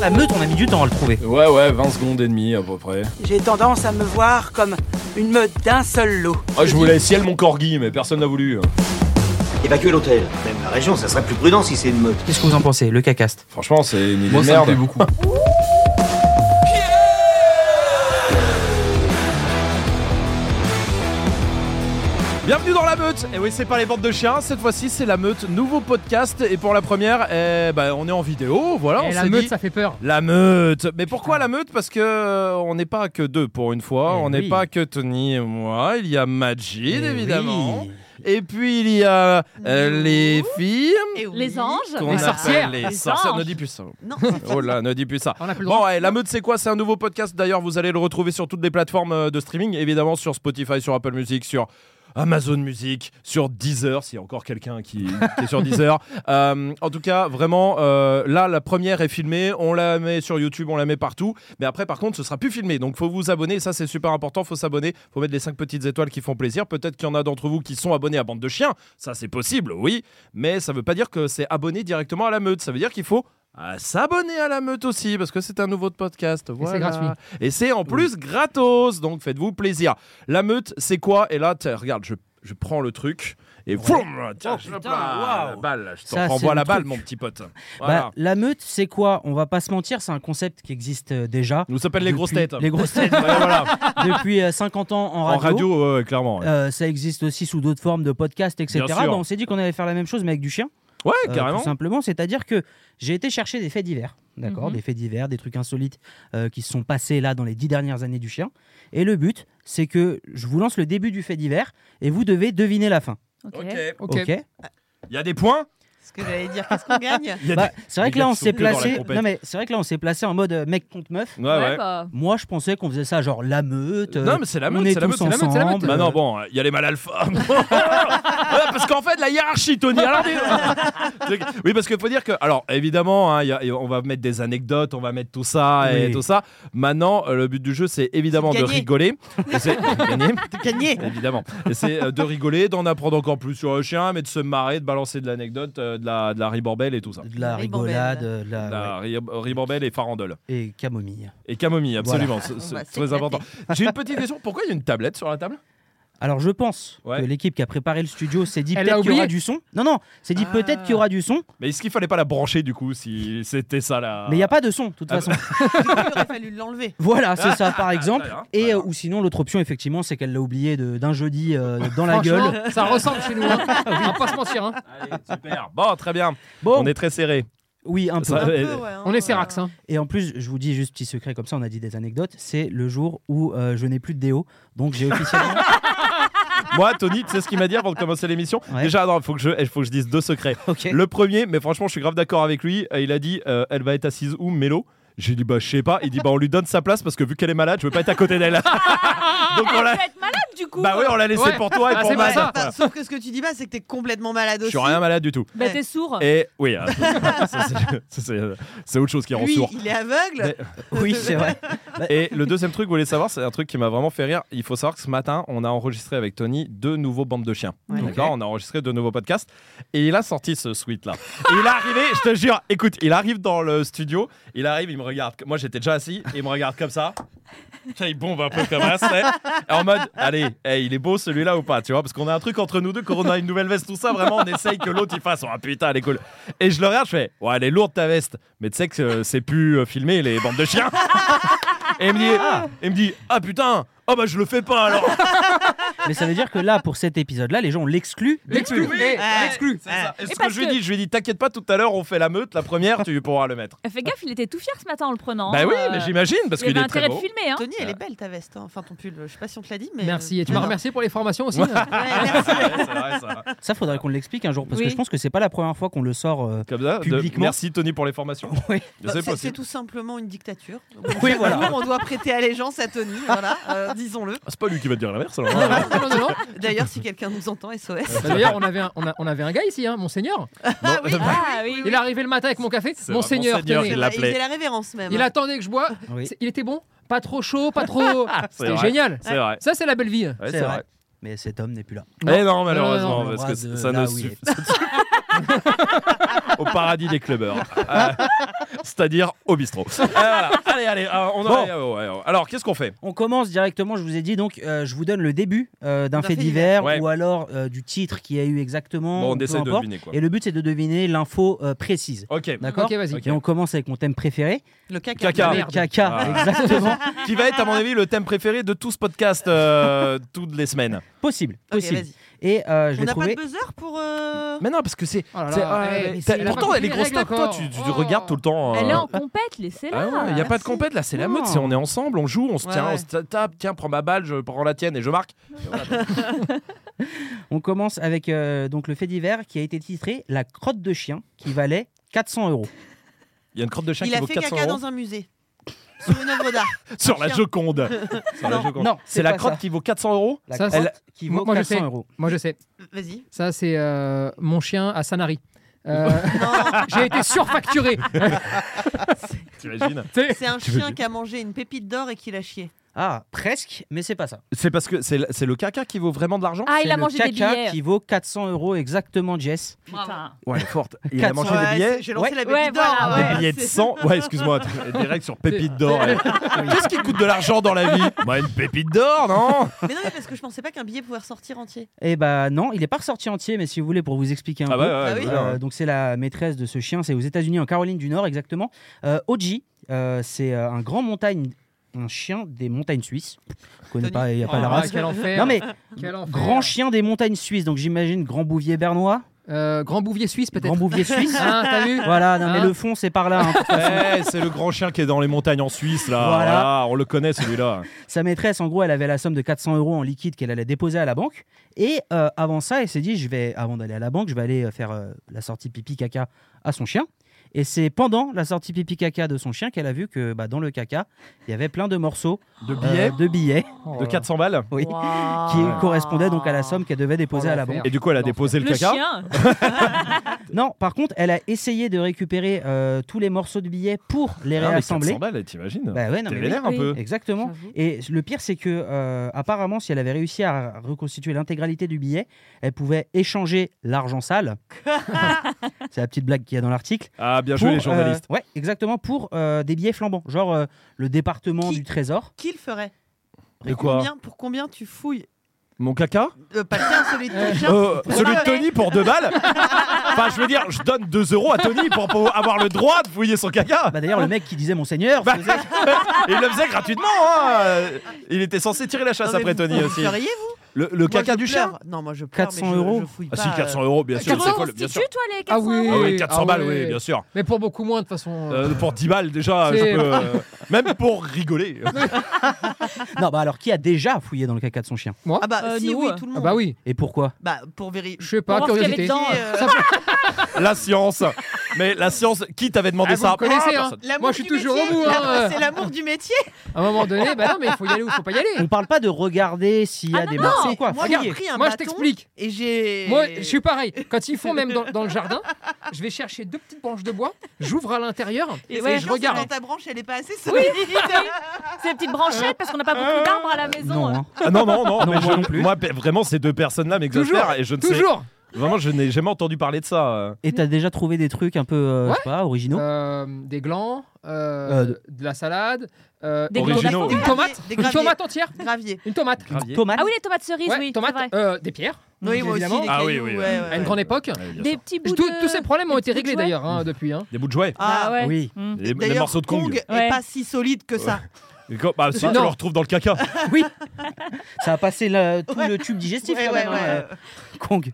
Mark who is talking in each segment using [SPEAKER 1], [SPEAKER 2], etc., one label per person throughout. [SPEAKER 1] La meute, on a mis du temps à le trouver.
[SPEAKER 2] Ouais, ouais, 20 secondes et demie à peu près.
[SPEAKER 3] J'ai tendance à me voir comme une meute d'un seul lot.
[SPEAKER 2] Ah, je voulais ciel mon corgi, mais personne n'a voulu. hein.
[SPEAKER 4] Évacuer l'hôtel, même la région, ça serait plus prudent si c'est une meute.
[SPEAKER 1] Qu'est-ce que vous en pensez, le cacaste
[SPEAKER 2] Franchement, c'est une idée
[SPEAKER 5] Moi,
[SPEAKER 2] de
[SPEAKER 5] ça me
[SPEAKER 2] merde.
[SPEAKER 5] plaît beaucoup.
[SPEAKER 6] Bienvenue dans la meute Et oui, c'est pas les bandes de chiens, cette fois-ci c'est la meute, nouveau podcast. Et pour la première, eh, bah, on est en vidéo, voilà. on
[SPEAKER 7] Et Eh, la
[SPEAKER 6] s'est
[SPEAKER 7] meute,
[SPEAKER 6] dit-
[SPEAKER 7] ça fait peur.
[SPEAKER 6] La meute Mais pourquoi la meute Parce que euh, on n'est pas que deux pour une fois,
[SPEAKER 7] Eh
[SPEAKER 6] on n'est
[SPEAKER 7] oui.
[SPEAKER 6] pas que Tony et moi, il y a Majid
[SPEAKER 1] Eh
[SPEAKER 6] évidemment.
[SPEAKER 1] oui.
[SPEAKER 6] Et puis il y a euh, les filles
[SPEAKER 8] Les anges
[SPEAKER 6] qu'on
[SPEAKER 7] Les
[SPEAKER 6] appelle
[SPEAKER 7] sorcières.
[SPEAKER 6] les
[SPEAKER 8] Les
[SPEAKER 6] sorcières. Ne
[SPEAKER 8] anges.
[SPEAKER 6] dis plus ça.
[SPEAKER 8] Non.
[SPEAKER 6] Oh là, ne dis plus ça.
[SPEAKER 7] On a plus le droit.
[SPEAKER 6] Bon, ouais, la meute, c'est quoi C'est un nouveau podcast. D'ailleurs, vous allez le retrouver sur toutes les plateformes euh, de streaming, évidemment sur Spotify, sur Apple Music, sur Amazon Music, sur Deezer, s'il y a encore quelqu'un qui, qui est sur Deezer. Euh, en tout cas, vraiment, euh, là, la première est filmée. On la met sur YouTube, on la met partout. Mais après, par contre, ce sera plus filmé. Donc, faut vous abonner. Ça, c'est super important. Faut s'abonner. Faut mettre les 5 petites étoiles qui font plaisir. Peut-être qu'il y en a d'entre vous qui sont abonnés à Bande de Chiens. Ça, c'est possible, oui. Mais ça veut pas dire que c'est abonné directement à la meute. Ça veut dire qu'il faut euh, s'abonner à la meute aussi, parce que c'est un nouveau podcast. Voilà.
[SPEAKER 7] gratuit.
[SPEAKER 6] Et c'est en plus gratos. Donc, faites-vous plaisir. La meute, c'est quoi Et là, tiens, regarde, je, je prends le truc. Et vroom, tiens, je
[SPEAKER 1] Oh, putain,
[SPEAKER 6] prends la
[SPEAKER 1] waouh.
[SPEAKER 6] balle, je
[SPEAKER 1] Ça,
[SPEAKER 6] t'en
[SPEAKER 1] c'est
[SPEAKER 6] renvoie
[SPEAKER 1] le
[SPEAKER 6] la balle,
[SPEAKER 1] truc.
[SPEAKER 6] mon petit pote.
[SPEAKER 1] Bah,
[SPEAKER 6] Voilà.
[SPEAKER 1] la meute, c'est quoi On va pas se mentir, c'est un concept qui existe euh, déjà.
[SPEAKER 6] Nous s'appelle les
[SPEAKER 1] Depuis-
[SPEAKER 6] grosses têtes.
[SPEAKER 1] Les grosses têtes,
[SPEAKER 6] Ouais, voilà.
[SPEAKER 1] depuis euh, 50 ans en
[SPEAKER 6] En
[SPEAKER 1] radio.
[SPEAKER 6] radio, ouais, ouais, clairement. Ouais,
[SPEAKER 1] Euh, ça existe aussi sous d'autres formes de podcasts, etc.
[SPEAKER 6] Bien sûr.
[SPEAKER 1] Bah, on s'est dit qu'on allait faire la même chose, mais avec du chien.
[SPEAKER 6] Ouais,
[SPEAKER 1] Euh,
[SPEAKER 6] carrément.
[SPEAKER 1] Tout simplement, c'est-à-dire que j'ai été chercher des faits divers, d'accord,
[SPEAKER 8] Mhm.
[SPEAKER 1] des faits divers, des trucs insolites euh, qui se sont passés là dans les dix dernières années du chien. Et le but, c'est que je vous lance le début du fait divers et vous devez deviner la fin.
[SPEAKER 8] Ok.
[SPEAKER 7] Ok.
[SPEAKER 1] Ok.
[SPEAKER 6] Il y a des points.
[SPEAKER 8] Ce que j'allais dire, qu'est-ce qu'on gagne
[SPEAKER 6] Il y a
[SPEAKER 1] Bah, c'est vrai
[SPEAKER 6] les
[SPEAKER 1] que là
[SPEAKER 6] gars
[SPEAKER 1] on
[SPEAKER 6] qui sont
[SPEAKER 1] s'est
[SPEAKER 6] que dans la
[SPEAKER 1] placé.
[SPEAKER 6] compète.
[SPEAKER 1] Non mais c'est vrai que là on s'est placé en mode euh, mec contre meuf.
[SPEAKER 6] des- Ouais, ouais.
[SPEAKER 8] bah,
[SPEAKER 1] Moi, je pensais qu'on faisait ça genre la meute. euh,
[SPEAKER 6] Non, mais c'est la meute,
[SPEAKER 1] on est
[SPEAKER 6] c'est la meute,
[SPEAKER 1] tous
[SPEAKER 6] c'est la meute, c'est la meute.
[SPEAKER 1] ensemble.
[SPEAKER 6] Bah non, bon, il y a les mal alpha. Ouais, parce qu'en fait, la hiérarchie, Tony. alors, dis- oui, parce qu'il faut dire que, alors évidemment, hein, il y a- on va mettre des anecdotes, on va mettre tout ça et
[SPEAKER 1] Oui.
[SPEAKER 6] tout ça. Maintenant, euh, le but du jeu, c'est évidemment
[SPEAKER 3] C'est
[SPEAKER 6] de
[SPEAKER 3] de gagner.
[SPEAKER 6] rigoler. Et C'est gagner,
[SPEAKER 3] Gagné
[SPEAKER 6] évidemment. Et C'est euh, de rigoler, d'en apprendre encore plus sur le chien, mais de se marrer, de balancer de l'anecdote, euh, de la, de la riborbelle et tout ça.
[SPEAKER 1] De la
[SPEAKER 8] Ribambelle.
[SPEAKER 1] rigolade, euh, de la- ouais,
[SPEAKER 6] La ri- riborbelle et farandole.
[SPEAKER 1] et camomille.
[SPEAKER 6] Et camomille, absolument,
[SPEAKER 8] Voilà.
[SPEAKER 6] c'est-
[SPEAKER 8] On va
[SPEAKER 6] c'est très
[SPEAKER 8] s'éclater.
[SPEAKER 6] important. J'ai une petite question, pourquoi il y a une tablette sur la table
[SPEAKER 1] Alors je pense
[SPEAKER 6] Ouais.
[SPEAKER 1] que l'équipe qui a préparé le studio s'est dit
[SPEAKER 7] Elle
[SPEAKER 1] peut-être
[SPEAKER 7] l'a
[SPEAKER 1] qu'il y aura
[SPEAKER 7] oublié.
[SPEAKER 1] du son. Non non, s'est dit
[SPEAKER 6] Ah.
[SPEAKER 1] peut-être qu'il y aura du son,
[SPEAKER 6] Mais est-ce qu'il fallait pas la brancher du coup si c'était ça la.
[SPEAKER 1] mais il y a pas de son de toute
[SPEAKER 6] Ah.
[SPEAKER 1] façon.
[SPEAKER 3] Il aurait fallu l'enlever.
[SPEAKER 1] Voilà, c'est ça par exemple.
[SPEAKER 6] Voilà.
[SPEAKER 1] Et euh, ou sinon l'autre option effectivement c'est qu'elle l'a oublié de- d'un jeudi euh, dans la
[SPEAKER 7] Franchement,
[SPEAKER 1] gueule.
[SPEAKER 7] ça ressemble chez nous. hein. On va pas se mentir. hein.
[SPEAKER 6] Allez, super. Bon, très bien.
[SPEAKER 1] Bon,
[SPEAKER 6] On est très serré.
[SPEAKER 1] oui Oh. un peu.
[SPEAKER 6] Ça- euh,
[SPEAKER 7] On est Serax. Hein.
[SPEAKER 1] Et en plus je vous dis juste petit secret comme ça on a dit des anecdotes. C'est le jour où euh, je n'ai plus de déo donc j'ai officiellement.
[SPEAKER 6] Moi, Tony, tu sais ce qu'il m'a dit avant de commencer l'émission
[SPEAKER 1] Ouais.
[SPEAKER 6] Déjà, il faut, que je- eh, faut que je dise deux secrets.
[SPEAKER 1] ok.
[SPEAKER 6] Le premier, mais franchement, je suis grave d'accord avec lui. euh, Il a dit euh, Elle va être assise où, Mélo J'ai dit Bah, je sais pas. Il dit Bah, on lui donne sa place parce que vu qu'elle est malade, je veux pas être à côté d'elle. Donc, on l'a.
[SPEAKER 8] être malade du coup
[SPEAKER 6] Bah, ouais, on l'a laissé
[SPEAKER 7] Ouais.
[SPEAKER 6] pour toi et
[SPEAKER 7] Ah,
[SPEAKER 6] pour
[SPEAKER 7] c'est pas
[SPEAKER 6] Mad.
[SPEAKER 7] ça.
[SPEAKER 6] Voilà.
[SPEAKER 3] bah, Sauf que ce que tu dis pas, c'est que t'es complètement malade
[SPEAKER 6] Je
[SPEAKER 3] aussi.
[SPEAKER 6] suis rien malade du tout.
[SPEAKER 8] Bah
[SPEAKER 3] Ouais.
[SPEAKER 8] t'es sourd
[SPEAKER 6] Et oui, euh, ça, c'est- ça, c'est euh, c'est autre chose qui rend
[SPEAKER 3] Lui,
[SPEAKER 6] sourd.
[SPEAKER 3] il est aveugle.
[SPEAKER 6] Mais-
[SPEAKER 1] Oui c'est vrai.
[SPEAKER 6] Et le deuxième truc que vous voulez savoir, c'est un truc qui m'a vraiment fait rire. Il faut savoir que ce matin, on a enregistré avec Tony deux nouveaux bandes de chiens.
[SPEAKER 3] Ouais.
[SPEAKER 6] D'accord On a enregistré deux nouveaux podcasts. Et il a sorti ce suite-là. Et il est arrivé, je te jure, écoute, il arrive dans le studio, il arrive, il me regarde. Moi, j'étais déjà assis, il me regarde comme ça. Tiens, il bombe un peu comme ça. tu sais. Et En mode, allez, hey, il est beau celui-là ou pas, tu vois Parce qu'on a un truc entre nous deux, quand on a une nouvelle veste, tout ça, vraiment, on essaye que l'autre il fasse. Ah putain, elle est cool. Et je le regarde, je fais, ouais, elle est lourde ta veste. Mais tu sais que euh, c'est plus euh, filmé, les bandes de chiens. Et il me dit, ah, il me dit, ah putain, oh bah je le fais pas alors.
[SPEAKER 1] Mais ça veut dire que là pour cet épisode là les gens on l'exclut.
[SPEAKER 7] L'exclu.
[SPEAKER 6] Oui.
[SPEAKER 3] Ouais.
[SPEAKER 7] eh, l'exclu.
[SPEAKER 6] C'est ça. Et ce que,
[SPEAKER 8] parce
[SPEAKER 6] je lui ai
[SPEAKER 8] que-
[SPEAKER 6] dit, je lui ai dit, t'inquiète pas, tout à l'heure on fait la meute, la première, tu pourras le mettre.
[SPEAKER 8] Fais gaffe, il était tout fier ce matin en le prenant
[SPEAKER 6] bah oui,
[SPEAKER 8] hein,
[SPEAKER 6] mais
[SPEAKER 8] euh,
[SPEAKER 6] j'imagine parce
[SPEAKER 8] Il
[SPEAKER 6] qu'il
[SPEAKER 8] avait
[SPEAKER 6] est très
[SPEAKER 8] intérêt
[SPEAKER 6] beau.
[SPEAKER 8] de filmer hein
[SPEAKER 3] Tony, elle est belle ta veste. hein. Enfin, ton pull. Je sais pas si on te l'a dit, mais.
[SPEAKER 7] Merci. Et tu m'as
[SPEAKER 3] Non, non.
[SPEAKER 7] remercié pour les formations aussi. hein.
[SPEAKER 3] Ouais, merci.
[SPEAKER 6] Ouais, c'est vrai, ça.
[SPEAKER 1] Ça faudrait qu'on l'explique un jour parce que
[SPEAKER 8] Oui.
[SPEAKER 1] je pense que c'est pas la première fois qu'on le sort. euh,
[SPEAKER 6] Comme ça, de-
[SPEAKER 1] Publiquement.
[SPEAKER 6] merci Tony pour les formations.
[SPEAKER 1] Oui.
[SPEAKER 3] Bah,
[SPEAKER 6] C'est
[SPEAKER 3] c'est- C'est
[SPEAKER 6] possible.
[SPEAKER 3] tout simplement une dictature.
[SPEAKER 1] Oui,
[SPEAKER 3] Un
[SPEAKER 1] voilà.
[SPEAKER 3] jour, on doit prêter allégeance à Tony, voilà, euh, disons-le.
[SPEAKER 6] Ah, C'est pas lui qui va te dire la merde, ça.
[SPEAKER 7] Non, non, non, non, non.
[SPEAKER 5] Bah,
[SPEAKER 3] D'ailleurs, si quelqu'un nous entend, SOS.
[SPEAKER 7] Bah, D'ailleurs, on avait un, on a- on avait un gars ici, hein, monseigneur.
[SPEAKER 6] Non,
[SPEAKER 8] Ah oui,
[SPEAKER 7] Il est arrivé le matin avec mon café.
[SPEAKER 6] C'est vrai,
[SPEAKER 7] Monseigneur,
[SPEAKER 6] Monseigneur,
[SPEAKER 7] tenez.
[SPEAKER 6] il
[SPEAKER 3] Il
[SPEAKER 6] l'a appelé.
[SPEAKER 3] faisait la révérence même.
[SPEAKER 7] Il attendait que je bois.
[SPEAKER 1] oui.
[SPEAKER 7] C'est- Il était bon, pas trop chaud, pas trop.
[SPEAKER 6] C'est
[SPEAKER 7] C'était
[SPEAKER 6] vrai.
[SPEAKER 7] génial.
[SPEAKER 6] C'est vrai.
[SPEAKER 7] Ça, c'est la belle vie.
[SPEAKER 6] Ouais,
[SPEAKER 1] C'est vrai. Mais cet homme n'est plus là.
[SPEAKER 7] Non.
[SPEAKER 6] Eh non, malheureusement,
[SPEAKER 7] Non,
[SPEAKER 1] non, non,
[SPEAKER 6] parce que
[SPEAKER 1] on va de
[SPEAKER 6] ça ne
[SPEAKER 1] là où il
[SPEAKER 6] suffit. Au paradis des clubbers. Ah. c'est-à-dire au bistrot. Euh, voilà. Allez, allez, euh, on en
[SPEAKER 1] Bon.
[SPEAKER 6] est- euh, ouais, ouais. Alors, qu'est-ce qu'on fait
[SPEAKER 1] On commence directement, je vous ai dit, donc euh, je vous donne le début euh, d'un
[SPEAKER 8] D'un
[SPEAKER 1] fait
[SPEAKER 8] fait
[SPEAKER 1] divers
[SPEAKER 6] divers.
[SPEAKER 1] ou alors euh, du titre qui a eu exactement.
[SPEAKER 6] Bon,
[SPEAKER 1] ou
[SPEAKER 6] on
[SPEAKER 1] peu
[SPEAKER 6] essaie de
[SPEAKER 1] importe.
[SPEAKER 6] deviner quoi.
[SPEAKER 1] Et le but, c'est de deviner l'info euh, précise.
[SPEAKER 6] Ok.
[SPEAKER 1] D'accord
[SPEAKER 7] Ok, vas-y.
[SPEAKER 6] Ok.
[SPEAKER 1] Et on commence avec mon thème préféré,
[SPEAKER 8] Le caca.
[SPEAKER 6] Caca.
[SPEAKER 1] le
[SPEAKER 7] Merde.
[SPEAKER 1] caca,
[SPEAKER 6] Ah.
[SPEAKER 1] exactement.
[SPEAKER 6] Qui va être, à mon avis, le thème préféré de tout ce podcast euh, toutes les semaines.
[SPEAKER 1] Possible,
[SPEAKER 8] Ok,
[SPEAKER 1] possible.
[SPEAKER 8] vas-y.
[SPEAKER 1] Et euh, je
[SPEAKER 8] On
[SPEAKER 1] l'ai
[SPEAKER 8] n'a pas
[SPEAKER 1] trouvé.
[SPEAKER 8] de buzzer pour. euh,
[SPEAKER 6] Mais non, parce que c'est.
[SPEAKER 7] Oh là là,
[SPEAKER 6] c'est- ah,
[SPEAKER 7] eh,
[SPEAKER 6] mais
[SPEAKER 7] mais
[SPEAKER 6] t'as-
[SPEAKER 7] c'est-
[SPEAKER 6] pourtant,
[SPEAKER 7] elle a
[SPEAKER 6] elle est
[SPEAKER 7] pas
[SPEAKER 6] grosse
[SPEAKER 7] compris les
[SPEAKER 6] tête, toi, tu,
[SPEAKER 7] règles
[SPEAKER 6] tu
[SPEAKER 7] encore.
[SPEAKER 6] regardes tout le temps.
[SPEAKER 8] Elle est
[SPEAKER 6] euh,
[SPEAKER 8] en compète, laissez-la.
[SPEAKER 6] Ah ouais, il n'y a pas de compète là, Oh. c'est la meute, c'est on est ensemble, on joue, on se
[SPEAKER 8] Ouais,
[SPEAKER 6] tient, on
[SPEAKER 8] ouais.
[SPEAKER 6] se ta- tape, tiens, prends ma balle, je prends la tienne et je marque. Et voilà.
[SPEAKER 1] On commence avec euh, donc le fait divers qui a été titré La crotte de chien qui valait 400 euros.
[SPEAKER 6] Il y a une crotte de chien
[SPEAKER 5] Il
[SPEAKER 6] qui
[SPEAKER 5] a
[SPEAKER 6] vaut
[SPEAKER 5] fait
[SPEAKER 6] 400
[SPEAKER 5] caca
[SPEAKER 6] euros
[SPEAKER 5] dans un musée. Sur une œuvre d'art.
[SPEAKER 6] sur la
[SPEAKER 5] chien.
[SPEAKER 6] Joconde. Sur la Joconde.
[SPEAKER 1] Non,
[SPEAKER 6] C'est la
[SPEAKER 1] pas
[SPEAKER 6] crotte
[SPEAKER 1] ça.
[SPEAKER 6] qui vaut 400 euros
[SPEAKER 1] La
[SPEAKER 7] Ça,
[SPEAKER 1] crotte
[SPEAKER 6] elle-
[SPEAKER 1] qui vaut
[SPEAKER 7] Moi, je
[SPEAKER 1] 400
[SPEAKER 7] sais.
[SPEAKER 1] euros.
[SPEAKER 7] Moi, je sais.
[SPEAKER 5] Vas-y.
[SPEAKER 7] Ça, c'est euh, mon chien à Sanary. Euh, J'ai été surfacturé.
[SPEAKER 6] T'imagines
[SPEAKER 7] Tu sais,
[SPEAKER 5] C'est un
[SPEAKER 6] Tu veux
[SPEAKER 5] chien
[SPEAKER 6] dire
[SPEAKER 5] qui a mangé une pépite d'or et qui l'a chié.
[SPEAKER 1] Ah, presque, mais c'est pas ça.
[SPEAKER 6] C'est parce que c'est le- c'est le caca qui vaut vraiment de l'argent
[SPEAKER 8] Ah, il
[SPEAKER 1] C'est
[SPEAKER 8] a
[SPEAKER 1] le
[SPEAKER 8] mangé des
[SPEAKER 1] caca
[SPEAKER 8] billets.
[SPEAKER 1] qui vaut 400 euros exactement, Jess.
[SPEAKER 8] Putain.
[SPEAKER 6] Ouais, elle est forte. Il a
[SPEAKER 1] 400.
[SPEAKER 6] mangé des
[SPEAKER 5] Ouais,
[SPEAKER 6] billets.
[SPEAKER 5] c'est- J'ai lancé
[SPEAKER 1] Ouais.
[SPEAKER 5] la pépite
[SPEAKER 8] Ouais,
[SPEAKER 5] d'or.
[SPEAKER 8] voilà,
[SPEAKER 5] moi.
[SPEAKER 8] ouais.
[SPEAKER 6] Des billets de 100 Ouais, excuse-moi, t'as- des règles sur pépite d'or. ouais. Qu'est-ce qui coûte de l'argent dans la vie Bah, une pépite d'or, non
[SPEAKER 5] Mais non, mais parce que je pensais pas qu'un billet pouvait ressortir entier.
[SPEAKER 1] Eh bah non, il est pas ressorti entier, mais si vous voulez, pour vous expliquer un
[SPEAKER 6] Ah,
[SPEAKER 1] peu.
[SPEAKER 6] bah,
[SPEAKER 5] Ah
[SPEAKER 6] ouais,
[SPEAKER 5] oui.
[SPEAKER 6] ouais,
[SPEAKER 1] Euh,
[SPEAKER 6] ouais.
[SPEAKER 1] donc c'est la maîtresse de ce chien, c'est aux États-Unis, en Caroline du Nord exactement. Euh, Oji, euh, c'est euh, un grand montagne, un chien des montagnes suisses. On connaît
[SPEAKER 5] Tony.
[SPEAKER 1] pas, il n'y a pas
[SPEAKER 7] oh,
[SPEAKER 1] la race.
[SPEAKER 7] Quel enfer.
[SPEAKER 1] Non mais
[SPEAKER 7] Quel enfer.
[SPEAKER 1] grand chien des montagnes suisses, donc j'imagine grand bouvier bernois,
[SPEAKER 7] Euh, grand bouvier suisse, peut-être.
[SPEAKER 1] grand bouvier suisse.
[SPEAKER 7] Hein, t'as vu
[SPEAKER 1] voilà, non, mais
[SPEAKER 7] Hein
[SPEAKER 1] le fond c'est par là. hein.
[SPEAKER 6] Eh, c'est le grand chien qui est dans les montagnes en Suisse, là.
[SPEAKER 1] Voilà.
[SPEAKER 6] Voilà, on le connaît celui-là.
[SPEAKER 1] Sa maîtresse, en gros, elle avait la somme de 400 euros en liquide qu'elle allait déposer à la banque. Et euh, avant ça, elle s'est dit, je vais, avant d'aller à la banque, je vais aller euh, faire euh, la sortie pipi caca à son chien. Et c'est pendant la sortie pipi caca de son chien qu'elle a vu que bah, dans le caca, il y avait plein de morceaux
[SPEAKER 6] De
[SPEAKER 1] euh,
[SPEAKER 6] billets
[SPEAKER 1] de billets
[SPEAKER 6] de 400 balles.
[SPEAKER 1] oui, qui correspondaient donc à la somme qu'elle devait déposer
[SPEAKER 7] Oh,
[SPEAKER 1] à la
[SPEAKER 7] l'enfer.
[SPEAKER 1] banque.
[SPEAKER 6] Et du coup, elle a déposé le,
[SPEAKER 8] Le
[SPEAKER 6] caca. Ah,
[SPEAKER 8] chien.
[SPEAKER 1] Non, par contre, elle a essayé de récupérer euh, tous les morceaux de billets pour les
[SPEAKER 6] Ah, mais
[SPEAKER 1] réassembler.
[SPEAKER 6] 400 balles, t'imagines
[SPEAKER 1] Bah ouais, non,
[SPEAKER 6] T'es
[SPEAKER 1] mais oui.
[SPEAKER 6] vénère un
[SPEAKER 8] oui.
[SPEAKER 6] peu.
[SPEAKER 1] Exactement.
[SPEAKER 8] J'avoue.
[SPEAKER 1] Et le pire, c'est que euh, apparemment, si elle avait réussi à reconstituer l'intégralité du billet, elle pouvait échanger l'argent sale. c'est la petite blague qu'il y a dans l'article.
[SPEAKER 6] Ah, bien joué
[SPEAKER 1] Pour,
[SPEAKER 6] les journalistes.
[SPEAKER 1] euh, ouais, exactement pour euh, des billets flambants, genre euh, le département
[SPEAKER 5] Qui-
[SPEAKER 1] du Trésor.
[SPEAKER 5] Qui le ferait
[SPEAKER 6] De quoi
[SPEAKER 5] Combien- Pour combien tu fouilles
[SPEAKER 6] Mon caca
[SPEAKER 5] Euh, Pas le tien, celui de ton chien.
[SPEAKER 6] Euh, Celui de Tony pour deux balles Enfin, je veux dire, je donne 2 euros à Tony pour, pour avoir le droit de fouiller son caca.
[SPEAKER 1] Bah, D'ailleurs, le mec qui disait Monseigneur,
[SPEAKER 6] Bah,
[SPEAKER 1] faisait-
[SPEAKER 6] Et il le faisait gratuitement. hein. Il était censé tirer la chasse
[SPEAKER 5] Non, mais
[SPEAKER 6] après
[SPEAKER 5] vous-
[SPEAKER 6] Tony
[SPEAKER 5] vous
[SPEAKER 6] aussi.
[SPEAKER 5] feriez, vous
[SPEAKER 6] Le, le
[SPEAKER 5] Moi,
[SPEAKER 6] caca
[SPEAKER 5] je
[SPEAKER 6] du
[SPEAKER 5] pleure.
[SPEAKER 6] chien
[SPEAKER 5] Non, moi je pleure,
[SPEAKER 1] 400
[SPEAKER 5] mais je-
[SPEAKER 1] euros.
[SPEAKER 5] je fouille
[SPEAKER 6] Ah
[SPEAKER 5] pas,
[SPEAKER 6] si,
[SPEAKER 5] euh,
[SPEAKER 6] 400 euros, bien sûr.
[SPEAKER 8] Tu
[SPEAKER 6] c'est quoi le- bien sûr.
[SPEAKER 8] reconstitues, toi, les
[SPEAKER 7] Ah
[SPEAKER 8] 400
[SPEAKER 7] oui.
[SPEAKER 6] Ah
[SPEAKER 8] euros
[SPEAKER 6] oui, 400
[SPEAKER 7] Ah
[SPEAKER 6] balles,
[SPEAKER 7] ouais.
[SPEAKER 6] oui, bien sûr.
[SPEAKER 7] Mais pour beaucoup moins, de toute façon.
[SPEAKER 6] Euh, pour 10 balles, déjà, je
[SPEAKER 7] C'est-
[SPEAKER 6] peux. euh, même pour rigoler.
[SPEAKER 1] non, bah alors qui a déjà fouillé dans le caca de son chien
[SPEAKER 7] Moi
[SPEAKER 5] Ah bah
[SPEAKER 8] Euh,
[SPEAKER 5] si,
[SPEAKER 8] nous,
[SPEAKER 5] oui,
[SPEAKER 8] euh.
[SPEAKER 5] tout le
[SPEAKER 7] Ah
[SPEAKER 5] monde.
[SPEAKER 7] bah oui.
[SPEAKER 1] Et pourquoi
[SPEAKER 5] Bah, pour vérifier.
[SPEAKER 7] Je sais pas,
[SPEAKER 8] Pour voir ce qu'il y avait
[SPEAKER 7] curiosité.
[SPEAKER 8] dedans.
[SPEAKER 5] Euh,
[SPEAKER 6] La science. Mais la science, qui t'avait demandé
[SPEAKER 7] Ah, vous
[SPEAKER 6] ça
[SPEAKER 7] me connaissez, hein.
[SPEAKER 6] personne.
[SPEAKER 5] L'amour
[SPEAKER 7] Moi, je suis
[SPEAKER 5] du
[SPEAKER 7] toujours
[SPEAKER 5] métier,
[SPEAKER 7] au bout, hein,
[SPEAKER 5] la-
[SPEAKER 7] euh.
[SPEAKER 5] C'est l'amour du métier.
[SPEAKER 7] À un moment donné, bah non, mais il faut y aller ou faut pas y
[SPEAKER 1] On
[SPEAKER 7] aller.
[SPEAKER 1] parle pas de regarder s'il y a
[SPEAKER 8] Ah non,
[SPEAKER 1] des
[SPEAKER 8] non,
[SPEAKER 1] morceaux ou quoi.
[SPEAKER 5] Moi,
[SPEAKER 1] fouiller.
[SPEAKER 5] j'ai pris un
[SPEAKER 7] Moi, je
[SPEAKER 5] bâton
[SPEAKER 7] t'explique.
[SPEAKER 5] et j'ai.
[SPEAKER 7] Moi, je suis pareil. Quand ils font même dans, dans le jardin, je vais chercher deux petites branches de bois, j'ouvre à l'intérieur
[SPEAKER 5] Et, c'est
[SPEAKER 7] et, je
[SPEAKER 5] chiant, c'est Quand
[SPEAKER 7] regarde.
[SPEAKER 5] ta branche, elle est pas assez
[SPEAKER 8] Oui,
[SPEAKER 5] solide.
[SPEAKER 8] c'est les petites branchettes parce qu'on n'a pas beaucoup d'arbres à la maison.
[SPEAKER 1] Non, hein.
[SPEAKER 6] Ah, non, non, non,
[SPEAKER 1] Non,
[SPEAKER 6] mais
[SPEAKER 1] moi
[SPEAKER 6] je-
[SPEAKER 1] non plus.
[SPEAKER 6] moi, pe- vraiment, ces deux personnes-là m'exaspèrent et je ne sais.
[SPEAKER 7] Toujours.
[SPEAKER 6] Vraiment, je n'ai jamais entendu parler de ça. euh.
[SPEAKER 1] Et t'as déjà trouvé des trucs un peu, euh, je
[SPEAKER 7] Ouais.
[SPEAKER 1] sais pas, originaux
[SPEAKER 7] Euh, des glands, euh,
[SPEAKER 1] Euh, de-
[SPEAKER 7] de... la salade, euh,
[SPEAKER 8] Des
[SPEAKER 7] une
[SPEAKER 6] Originaux.
[SPEAKER 8] glandes à
[SPEAKER 5] Des
[SPEAKER 8] fond.
[SPEAKER 7] tomate,
[SPEAKER 5] graviers, des
[SPEAKER 7] une
[SPEAKER 5] graviers.
[SPEAKER 7] tomate entière,
[SPEAKER 5] Gravier.
[SPEAKER 7] une tomate.
[SPEAKER 6] Gravier.
[SPEAKER 1] Tomate
[SPEAKER 8] Ah oui, les tomates cerises,
[SPEAKER 7] Ouais,
[SPEAKER 8] oui, c'est
[SPEAKER 7] tomate,
[SPEAKER 8] vrai.
[SPEAKER 7] euh, des pierres.
[SPEAKER 5] Oui, moi aussi,
[SPEAKER 7] Évidemment.
[SPEAKER 5] les
[SPEAKER 6] Ah
[SPEAKER 5] cailloux,
[SPEAKER 6] oui, oui,
[SPEAKER 5] ouais,
[SPEAKER 6] oui.
[SPEAKER 5] ouais,
[SPEAKER 7] À une
[SPEAKER 5] ouais.
[SPEAKER 7] grande époque.
[SPEAKER 6] Ouais, bien
[SPEAKER 8] Des
[SPEAKER 6] sûr.
[SPEAKER 8] petits bouts
[SPEAKER 7] Tous-
[SPEAKER 8] de-
[SPEAKER 7] Tous ces problèmes ont
[SPEAKER 8] des
[SPEAKER 7] été
[SPEAKER 8] petits
[SPEAKER 7] réglés
[SPEAKER 8] jouets.
[SPEAKER 7] d'ailleurs hein, depuis. hein.
[SPEAKER 6] Des bouts de jouets.
[SPEAKER 5] Ah,
[SPEAKER 8] ouais.
[SPEAKER 1] Oui.
[SPEAKER 8] Mm.
[SPEAKER 6] Des, des
[SPEAKER 5] D'ailleurs,
[SPEAKER 6] morceaux de Kong.
[SPEAKER 8] Ouais.
[SPEAKER 5] est pas si solide que ça.
[SPEAKER 6] Et quand- bah, si tu
[SPEAKER 7] Non.
[SPEAKER 6] le retrouves dans le caca.
[SPEAKER 1] Ça a passé le- tout le tube digestif
[SPEAKER 5] Ouais,
[SPEAKER 1] quand
[SPEAKER 5] ouais,
[SPEAKER 1] même,
[SPEAKER 5] ouais.
[SPEAKER 1] hein, euh, Kong.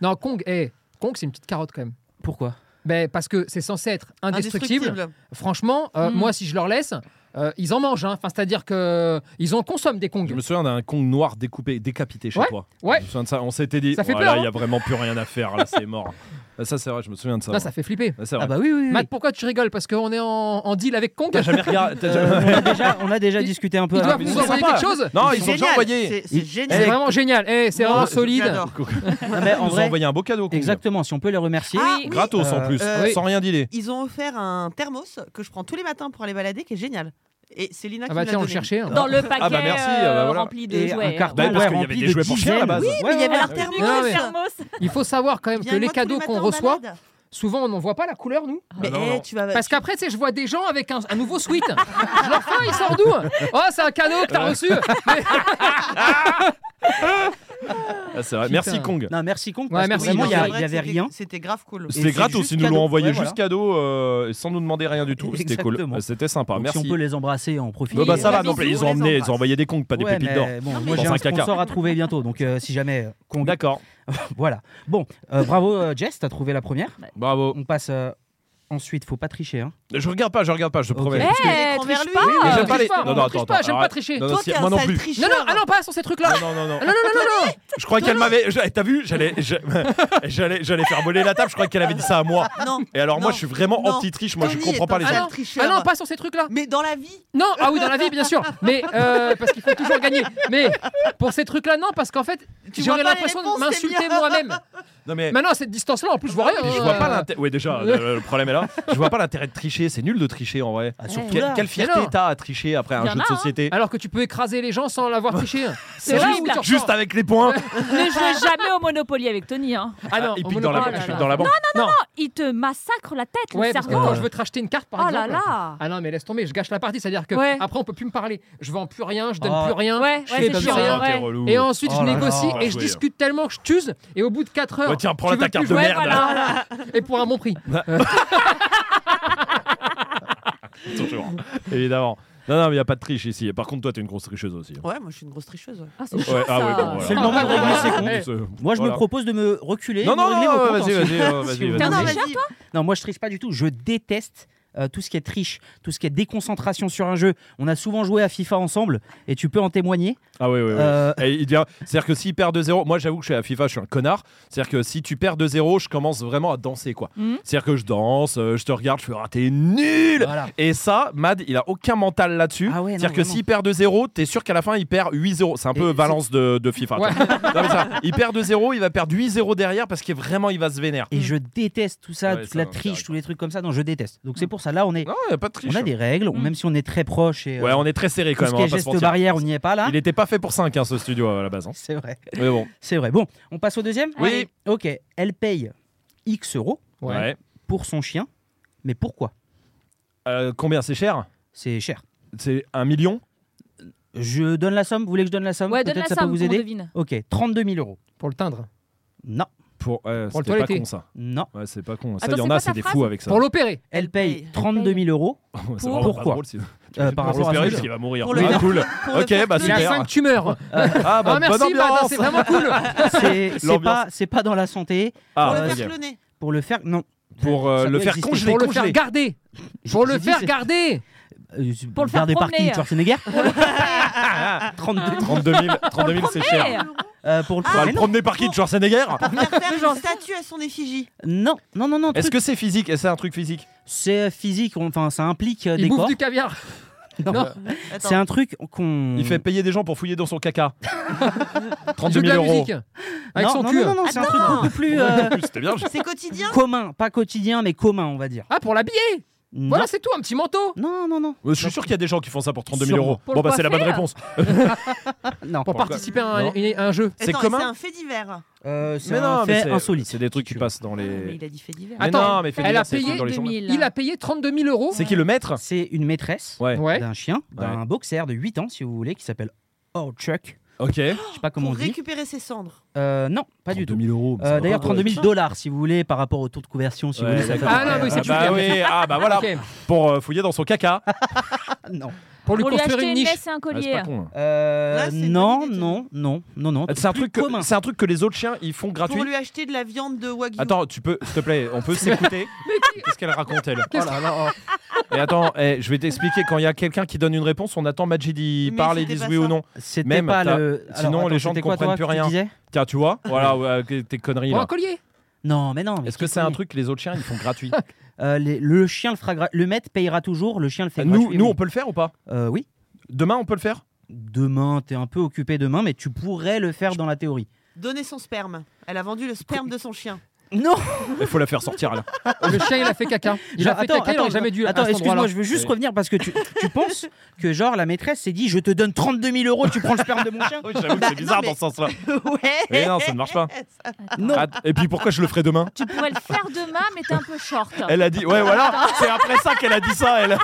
[SPEAKER 7] Non, Kong, eh, Kong, c'est une petite carotte quand même.
[SPEAKER 1] Pourquoi
[SPEAKER 7] Ben, parce que c'est censé être indestructible. Franchement, euh,
[SPEAKER 8] Mm.
[SPEAKER 7] moi, si je leur laisse, euh, ils en mangent. hein. Enfin, c'est-à-dire que euh, ils en consomment des Kong.
[SPEAKER 6] Je me souviens d'un Kong noir découpé, décapité chez toi.
[SPEAKER 7] ouais.
[SPEAKER 6] Je me souviens de ça. On s'était dit,
[SPEAKER 7] Ça fait
[SPEAKER 6] oh,
[SPEAKER 7] peur,
[SPEAKER 6] là, il
[SPEAKER 7] hein.
[SPEAKER 6] n'y a vraiment plus rien à faire. Là, c'est mort. Ah, ça, c'est vrai, je me souviens de ça.
[SPEAKER 7] Là, ça fait flipper.
[SPEAKER 6] Ah, c'est vrai.
[SPEAKER 1] Ah bah oui, oui, oui.
[SPEAKER 7] Matt, pourquoi tu rigoles Parce qu'on est en, en deal avec Kong.
[SPEAKER 6] T'as jamais regardé. t'as
[SPEAKER 1] Euh, on,
[SPEAKER 6] jamais-
[SPEAKER 1] a déjà, on a déjà
[SPEAKER 7] Ils-
[SPEAKER 1] discuté un peu.
[SPEAKER 7] Ils doivent
[SPEAKER 1] mais
[SPEAKER 6] ils
[SPEAKER 7] nous
[SPEAKER 6] sont
[SPEAKER 7] envoyer
[SPEAKER 6] sympas.
[SPEAKER 7] quelque chose.
[SPEAKER 6] Non, ils ont déjà envoyé.
[SPEAKER 5] C'est génial.
[SPEAKER 7] C'est vraiment génial. Eh, c'est
[SPEAKER 5] Non,
[SPEAKER 7] vraiment
[SPEAKER 5] je-
[SPEAKER 7] solide.
[SPEAKER 5] j'adore.
[SPEAKER 1] Non, mais
[SPEAKER 6] Ils
[SPEAKER 1] Ah bah, en
[SPEAKER 6] nous ont
[SPEAKER 1] vrai,
[SPEAKER 6] envoyé un beau cadeau. Kong.
[SPEAKER 1] exactement, si on peut les remercier.
[SPEAKER 5] Ah,
[SPEAKER 8] Oui.
[SPEAKER 5] oui.
[SPEAKER 6] Gratos en
[SPEAKER 1] Euh,
[SPEAKER 6] plus,
[SPEAKER 5] euh,
[SPEAKER 6] sans rien dealer.
[SPEAKER 5] Ils ont offert un thermos que je prends tous les matins pour aller balader, qui est génial. Et c'est Lina
[SPEAKER 7] Ah
[SPEAKER 5] qui
[SPEAKER 7] bah
[SPEAKER 5] me l'a
[SPEAKER 7] tiens, on
[SPEAKER 5] donné.
[SPEAKER 7] le cherchait. hein.
[SPEAKER 8] Dans le paquet
[SPEAKER 6] bah merci,
[SPEAKER 8] euh,
[SPEAKER 6] ah bah voilà.
[SPEAKER 8] rempli de
[SPEAKER 1] et un
[SPEAKER 8] jouets.
[SPEAKER 1] carton
[SPEAKER 6] Bah, parce
[SPEAKER 1] ouais,
[SPEAKER 6] qu'il y avait
[SPEAKER 1] rempli
[SPEAKER 6] des
[SPEAKER 1] de
[SPEAKER 6] jouets pour chiens, à
[SPEAKER 1] dizaines.
[SPEAKER 6] la base.
[SPEAKER 1] Oui,
[SPEAKER 5] Mais il y avait
[SPEAKER 1] ouais,
[SPEAKER 5] un
[SPEAKER 1] ouais.
[SPEAKER 5] thermos.
[SPEAKER 8] Non, mais-
[SPEAKER 7] Il faut savoir quand même
[SPEAKER 5] Viens
[SPEAKER 7] que
[SPEAKER 5] avec
[SPEAKER 7] les
[SPEAKER 5] moi tous
[SPEAKER 7] cadeaux
[SPEAKER 5] matins
[SPEAKER 7] qu'on
[SPEAKER 5] en
[SPEAKER 7] reçoit,
[SPEAKER 5] balade.
[SPEAKER 7] Souvent, on n'en voit pas la couleur, nous.
[SPEAKER 5] Mais
[SPEAKER 6] non,
[SPEAKER 5] eh,
[SPEAKER 6] non.
[SPEAKER 5] tu vas.
[SPEAKER 7] Parce qu'après, tu sais, je vois des gens avec un, un nouveau sweat. je leur fais, Ah, il sort d'où Oh, c'est un cadeau que t'as reçu. Mais-
[SPEAKER 6] Ah, c'est vrai.
[SPEAKER 7] Putain.
[SPEAKER 6] Merci Kong.
[SPEAKER 1] Non, merci con.
[SPEAKER 7] Ouais,
[SPEAKER 1] Parce
[SPEAKER 7] merci,
[SPEAKER 1] que vraiment,
[SPEAKER 7] non,
[SPEAKER 1] il y a-
[SPEAKER 7] c'est
[SPEAKER 1] il
[SPEAKER 5] vrai
[SPEAKER 1] y
[SPEAKER 5] que
[SPEAKER 1] avait
[SPEAKER 5] c'était-
[SPEAKER 1] rien.
[SPEAKER 5] C'était grave cool.
[SPEAKER 1] Et
[SPEAKER 6] C'était
[SPEAKER 1] c'est
[SPEAKER 6] gratos,
[SPEAKER 1] juste
[SPEAKER 6] ils nous l'ont
[SPEAKER 1] cadeau.
[SPEAKER 6] envoyé
[SPEAKER 1] Ouais,
[SPEAKER 6] juste
[SPEAKER 1] voilà.
[SPEAKER 6] cadeau, euh, sans nous demander rien du tout. C'était cool,
[SPEAKER 1] Exactement.
[SPEAKER 6] Euh, c'était sympa.
[SPEAKER 1] Donc,
[SPEAKER 6] merci.
[SPEAKER 1] Si on peut les embrasser, on profite.
[SPEAKER 6] Bah, bah, ça
[SPEAKER 5] Ouais,
[SPEAKER 6] va, non,
[SPEAKER 5] bisous,
[SPEAKER 6] mais ils
[SPEAKER 5] on
[SPEAKER 6] ont
[SPEAKER 5] les
[SPEAKER 6] emmené,
[SPEAKER 5] embrasse.
[SPEAKER 6] ils ont envoyé des Kong, pas des
[SPEAKER 1] Ouais,
[SPEAKER 6] pépites
[SPEAKER 1] mais
[SPEAKER 6] d'or.
[SPEAKER 1] bon,
[SPEAKER 5] Non, mais
[SPEAKER 1] moi j'ai
[SPEAKER 6] dans
[SPEAKER 1] un
[SPEAKER 6] un caca.
[SPEAKER 1] sponsor à trouver bientôt, donc euh, si jamais euh, Kong,
[SPEAKER 6] D'accord.
[SPEAKER 1] voilà. Bon, euh, bravo euh, Jess, t'as trouvé la première.
[SPEAKER 5] Bah.
[SPEAKER 6] Bravo.
[SPEAKER 1] On passe euh, ensuite, faut pas tricher. Hein.
[SPEAKER 6] Je regarde pas, je regarde pas, je te
[SPEAKER 1] Ok.
[SPEAKER 6] promets.
[SPEAKER 8] Eh,
[SPEAKER 6] Parce que-
[SPEAKER 5] les
[SPEAKER 8] triche
[SPEAKER 5] vers lui.
[SPEAKER 8] pas.
[SPEAKER 5] Oui,
[SPEAKER 6] mais j'aime
[SPEAKER 7] on
[SPEAKER 6] pas les-
[SPEAKER 7] triche
[SPEAKER 6] non, non,
[SPEAKER 7] on
[SPEAKER 6] attends,
[SPEAKER 7] triche
[SPEAKER 6] attends,
[SPEAKER 7] pas, j'aime pas
[SPEAKER 6] arrête.
[SPEAKER 7] tricher.
[SPEAKER 6] Non, non,
[SPEAKER 5] Toi,
[SPEAKER 6] si-
[SPEAKER 5] t'es un
[SPEAKER 6] moi non
[SPEAKER 5] sale
[SPEAKER 6] plus.
[SPEAKER 7] Non,
[SPEAKER 5] tricheur.
[SPEAKER 7] non, ah non, pas sur ces trucs-là.
[SPEAKER 6] Non, non, non,
[SPEAKER 7] Ah
[SPEAKER 6] non.
[SPEAKER 7] Non, non, non, non, non.
[SPEAKER 6] Je crois qu'elle m'avait. je- eh, T'as vu J'allais, je- j'allais, j'allais faire voler la table. Je crois qu'elle avait dit ça à moi.
[SPEAKER 5] Non.
[SPEAKER 6] Et alors moi,
[SPEAKER 5] Non.
[SPEAKER 6] je suis vraiment
[SPEAKER 5] Non.
[SPEAKER 6] anti-triche. Moi, je
[SPEAKER 5] Tony
[SPEAKER 6] comprends
[SPEAKER 5] est
[SPEAKER 6] pas
[SPEAKER 5] un
[SPEAKER 6] les
[SPEAKER 7] Ah
[SPEAKER 5] sale
[SPEAKER 6] gens.
[SPEAKER 7] non,
[SPEAKER 5] tricheur.
[SPEAKER 7] Ah non, pas sur ces trucs-là.
[SPEAKER 5] Mais dans la vie,
[SPEAKER 7] Non, ah oui, dans la vie, bien sûr. Mais euh, parce qu'il faut toujours gagner. Mais pour ces trucs-là, non, parce qu'en fait,
[SPEAKER 5] Tu vois
[SPEAKER 7] j'aurais
[SPEAKER 5] pas les
[SPEAKER 7] l'impression de
[SPEAKER 5] réponses, c'est
[SPEAKER 7] m'insulter
[SPEAKER 5] bien.
[SPEAKER 7] moi-même.
[SPEAKER 6] Non mais.
[SPEAKER 7] Maintenant, à cette distance-là, en plus, je vois rien.
[SPEAKER 6] puis Ah, je
[SPEAKER 7] hein.
[SPEAKER 6] vois pas l'intérêt. Oui, déjà,
[SPEAKER 7] euh,
[SPEAKER 6] le, le problème est là. Je vois pas l'intérêt de tricher. C'est nul de tricher en vrai.
[SPEAKER 1] Ah, surtout
[SPEAKER 8] Ouais.
[SPEAKER 6] Quelle-
[SPEAKER 1] là.
[SPEAKER 6] quelle
[SPEAKER 7] Mais
[SPEAKER 6] fierté
[SPEAKER 7] non.
[SPEAKER 6] t'as à tricher après un
[SPEAKER 8] Y en
[SPEAKER 6] jeu de
[SPEAKER 8] a, hein.
[SPEAKER 6] société
[SPEAKER 7] Alors que tu peux écraser les gens sans l'avoir triché. hein. C'est là où
[SPEAKER 8] horrible.
[SPEAKER 7] tu
[SPEAKER 6] Juste
[SPEAKER 7] ressors.
[SPEAKER 6] avec les points.
[SPEAKER 8] Ne jouez jamais au Monopoly avec Tony. Hein.
[SPEAKER 7] Ah non,
[SPEAKER 6] il
[SPEAKER 7] au
[SPEAKER 6] pique dans la,
[SPEAKER 7] Monopoly,
[SPEAKER 6] je
[SPEAKER 7] oh
[SPEAKER 6] suis
[SPEAKER 7] là
[SPEAKER 6] dans
[SPEAKER 7] là.
[SPEAKER 6] la banque.
[SPEAKER 7] Non,
[SPEAKER 8] Il te massacre la tête,
[SPEAKER 7] Ouais,
[SPEAKER 8] le
[SPEAKER 7] parce que
[SPEAKER 8] cerveau.
[SPEAKER 7] quand
[SPEAKER 1] Ouais.
[SPEAKER 7] je veux te racheter une carte, par
[SPEAKER 8] Oh là
[SPEAKER 7] exemple.
[SPEAKER 8] là.
[SPEAKER 7] Ah non, mais laisse tomber, je gâche la partie. C'est-à-dire que
[SPEAKER 8] Ouais.
[SPEAKER 7] après, on peut plus me parler. Je vends plus rien, je donne
[SPEAKER 1] Ah.
[SPEAKER 6] Oh.
[SPEAKER 7] plus rien.
[SPEAKER 8] Ouais, ouais,
[SPEAKER 7] Je fais
[SPEAKER 6] ben,
[SPEAKER 8] c'est
[SPEAKER 7] comme
[SPEAKER 8] chiant.
[SPEAKER 7] ça,
[SPEAKER 8] ouais.
[SPEAKER 6] relou.
[SPEAKER 7] Et ensuite,
[SPEAKER 1] Oh
[SPEAKER 7] je
[SPEAKER 1] là là.
[SPEAKER 7] négocie
[SPEAKER 6] On va
[SPEAKER 7] et je
[SPEAKER 6] jouer.
[SPEAKER 7] discute tellement que je t'use. Et au bout de 4 heures.
[SPEAKER 6] Bah, tiens, prends-la
[SPEAKER 7] tu
[SPEAKER 6] ta carte
[SPEAKER 7] veux plus
[SPEAKER 6] de
[SPEAKER 7] jouer,
[SPEAKER 6] merde.
[SPEAKER 7] voilà. Et pour un bon prix.
[SPEAKER 6] Toujours. Évidemment. Non, non, mais il a pas de triche ici. Et Par contre, toi, t'es une grosse tricheuse aussi.
[SPEAKER 5] ouais, moi je suis une grosse tricheuse. ouais.
[SPEAKER 8] Ah, c'est chiant,
[SPEAKER 6] Ouais, ah
[SPEAKER 8] ça.
[SPEAKER 6] oui, bon, voilà.
[SPEAKER 1] C'est le moment de régler ses
[SPEAKER 7] comptes.
[SPEAKER 6] c'est-
[SPEAKER 1] Moi je
[SPEAKER 6] voilà.
[SPEAKER 1] me propose de me reculer.
[SPEAKER 6] Non,
[SPEAKER 1] de me
[SPEAKER 6] non,
[SPEAKER 1] régler
[SPEAKER 6] non,
[SPEAKER 1] mon
[SPEAKER 6] vas-y,
[SPEAKER 1] compte ensuite.
[SPEAKER 6] vas-y, euh, vas-y,
[SPEAKER 1] Si vous
[SPEAKER 6] vas-y.
[SPEAKER 1] voulez.
[SPEAKER 5] Non, non,
[SPEAKER 1] Mais-
[SPEAKER 5] vas-y.
[SPEAKER 1] Non, moi je triche pas du tout. Je déteste euh, tout ce qui est triche, tout ce qui est déconcentration sur un jeu. On a souvent joué à FIFA ensemble et tu peux en témoigner.
[SPEAKER 6] Ah oui, oui, oui.
[SPEAKER 1] Euh,
[SPEAKER 6] Et il devient- C'est-à-dire que s'il perd 2-0, moi j'avoue que je suis à FIFA, je suis un connard. C'est-à-dire que si tu perds 2-0, je commence vraiment à danser quoi.
[SPEAKER 8] Mhm.
[SPEAKER 6] C'est-à-dire que je danse, euh, je te regarde, je fais ah t'es nul
[SPEAKER 1] Voilà.
[SPEAKER 6] Et ça, Mad, il a aucun mental là-dessus.
[SPEAKER 1] Ah ouais, non,
[SPEAKER 6] C'est-à-dire que
[SPEAKER 1] vraiment.
[SPEAKER 6] s'il perd 2-0, t'es sûr qu'à la fin il perd 8-0. C'est un peu
[SPEAKER 1] Et
[SPEAKER 6] Valence de, de FIFA.
[SPEAKER 7] Ouais.
[SPEAKER 6] quoi. Non, mais ça, il perd 2-0, il va perdre 8-0 derrière parce que vraiment il va se vénère.
[SPEAKER 1] Et je déteste tout ça,
[SPEAKER 6] Ouais,
[SPEAKER 1] toute
[SPEAKER 6] ça,
[SPEAKER 1] la
[SPEAKER 6] c'est
[SPEAKER 1] triche,
[SPEAKER 6] vrai.
[SPEAKER 1] tous les trucs comme ça. Non, je déteste. Donc
[SPEAKER 6] Mm.
[SPEAKER 1] c'est pour ça. Là, on est,
[SPEAKER 6] Non, il a pas de triche.
[SPEAKER 1] on
[SPEAKER 6] hein.
[SPEAKER 1] a des règles. on-
[SPEAKER 8] Mm.
[SPEAKER 1] Même si on est très proche et euh,
[SPEAKER 6] Ouais, on est très serré
[SPEAKER 1] tout
[SPEAKER 6] quand
[SPEAKER 1] ce
[SPEAKER 6] même.
[SPEAKER 1] qui
[SPEAKER 6] on
[SPEAKER 1] est
[SPEAKER 6] va pas se
[SPEAKER 1] geste
[SPEAKER 6] mentir.
[SPEAKER 1] barrière, on n'y est pas là.
[SPEAKER 6] Il était pas fait pour 5 hein, ce studio à la base. hein.
[SPEAKER 1] C'est vrai,
[SPEAKER 6] Mais bon.
[SPEAKER 1] c'est vrai. Bon, on passe au deuxième.
[SPEAKER 6] Oui.
[SPEAKER 1] Ok. Elle paye X euros
[SPEAKER 7] Ouais.
[SPEAKER 6] Ouais.
[SPEAKER 1] pour son chien, mais pourquoi
[SPEAKER 6] Euh, combien c'est cher
[SPEAKER 1] C'est cher.
[SPEAKER 6] C'est un million
[SPEAKER 1] Je donne la somme. Vous voulez que je donne la somme
[SPEAKER 8] Ouais, donne
[SPEAKER 1] Peut-être
[SPEAKER 8] la
[SPEAKER 1] ça
[SPEAKER 8] somme,
[SPEAKER 1] peut vous
[SPEAKER 8] qu'on
[SPEAKER 1] aider.
[SPEAKER 8] devine.
[SPEAKER 1] Ok, 32 000 euros.
[SPEAKER 7] Pour le teindre.
[SPEAKER 1] Non,
[SPEAKER 6] Pour, ouais,
[SPEAKER 7] Pour le
[SPEAKER 6] c'était pas
[SPEAKER 7] toiletter.
[SPEAKER 6] con ça.
[SPEAKER 1] non.
[SPEAKER 6] Ouais, c'est pas con. Ça, il
[SPEAKER 8] Attends,
[SPEAKER 6] y
[SPEAKER 8] c'est
[SPEAKER 6] en
[SPEAKER 8] quoi
[SPEAKER 6] a,
[SPEAKER 8] ta
[SPEAKER 6] c'est des
[SPEAKER 8] phrase
[SPEAKER 6] fous avec ça.
[SPEAKER 7] Pour l'opérer.
[SPEAKER 1] Elle paye
[SPEAKER 5] paye.
[SPEAKER 1] 32 000 euros
[SPEAKER 6] C'est vraiment
[SPEAKER 1] Pourquoi
[SPEAKER 6] pas drôle, sinon.
[SPEAKER 1] euh, par
[SPEAKER 6] Pour
[SPEAKER 1] rapport à
[SPEAKER 6] l'opérer,
[SPEAKER 1] son
[SPEAKER 6] parce
[SPEAKER 1] jeu.
[SPEAKER 6] qu'il va mourir.
[SPEAKER 5] Pour le-
[SPEAKER 6] Ah, cool.
[SPEAKER 5] Pour le
[SPEAKER 6] Ok,
[SPEAKER 5] faire
[SPEAKER 6] bah
[SPEAKER 7] Il y a
[SPEAKER 6] super.
[SPEAKER 7] 5 tumeurs.
[SPEAKER 6] Ah, bah,
[SPEAKER 7] Ah, merci,
[SPEAKER 6] bonne
[SPEAKER 7] Mad,
[SPEAKER 6] ambiance.
[SPEAKER 7] c'est vraiment cool.
[SPEAKER 1] C'est c'est
[SPEAKER 6] L'ambiance.
[SPEAKER 1] pas, c'est pas dans la santé.
[SPEAKER 6] Ah,
[SPEAKER 5] Pour
[SPEAKER 6] ok.
[SPEAKER 5] le faire cloner.
[SPEAKER 1] Pour le faire, non.
[SPEAKER 6] Pour, euh,
[SPEAKER 1] Ça
[SPEAKER 6] le
[SPEAKER 1] peut
[SPEAKER 6] faire
[SPEAKER 1] exister.
[SPEAKER 6] congeler.
[SPEAKER 7] Pour le
[SPEAKER 6] congelé.
[SPEAKER 7] faire garder. Pour le
[SPEAKER 1] J'ai dit,
[SPEAKER 7] faire
[SPEAKER 1] c'est-
[SPEAKER 7] garder.
[SPEAKER 1] Euh,
[SPEAKER 8] Pour le faire
[SPEAKER 1] gardé par
[SPEAKER 8] promener.
[SPEAKER 1] qui Schwarzenegger 32 000.
[SPEAKER 6] 32 000, 32 000 c'est cher.
[SPEAKER 8] Hey,
[SPEAKER 1] Euh, pour le
[SPEAKER 6] On va
[SPEAKER 1] promener,
[SPEAKER 6] le promener par qui Schwarzenegger
[SPEAKER 5] Faire faire une statue à son effigie.
[SPEAKER 1] non. non, non, non, non.
[SPEAKER 6] Est-ce
[SPEAKER 1] truc-
[SPEAKER 6] que c'est physique Est-ce que c'est un truc physique
[SPEAKER 1] C'est euh, physique, on- enfin, ça implique euh,
[SPEAKER 7] Il
[SPEAKER 1] des
[SPEAKER 7] bouffe
[SPEAKER 1] corps.
[SPEAKER 7] du caviar.
[SPEAKER 1] Non.
[SPEAKER 7] Non.
[SPEAKER 5] Attends.
[SPEAKER 1] C'est un truc qu'on.
[SPEAKER 6] Il fait payer des gens pour fouiller dans son caca.
[SPEAKER 7] Il
[SPEAKER 6] 32
[SPEAKER 7] joue de la
[SPEAKER 6] 000 euros.
[SPEAKER 7] musique. Avec
[SPEAKER 1] non,
[SPEAKER 7] son
[SPEAKER 1] non,
[SPEAKER 7] cul.
[SPEAKER 1] non, non, non, c'est un truc beaucoup plus euh,
[SPEAKER 6] C'était bien. j'ai-
[SPEAKER 5] C'est quotidien
[SPEAKER 1] commun, pas quotidien, mais commun, on va dire.
[SPEAKER 7] Ah, pour l'habiller. Voilà, c'est tout, un petit manteau.
[SPEAKER 1] Non, non, non,
[SPEAKER 6] Je suis sûr qu'il y a des gens qui font ça pour 32 000
[SPEAKER 1] Sûrement.
[SPEAKER 6] euros.
[SPEAKER 8] Pour
[SPEAKER 6] Bon,
[SPEAKER 8] le
[SPEAKER 6] bah, c'est la bonne
[SPEAKER 8] coiffer,
[SPEAKER 6] réponse.
[SPEAKER 1] non.
[SPEAKER 7] Pour
[SPEAKER 6] Pourquoi
[SPEAKER 7] participer à un,
[SPEAKER 6] Non.
[SPEAKER 7] une- un jeu.
[SPEAKER 6] C'est
[SPEAKER 5] Attends,
[SPEAKER 6] commun
[SPEAKER 5] C'est un fait divers.
[SPEAKER 1] Euh, c'est
[SPEAKER 6] Mais non,
[SPEAKER 1] un
[SPEAKER 6] mais
[SPEAKER 1] fait
[SPEAKER 6] c'est-
[SPEAKER 1] insolite.
[SPEAKER 6] C'est des trucs qui passent dans les.
[SPEAKER 5] il a dit fait divers.
[SPEAKER 1] Ah,
[SPEAKER 6] Mais
[SPEAKER 7] Attends,
[SPEAKER 6] non, mais fait
[SPEAKER 7] elle a
[SPEAKER 6] divers, c'est des
[SPEAKER 7] payé
[SPEAKER 6] trucs dans les journaux.
[SPEAKER 8] 2000.
[SPEAKER 7] Il a payé 32 000 euros.
[SPEAKER 6] C'est qui le maître
[SPEAKER 1] C'est une maîtresse
[SPEAKER 6] Ouais.
[SPEAKER 7] Ouais.
[SPEAKER 1] d'un chien, d'un boxer de 8 ans, si vous voulez, qui s'appelle Orchuk.
[SPEAKER 6] Ok.
[SPEAKER 1] Je sais pas comment
[SPEAKER 5] Pour
[SPEAKER 1] on dit.
[SPEAKER 5] récupérer ses cendres.
[SPEAKER 1] Euh, non, pas du tout.
[SPEAKER 6] 000 euros.
[SPEAKER 1] Euh, D'ailleurs, 32 000
[SPEAKER 5] Ouais.
[SPEAKER 1] dollars, si vous voulez, par rapport au taux de conversion, si vous
[SPEAKER 6] Ouais,
[SPEAKER 1] voulez, ça fait.
[SPEAKER 6] d'accord.
[SPEAKER 1] à peu
[SPEAKER 7] Ah, non,
[SPEAKER 1] près, euh,
[SPEAKER 7] mais c'est-
[SPEAKER 6] Ah
[SPEAKER 7] tu
[SPEAKER 6] bah
[SPEAKER 7] viens.
[SPEAKER 6] oui, ah bah voilà,
[SPEAKER 7] Ok.
[SPEAKER 6] pour euh, fouiller dans son caca.
[SPEAKER 5] Ah,
[SPEAKER 1] Non.
[SPEAKER 7] Pour lui
[SPEAKER 8] Pour lui
[SPEAKER 7] construire
[SPEAKER 8] acheter
[SPEAKER 7] une
[SPEAKER 8] une
[SPEAKER 7] niche.
[SPEAKER 8] laisse et un
[SPEAKER 6] Ah, c'est
[SPEAKER 8] collier.
[SPEAKER 6] pas con. hein.
[SPEAKER 1] Euh,
[SPEAKER 5] Là, c'est une
[SPEAKER 1] non,
[SPEAKER 5] bonne idée,
[SPEAKER 1] non, non, non, non.
[SPEAKER 6] C'est un truc que
[SPEAKER 1] commun.
[SPEAKER 6] c'est un truc que les autres chiens ils font gratuit.
[SPEAKER 5] Pour lui acheter de la viande de wagyu.
[SPEAKER 6] Attends, tu peux, s'il te plaît, on peut s'écouter. Qu'est-ce qu'elle raconte elle
[SPEAKER 7] Qu'est-ce-
[SPEAKER 6] oh. Et attends, eh, je vais t'expliquer. Quand il y a quelqu'un qui donne une réponse, on attend Majid il
[SPEAKER 5] Mais
[SPEAKER 6] parle et
[SPEAKER 5] c'était
[SPEAKER 6] dise
[SPEAKER 5] pas
[SPEAKER 6] oui ou
[SPEAKER 5] ça.
[SPEAKER 6] non.
[SPEAKER 1] C'était
[SPEAKER 6] Même,
[SPEAKER 1] pas
[SPEAKER 6] t'as-
[SPEAKER 1] le.
[SPEAKER 6] sinon, les gens
[SPEAKER 1] c'était
[SPEAKER 6] ne
[SPEAKER 1] quoi,
[SPEAKER 6] comprennent
[SPEAKER 1] toi,
[SPEAKER 6] plus
[SPEAKER 1] que tu
[SPEAKER 6] rien.
[SPEAKER 1] disais
[SPEAKER 6] Tiens, tu vois, voilà ouais, avec tes conneries
[SPEAKER 7] Pour un
[SPEAKER 6] là.
[SPEAKER 7] collier.
[SPEAKER 1] Non, mais non. mais
[SPEAKER 6] Est-ce que
[SPEAKER 1] qui
[SPEAKER 6] c'est un
[SPEAKER 1] connaît
[SPEAKER 6] truc que les autres chiens ils font gratuit
[SPEAKER 1] Euh, les- Le chien le fera. gra- Le maître payera toujours. Le chien le fait.
[SPEAKER 6] Nous,
[SPEAKER 1] gratuit,
[SPEAKER 6] nous,
[SPEAKER 1] oui.
[SPEAKER 6] on peut le faire ou pas
[SPEAKER 1] Euh, oui.
[SPEAKER 6] Demain, on peut le faire
[SPEAKER 1] Demain, t'es un peu occupé demain, mais tu pourrais le faire dans la théorie.
[SPEAKER 5] Donner son sperme. Elle a vendu le sperme de son chien.
[SPEAKER 1] Non
[SPEAKER 6] Il faut la faire sortir là.
[SPEAKER 7] Le chien, il a fait caca. Il a
[SPEAKER 1] Genre,
[SPEAKER 7] fait caca, il aurait jamais dû. à
[SPEAKER 1] attends,
[SPEAKER 7] cet endroit-là.
[SPEAKER 1] excuse-moi, je veux juste
[SPEAKER 6] Oui.
[SPEAKER 1] revenir parce que tu, tu penses que genre la maîtresse s'est dit je te donne 32 000 euros, tu prends le sperme de mon chien Bah,
[SPEAKER 6] J'avoue que c'est bizarre dans ce sens-là.
[SPEAKER 5] Ouais.
[SPEAKER 6] Mais non, ça ne marche pas.
[SPEAKER 1] Non.
[SPEAKER 6] Ah, et puis pourquoi je le ferais demain
[SPEAKER 8] Tu pourrais le faire demain, mais t'es un peu short.
[SPEAKER 6] Elle a dit. Ouais, voilà. C'est après ça qu'elle a dit ça, elle.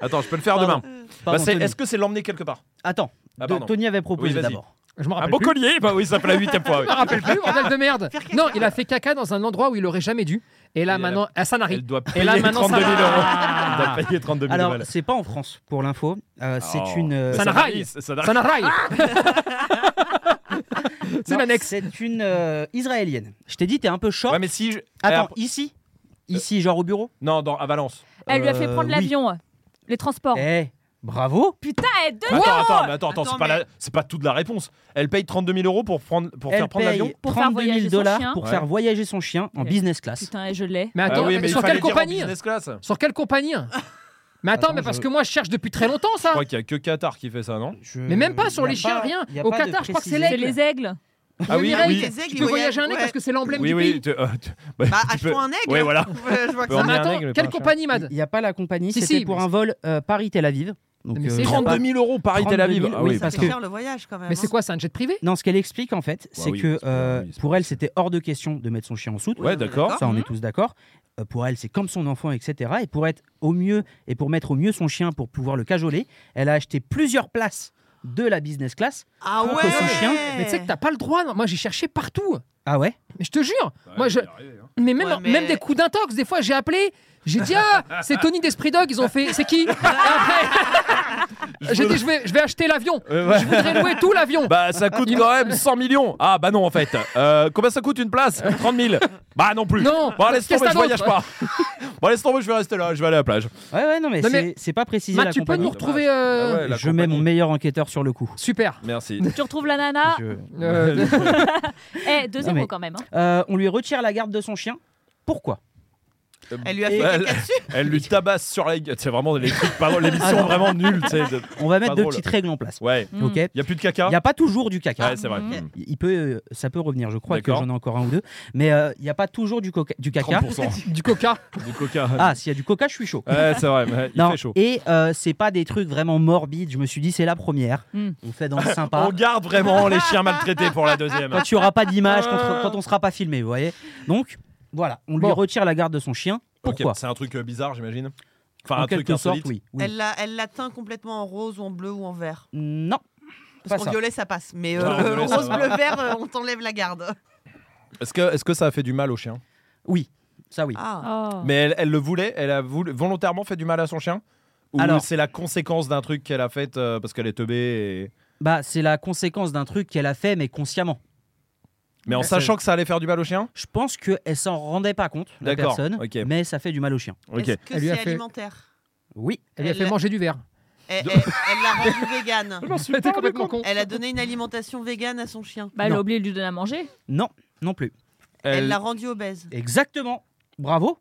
[SPEAKER 6] Attends, je peux le faire
[SPEAKER 1] Pardon.
[SPEAKER 6] demain. Bah,
[SPEAKER 1] Pardon,
[SPEAKER 6] c'est-
[SPEAKER 1] Tony.
[SPEAKER 6] Est-ce que c'est l'emmener quelque part
[SPEAKER 1] Attends,
[SPEAKER 6] Ah,
[SPEAKER 1] de-
[SPEAKER 6] pardon.
[SPEAKER 1] Tony avait proposé
[SPEAKER 6] vas-y.
[SPEAKER 1] d'abord.
[SPEAKER 7] Je m'en
[SPEAKER 6] Un
[SPEAKER 7] rappelle
[SPEAKER 6] beau
[SPEAKER 7] plus.
[SPEAKER 6] collier Bah oui, ça fait la huitième fois. oui.
[SPEAKER 7] Je me rappelle plus, bordel de merde.
[SPEAKER 5] Faire caca.
[SPEAKER 7] Non, il a fait caca dans un endroit où il aurait jamais dû. Et
[SPEAKER 6] Et
[SPEAKER 7] là
[SPEAKER 6] elle
[SPEAKER 7] maintenant, ah, ça n'arrive.
[SPEAKER 6] Elle doit
[SPEAKER 7] Et
[SPEAKER 6] payer
[SPEAKER 7] là, maintenant,
[SPEAKER 6] 32 000
[SPEAKER 7] ça va.
[SPEAKER 6] euros. Elle doit payer 32 000
[SPEAKER 1] Alors,
[SPEAKER 6] balles.
[SPEAKER 1] c'est pas en France, pour l'info. Euh, c'est
[SPEAKER 6] Oh.
[SPEAKER 1] une. euh,
[SPEAKER 6] Mais ça
[SPEAKER 7] Ça n'a
[SPEAKER 6] n'arrive, ça n'arrive.
[SPEAKER 7] Ça n'a raille.
[SPEAKER 5] Ah
[SPEAKER 7] C'est
[SPEAKER 1] non,
[SPEAKER 7] l'annexe.
[SPEAKER 1] C'est une euh, israélienne. Je t'ai dit, t'es un peu short.
[SPEAKER 6] Ouais, mais si. je-
[SPEAKER 1] Attends,
[SPEAKER 6] Eh,
[SPEAKER 1] ici Ici, genre au bureau
[SPEAKER 6] Non, dans, à Valence.
[SPEAKER 8] Elle lui a fait
[SPEAKER 1] Euh,
[SPEAKER 8] prendre
[SPEAKER 1] oui.
[SPEAKER 8] l'avion, les transports.
[SPEAKER 1] Eh, bravo
[SPEAKER 8] Putain, elle deux
[SPEAKER 6] Attends, attends, mais attends, attends,
[SPEAKER 5] Attends,
[SPEAKER 6] c'est pas,
[SPEAKER 5] mais-
[SPEAKER 6] la- c'est pas toute la réponse. Elle paye 32 000 euros pour, prendre, pour
[SPEAKER 1] Elle
[SPEAKER 6] faire prendre l'avion
[SPEAKER 1] paye
[SPEAKER 8] Pour faire
[SPEAKER 1] 32 000
[SPEAKER 8] voyager son
[SPEAKER 1] dollars
[SPEAKER 8] chien.
[SPEAKER 1] pour
[SPEAKER 6] Ouais.
[SPEAKER 1] faire voyager son chien en
[SPEAKER 8] Ok.
[SPEAKER 1] business class.
[SPEAKER 8] Putain, et je l'ai.
[SPEAKER 7] Mais attends,
[SPEAKER 6] Ah oui,
[SPEAKER 7] mais
[SPEAKER 6] mais il
[SPEAKER 7] sur
[SPEAKER 6] fallait
[SPEAKER 7] quelle
[SPEAKER 6] dire en
[SPEAKER 7] compagnie
[SPEAKER 6] business class. Je
[SPEAKER 7] Sur quelle compagnie Mais attends,
[SPEAKER 1] Attends,
[SPEAKER 7] mais parce
[SPEAKER 1] je-
[SPEAKER 7] que moi je cherche depuis très longtemps ça.
[SPEAKER 6] crois qu'il y a que Qatar qui fait ça, non
[SPEAKER 1] Je-
[SPEAKER 7] Mais même pas
[SPEAKER 1] y
[SPEAKER 7] sur
[SPEAKER 1] a
[SPEAKER 7] les chiens, rien.
[SPEAKER 1] y a
[SPEAKER 7] Au
[SPEAKER 1] pas de
[SPEAKER 7] Qatar, je crois que c'est
[SPEAKER 1] préciser.
[SPEAKER 8] C'est
[SPEAKER 7] l'aigle.
[SPEAKER 8] les aigles.
[SPEAKER 6] Ah
[SPEAKER 7] Le
[SPEAKER 6] oui,
[SPEAKER 7] Mireille,
[SPEAKER 6] oui.
[SPEAKER 7] Tu peux voyager un nez parce que c'est l'emblème
[SPEAKER 6] Oui,
[SPEAKER 7] du
[SPEAKER 6] oui.
[SPEAKER 7] pays.
[SPEAKER 6] tu- euh, tu- bah,
[SPEAKER 5] Bah,
[SPEAKER 6] tu peux-
[SPEAKER 5] achetons un aigle.
[SPEAKER 6] Ouais, voilà.
[SPEAKER 5] Je vois que
[SPEAKER 6] Peut
[SPEAKER 7] Non,
[SPEAKER 5] ça.
[SPEAKER 6] emmener
[SPEAKER 7] mais
[SPEAKER 6] un
[SPEAKER 7] attends,
[SPEAKER 6] aigle, mais pas
[SPEAKER 7] quelle
[SPEAKER 6] un chien.
[SPEAKER 7] compagnie, Mad
[SPEAKER 1] Il n'y a pas la compagnie,
[SPEAKER 7] Si,
[SPEAKER 1] c'était
[SPEAKER 7] si,
[SPEAKER 1] pour
[SPEAKER 7] mais
[SPEAKER 1] un vol euh, Paris-Tel Aviv. Donc,
[SPEAKER 7] Mais
[SPEAKER 1] euh,
[SPEAKER 7] c'est
[SPEAKER 1] il y a pas-
[SPEAKER 6] 32 000 euros Paris-Tel Aviv.
[SPEAKER 1] 32 000,
[SPEAKER 6] Ah oui.
[SPEAKER 1] oui, parce
[SPEAKER 5] Ça
[SPEAKER 1] que-
[SPEAKER 5] fait cher le voyage quand même.
[SPEAKER 7] Mais c'est
[SPEAKER 5] hein.
[SPEAKER 7] quoi, c'est un jet privé
[SPEAKER 1] Non, ce qu'elle explique en fait, c'est
[SPEAKER 6] Bah oui,
[SPEAKER 1] que
[SPEAKER 6] c'est pas-
[SPEAKER 1] euh,
[SPEAKER 6] oui, c'est
[SPEAKER 1] pour
[SPEAKER 6] pas-
[SPEAKER 1] elle, c'était hors de question de mettre son chien en soute.
[SPEAKER 6] Ouais, d'accord.
[SPEAKER 1] Ça, on
[SPEAKER 7] Mhm.
[SPEAKER 1] est tous d'accord. Euh, pour elle, c'est comme son enfant, etc. Et pour être au mieux et pour mettre au mieux son chien pour pouvoir le cajoler, elle a acheté plusieurs places de la business class.
[SPEAKER 5] Ah
[SPEAKER 1] Pour
[SPEAKER 5] ouais.
[SPEAKER 1] que son chien-
[SPEAKER 7] Mais tu sais que t'as pas le droit. non. Moi j'ai cherché partout.
[SPEAKER 1] Ah ouais
[SPEAKER 7] Mais je te jure.
[SPEAKER 6] Bah,
[SPEAKER 7] Moi je.
[SPEAKER 6] hein.
[SPEAKER 7] Mais même,
[SPEAKER 5] Ouais, mais-
[SPEAKER 7] même des coups d'intox, des fois j'ai appelé, j'ai dit Ah, c'est Tony d'Esprit Dog, ils ont fait C'est qui Et après, J'ai dit je vais, je vais acheter l'avion.
[SPEAKER 6] Ouais, ouais.
[SPEAKER 7] Je voudrais louer tout l'avion.
[SPEAKER 6] Bah, ça coûte quand même 100 millions. Ah, bah non, en fait. Euh, combien ça coûte une place 30 000. Bah, non plus.
[SPEAKER 7] Non.
[SPEAKER 6] Bon, laisse
[SPEAKER 7] Qu'est-ce
[SPEAKER 6] tomber,
[SPEAKER 7] que
[SPEAKER 6] je voyage
[SPEAKER 7] t'as
[SPEAKER 6] pas. Bon, laisse tomber, je vais rester là. Je vais aller à la plage.
[SPEAKER 1] Ouais, ouais, non, mais,
[SPEAKER 7] Non,
[SPEAKER 1] c'est-
[SPEAKER 7] mais-
[SPEAKER 1] c'est pas précisé
[SPEAKER 7] Matt,
[SPEAKER 1] la
[SPEAKER 7] tu peux
[SPEAKER 1] compagnie.
[SPEAKER 7] nous retrouver. euh,
[SPEAKER 6] Ah ouais, la
[SPEAKER 1] Je mets mon
[SPEAKER 6] compagnie.
[SPEAKER 1] meilleur enquêteur sur le coup.
[SPEAKER 7] Super.
[SPEAKER 6] Merci.
[SPEAKER 8] Tu retrouves la nana.
[SPEAKER 1] Je-
[SPEAKER 6] Bah,
[SPEAKER 7] Euh,
[SPEAKER 8] Eh, 2-0
[SPEAKER 1] Non, mais-
[SPEAKER 8] quand même. hein.
[SPEAKER 1] Euh, on lui retire la garde de son chien. Pourquoi
[SPEAKER 5] Elle lui a fait
[SPEAKER 6] Et-
[SPEAKER 5] caca dessus.
[SPEAKER 6] Elle lui tabasse sur la gueule. C'est vraiment les trucs, pardon,
[SPEAKER 1] Ah
[SPEAKER 6] l'émission vraiment nulle. tu sais, de-
[SPEAKER 1] On va mettre
[SPEAKER 6] Pas
[SPEAKER 1] deux
[SPEAKER 6] drôle.
[SPEAKER 1] petites règles en place.
[SPEAKER 6] Ouais.
[SPEAKER 7] Mhm.
[SPEAKER 8] Mm.
[SPEAKER 1] Ok. Il
[SPEAKER 6] Y a plus de caca.
[SPEAKER 1] n'y a pas toujours du caca.
[SPEAKER 6] Ouais, c'est vrai.
[SPEAKER 5] Mm.
[SPEAKER 1] Il peut, euh, ça peut revenir. Je crois que
[SPEAKER 6] D'accord.
[SPEAKER 1] j'en ai encore un ou deux, mais euh, il n'y a pas toujours du, coca- du caca.
[SPEAKER 6] 30%
[SPEAKER 7] du coca.
[SPEAKER 6] du coca.
[SPEAKER 1] Ah, s'il y a du coca, je suis chaud.
[SPEAKER 6] Ouais, c'est vrai, mais il
[SPEAKER 1] Non,
[SPEAKER 6] fait chaud.
[SPEAKER 1] Et euh, c'est pas des trucs vraiment morbides. Je me suis dit, c'est la première.
[SPEAKER 8] Hmm.
[SPEAKER 1] On fait dans le sympa.
[SPEAKER 6] On garde vraiment les chiens maltraités pour la deuxième.
[SPEAKER 1] quand il n'y aura pas d'image, quand, quand on sera pas filmé, vous voyez. Donc, voilà, on lui
[SPEAKER 7] Bon.
[SPEAKER 1] retire la garde de son chien.
[SPEAKER 6] Ok,
[SPEAKER 1] Pourquoi
[SPEAKER 6] C'est un truc euh, bizarre, j'imagine. Enfin,
[SPEAKER 1] En
[SPEAKER 6] un truc
[SPEAKER 1] quelque sorte,
[SPEAKER 6] insolite.
[SPEAKER 1] oui. oui.
[SPEAKER 5] Elle l'a- Elle l'a teint complètement en rose ou en bleu ou en vert.
[SPEAKER 1] Non, pas
[SPEAKER 5] Parce qu'en
[SPEAKER 1] ça.
[SPEAKER 5] violet ça passe, mais euh,
[SPEAKER 6] Ouais, en violet, ça
[SPEAKER 5] rose,
[SPEAKER 6] va.
[SPEAKER 5] bleu, vert, euh, on t'enlève la garde.
[SPEAKER 6] Est-ce que, est que ça a fait du mal au chien
[SPEAKER 1] Oui, ça oui.
[SPEAKER 5] Ah.
[SPEAKER 8] Oh.
[SPEAKER 6] Mais elle, elle le voulait Elle a voulu- volontairement fait du mal à son chien Ou
[SPEAKER 1] Alors-
[SPEAKER 6] c'est la conséquence d'un truc qu'elle a fait euh, parce qu'elle est teubée et-
[SPEAKER 1] Bah, c'est la conséquence d'un truc qu'elle a fait, mais consciemment.
[SPEAKER 6] Mais en
[SPEAKER 1] Ouais.
[SPEAKER 6] sachant que ça allait faire du mal au chien
[SPEAKER 1] Je pense qu'elle s'en rendait pas compte, la
[SPEAKER 6] D'accord,
[SPEAKER 1] personne,
[SPEAKER 6] ok.
[SPEAKER 1] mais ça fait du mal au chien.
[SPEAKER 6] Ok.
[SPEAKER 5] Est-ce que
[SPEAKER 7] Elle lui
[SPEAKER 5] c'est
[SPEAKER 7] a fait-
[SPEAKER 5] alimentaire
[SPEAKER 1] Oui.
[SPEAKER 7] Elle lui a
[SPEAKER 5] Elle-
[SPEAKER 7] fait manger du verre.
[SPEAKER 5] Elle elle- elle l'a rendu végane.
[SPEAKER 7] C'était complètement con.
[SPEAKER 5] Elle a donné une alimentation végane à son chien.
[SPEAKER 8] Bah, elle
[SPEAKER 1] Non.
[SPEAKER 8] a oublié de lui donner à manger.
[SPEAKER 1] Non, non plus.
[SPEAKER 5] Elle
[SPEAKER 6] Elle-
[SPEAKER 5] l'a rendu obèse.
[SPEAKER 1] Exactement. Bravo.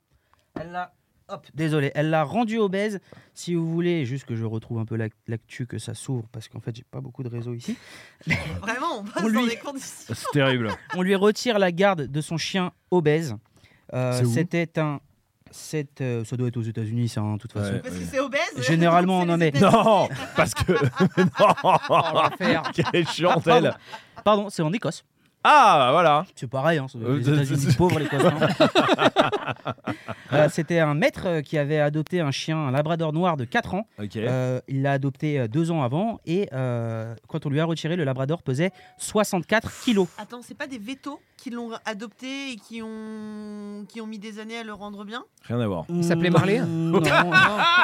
[SPEAKER 1] Elle l'a. Hop, désolé. Elle l'a rendue obèse. Si vous voulez, juste que je retrouve un peu l'ac- l'actu, que ça s'ouvre, parce qu'en fait, j'ai pas beaucoup de réseau ici.
[SPEAKER 5] Vraiment, on
[SPEAKER 1] On
[SPEAKER 5] passe dans
[SPEAKER 1] lui-
[SPEAKER 5] des conditions.
[SPEAKER 6] C'est terrible.
[SPEAKER 1] On lui retire la garde de son chien obèse. Euh,
[SPEAKER 6] C'est où
[SPEAKER 1] C'était un. c'est, euh, ça doit être aux États-Unis, ça, hein, de toute façon.
[SPEAKER 6] Ouais.
[SPEAKER 5] Parce que c'est obèse.
[SPEAKER 1] Généralement,
[SPEAKER 5] c'est
[SPEAKER 1] on en
[SPEAKER 5] les
[SPEAKER 1] est.
[SPEAKER 5] États-Unis.
[SPEAKER 6] non Parce que. non Quelle est
[SPEAKER 1] Ah,
[SPEAKER 6] chiante,
[SPEAKER 1] pardon,
[SPEAKER 6] elle.
[SPEAKER 1] Pardon, c'est en Écosse.
[SPEAKER 6] Ah, voilà
[SPEAKER 1] C'est pareil, hein, ça doit être les
[SPEAKER 6] Euh,
[SPEAKER 1] États-Unis,
[SPEAKER 6] c'est-
[SPEAKER 1] pauvres les Cossins. Euh, C'était un maître euh, qui avait adopté un chien, un labrador noir de 4 ans.
[SPEAKER 6] Ok.
[SPEAKER 1] Euh, il l'a adopté euh, deux ans avant et euh, quand on lui a retiré, le labrador pesait 64 kilos.
[SPEAKER 5] Attends, c'est pas des vétos qui l'ont adopté et qui ont... qui ont mis des années à le rendre bien
[SPEAKER 6] Rien à voir.
[SPEAKER 1] Il
[SPEAKER 7] s'appelait Marley
[SPEAKER 1] Non,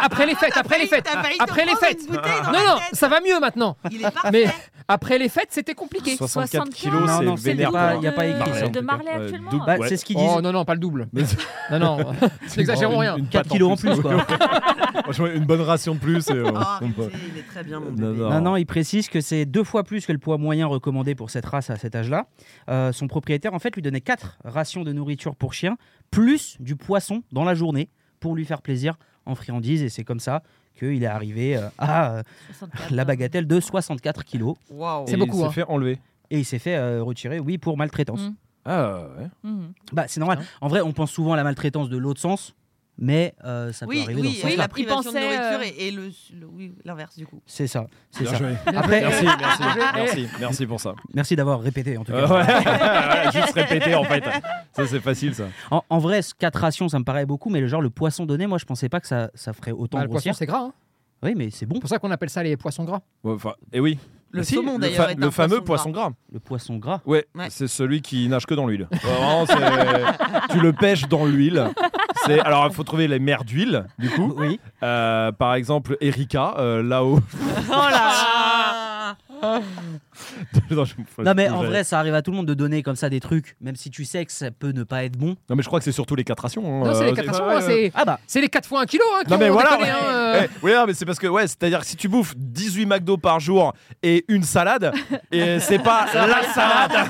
[SPEAKER 7] Après les fêtes, Ah, après les fêtes.
[SPEAKER 5] T'as failli te
[SPEAKER 7] Après les
[SPEAKER 5] prendre
[SPEAKER 7] fêtes.
[SPEAKER 5] une bouteille dans
[SPEAKER 7] Non,
[SPEAKER 5] la
[SPEAKER 7] non,
[SPEAKER 5] tête.
[SPEAKER 7] ça va mieux maintenant.
[SPEAKER 5] Il est parfait.
[SPEAKER 7] Mais après les fêtes, c'était compliqué.
[SPEAKER 6] 64
[SPEAKER 8] 75,
[SPEAKER 6] kilos,
[SPEAKER 1] Non,
[SPEAKER 6] c'est
[SPEAKER 1] non, c'est
[SPEAKER 6] vénère.
[SPEAKER 1] pas-
[SPEAKER 6] pour
[SPEAKER 1] y a
[SPEAKER 6] un-
[SPEAKER 1] pas écrit,
[SPEAKER 6] Marley,
[SPEAKER 1] ça, en
[SPEAKER 8] de, euh, de
[SPEAKER 6] tout
[SPEAKER 8] Marley
[SPEAKER 6] cas. Ouais,
[SPEAKER 8] actuellement.
[SPEAKER 6] double.
[SPEAKER 1] Bah,
[SPEAKER 6] Ouais.
[SPEAKER 1] C'est ce qu'ils disent.
[SPEAKER 7] Oh non, non, pas le double. Non, non, n'exagérons rien. Bah,
[SPEAKER 1] 4 kilos en plus, quoi.
[SPEAKER 6] Franchement, une bonne ration de plus. et, euh,
[SPEAKER 5] Oh,
[SPEAKER 7] Ah,
[SPEAKER 6] on
[SPEAKER 5] arrêtez,
[SPEAKER 6] peut-
[SPEAKER 5] il est très bien, mon
[SPEAKER 6] Non,
[SPEAKER 5] bébé.
[SPEAKER 6] non.
[SPEAKER 1] Non, non, il précise que c'est deux fois plus que le poids moyen recommandé pour cette race à cet âge-là. Euh, son propriétaire, en fait, lui donnait quatre rations de nourriture pour chien, plus du poisson dans la journée, pour lui faire plaisir en friandises. Et c'est comme ça qu'il est arrivé euh, à euh,
[SPEAKER 8] 64.
[SPEAKER 1] la bagatelle de 64 kilos.
[SPEAKER 5] Waouh.
[SPEAKER 7] C'est
[SPEAKER 6] Et
[SPEAKER 7] beaucoup,
[SPEAKER 6] Il
[SPEAKER 7] hein.
[SPEAKER 6] s'est fait enlever.
[SPEAKER 1] Et il s'est fait euh, retirer, oui, pour maltraitance.
[SPEAKER 8] Mm.
[SPEAKER 6] Ah ouais.
[SPEAKER 8] Mhm.
[SPEAKER 1] Bah, c'est normal. En vrai, on pense souvent à la maltraitance de l'autre sens, mais euh, ça peut
[SPEAKER 5] oui,
[SPEAKER 1] arriver dans
[SPEAKER 5] oui,
[SPEAKER 1] ce
[SPEAKER 5] et
[SPEAKER 1] sens-là.
[SPEAKER 5] la privation
[SPEAKER 8] Il pensait,
[SPEAKER 5] de nourriture
[SPEAKER 8] euh,
[SPEAKER 5] et, et le, le- oui, l'inverse du coup.
[SPEAKER 1] C'est ça. C'est
[SPEAKER 6] Bien
[SPEAKER 1] ça.
[SPEAKER 6] joué.
[SPEAKER 1] Après,
[SPEAKER 6] Merci, merci,
[SPEAKER 7] Eh,
[SPEAKER 6] merci, merci pour ça.
[SPEAKER 1] merci d'avoir répété en tout cas.
[SPEAKER 6] Euh, ouais. Voilà, Juste répéter en fait. Ça c'est facile ça.
[SPEAKER 1] En, en vrai, 4 rations, ça me paraît beaucoup, mais le genre le poisson donné, moi, je pensais pas que ça, ça ferait autant
[SPEAKER 7] Bah, le poisson,
[SPEAKER 1] grossir.
[SPEAKER 7] c'est gras. hein.
[SPEAKER 1] oui, mais c'est bon.
[SPEAKER 7] C'est pour ça qu'on appelle ça les poissons gras.
[SPEAKER 6] Ouais, enfin, et oui.
[SPEAKER 5] Le
[SPEAKER 6] Si,
[SPEAKER 5] saumon,
[SPEAKER 6] le
[SPEAKER 5] d'ailleurs,
[SPEAKER 6] fa-
[SPEAKER 5] est
[SPEAKER 6] le
[SPEAKER 5] un
[SPEAKER 6] fameux poisson
[SPEAKER 5] poisson
[SPEAKER 6] gras.
[SPEAKER 1] Le poisson gras.
[SPEAKER 6] Ouais,
[SPEAKER 5] Ouais.
[SPEAKER 6] c'est celui qui nage que dans l'huile. Vraiment, c'est- tu le pêches dans l'huile. C'est alors il faut trouver les mers d'huile du coup.
[SPEAKER 1] Oui.
[SPEAKER 6] Euh, par exemple Erika euh, là-haut.
[SPEAKER 5] Oh là
[SPEAKER 6] non, je me fous-
[SPEAKER 1] Non mais
[SPEAKER 6] je me
[SPEAKER 1] en
[SPEAKER 6] fous-
[SPEAKER 1] vrai ça arrive à tout le monde de donner comme ça des trucs même si tu sais que ça peut ne pas être bon.
[SPEAKER 6] Non mais je crois que c'est surtout les quatre rations. hein.
[SPEAKER 7] Non, c'est les
[SPEAKER 6] Euh,
[SPEAKER 7] 4
[SPEAKER 6] ouais,
[SPEAKER 7] rations.
[SPEAKER 6] ouais,
[SPEAKER 7] hein,
[SPEAKER 6] ouais.
[SPEAKER 7] c'est-
[SPEAKER 1] Ah bah
[SPEAKER 7] C'est les 4 fois 1 kilo. Hein, qui
[SPEAKER 6] Non mais
[SPEAKER 7] ont
[SPEAKER 6] voilà.
[SPEAKER 7] déconné, hein, euh.
[SPEAKER 6] ouais. Eh, ouais, non, mais c'est parce que ouais, c'est-à-dire que si tu bouffes 18 McDo par jour et une salade, et c'est pas la salade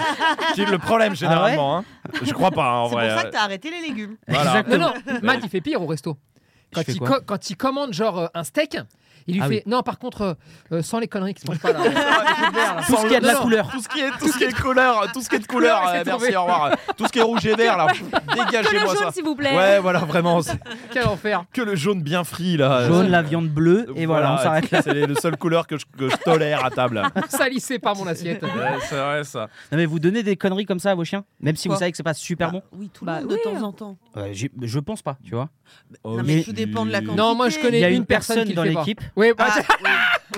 [SPEAKER 6] qui est le problème généralement. hein. Je crois pas hein, en
[SPEAKER 5] C'est pour
[SPEAKER 6] vrai.
[SPEAKER 5] ça que t'as arrêté les légumes.
[SPEAKER 6] Voilà.
[SPEAKER 7] Non,
[SPEAKER 1] exactement.
[SPEAKER 7] non, Matt, il fait pire au resto.
[SPEAKER 1] Je
[SPEAKER 7] Quand
[SPEAKER 1] fais
[SPEAKER 7] il,
[SPEAKER 1] quoi
[SPEAKER 7] co- quand il commande genre euh, un steak, il lui
[SPEAKER 1] Ah
[SPEAKER 7] fait Non, par contre, euh, euh, sans les conneries qui se mangent pas là.
[SPEAKER 1] Tout ce qui a de
[SPEAKER 6] Non,
[SPEAKER 1] la
[SPEAKER 6] non.
[SPEAKER 1] couleur.
[SPEAKER 6] Tout ce qui est, tout ce qui est couleur, tout ce qui est de couleur,
[SPEAKER 7] Couleur,
[SPEAKER 6] euh,
[SPEAKER 7] c'est
[SPEAKER 6] merci,
[SPEAKER 7] tombé.
[SPEAKER 6] au revoir. Tout ce qui est rouge et vert, là, pff,
[SPEAKER 8] Que le
[SPEAKER 6] dégagez-moi
[SPEAKER 8] jaune,
[SPEAKER 6] ça.
[SPEAKER 8] s'il vous plaît.
[SPEAKER 6] Ouais, voilà, vraiment, c'est
[SPEAKER 7] Quel enfer.
[SPEAKER 6] que le jaune bien frit, là.
[SPEAKER 1] Jaune la viande bleue et voilà, on s'arrête là.
[SPEAKER 6] C'est la seule couleur que je, que je tolère à table.
[SPEAKER 7] Salissez pas mon assiette.
[SPEAKER 6] Ouais, c'est vrai, ça.
[SPEAKER 1] Non mais vous donnez des conneries comme ça à vos chiens même si
[SPEAKER 5] Quoi
[SPEAKER 1] vous savez que c'est pas super bon.
[SPEAKER 5] Oui, tout
[SPEAKER 8] Bah
[SPEAKER 5] le monde
[SPEAKER 8] oui.
[SPEAKER 5] de temps en temps.
[SPEAKER 1] Ouais, j'y- je pense pas tu vois.
[SPEAKER 5] Non,
[SPEAKER 1] mais-
[SPEAKER 5] mais tout dépend de la quantité.
[SPEAKER 7] Non, moi je
[SPEAKER 1] Il
[SPEAKER 7] connais
[SPEAKER 1] y a
[SPEAKER 7] une,
[SPEAKER 1] une personne
[SPEAKER 7] qui le
[SPEAKER 1] dans
[SPEAKER 7] fait pas.
[SPEAKER 1] l'équipe.
[SPEAKER 7] Oui, bah,
[SPEAKER 5] Ah,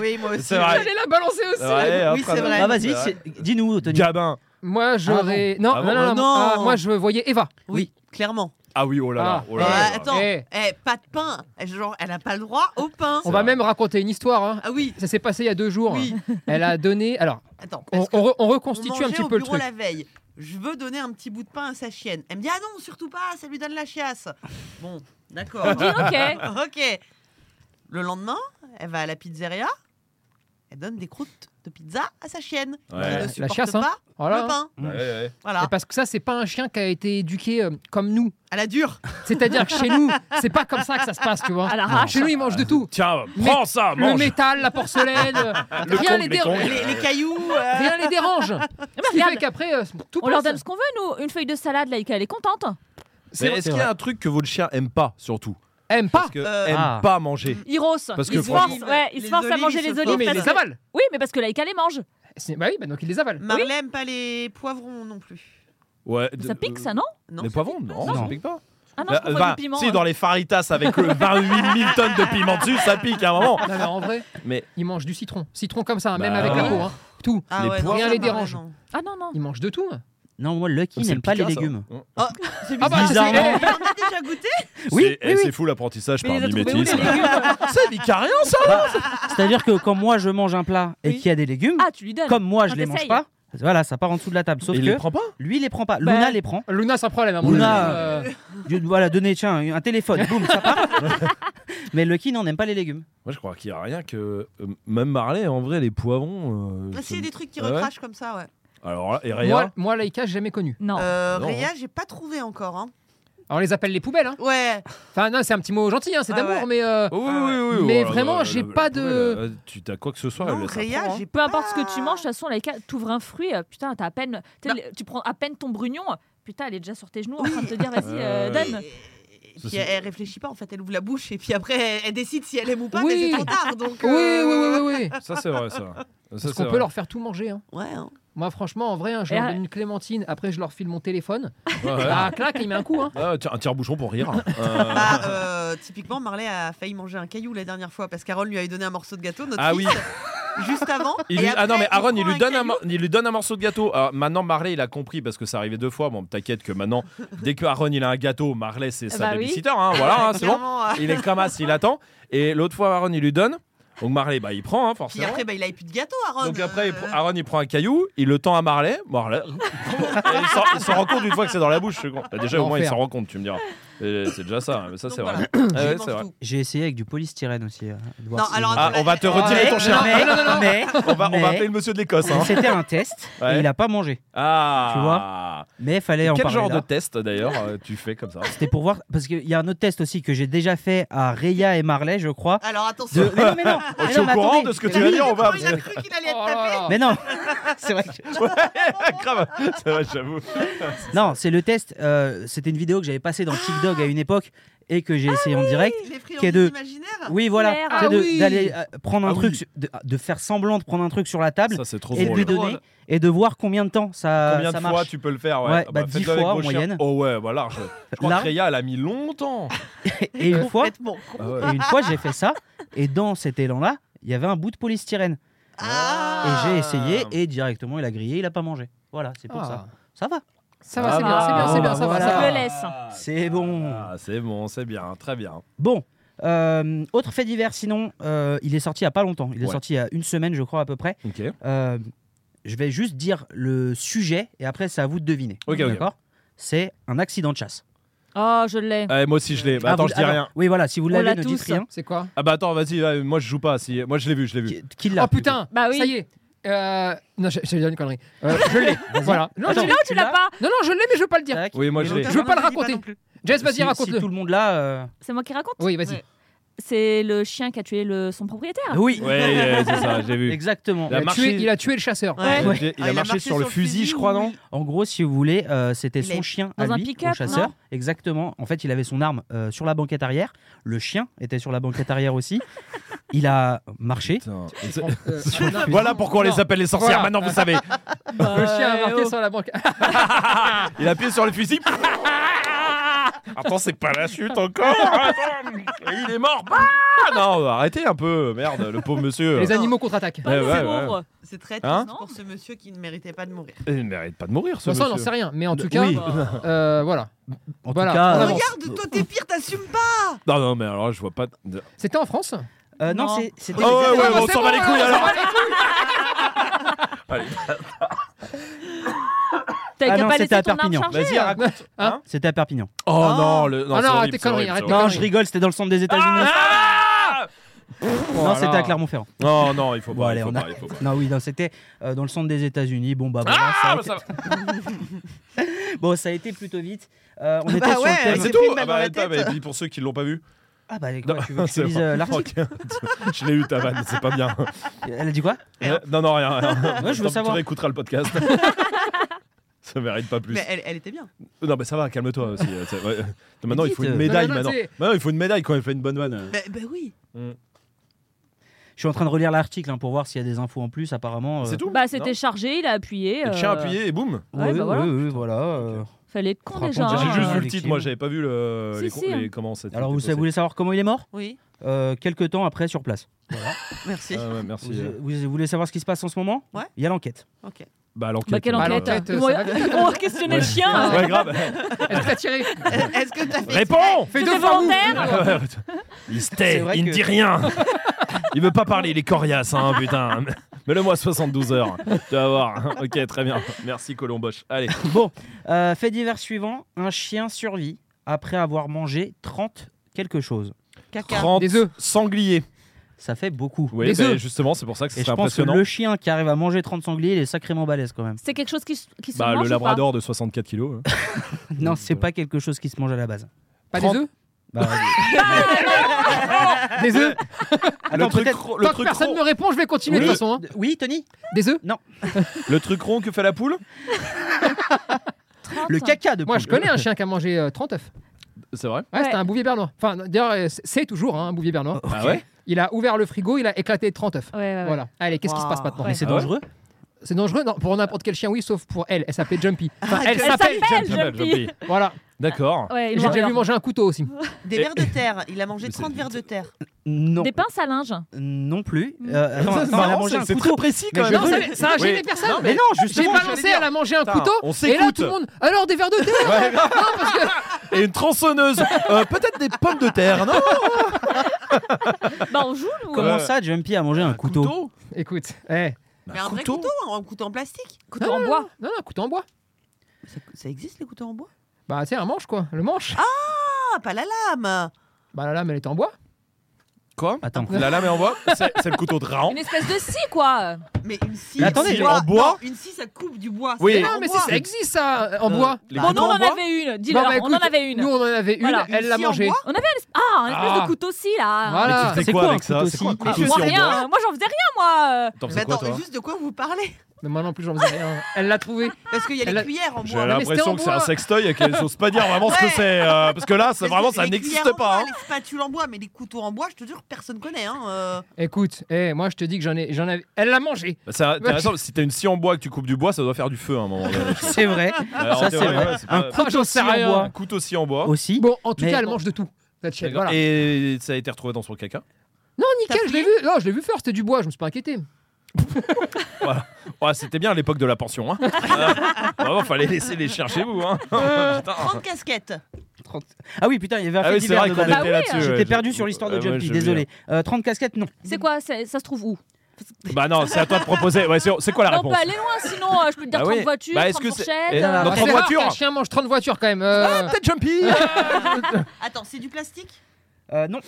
[SPEAKER 5] oui. oui, moi aussi.
[SPEAKER 6] C'est vrai.
[SPEAKER 7] j'allais la balancer aussi.
[SPEAKER 6] Ouais,
[SPEAKER 5] Oui,
[SPEAKER 6] après,
[SPEAKER 5] c'est vrai.
[SPEAKER 1] Ah vas-y
[SPEAKER 6] C'est
[SPEAKER 1] c'est- dis-nous Anthony.
[SPEAKER 6] Gabin.
[SPEAKER 7] Moi j'aurais. non,
[SPEAKER 6] Ah
[SPEAKER 7] non,
[SPEAKER 6] bon
[SPEAKER 7] non, non,
[SPEAKER 5] Non.
[SPEAKER 7] ah, moi je voyais Eva.
[SPEAKER 5] Oui, clairement.
[SPEAKER 6] Ah oui, oh là là.
[SPEAKER 7] Ah.
[SPEAKER 6] oh là
[SPEAKER 5] Bah,
[SPEAKER 6] là.
[SPEAKER 5] attends,
[SPEAKER 7] Eh.
[SPEAKER 5] eh, pas de pain. Genre, elle a pas le droit au pain.
[SPEAKER 7] On va
[SPEAKER 6] vrai.
[SPEAKER 7] même raconter une histoire. hein.
[SPEAKER 5] Ah oui,
[SPEAKER 7] Ça s'est passé il y a deux jours.
[SPEAKER 5] oui.
[SPEAKER 7] Elle a donné. Alors,
[SPEAKER 5] Attends,
[SPEAKER 7] on,
[SPEAKER 5] parce que
[SPEAKER 7] on re- on
[SPEAKER 5] on
[SPEAKER 7] reconstitue un
[SPEAKER 5] mangeait
[SPEAKER 7] petit
[SPEAKER 5] au
[SPEAKER 7] peu le
[SPEAKER 5] bureau
[SPEAKER 7] truc.
[SPEAKER 5] la veille. Je veux donner un petit bout de pain à sa chienne. Elle me dit ah non, surtout pas, ça lui donne la chiasse. Bon, d'accord.
[SPEAKER 8] Ok.
[SPEAKER 5] ok. Le lendemain, elle va à la pizzeria. Elle donne des croûtes de pizza à sa chienne.
[SPEAKER 6] Ouais.
[SPEAKER 5] Qui ne
[SPEAKER 6] La
[SPEAKER 5] supporte
[SPEAKER 7] chiasse, hein.
[SPEAKER 5] pas
[SPEAKER 7] Voilà.
[SPEAKER 5] le pain.
[SPEAKER 6] Ouais, ouais.
[SPEAKER 5] Voilà.
[SPEAKER 7] Et parce que ça, c'est pas un chien qui a été éduqué euh, comme nous.
[SPEAKER 5] À la dure.
[SPEAKER 7] C'est-à-dire que chez nous, c'est pas comme ça que ça se passe, tu vois.
[SPEAKER 8] À l'arrache.
[SPEAKER 7] Chez nous, ils mangent de tout.
[SPEAKER 6] Tiens,
[SPEAKER 7] Mais-
[SPEAKER 6] prends ça,
[SPEAKER 7] Le
[SPEAKER 6] Ah, mange.
[SPEAKER 7] métal, la porcelaine, euh,
[SPEAKER 6] Le
[SPEAKER 7] rien,
[SPEAKER 6] con,
[SPEAKER 7] les
[SPEAKER 6] les
[SPEAKER 7] dé-
[SPEAKER 6] cons.
[SPEAKER 5] Les, les cailloux. euh,
[SPEAKER 7] rien les dérange. Ce qui
[SPEAKER 8] Eh ben, regarde.
[SPEAKER 7] fait qu'après, euh, tout
[SPEAKER 8] On leur
[SPEAKER 7] passe.
[SPEAKER 8] donne ce qu'on veut, nous. Une feuille de salade, là, elle est contente.
[SPEAKER 6] Mais Est-ce qu'il y a un truc que votre chien aime pas, surtout
[SPEAKER 7] Aime pas.
[SPEAKER 6] Parce que
[SPEAKER 5] Euh,
[SPEAKER 6] aime
[SPEAKER 1] Ah.
[SPEAKER 6] pas manger.
[SPEAKER 8] Iros,
[SPEAKER 6] Parce
[SPEAKER 8] il
[SPEAKER 6] que
[SPEAKER 8] se force,
[SPEAKER 5] franchement-
[SPEAKER 8] ouais, il se
[SPEAKER 5] Les
[SPEAKER 8] force à
[SPEAKER 5] olives,
[SPEAKER 8] manger
[SPEAKER 5] ils
[SPEAKER 8] les
[SPEAKER 5] se
[SPEAKER 8] olives.
[SPEAKER 7] Oui, mais
[SPEAKER 8] parce
[SPEAKER 7] ils les
[SPEAKER 8] que-
[SPEAKER 7] avalent.
[SPEAKER 8] Oui, mais parce que Laïka les mange.
[SPEAKER 7] C'est- Bah oui, bah donc ils les avalent.
[SPEAKER 5] Marley aime pas les poivrons non plus.
[SPEAKER 6] Ouais,
[SPEAKER 8] Ça pique, ça, non
[SPEAKER 5] Non.
[SPEAKER 6] Les poivrons, non, ça
[SPEAKER 1] Non.
[SPEAKER 6] pique pas.
[SPEAKER 8] Ah non,
[SPEAKER 6] euh, Bah,
[SPEAKER 8] je confonds
[SPEAKER 6] bah,
[SPEAKER 8] avec le piment.
[SPEAKER 6] Si, dans les faritas avec le 28 000 tonnes de piment dessus, ça pique à un moment.
[SPEAKER 7] Non, mais en vrai,
[SPEAKER 6] Mais-
[SPEAKER 7] ils mangent du citron. Citron comme ça, hein, même
[SPEAKER 6] Bah
[SPEAKER 7] avec la
[SPEAKER 6] ouais.
[SPEAKER 7] peau. hein. Tout.
[SPEAKER 5] Ah
[SPEAKER 6] Les
[SPEAKER 5] ouais,
[SPEAKER 6] poivrons.
[SPEAKER 5] non,
[SPEAKER 7] Rien
[SPEAKER 5] ça,
[SPEAKER 7] les
[SPEAKER 5] non,
[SPEAKER 7] dérange.
[SPEAKER 5] non.
[SPEAKER 8] Ah non, non.
[SPEAKER 7] Ils mangent de tout. hein.
[SPEAKER 1] Non moi Lucky
[SPEAKER 6] C'est
[SPEAKER 1] n'aime pas les
[SPEAKER 6] piquant, ça.
[SPEAKER 1] légumes.
[SPEAKER 5] Oh, c'est
[SPEAKER 7] Ah bah, ça,
[SPEAKER 5] bizarre.
[SPEAKER 7] c'est-
[SPEAKER 5] On en a déjà goûté
[SPEAKER 1] Oui
[SPEAKER 6] C'est- eh,
[SPEAKER 1] oui
[SPEAKER 6] C'est
[SPEAKER 1] oui.
[SPEAKER 6] fou l'apprentissage
[SPEAKER 8] Mais
[SPEAKER 6] par
[SPEAKER 8] il les a trouvés où,
[SPEAKER 6] mimétisme.
[SPEAKER 8] les légumes
[SPEAKER 6] C'est vicarien ça
[SPEAKER 1] C'est-à-dire que quand moi je mange un plat et
[SPEAKER 8] Oui.
[SPEAKER 1] qu'il y a des légumes
[SPEAKER 8] Ah, tu lui donnes.
[SPEAKER 1] comme moi je
[SPEAKER 8] Ah,
[SPEAKER 1] les mange
[SPEAKER 8] t'essayes.
[SPEAKER 1] pas voilà ça part en dessous de la table sauf
[SPEAKER 6] Il
[SPEAKER 1] que
[SPEAKER 6] les prend pas
[SPEAKER 1] lui il les prend pas
[SPEAKER 8] Bah.
[SPEAKER 1] Luna les prend.
[SPEAKER 7] Luna, c'est un problème. à mon
[SPEAKER 1] Luna.
[SPEAKER 7] avis. Euh,
[SPEAKER 1] Dieu, Voilà, donnez, tiens, un téléphone, boum, ça part. Mais Lucky n'en aime pas les légumes.
[SPEAKER 6] Moi je crois qu'il y a rien que. euh, Même Marley, en vrai, les poivrons. euh,
[SPEAKER 5] Ah, si, il y a
[SPEAKER 6] ça-
[SPEAKER 5] des trucs qui
[SPEAKER 6] Ah ouais
[SPEAKER 5] recrachent comme ça, ouais.
[SPEAKER 6] Alors euh, là, et
[SPEAKER 7] moi,
[SPEAKER 6] rien.
[SPEAKER 7] moi, Laïka, j'ai jamais connu.
[SPEAKER 8] Non.
[SPEAKER 5] Euh,
[SPEAKER 6] Non,
[SPEAKER 5] Réa, j'ai pas trouvé encore. Hein.
[SPEAKER 7] Alors, on les appelle les poubelles. hein.
[SPEAKER 5] Ouais,
[SPEAKER 7] Enfin, non, c'est un petit mot gentil, hein, c'est
[SPEAKER 5] Ah
[SPEAKER 7] d'amour,
[SPEAKER 5] ouais.
[SPEAKER 7] mais. euh,
[SPEAKER 6] Oh, oui, oui, oui, oui,
[SPEAKER 7] Mais
[SPEAKER 6] oh,
[SPEAKER 7] vraiment,
[SPEAKER 6] la-
[SPEAKER 7] j'ai
[SPEAKER 6] la- la
[SPEAKER 7] pas de-
[SPEAKER 6] poubelle, euh, Tu t'as quoi que ce soit
[SPEAKER 5] non,
[SPEAKER 6] là, ça
[SPEAKER 5] Réa,
[SPEAKER 6] prend, hein.
[SPEAKER 5] j'ai
[SPEAKER 8] Peu
[SPEAKER 5] pas...
[SPEAKER 8] importe ce que tu manges, de toute façon, Laïka, t'ouvres un fruit, euh, putain, t'as à peine. tu sais, le- Tu prends à peine ton brugnon, euh, putain, elle est déjà sur tes genoux en train de te dire, vas-y,
[SPEAKER 6] Euh,
[SPEAKER 8] euh, donne.
[SPEAKER 5] Et
[SPEAKER 6] Ça,
[SPEAKER 5] puis
[SPEAKER 6] c'est-
[SPEAKER 5] elle, elle réfléchit pas, en fait, elle ouvre la bouche et puis après elle, elle décide si elle aime ou pas, mais
[SPEAKER 7] Oui.
[SPEAKER 5] c'est trop tard. Donc,
[SPEAKER 7] Oui,
[SPEAKER 5] euh,
[SPEAKER 7] oui, oui, oui, oui.
[SPEAKER 6] Ça c'est vrai ça. Ça,
[SPEAKER 7] Parce
[SPEAKER 6] c'est
[SPEAKER 7] qu'on peut
[SPEAKER 6] vrai.
[SPEAKER 7] leur faire tout manger. hein.
[SPEAKER 5] Ouais, hein.
[SPEAKER 7] Moi, franchement, en vrai, hein, je
[SPEAKER 8] Et ah.
[SPEAKER 7] leur
[SPEAKER 8] à-
[SPEAKER 7] donne une clémentine, après, je leur file mon téléphone.
[SPEAKER 6] Ouais, ouais.
[SPEAKER 7] Ah, clac, il met un coup. Hein.
[SPEAKER 6] Ah, tiens, un tire-bouchon pour rire. Euh,
[SPEAKER 5] Bah, euh, typiquement, Marley a failli manger un caillou la dernière fois parce qu'Aaron lui avait donné un morceau de gâteau, notre
[SPEAKER 6] Ah oui.
[SPEAKER 5] fils, juste avant.
[SPEAKER 6] Il
[SPEAKER 5] et
[SPEAKER 6] lui- ah
[SPEAKER 5] après,
[SPEAKER 6] non mais Aaron il
[SPEAKER 5] prend
[SPEAKER 6] lui, donne un,
[SPEAKER 5] caillou.
[SPEAKER 6] mor- il lui donne un morceau de gâteau. Alors, maintenant Marley il a compris parce que ça arrivait deux fois. Bon t'inquiète que maintenant dès que Aaron il a un gâteau Marley c'est sa
[SPEAKER 8] Bah oui.
[SPEAKER 6] babysitter. hein, voilà hein, c'est bon.
[SPEAKER 5] Clairement, euh,
[SPEAKER 6] Il est comme as il attend. Et l'autre fois Aaron il lui donne. Donc Marley bah il prend hein,
[SPEAKER 5] Puis
[SPEAKER 6] forcément.
[SPEAKER 5] après, bah, il a eu plus de gâteau, Aaron.
[SPEAKER 6] Donc après Ah il
[SPEAKER 5] euh,
[SPEAKER 6] pr- Aaron il prend un caillou, il le tend à Marley. Marley. Et il s'en- il s'en rend compte une fois que c'est dans la bouche. je suis con. Bah, déjà au moins il
[SPEAKER 7] L'enfer.
[SPEAKER 6] s'en rend compte tu me diras. Et C'est déjà ça, hein, mais ça
[SPEAKER 5] Donc
[SPEAKER 6] c'est
[SPEAKER 5] voilà.
[SPEAKER 6] vrai.
[SPEAKER 5] Je
[SPEAKER 6] Ah ouais,
[SPEAKER 5] mange
[SPEAKER 6] c'est vrai.
[SPEAKER 5] tout.
[SPEAKER 1] J'ai essayé avec du polystyrène aussi. euh, de voir
[SPEAKER 5] Non,
[SPEAKER 1] si-
[SPEAKER 5] alors,
[SPEAKER 6] Ah, on va te retirer
[SPEAKER 1] Mais-
[SPEAKER 6] ton chien.
[SPEAKER 1] mais- mais-
[SPEAKER 6] On va, on
[SPEAKER 1] mais-
[SPEAKER 6] va appeler le monsieur de l'Écosse. hein.
[SPEAKER 1] C'était un test
[SPEAKER 6] Ouais.
[SPEAKER 1] et il a pas mangé.
[SPEAKER 6] Ah
[SPEAKER 1] Tu Mais fallait en
[SPEAKER 6] Quel
[SPEAKER 1] parler.
[SPEAKER 6] genre
[SPEAKER 1] là.
[SPEAKER 6] de test d'ailleurs euh, tu fais comme ça
[SPEAKER 1] C'était pour voir parce qu'il y a un autre test aussi que j'ai déjà fait à Reya et Marley, je crois.
[SPEAKER 5] Alors attention.
[SPEAKER 1] De... Mais non, mais non. mais
[SPEAKER 6] Je
[SPEAKER 1] non,
[SPEAKER 6] suis Ah, au
[SPEAKER 1] mais
[SPEAKER 6] courant
[SPEAKER 1] attendez.
[SPEAKER 6] de ce que
[SPEAKER 1] Mais
[SPEAKER 6] tu vas
[SPEAKER 1] oui,
[SPEAKER 6] dire, on va.
[SPEAKER 5] Comment il a cru qu'il allait être
[SPEAKER 7] Oh là
[SPEAKER 5] tapé
[SPEAKER 7] là.
[SPEAKER 1] Mais non, c'est vrai. que-
[SPEAKER 6] Grave, c'est vrai, j'avoue.
[SPEAKER 1] Non, c'est le test. euh, C'était une vidéo que j'avais passée dans Chic Dog à une époque et que j'ai essayé en direct.
[SPEAKER 5] Les
[SPEAKER 1] Qui est
[SPEAKER 5] friandises
[SPEAKER 1] de-
[SPEAKER 5] imaginaires
[SPEAKER 1] Oui, voilà.
[SPEAKER 8] Claire.
[SPEAKER 1] C'est
[SPEAKER 7] Ah
[SPEAKER 1] de-
[SPEAKER 7] oui.
[SPEAKER 1] D'aller euh, prendre un
[SPEAKER 6] Ah
[SPEAKER 1] truc,
[SPEAKER 6] oui.
[SPEAKER 1] sur- de, de faire semblant de prendre un truc sur la table
[SPEAKER 6] Ça c'est trop
[SPEAKER 1] et de
[SPEAKER 6] drôle.
[SPEAKER 1] lui donner et de voir combien de temps ça,
[SPEAKER 6] Combien
[SPEAKER 1] ça
[SPEAKER 6] de
[SPEAKER 1] marche.
[SPEAKER 6] fois tu peux le faire
[SPEAKER 1] Ouais,
[SPEAKER 6] euh, Ouais, Ah
[SPEAKER 1] bah,
[SPEAKER 6] faites-le
[SPEAKER 1] 10
[SPEAKER 6] avec
[SPEAKER 1] fois,
[SPEAKER 6] vos
[SPEAKER 1] en
[SPEAKER 6] chiens.
[SPEAKER 1] moyenne.
[SPEAKER 6] Oh ouais, bah large. Je crois
[SPEAKER 1] Large.
[SPEAKER 6] que Réa, elle a mis longtemps.
[SPEAKER 1] Et une fois,
[SPEAKER 5] Complètement con.
[SPEAKER 6] Ah ouais.
[SPEAKER 1] et une fois, j'ai fait ça et dans cet élan-là, il y avait un bout de polystyrène et
[SPEAKER 5] Ah.
[SPEAKER 1] j'ai essayé et directement il a grillé, il a pas mangé. Voilà, c'est pour ça.
[SPEAKER 7] Ah.
[SPEAKER 1] Ça va.
[SPEAKER 7] Ça va,
[SPEAKER 6] Ah
[SPEAKER 7] c'est bien, c'est bien, c'est bien,
[SPEAKER 1] bah
[SPEAKER 7] ça va,
[SPEAKER 1] voilà.
[SPEAKER 7] ça
[SPEAKER 8] Je
[SPEAKER 7] va.
[SPEAKER 8] le laisse.
[SPEAKER 1] C'est bon.
[SPEAKER 6] Ah, c'est bon, c'est bien, très bien.
[SPEAKER 1] Bon. euh, autre fait divers, sinon, euh, il est sorti il y a pas longtemps. Il est
[SPEAKER 6] Ouais.
[SPEAKER 1] sorti il y a une semaine, je crois, à peu près.
[SPEAKER 6] Ok.
[SPEAKER 1] Euh, je vais juste dire le sujet et après, c'est à vous de deviner.
[SPEAKER 6] Ok, ok.
[SPEAKER 1] D'accord C'est un accident de chasse.
[SPEAKER 8] Oh, je l'ai.
[SPEAKER 6] Allez, moi aussi je l'ai. Bah,
[SPEAKER 1] Ah,
[SPEAKER 6] attends,
[SPEAKER 1] vous-
[SPEAKER 6] je dis
[SPEAKER 1] ah, non.
[SPEAKER 6] rien.
[SPEAKER 1] Oui, voilà, si vous
[SPEAKER 8] On
[SPEAKER 1] l'avez,
[SPEAKER 8] l'a
[SPEAKER 1] ne
[SPEAKER 8] tous.
[SPEAKER 1] dites rien.
[SPEAKER 7] C'est quoi
[SPEAKER 6] Ah bah attends, vas-y, ouais, moi je joue pas. Si... Moi je l'ai vu, je l'ai vu.
[SPEAKER 1] Qui, qui l'a
[SPEAKER 7] Oh putain
[SPEAKER 8] Bah
[SPEAKER 7] Ça
[SPEAKER 8] oui.
[SPEAKER 7] y est Euh, Non, j'ai- j'allais dire une connerie. Euh, je l'ai, voilà. Non,
[SPEAKER 1] Attends.
[SPEAKER 7] je l'ai.
[SPEAKER 8] Non, tu l'as pas.
[SPEAKER 7] non, non, je l'ai, mais je veux pas le dire.
[SPEAKER 1] Tac.
[SPEAKER 6] Oui, moi
[SPEAKER 5] Et
[SPEAKER 6] je
[SPEAKER 5] donc,
[SPEAKER 6] l'ai.
[SPEAKER 5] t'as
[SPEAKER 7] Je veux pas le
[SPEAKER 5] vraiment dit
[SPEAKER 7] raconter.
[SPEAKER 5] non plus.
[SPEAKER 7] Jess,
[SPEAKER 1] Si-
[SPEAKER 7] vas-y,
[SPEAKER 1] si
[SPEAKER 7] raconte-le.
[SPEAKER 1] tout le monde là. euh,
[SPEAKER 8] C'est moi qui raconte.
[SPEAKER 7] Oui, vas-y.
[SPEAKER 5] Ouais.
[SPEAKER 8] C'est le chien qui a tué le... son propriétaire.
[SPEAKER 1] Ah. Oui,
[SPEAKER 6] Ouais, ouais, c'est ça, j'ai vu.
[SPEAKER 1] exactement.
[SPEAKER 7] Il a,
[SPEAKER 6] La marché-
[SPEAKER 7] tué, il a tué le chasseur.
[SPEAKER 5] Ouais.
[SPEAKER 6] Il a-
[SPEAKER 1] Ouais.
[SPEAKER 6] Il, a
[SPEAKER 5] Ah,
[SPEAKER 6] marché sur le fusil, je crois,
[SPEAKER 5] oui.
[SPEAKER 6] non
[SPEAKER 1] En gros, si vous voulez, euh, c'était
[SPEAKER 5] Il
[SPEAKER 1] son
[SPEAKER 5] est
[SPEAKER 1] chien
[SPEAKER 8] dans
[SPEAKER 1] à
[SPEAKER 8] un
[SPEAKER 1] lui,
[SPEAKER 8] pick-up,
[SPEAKER 1] au chasseur. Exactement. En fait, il avait son arme euh, sur la banquette arrière. Le chien était sur la banquette arrière aussi. Il a marché.
[SPEAKER 6] Putain.
[SPEAKER 7] Euh, on a-
[SPEAKER 6] Voilà pourquoi on les
[SPEAKER 7] Non.
[SPEAKER 6] appelle les sorcières,
[SPEAKER 7] Voilà.
[SPEAKER 6] maintenant vous savez.
[SPEAKER 7] Le chien a
[SPEAKER 8] Euh,
[SPEAKER 7] marqué
[SPEAKER 8] oh.
[SPEAKER 7] sur la banque.
[SPEAKER 6] Il a appuyé sur le fusil. Attends, c'est pas la chute encore. Attends. Et il est mort. Ah, non, arrêtez un peu. Merde, le pauvre monsieur.
[SPEAKER 7] Les animaux contre-attaquent.
[SPEAKER 8] Pas
[SPEAKER 6] Ouais,
[SPEAKER 8] le
[SPEAKER 6] ouais,
[SPEAKER 8] pauvre.
[SPEAKER 5] C'est très triste
[SPEAKER 6] Hein
[SPEAKER 5] pour ce monsieur qui ne méritait pas de mourir.
[SPEAKER 6] Il mérite pas de mourir, ce
[SPEAKER 7] Sur ça, on n'en
[SPEAKER 6] monsieur.
[SPEAKER 7] sait rien. Mais en tout cas,
[SPEAKER 6] Oui.
[SPEAKER 1] hein.
[SPEAKER 7] euh, voilà.
[SPEAKER 1] En
[SPEAKER 7] Voilà,
[SPEAKER 1] tout
[SPEAKER 6] Oh, Ah,
[SPEAKER 1] cas,
[SPEAKER 7] on
[SPEAKER 1] euh,
[SPEAKER 7] avance.
[SPEAKER 5] Regarde, toi t'es pire, t'assumes pas.
[SPEAKER 6] Non, non, mais alors je vois pas. de-
[SPEAKER 7] C'était en France
[SPEAKER 1] euh, non,
[SPEAKER 8] Non.
[SPEAKER 1] c'est- c'était.
[SPEAKER 6] Ah ouais,
[SPEAKER 7] mais
[SPEAKER 6] ouais,
[SPEAKER 7] c'est
[SPEAKER 6] on
[SPEAKER 7] bon,
[SPEAKER 6] s'en bat les
[SPEAKER 7] ouais,
[SPEAKER 6] couilles
[SPEAKER 7] on s'en
[SPEAKER 6] alors.
[SPEAKER 8] T'as
[SPEAKER 1] Ah
[SPEAKER 8] qu'à
[SPEAKER 1] non,
[SPEAKER 8] pas
[SPEAKER 1] c'était
[SPEAKER 8] laisser
[SPEAKER 1] à
[SPEAKER 8] ton arme
[SPEAKER 1] Perpignan.
[SPEAKER 8] chargée.
[SPEAKER 6] Vas-y, raconte. Hein
[SPEAKER 1] C'était à Perpignan.
[SPEAKER 6] Oh non, le.
[SPEAKER 7] Ah
[SPEAKER 6] c'est
[SPEAKER 7] non,
[SPEAKER 6] horrible,
[SPEAKER 7] arrête tes
[SPEAKER 6] c'est horrible,
[SPEAKER 7] conneries, arrête
[SPEAKER 6] c'est horrible.
[SPEAKER 7] tes
[SPEAKER 1] Non,
[SPEAKER 7] oui.
[SPEAKER 1] je rigole. C'était dans le centre des États-Unis.
[SPEAKER 6] Ah
[SPEAKER 1] non,
[SPEAKER 6] Voilà.
[SPEAKER 1] c'était à Clermont-Ferrand.
[SPEAKER 6] Non, non, il faut
[SPEAKER 1] Bon,
[SPEAKER 6] pas.
[SPEAKER 1] allez,
[SPEAKER 6] il faut
[SPEAKER 1] on a- Ah,
[SPEAKER 6] pas, il faut pas.
[SPEAKER 1] Non, oui, non, c'était euh, dans le centre des États-Unis. Bon, bah, voilà, ça a
[SPEAKER 6] Ah, bah,
[SPEAKER 1] été-
[SPEAKER 6] ça va.
[SPEAKER 1] bon, ça a été plutôt vite. Euh, on
[SPEAKER 5] Bah
[SPEAKER 1] était sur
[SPEAKER 5] ouais,
[SPEAKER 1] le
[SPEAKER 6] Ah,
[SPEAKER 1] thème.
[SPEAKER 6] c'est
[SPEAKER 5] s'est
[SPEAKER 6] tout.
[SPEAKER 5] pris une balle
[SPEAKER 6] Ah, bah,
[SPEAKER 5] dans la
[SPEAKER 6] attends, mais
[SPEAKER 5] tête.
[SPEAKER 6] et puis pour ceux qui l'ont pas vu,
[SPEAKER 1] Ah bah, quoi, tu veux que je te
[SPEAKER 6] c'est
[SPEAKER 1] dise
[SPEAKER 6] bon.
[SPEAKER 1] euh, l'article
[SPEAKER 6] Ok. je l'ai eu ta vanne, c'est pas bien.
[SPEAKER 1] Elle a dit quoi
[SPEAKER 5] Rien.
[SPEAKER 6] Non, non, rien. rien.
[SPEAKER 1] Ouais, je veux
[SPEAKER 6] Tant-
[SPEAKER 1] savoir.
[SPEAKER 6] Tu réécouteras le podcast. ça mérite pas plus.
[SPEAKER 5] Mais elle, elle était bien.
[SPEAKER 6] Non, mais ça va, calme-toi aussi. euh, c'est- ouais. Non, Maintenant, il faut
[SPEAKER 1] Dites,
[SPEAKER 6] une
[SPEAKER 1] euh,
[SPEAKER 6] médaille.
[SPEAKER 7] non, non,
[SPEAKER 6] Maintenant,
[SPEAKER 7] c'est-
[SPEAKER 6] Maintenant, il faut une médaille quand elle fait une bonne vanne.
[SPEAKER 5] Bah, bah oui.
[SPEAKER 1] Je suis en train de relire l'article hein, pour voir s'il y a des infos en plus. Apparemment, euh,
[SPEAKER 6] C'est tout
[SPEAKER 8] Bah,
[SPEAKER 6] Non
[SPEAKER 8] c'était chargé, il a appuyé.
[SPEAKER 6] Le chien
[SPEAKER 8] euh,
[SPEAKER 6] appuyé et boum.
[SPEAKER 1] Ouais,
[SPEAKER 8] Ouais, bah
[SPEAKER 1] ouais,
[SPEAKER 8] voilà.
[SPEAKER 1] ouais, voilà, euh.
[SPEAKER 8] Fallait être con
[SPEAKER 1] Par
[SPEAKER 8] déjà.
[SPEAKER 1] contre,
[SPEAKER 8] hein.
[SPEAKER 6] J'ai juste vu le
[SPEAKER 1] victime.
[SPEAKER 6] titre, moi, j'avais pas vu le.
[SPEAKER 8] Si,
[SPEAKER 6] les
[SPEAKER 8] si.
[SPEAKER 6] les- Comment c'était
[SPEAKER 1] Alors, vous,
[SPEAKER 6] c'était
[SPEAKER 1] vous voulez savoir comment il est mort
[SPEAKER 5] Oui.
[SPEAKER 1] Euh, Quelques temps après, sur place.
[SPEAKER 5] Merci.
[SPEAKER 6] posé. Ah, ouais,
[SPEAKER 1] Vous,
[SPEAKER 6] merci. euh.
[SPEAKER 1] vous voulez savoir ce qui se passe en ce moment
[SPEAKER 5] Ouais.
[SPEAKER 1] Il y a l'enquête.
[SPEAKER 5] Ok.
[SPEAKER 6] Bah, l'enquête.
[SPEAKER 8] Bah, quelle
[SPEAKER 6] euh,
[SPEAKER 8] enquête
[SPEAKER 7] l'enquête,
[SPEAKER 8] Ils
[SPEAKER 7] ça
[SPEAKER 8] vont-
[SPEAKER 7] va bien.
[SPEAKER 8] Ils vont questionner le chien.
[SPEAKER 6] Ouais, grave.
[SPEAKER 7] Est-ce que t'as tiré
[SPEAKER 5] Est-ce que t'as fait
[SPEAKER 6] Réponds
[SPEAKER 7] Fais
[SPEAKER 8] C'était
[SPEAKER 7] deux fois vous.
[SPEAKER 8] volontaire
[SPEAKER 6] Ah ouais, putain. Il se
[SPEAKER 1] C'est
[SPEAKER 6] tait,
[SPEAKER 1] vrai
[SPEAKER 6] il ne
[SPEAKER 1] que-
[SPEAKER 6] dit rien. Il veut pas parler, il est coriace, hein, putain. Mets-le-moi 72 heures. Tu vas voir. Ok, très bien. Merci, Colomboche. Allez.
[SPEAKER 1] Bon, euh, fait divers suivant un chien survit après avoir mangé 30 quelque chose.
[SPEAKER 5] caca
[SPEAKER 6] 30
[SPEAKER 7] Des œufs.
[SPEAKER 6] sangliers.
[SPEAKER 1] Ça fait beaucoup.
[SPEAKER 6] Oui,
[SPEAKER 7] Des
[SPEAKER 6] bah,
[SPEAKER 7] œufs.
[SPEAKER 6] justement, c'est pour ça que
[SPEAKER 1] Et
[SPEAKER 6] c'est
[SPEAKER 1] je pense que
[SPEAKER 6] impressionnant.
[SPEAKER 1] le chien qui arrive à manger 30 sangliers, il est sacrément balèze quand même.
[SPEAKER 8] C'est quelque chose qui, s- qui se
[SPEAKER 6] Bah, le
[SPEAKER 8] mange ou pas
[SPEAKER 6] labrador de 64 kilos. hein.
[SPEAKER 1] Non, c'est pas quelque chose qui se mange à la base.
[SPEAKER 7] Pas des
[SPEAKER 6] Trente-
[SPEAKER 7] œufs
[SPEAKER 1] Bah,
[SPEAKER 7] Des œufs
[SPEAKER 1] Attends,
[SPEAKER 6] le, truc,
[SPEAKER 1] peut-être-
[SPEAKER 6] ro- le
[SPEAKER 7] Tant que
[SPEAKER 6] truc
[SPEAKER 7] personne
[SPEAKER 6] rond,
[SPEAKER 7] ne me répond, je vais continuer de
[SPEAKER 1] Oui.
[SPEAKER 7] toute façon. hein.
[SPEAKER 1] Ah, oui, Tony
[SPEAKER 7] Des œufs
[SPEAKER 6] le truc rond que fait la poule
[SPEAKER 1] Le caca de
[SPEAKER 7] Moi,
[SPEAKER 1] poule.
[SPEAKER 7] je connais un chien qui a mangé euh, 30 œufs.
[SPEAKER 6] C'est vrai
[SPEAKER 7] Ouais, c'était
[SPEAKER 8] Ouais.
[SPEAKER 7] un bouvier bernois. Enfin, d'ailleurs, euh, c'est- c'est toujours hein, un bouvier bernois.
[SPEAKER 6] Ah ouais
[SPEAKER 7] Il a ouvert le frigo, il a éclaté 30 œufs.
[SPEAKER 8] Ouais, ouais, ouais.
[SPEAKER 7] Voilà. Allez, qu'est-ce qui se passe maintenant
[SPEAKER 1] Mais c'est
[SPEAKER 6] Ah ouais
[SPEAKER 1] dangereux
[SPEAKER 7] C'est dangereux non, pour n'importe quel chien, oui, sauf pour elle. Elle s'appelait Jumpy. Enfin, Ah, elle
[SPEAKER 5] Elle
[SPEAKER 7] s'appelle Jumpy.
[SPEAKER 8] Jumpy. Jeune
[SPEAKER 6] Jeune
[SPEAKER 8] fille.
[SPEAKER 6] fille.
[SPEAKER 7] Voilà.
[SPEAKER 6] D'accord.
[SPEAKER 8] Ouais, ils
[SPEAKER 7] J'ai
[SPEAKER 8] mangent
[SPEAKER 7] déjà vu
[SPEAKER 8] rien.
[SPEAKER 7] manger un couteau aussi.
[SPEAKER 5] Des
[SPEAKER 6] Et-
[SPEAKER 5] vers de terre. Il a mangé
[SPEAKER 6] Mais c'est-
[SPEAKER 5] 30 vers de terre.
[SPEAKER 1] Non,
[SPEAKER 8] Des pinces à linge.
[SPEAKER 1] non plus.
[SPEAKER 8] Mm.
[SPEAKER 1] Euh, attends,
[SPEAKER 6] Ça,
[SPEAKER 1] elle
[SPEAKER 6] Mmh. c'est
[SPEAKER 1] a
[SPEAKER 6] marrant,
[SPEAKER 1] mangé
[SPEAKER 6] c'est-
[SPEAKER 1] un
[SPEAKER 6] c'est
[SPEAKER 1] couteau.
[SPEAKER 6] très précis
[SPEAKER 1] Mais
[SPEAKER 6] quand
[SPEAKER 1] je
[SPEAKER 6] même. hein.
[SPEAKER 7] Non, ça, ça a
[SPEAKER 6] Oui.
[SPEAKER 7] gêné personne.
[SPEAKER 1] Mais non,
[SPEAKER 7] J'ai
[SPEAKER 1] justement,
[SPEAKER 7] balancé, elle a mangé un
[SPEAKER 6] Putain,
[SPEAKER 7] couteau.
[SPEAKER 6] on s'écoute.
[SPEAKER 7] Et là, tout le monde. Alors, des verres de thé
[SPEAKER 6] Ouais. Et une tronçonneuse. Euh, Peut-être des pommes de terre, non
[SPEAKER 8] Bah, on joue, nous.
[SPEAKER 1] Comment
[SPEAKER 6] Ouais.
[SPEAKER 1] ça, Jumpy a mangé un couteau,
[SPEAKER 7] Écoute, eh.
[SPEAKER 5] Mais un vrai
[SPEAKER 6] Bah, couteau.
[SPEAKER 5] couteau, un couteau en plastique.
[SPEAKER 8] Couteau en
[SPEAKER 7] non,
[SPEAKER 8] bois.
[SPEAKER 7] Non, non, un couteau en bois.
[SPEAKER 5] Ça, ça existe les couteaux en bois Ah,
[SPEAKER 7] Bah, tu sais, un manche, quoi. Le manche.
[SPEAKER 5] pas la lame.
[SPEAKER 7] Bah la lame, elle était en bois.
[SPEAKER 6] Quoi
[SPEAKER 1] Attends.
[SPEAKER 6] La lame est en bois C'est c'est le couteau de Raon
[SPEAKER 8] Une espèce de scie, quoi.
[SPEAKER 5] Mais une scie,
[SPEAKER 1] Mais attendez,
[SPEAKER 5] une scie
[SPEAKER 6] en bois
[SPEAKER 5] non, Une scie, ça coupe du bois.
[SPEAKER 6] Oui.
[SPEAKER 5] c'est
[SPEAKER 6] Non,
[SPEAKER 5] en
[SPEAKER 7] Ah, mais si,
[SPEAKER 5] bois.
[SPEAKER 7] ça existe ça, en bois.
[SPEAKER 6] Les
[SPEAKER 8] Bon,
[SPEAKER 6] couteaux
[SPEAKER 8] nous, on
[SPEAKER 6] en
[SPEAKER 8] en
[SPEAKER 6] bois
[SPEAKER 8] avait une.
[SPEAKER 7] Bon,
[SPEAKER 8] Dis-leur,
[SPEAKER 7] bah,
[SPEAKER 8] on en
[SPEAKER 7] écoute,
[SPEAKER 8] avait une.
[SPEAKER 7] Nous, on en avait une,
[SPEAKER 8] Voilà.
[SPEAKER 7] elle l'a
[SPEAKER 5] Ici, en
[SPEAKER 7] mangée.
[SPEAKER 5] bois
[SPEAKER 8] On avait un, esp- ah, un espèce
[SPEAKER 6] Ah.
[SPEAKER 8] de couteau scie, là.
[SPEAKER 7] Voilà.
[SPEAKER 6] Mais tu
[SPEAKER 1] C'est
[SPEAKER 6] fais quoi
[SPEAKER 1] quoi,
[SPEAKER 6] avec
[SPEAKER 1] un
[SPEAKER 6] ça
[SPEAKER 1] couteau
[SPEAKER 6] C'est quoi un
[SPEAKER 1] scie
[SPEAKER 6] couteau
[SPEAKER 8] Mais je
[SPEAKER 6] scie en
[SPEAKER 8] faisais
[SPEAKER 6] bois
[SPEAKER 8] rien. Moi, j'en faisais rien, moi.
[SPEAKER 6] T'en
[SPEAKER 5] Mais
[SPEAKER 6] faisais quoi
[SPEAKER 5] attends,
[SPEAKER 6] toi
[SPEAKER 5] juste de quoi vous parlez
[SPEAKER 7] Mais moi non plus, j'en faisais rien. Elle l'a trouvé.
[SPEAKER 5] Parce qu'il y a
[SPEAKER 7] Elle a-
[SPEAKER 5] les cuillères en
[SPEAKER 6] J'ai
[SPEAKER 5] bois.
[SPEAKER 7] la- mais c'était en
[SPEAKER 6] l'impression que c'est un
[SPEAKER 7] bois.
[SPEAKER 6] sextoy et qu'elle n'ose pas dire vraiment ce que
[SPEAKER 5] Ouais.
[SPEAKER 6] c'est. euh, parce que là, ça,
[SPEAKER 5] Parce
[SPEAKER 6] vraiment,
[SPEAKER 5] que
[SPEAKER 6] ça
[SPEAKER 5] les
[SPEAKER 6] n'existe
[SPEAKER 5] cuillères en
[SPEAKER 6] pas.
[SPEAKER 5] bois,
[SPEAKER 6] hein.
[SPEAKER 5] Les spatules en bois, mais les couteaux en bois, je te jure, personne connaît. Hein. euh.
[SPEAKER 7] Écoute, eh, moi je te dis que j'en ai, j'en avais. Elle l'a mangée.
[SPEAKER 6] Bah, C'est intéressant, parce que si t'as une scie en bois et que tu coupes du bois, ça doit faire du feu hein, à un moment donné.
[SPEAKER 1] C'est vrai.
[SPEAKER 6] Alors, en
[SPEAKER 1] ça, c'est
[SPEAKER 6] théorie,
[SPEAKER 1] vrai.
[SPEAKER 6] ouais, c'est
[SPEAKER 1] un
[SPEAKER 6] pas-
[SPEAKER 7] Ah, j'en
[SPEAKER 1] couteau
[SPEAKER 7] sais
[SPEAKER 1] scie en
[SPEAKER 7] rien.
[SPEAKER 6] Un
[SPEAKER 1] bois
[SPEAKER 6] couteau scie en bois.
[SPEAKER 1] aussi.
[SPEAKER 7] Bon, en tout
[SPEAKER 1] Mais-
[SPEAKER 7] cas, elle mange de tout. Cette chaîne, voilà.
[SPEAKER 6] Et ça a été retrouvé dans son caca.
[SPEAKER 7] Non, nickel,
[SPEAKER 5] T'as
[SPEAKER 7] je l'ai vu. Non, je l'ai vu faire, c'était du bois, je me suis pas inquiété.
[SPEAKER 6] Ah, Ouais, c'était bien à l'époque de la pension. Hein. Euh, vraiment, fallait laisser les chercher, vous. Hein. Putain.
[SPEAKER 5] 30 casquettes.
[SPEAKER 1] Ah oui, putain, il y avait un
[SPEAKER 6] Ah
[SPEAKER 1] fait
[SPEAKER 6] oui, c'est
[SPEAKER 1] divers
[SPEAKER 6] vrai
[SPEAKER 1] de
[SPEAKER 6] qu'on
[SPEAKER 1] base.
[SPEAKER 8] Bah
[SPEAKER 6] était
[SPEAKER 8] oui,
[SPEAKER 6] là-dessus.
[SPEAKER 8] hein.
[SPEAKER 6] ouais.
[SPEAKER 1] J'étais perdu sur l'histoire de
[SPEAKER 6] Ah, ouais,
[SPEAKER 1] Jumpy,
[SPEAKER 6] j'ai
[SPEAKER 1] désolé. Euh, 30 casquettes, non.
[SPEAKER 8] C'est quoi c'est- Ça se trouve où
[SPEAKER 6] oublié. Bah non, c'est à toi de proposer. Ouais, c'est c'est quoi la
[SPEAKER 8] Là, on
[SPEAKER 6] réponse
[SPEAKER 8] peut aller loin, sinon euh, je peux te dire
[SPEAKER 6] Bah
[SPEAKER 8] 30
[SPEAKER 6] oui.
[SPEAKER 8] voitures,
[SPEAKER 6] Bah, est-ce
[SPEAKER 8] 30
[SPEAKER 6] que c'est-
[SPEAKER 8] fourchettes.
[SPEAKER 6] Eh,
[SPEAKER 8] euh,
[SPEAKER 6] Dans
[SPEAKER 7] Ah, C'est
[SPEAKER 6] trois
[SPEAKER 7] rare
[SPEAKER 6] voitures.
[SPEAKER 7] qu'un chien mange 30 voitures quand même. euh.
[SPEAKER 6] Peut-être Jumpy
[SPEAKER 5] Attends, c'est du plastique
[SPEAKER 1] Euh, non,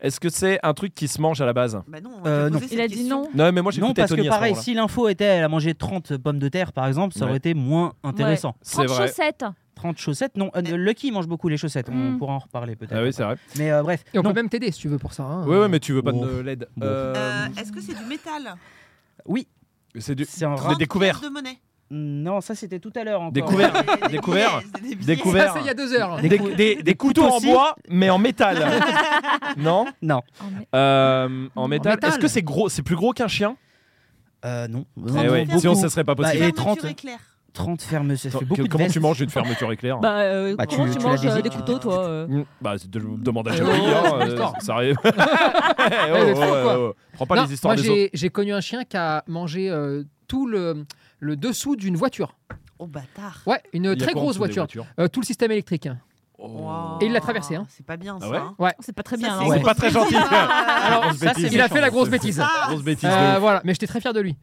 [SPEAKER 6] Est-ce que c'est un truc qui se mange à la base
[SPEAKER 5] Bah non. on
[SPEAKER 1] Euh,
[SPEAKER 5] t'a
[SPEAKER 1] non.
[SPEAKER 5] posé cette
[SPEAKER 8] Il a dit
[SPEAKER 5] question.
[SPEAKER 8] non.
[SPEAKER 6] Non, mais moi j'ai
[SPEAKER 1] non
[SPEAKER 6] écouté
[SPEAKER 1] parce
[SPEAKER 6] Tony
[SPEAKER 1] que
[SPEAKER 6] à ce
[SPEAKER 1] pareil,
[SPEAKER 6] moment-là.
[SPEAKER 1] si l'info était elle a mangé 30 pommes de terre, par exemple, ça
[SPEAKER 6] Ouais.
[SPEAKER 1] aurait été moins intéressant.
[SPEAKER 6] C'est
[SPEAKER 8] 30
[SPEAKER 6] vrai.
[SPEAKER 8] chaussettes.
[SPEAKER 1] 30 chaussettes, non. euh, Lucky mange beaucoup les chaussettes, on
[SPEAKER 8] Mm.
[SPEAKER 1] pourra en reparler peut-être.
[SPEAKER 6] Ah oui, c'est vrai.
[SPEAKER 1] Mais euh, bref,
[SPEAKER 7] Et on
[SPEAKER 1] non.
[SPEAKER 7] peut même t'aider si tu veux pour ça. hein.
[SPEAKER 6] Oui, oui, mais tu veux pas
[SPEAKER 1] Ah. Bon.
[SPEAKER 6] de LED.
[SPEAKER 1] Bon.
[SPEAKER 6] Euh,
[SPEAKER 5] Euh, Est-ce que c'est du métal
[SPEAKER 1] oui,
[SPEAKER 6] c'est du.
[SPEAKER 1] c'est un
[SPEAKER 6] Des
[SPEAKER 1] rat.
[SPEAKER 5] 30
[SPEAKER 6] découvertes.
[SPEAKER 5] pièces De monnaie.
[SPEAKER 1] Non, ça c'était tout à l'heure encore.
[SPEAKER 6] Des couverts.
[SPEAKER 5] Des- des
[SPEAKER 6] Découvert.
[SPEAKER 5] billets, des billets.
[SPEAKER 7] Ça,
[SPEAKER 6] Découvert.
[SPEAKER 7] c'est il y a deux heures.
[SPEAKER 6] Des, des- des couteaux en
[SPEAKER 1] aussi.
[SPEAKER 6] bois, mais en métal. non
[SPEAKER 1] Non.
[SPEAKER 8] Oh, mais-
[SPEAKER 6] Euh, En métal.
[SPEAKER 7] métal.
[SPEAKER 6] Est-ce que c'est gros C'est plus gros qu'un chien
[SPEAKER 1] Euh, non.
[SPEAKER 6] Eh
[SPEAKER 1] Non,
[SPEAKER 6] ouais,
[SPEAKER 1] beaucoup.
[SPEAKER 6] Sinon, ça serait pas
[SPEAKER 1] Bah,
[SPEAKER 6] possible.
[SPEAKER 1] et
[SPEAKER 5] Fermeture
[SPEAKER 1] 30,
[SPEAKER 5] éclair.
[SPEAKER 1] 30 fermes, ça fait
[SPEAKER 6] Que-
[SPEAKER 1] beaucoup de
[SPEAKER 6] comment tu
[SPEAKER 1] vestes.
[SPEAKER 6] manges une fermeture éclair
[SPEAKER 8] Bah, euh,
[SPEAKER 1] Bah, tu-
[SPEAKER 8] comment tu,
[SPEAKER 1] tu
[SPEAKER 8] manges
[SPEAKER 1] l'as
[SPEAKER 8] euh,
[SPEAKER 1] dit.
[SPEAKER 8] des couteaux, toi euh
[SPEAKER 6] Hmm, Bah, c'est de demande à
[SPEAKER 7] Eh
[SPEAKER 6] Jérémy.
[SPEAKER 7] oh,
[SPEAKER 6] hein,
[SPEAKER 7] c'est
[SPEAKER 6] euh,
[SPEAKER 7] l'histoire.
[SPEAKER 6] ça arrive. Eh, oh,
[SPEAKER 7] mais trop,
[SPEAKER 6] ouais,
[SPEAKER 7] quoi.
[SPEAKER 6] ouais, ouais. Prends pas
[SPEAKER 7] Non,
[SPEAKER 6] les histoires
[SPEAKER 7] moi,
[SPEAKER 6] des autres.
[SPEAKER 7] j'ai- j'ai connu un chien qui a mangé euh, tout le, le dessous d'une voiture.
[SPEAKER 5] Oh bâtard.
[SPEAKER 7] Ouais, une
[SPEAKER 6] Il y a
[SPEAKER 7] euh, très
[SPEAKER 6] quoi en
[SPEAKER 7] grosse
[SPEAKER 6] dessous des
[SPEAKER 7] voiture.
[SPEAKER 6] voitures
[SPEAKER 7] Euh, tout le système électrique. hein.
[SPEAKER 5] Wow.
[SPEAKER 7] Et il l'a traversé, hein.
[SPEAKER 5] C'est pas bien ça.
[SPEAKER 6] Ah ouais
[SPEAKER 5] hein.
[SPEAKER 8] C'est pas très
[SPEAKER 5] Ça,
[SPEAKER 8] bien.
[SPEAKER 5] c'est
[SPEAKER 8] hein.
[SPEAKER 1] Ouais.
[SPEAKER 6] C'est pas très gentil. Ah,
[SPEAKER 7] Ah,
[SPEAKER 5] Alors,
[SPEAKER 6] Grosse
[SPEAKER 1] ça, c'est
[SPEAKER 6] bêtise.
[SPEAKER 7] Il a fait la grosse
[SPEAKER 6] C'est-
[SPEAKER 7] bêtise.
[SPEAKER 6] Grosse bêtise. de
[SPEAKER 7] Euh,
[SPEAKER 6] ouf.
[SPEAKER 7] voilà, mais j'étais très fier de lui.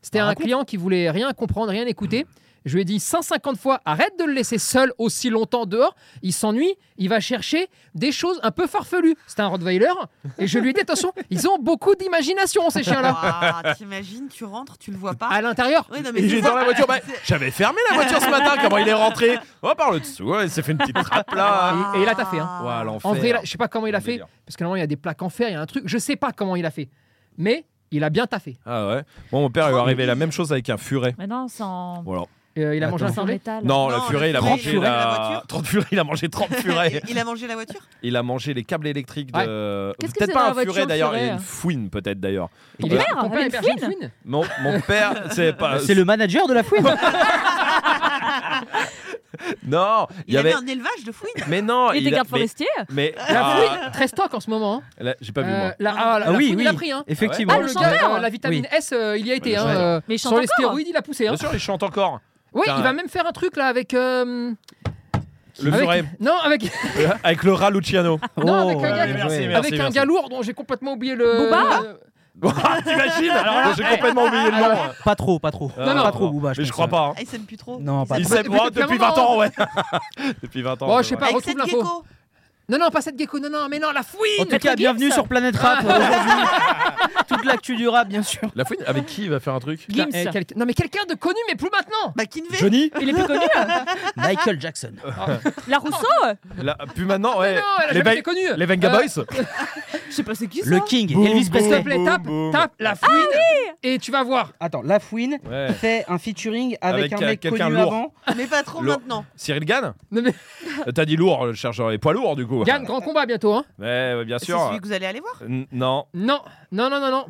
[SPEAKER 7] C'était
[SPEAKER 1] Bah,
[SPEAKER 7] un
[SPEAKER 1] raconte.
[SPEAKER 7] client qui voulait rien comprendre, rien écouter. Je lui ai dit 150 fois arrête de le laisser seul aussi longtemps dehors. Il s'ennuie, il va chercher des choses un peu farfelues. C'était un Rottweiler. Et je lui ai dit attention, ils ont beaucoup d'imagination ces chiens-là.
[SPEAKER 5] Ouah, T'imagines, tu rentres, tu le vois pas.
[SPEAKER 7] À l'intérieur.
[SPEAKER 5] Ouais, non, mais
[SPEAKER 6] Il
[SPEAKER 5] tu
[SPEAKER 6] est
[SPEAKER 5] vois-
[SPEAKER 6] dans la voiture. Bah,
[SPEAKER 5] C'est-
[SPEAKER 6] J'avais fermé la voiture ce matin. Comment il est rentré Oh, par le dessous. Ouais, il s'est fait une petite trappe
[SPEAKER 5] Ah,
[SPEAKER 6] là.
[SPEAKER 7] Et- et il a taffé, hein.
[SPEAKER 6] Ouais, l'enfer.
[SPEAKER 7] En vrai, là, je sais pas comment il a
[SPEAKER 6] Bon
[SPEAKER 7] fait,
[SPEAKER 6] délire.
[SPEAKER 7] parce que normalement il y a des plaques en fer, il y a un truc. Je sais pas comment il a fait, mais il a bien taffé.
[SPEAKER 6] Ah ouais. Moi, mon père il lui est arrivé la même chose avec un furet.
[SPEAKER 8] Mais non, c'est en
[SPEAKER 6] Voilà.
[SPEAKER 7] Euh, il a mangé un
[SPEAKER 8] c'est en
[SPEAKER 7] furet.
[SPEAKER 8] métal.
[SPEAKER 6] Non,
[SPEAKER 5] Non,
[SPEAKER 6] la
[SPEAKER 5] le
[SPEAKER 6] furet, il a
[SPEAKER 5] furet,
[SPEAKER 6] mangé
[SPEAKER 5] il a mangé la
[SPEAKER 6] la.
[SPEAKER 5] voiture.
[SPEAKER 6] 30 furets, il a mangé 30
[SPEAKER 5] Et-
[SPEAKER 6] furets.
[SPEAKER 5] Il a mangé la voiture
[SPEAKER 6] Il a mangé les câbles électriques
[SPEAKER 7] Ouais.
[SPEAKER 6] de.
[SPEAKER 8] Qu'est-ce que
[SPEAKER 6] Peut-être
[SPEAKER 8] c'est
[SPEAKER 6] pas
[SPEAKER 8] dans
[SPEAKER 6] un
[SPEAKER 8] la voiture,
[SPEAKER 6] furet
[SPEAKER 8] le
[SPEAKER 6] d'ailleurs, il y a
[SPEAKER 8] furet
[SPEAKER 6] une fouine peut-être d'ailleurs.
[SPEAKER 7] Ton
[SPEAKER 8] Ton
[SPEAKER 7] père-
[SPEAKER 8] père,
[SPEAKER 7] ton père
[SPEAKER 8] elle
[SPEAKER 7] hébergeait une
[SPEAKER 8] fouine.
[SPEAKER 7] fouine.
[SPEAKER 6] Mon, mon père, c'est pas.
[SPEAKER 1] Bah, C'est le manager de la fouine.
[SPEAKER 6] Ah, Non, il
[SPEAKER 5] Il
[SPEAKER 6] y
[SPEAKER 5] avait
[SPEAKER 6] avait.
[SPEAKER 5] un élevage de fouines
[SPEAKER 6] Mais non,
[SPEAKER 8] Et des
[SPEAKER 6] a-
[SPEAKER 8] gardes
[SPEAKER 6] mais,
[SPEAKER 8] forestiers
[SPEAKER 6] mais
[SPEAKER 7] La
[SPEAKER 6] ah,
[SPEAKER 7] fouine, très stock en ce moment. hein.
[SPEAKER 6] là, j'ai pas vu
[SPEAKER 7] Euh,
[SPEAKER 6] moi.
[SPEAKER 7] la, ah, la- la
[SPEAKER 1] oui,
[SPEAKER 7] fouine,
[SPEAKER 1] oui.
[SPEAKER 7] il a pris. hein.
[SPEAKER 1] Effectivement.
[SPEAKER 8] Ah, le
[SPEAKER 7] gars,
[SPEAKER 8] chanteur
[SPEAKER 7] euh, La vitamine S, euh, il y a été.
[SPEAKER 6] le
[SPEAKER 7] hein,
[SPEAKER 6] chanteur.
[SPEAKER 7] euh,
[SPEAKER 8] Mais il chante
[SPEAKER 7] sur les
[SPEAKER 8] encore.
[SPEAKER 7] stéroïdes, il a poussé. hein.
[SPEAKER 6] Bien sûr, il chante encore.
[SPEAKER 7] Oui,
[SPEAKER 6] Putain.
[SPEAKER 7] il va même faire un truc là avec. euh,
[SPEAKER 6] Le
[SPEAKER 7] avec-
[SPEAKER 6] furet.
[SPEAKER 7] Non, avec,
[SPEAKER 6] Euh, avec le rat Luciano.
[SPEAKER 7] non, avec un gars-
[SPEAKER 1] bien
[SPEAKER 6] merci,
[SPEAKER 1] joué.
[SPEAKER 6] merci.
[SPEAKER 7] avec un gars lourd dont j'ai complètement oublié le.
[SPEAKER 8] Booba
[SPEAKER 7] Euh,
[SPEAKER 6] Ah, T'imagines Alors là, j'ai complètement oublié le nom.
[SPEAKER 1] Ah, Pas trop, pas trop.
[SPEAKER 6] Euh,
[SPEAKER 7] non,
[SPEAKER 1] pas trop, Booba.
[SPEAKER 6] Mais je
[SPEAKER 1] pense.
[SPEAKER 6] crois pas. hein.
[SPEAKER 5] Ah, il s'aime plus trop.
[SPEAKER 1] Non, pas
[SPEAKER 6] Il
[SPEAKER 1] trop.
[SPEAKER 6] s'est
[SPEAKER 7] Depuis-
[SPEAKER 6] oh,
[SPEAKER 7] depuis un
[SPEAKER 6] depuis
[SPEAKER 7] moment.
[SPEAKER 6] 20 ans, ouais. depuis 20 ans.
[SPEAKER 7] Bon,
[SPEAKER 6] ouais,
[SPEAKER 7] je sais
[SPEAKER 6] ouais.
[SPEAKER 7] pas,
[SPEAKER 5] Avec
[SPEAKER 7] retrouve
[SPEAKER 5] cette
[SPEAKER 7] l'info.
[SPEAKER 5] gecko.
[SPEAKER 7] Non, non, pas cette gecko. Non, non, mais non, la fouine.
[SPEAKER 1] En tout cas, bienvenue sur Planète Rap
[SPEAKER 7] Ah.
[SPEAKER 1] aujourd'hui. Toute l'actu du rap, bien sûr.
[SPEAKER 6] La fouine, avec qui il va faire un truc
[SPEAKER 7] Putain,
[SPEAKER 8] Gims.
[SPEAKER 7] eh, quelqu'un- Non, mais quelqu'un de connu, mais plus maintenant.
[SPEAKER 5] Bah, Kinvey.
[SPEAKER 6] Johnny
[SPEAKER 8] Il est plus connu. euh.
[SPEAKER 1] Michael Jackson.
[SPEAKER 6] Euh,
[SPEAKER 8] La Rousseau euh.
[SPEAKER 6] Là, Puis maintenant, ouais.
[SPEAKER 7] Ah Non, elle a
[SPEAKER 6] les,
[SPEAKER 7] jamais
[SPEAKER 6] Ve-
[SPEAKER 7] été connue.
[SPEAKER 6] les Venga
[SPEAKER 7] Euh,
[SPEAKER 6] Boys
[SPEAKER 8] Je sais pas c'est qui ça. Ah,
[SPEAKER 1] Le King,
[SPEAKER 6] Boum,
[SPEAKER 1] Elvis
[SPEAKER 6] boum.
[SPEAKER 7] S'il te
[SPEAKER 1] Presley.
[SPEAKER 7] plaît,
[SPEAKER 6] Boum,
[SPEAKER 7] tape,
[SPEAKER 6] boum.
[SPEAKER 7] tape la fouine et tu vas voir.
[SPEAKER 1] Attends, La Fouine
[SPEAKER 6] Ouais.
[SPEAKER 1] fait un featuring avec,
[SPEAKER 6] Avec,
[SPEAKER 1] un
[SPEAKER 6] euh,
[SPEAKER 1] mec
[SPEAKER 6] quelqu'un
[SPEAKER 1] connu
[SPEAKER 6] lourd.
[SPEAKER 1] avant.
[SPEAKER 5] Mais pas trop
[SPEAKER 6] Le-
[SPEAKER 5] maintenant.
[SPEAKER 6] Cyril Gann
[SPEAKER 7] Non, mais-
[SPEAKER 6] Euh, T'as dit lourd, je cherche les poids lourds du coup.
[SPEAKER 7] Yann, grand combat bientôt. Hein.
[SPEAKER 6] Ouais, ouais, bien
[SPEAKER 5] C'est
[SPEAKER 6] sûr.
[SPEAKER 5] celui que vous allez aller voir.
[SPEAKER 6] N- Non,
[SPEAKER 7] Non, non, non, non, non.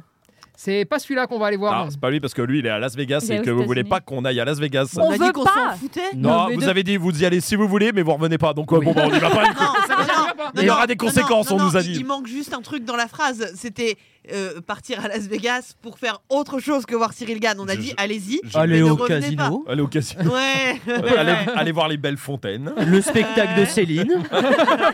[SPEAKER 7] C'est pas celui-là qu'on va aller voir.
[SPEAKER 6] Ah, c'est pas lui parce que lui il est à Las Vegas
[SPEAKER 8] Il est
[SPEAKER 6] et
[SPEAKER 8] aux
[SPEAKER 6] que vous voulez
[SPEAKER 8] États-Unis.
[SPEAKER 6] pas qu'on aille à Las Vegas.
[SPEAKER 8] On
[SPEAKER 5] a
[SPEAKER 8] veut
[SPEAKER 5] dit qu'on s'en
[SPEAKER 8] pas.
[SPEAKER 5] foutait.
[SPEAKER 6] Non,
[SPEAKER 7] Non, mais
[SPEAKER 6] vous
[SPEAKER 7] de-
[SPEAKER 6] avez dit vous y allez si vous voulez, mais vous revenez pas. Donc euh,
[SPEAKER 7] Oui.
[SPEAKER 6] bon, bah, on y va pas.
[SPEAKER 5] Non, non, non,
[SPEAKER 7] pas.
[SPEAKER 5] non,
[SPEAKER 6] Il y aura
[SPEAKER 5] non,
[SPEAKER 6] des
[SPEAKER 5] non,
[SPEAKER 6] conséquences,
[SPEAKER 5] non,
[SPEAKER 6] on
[SPEAKER 5] non,
[SPEAKER 6] nous a
[SPEAKER 5] il-
[SPEAKER 6] dit.
[SPEAKER 5] Il manque juste un truc dans la phrase. C'était euh, partir à Las Vegas pour faire autre chose que voir Cyril Gann. On a
[SPEAKER 6] Je-
[SPEAKER 5] dit allez-y.
[SPEAKER 6] je-
[SPEAKER 5] mais
[SPEAKER 1] Allez
[SPEAKER 5] ne
[SPEAKER 1] au
[SPEAKER 5] revenez
[SPEAKER 1] casino.
[SPEAKER 6] Allez au casino.
[SPEAKER 5] pas. Ouais.
[SPEAKER 6] Euh, allez, allez voir les belles fontaines.
[SPEAKER 1] Le spectacle de Céline.
[SPEAKER 5] Bah,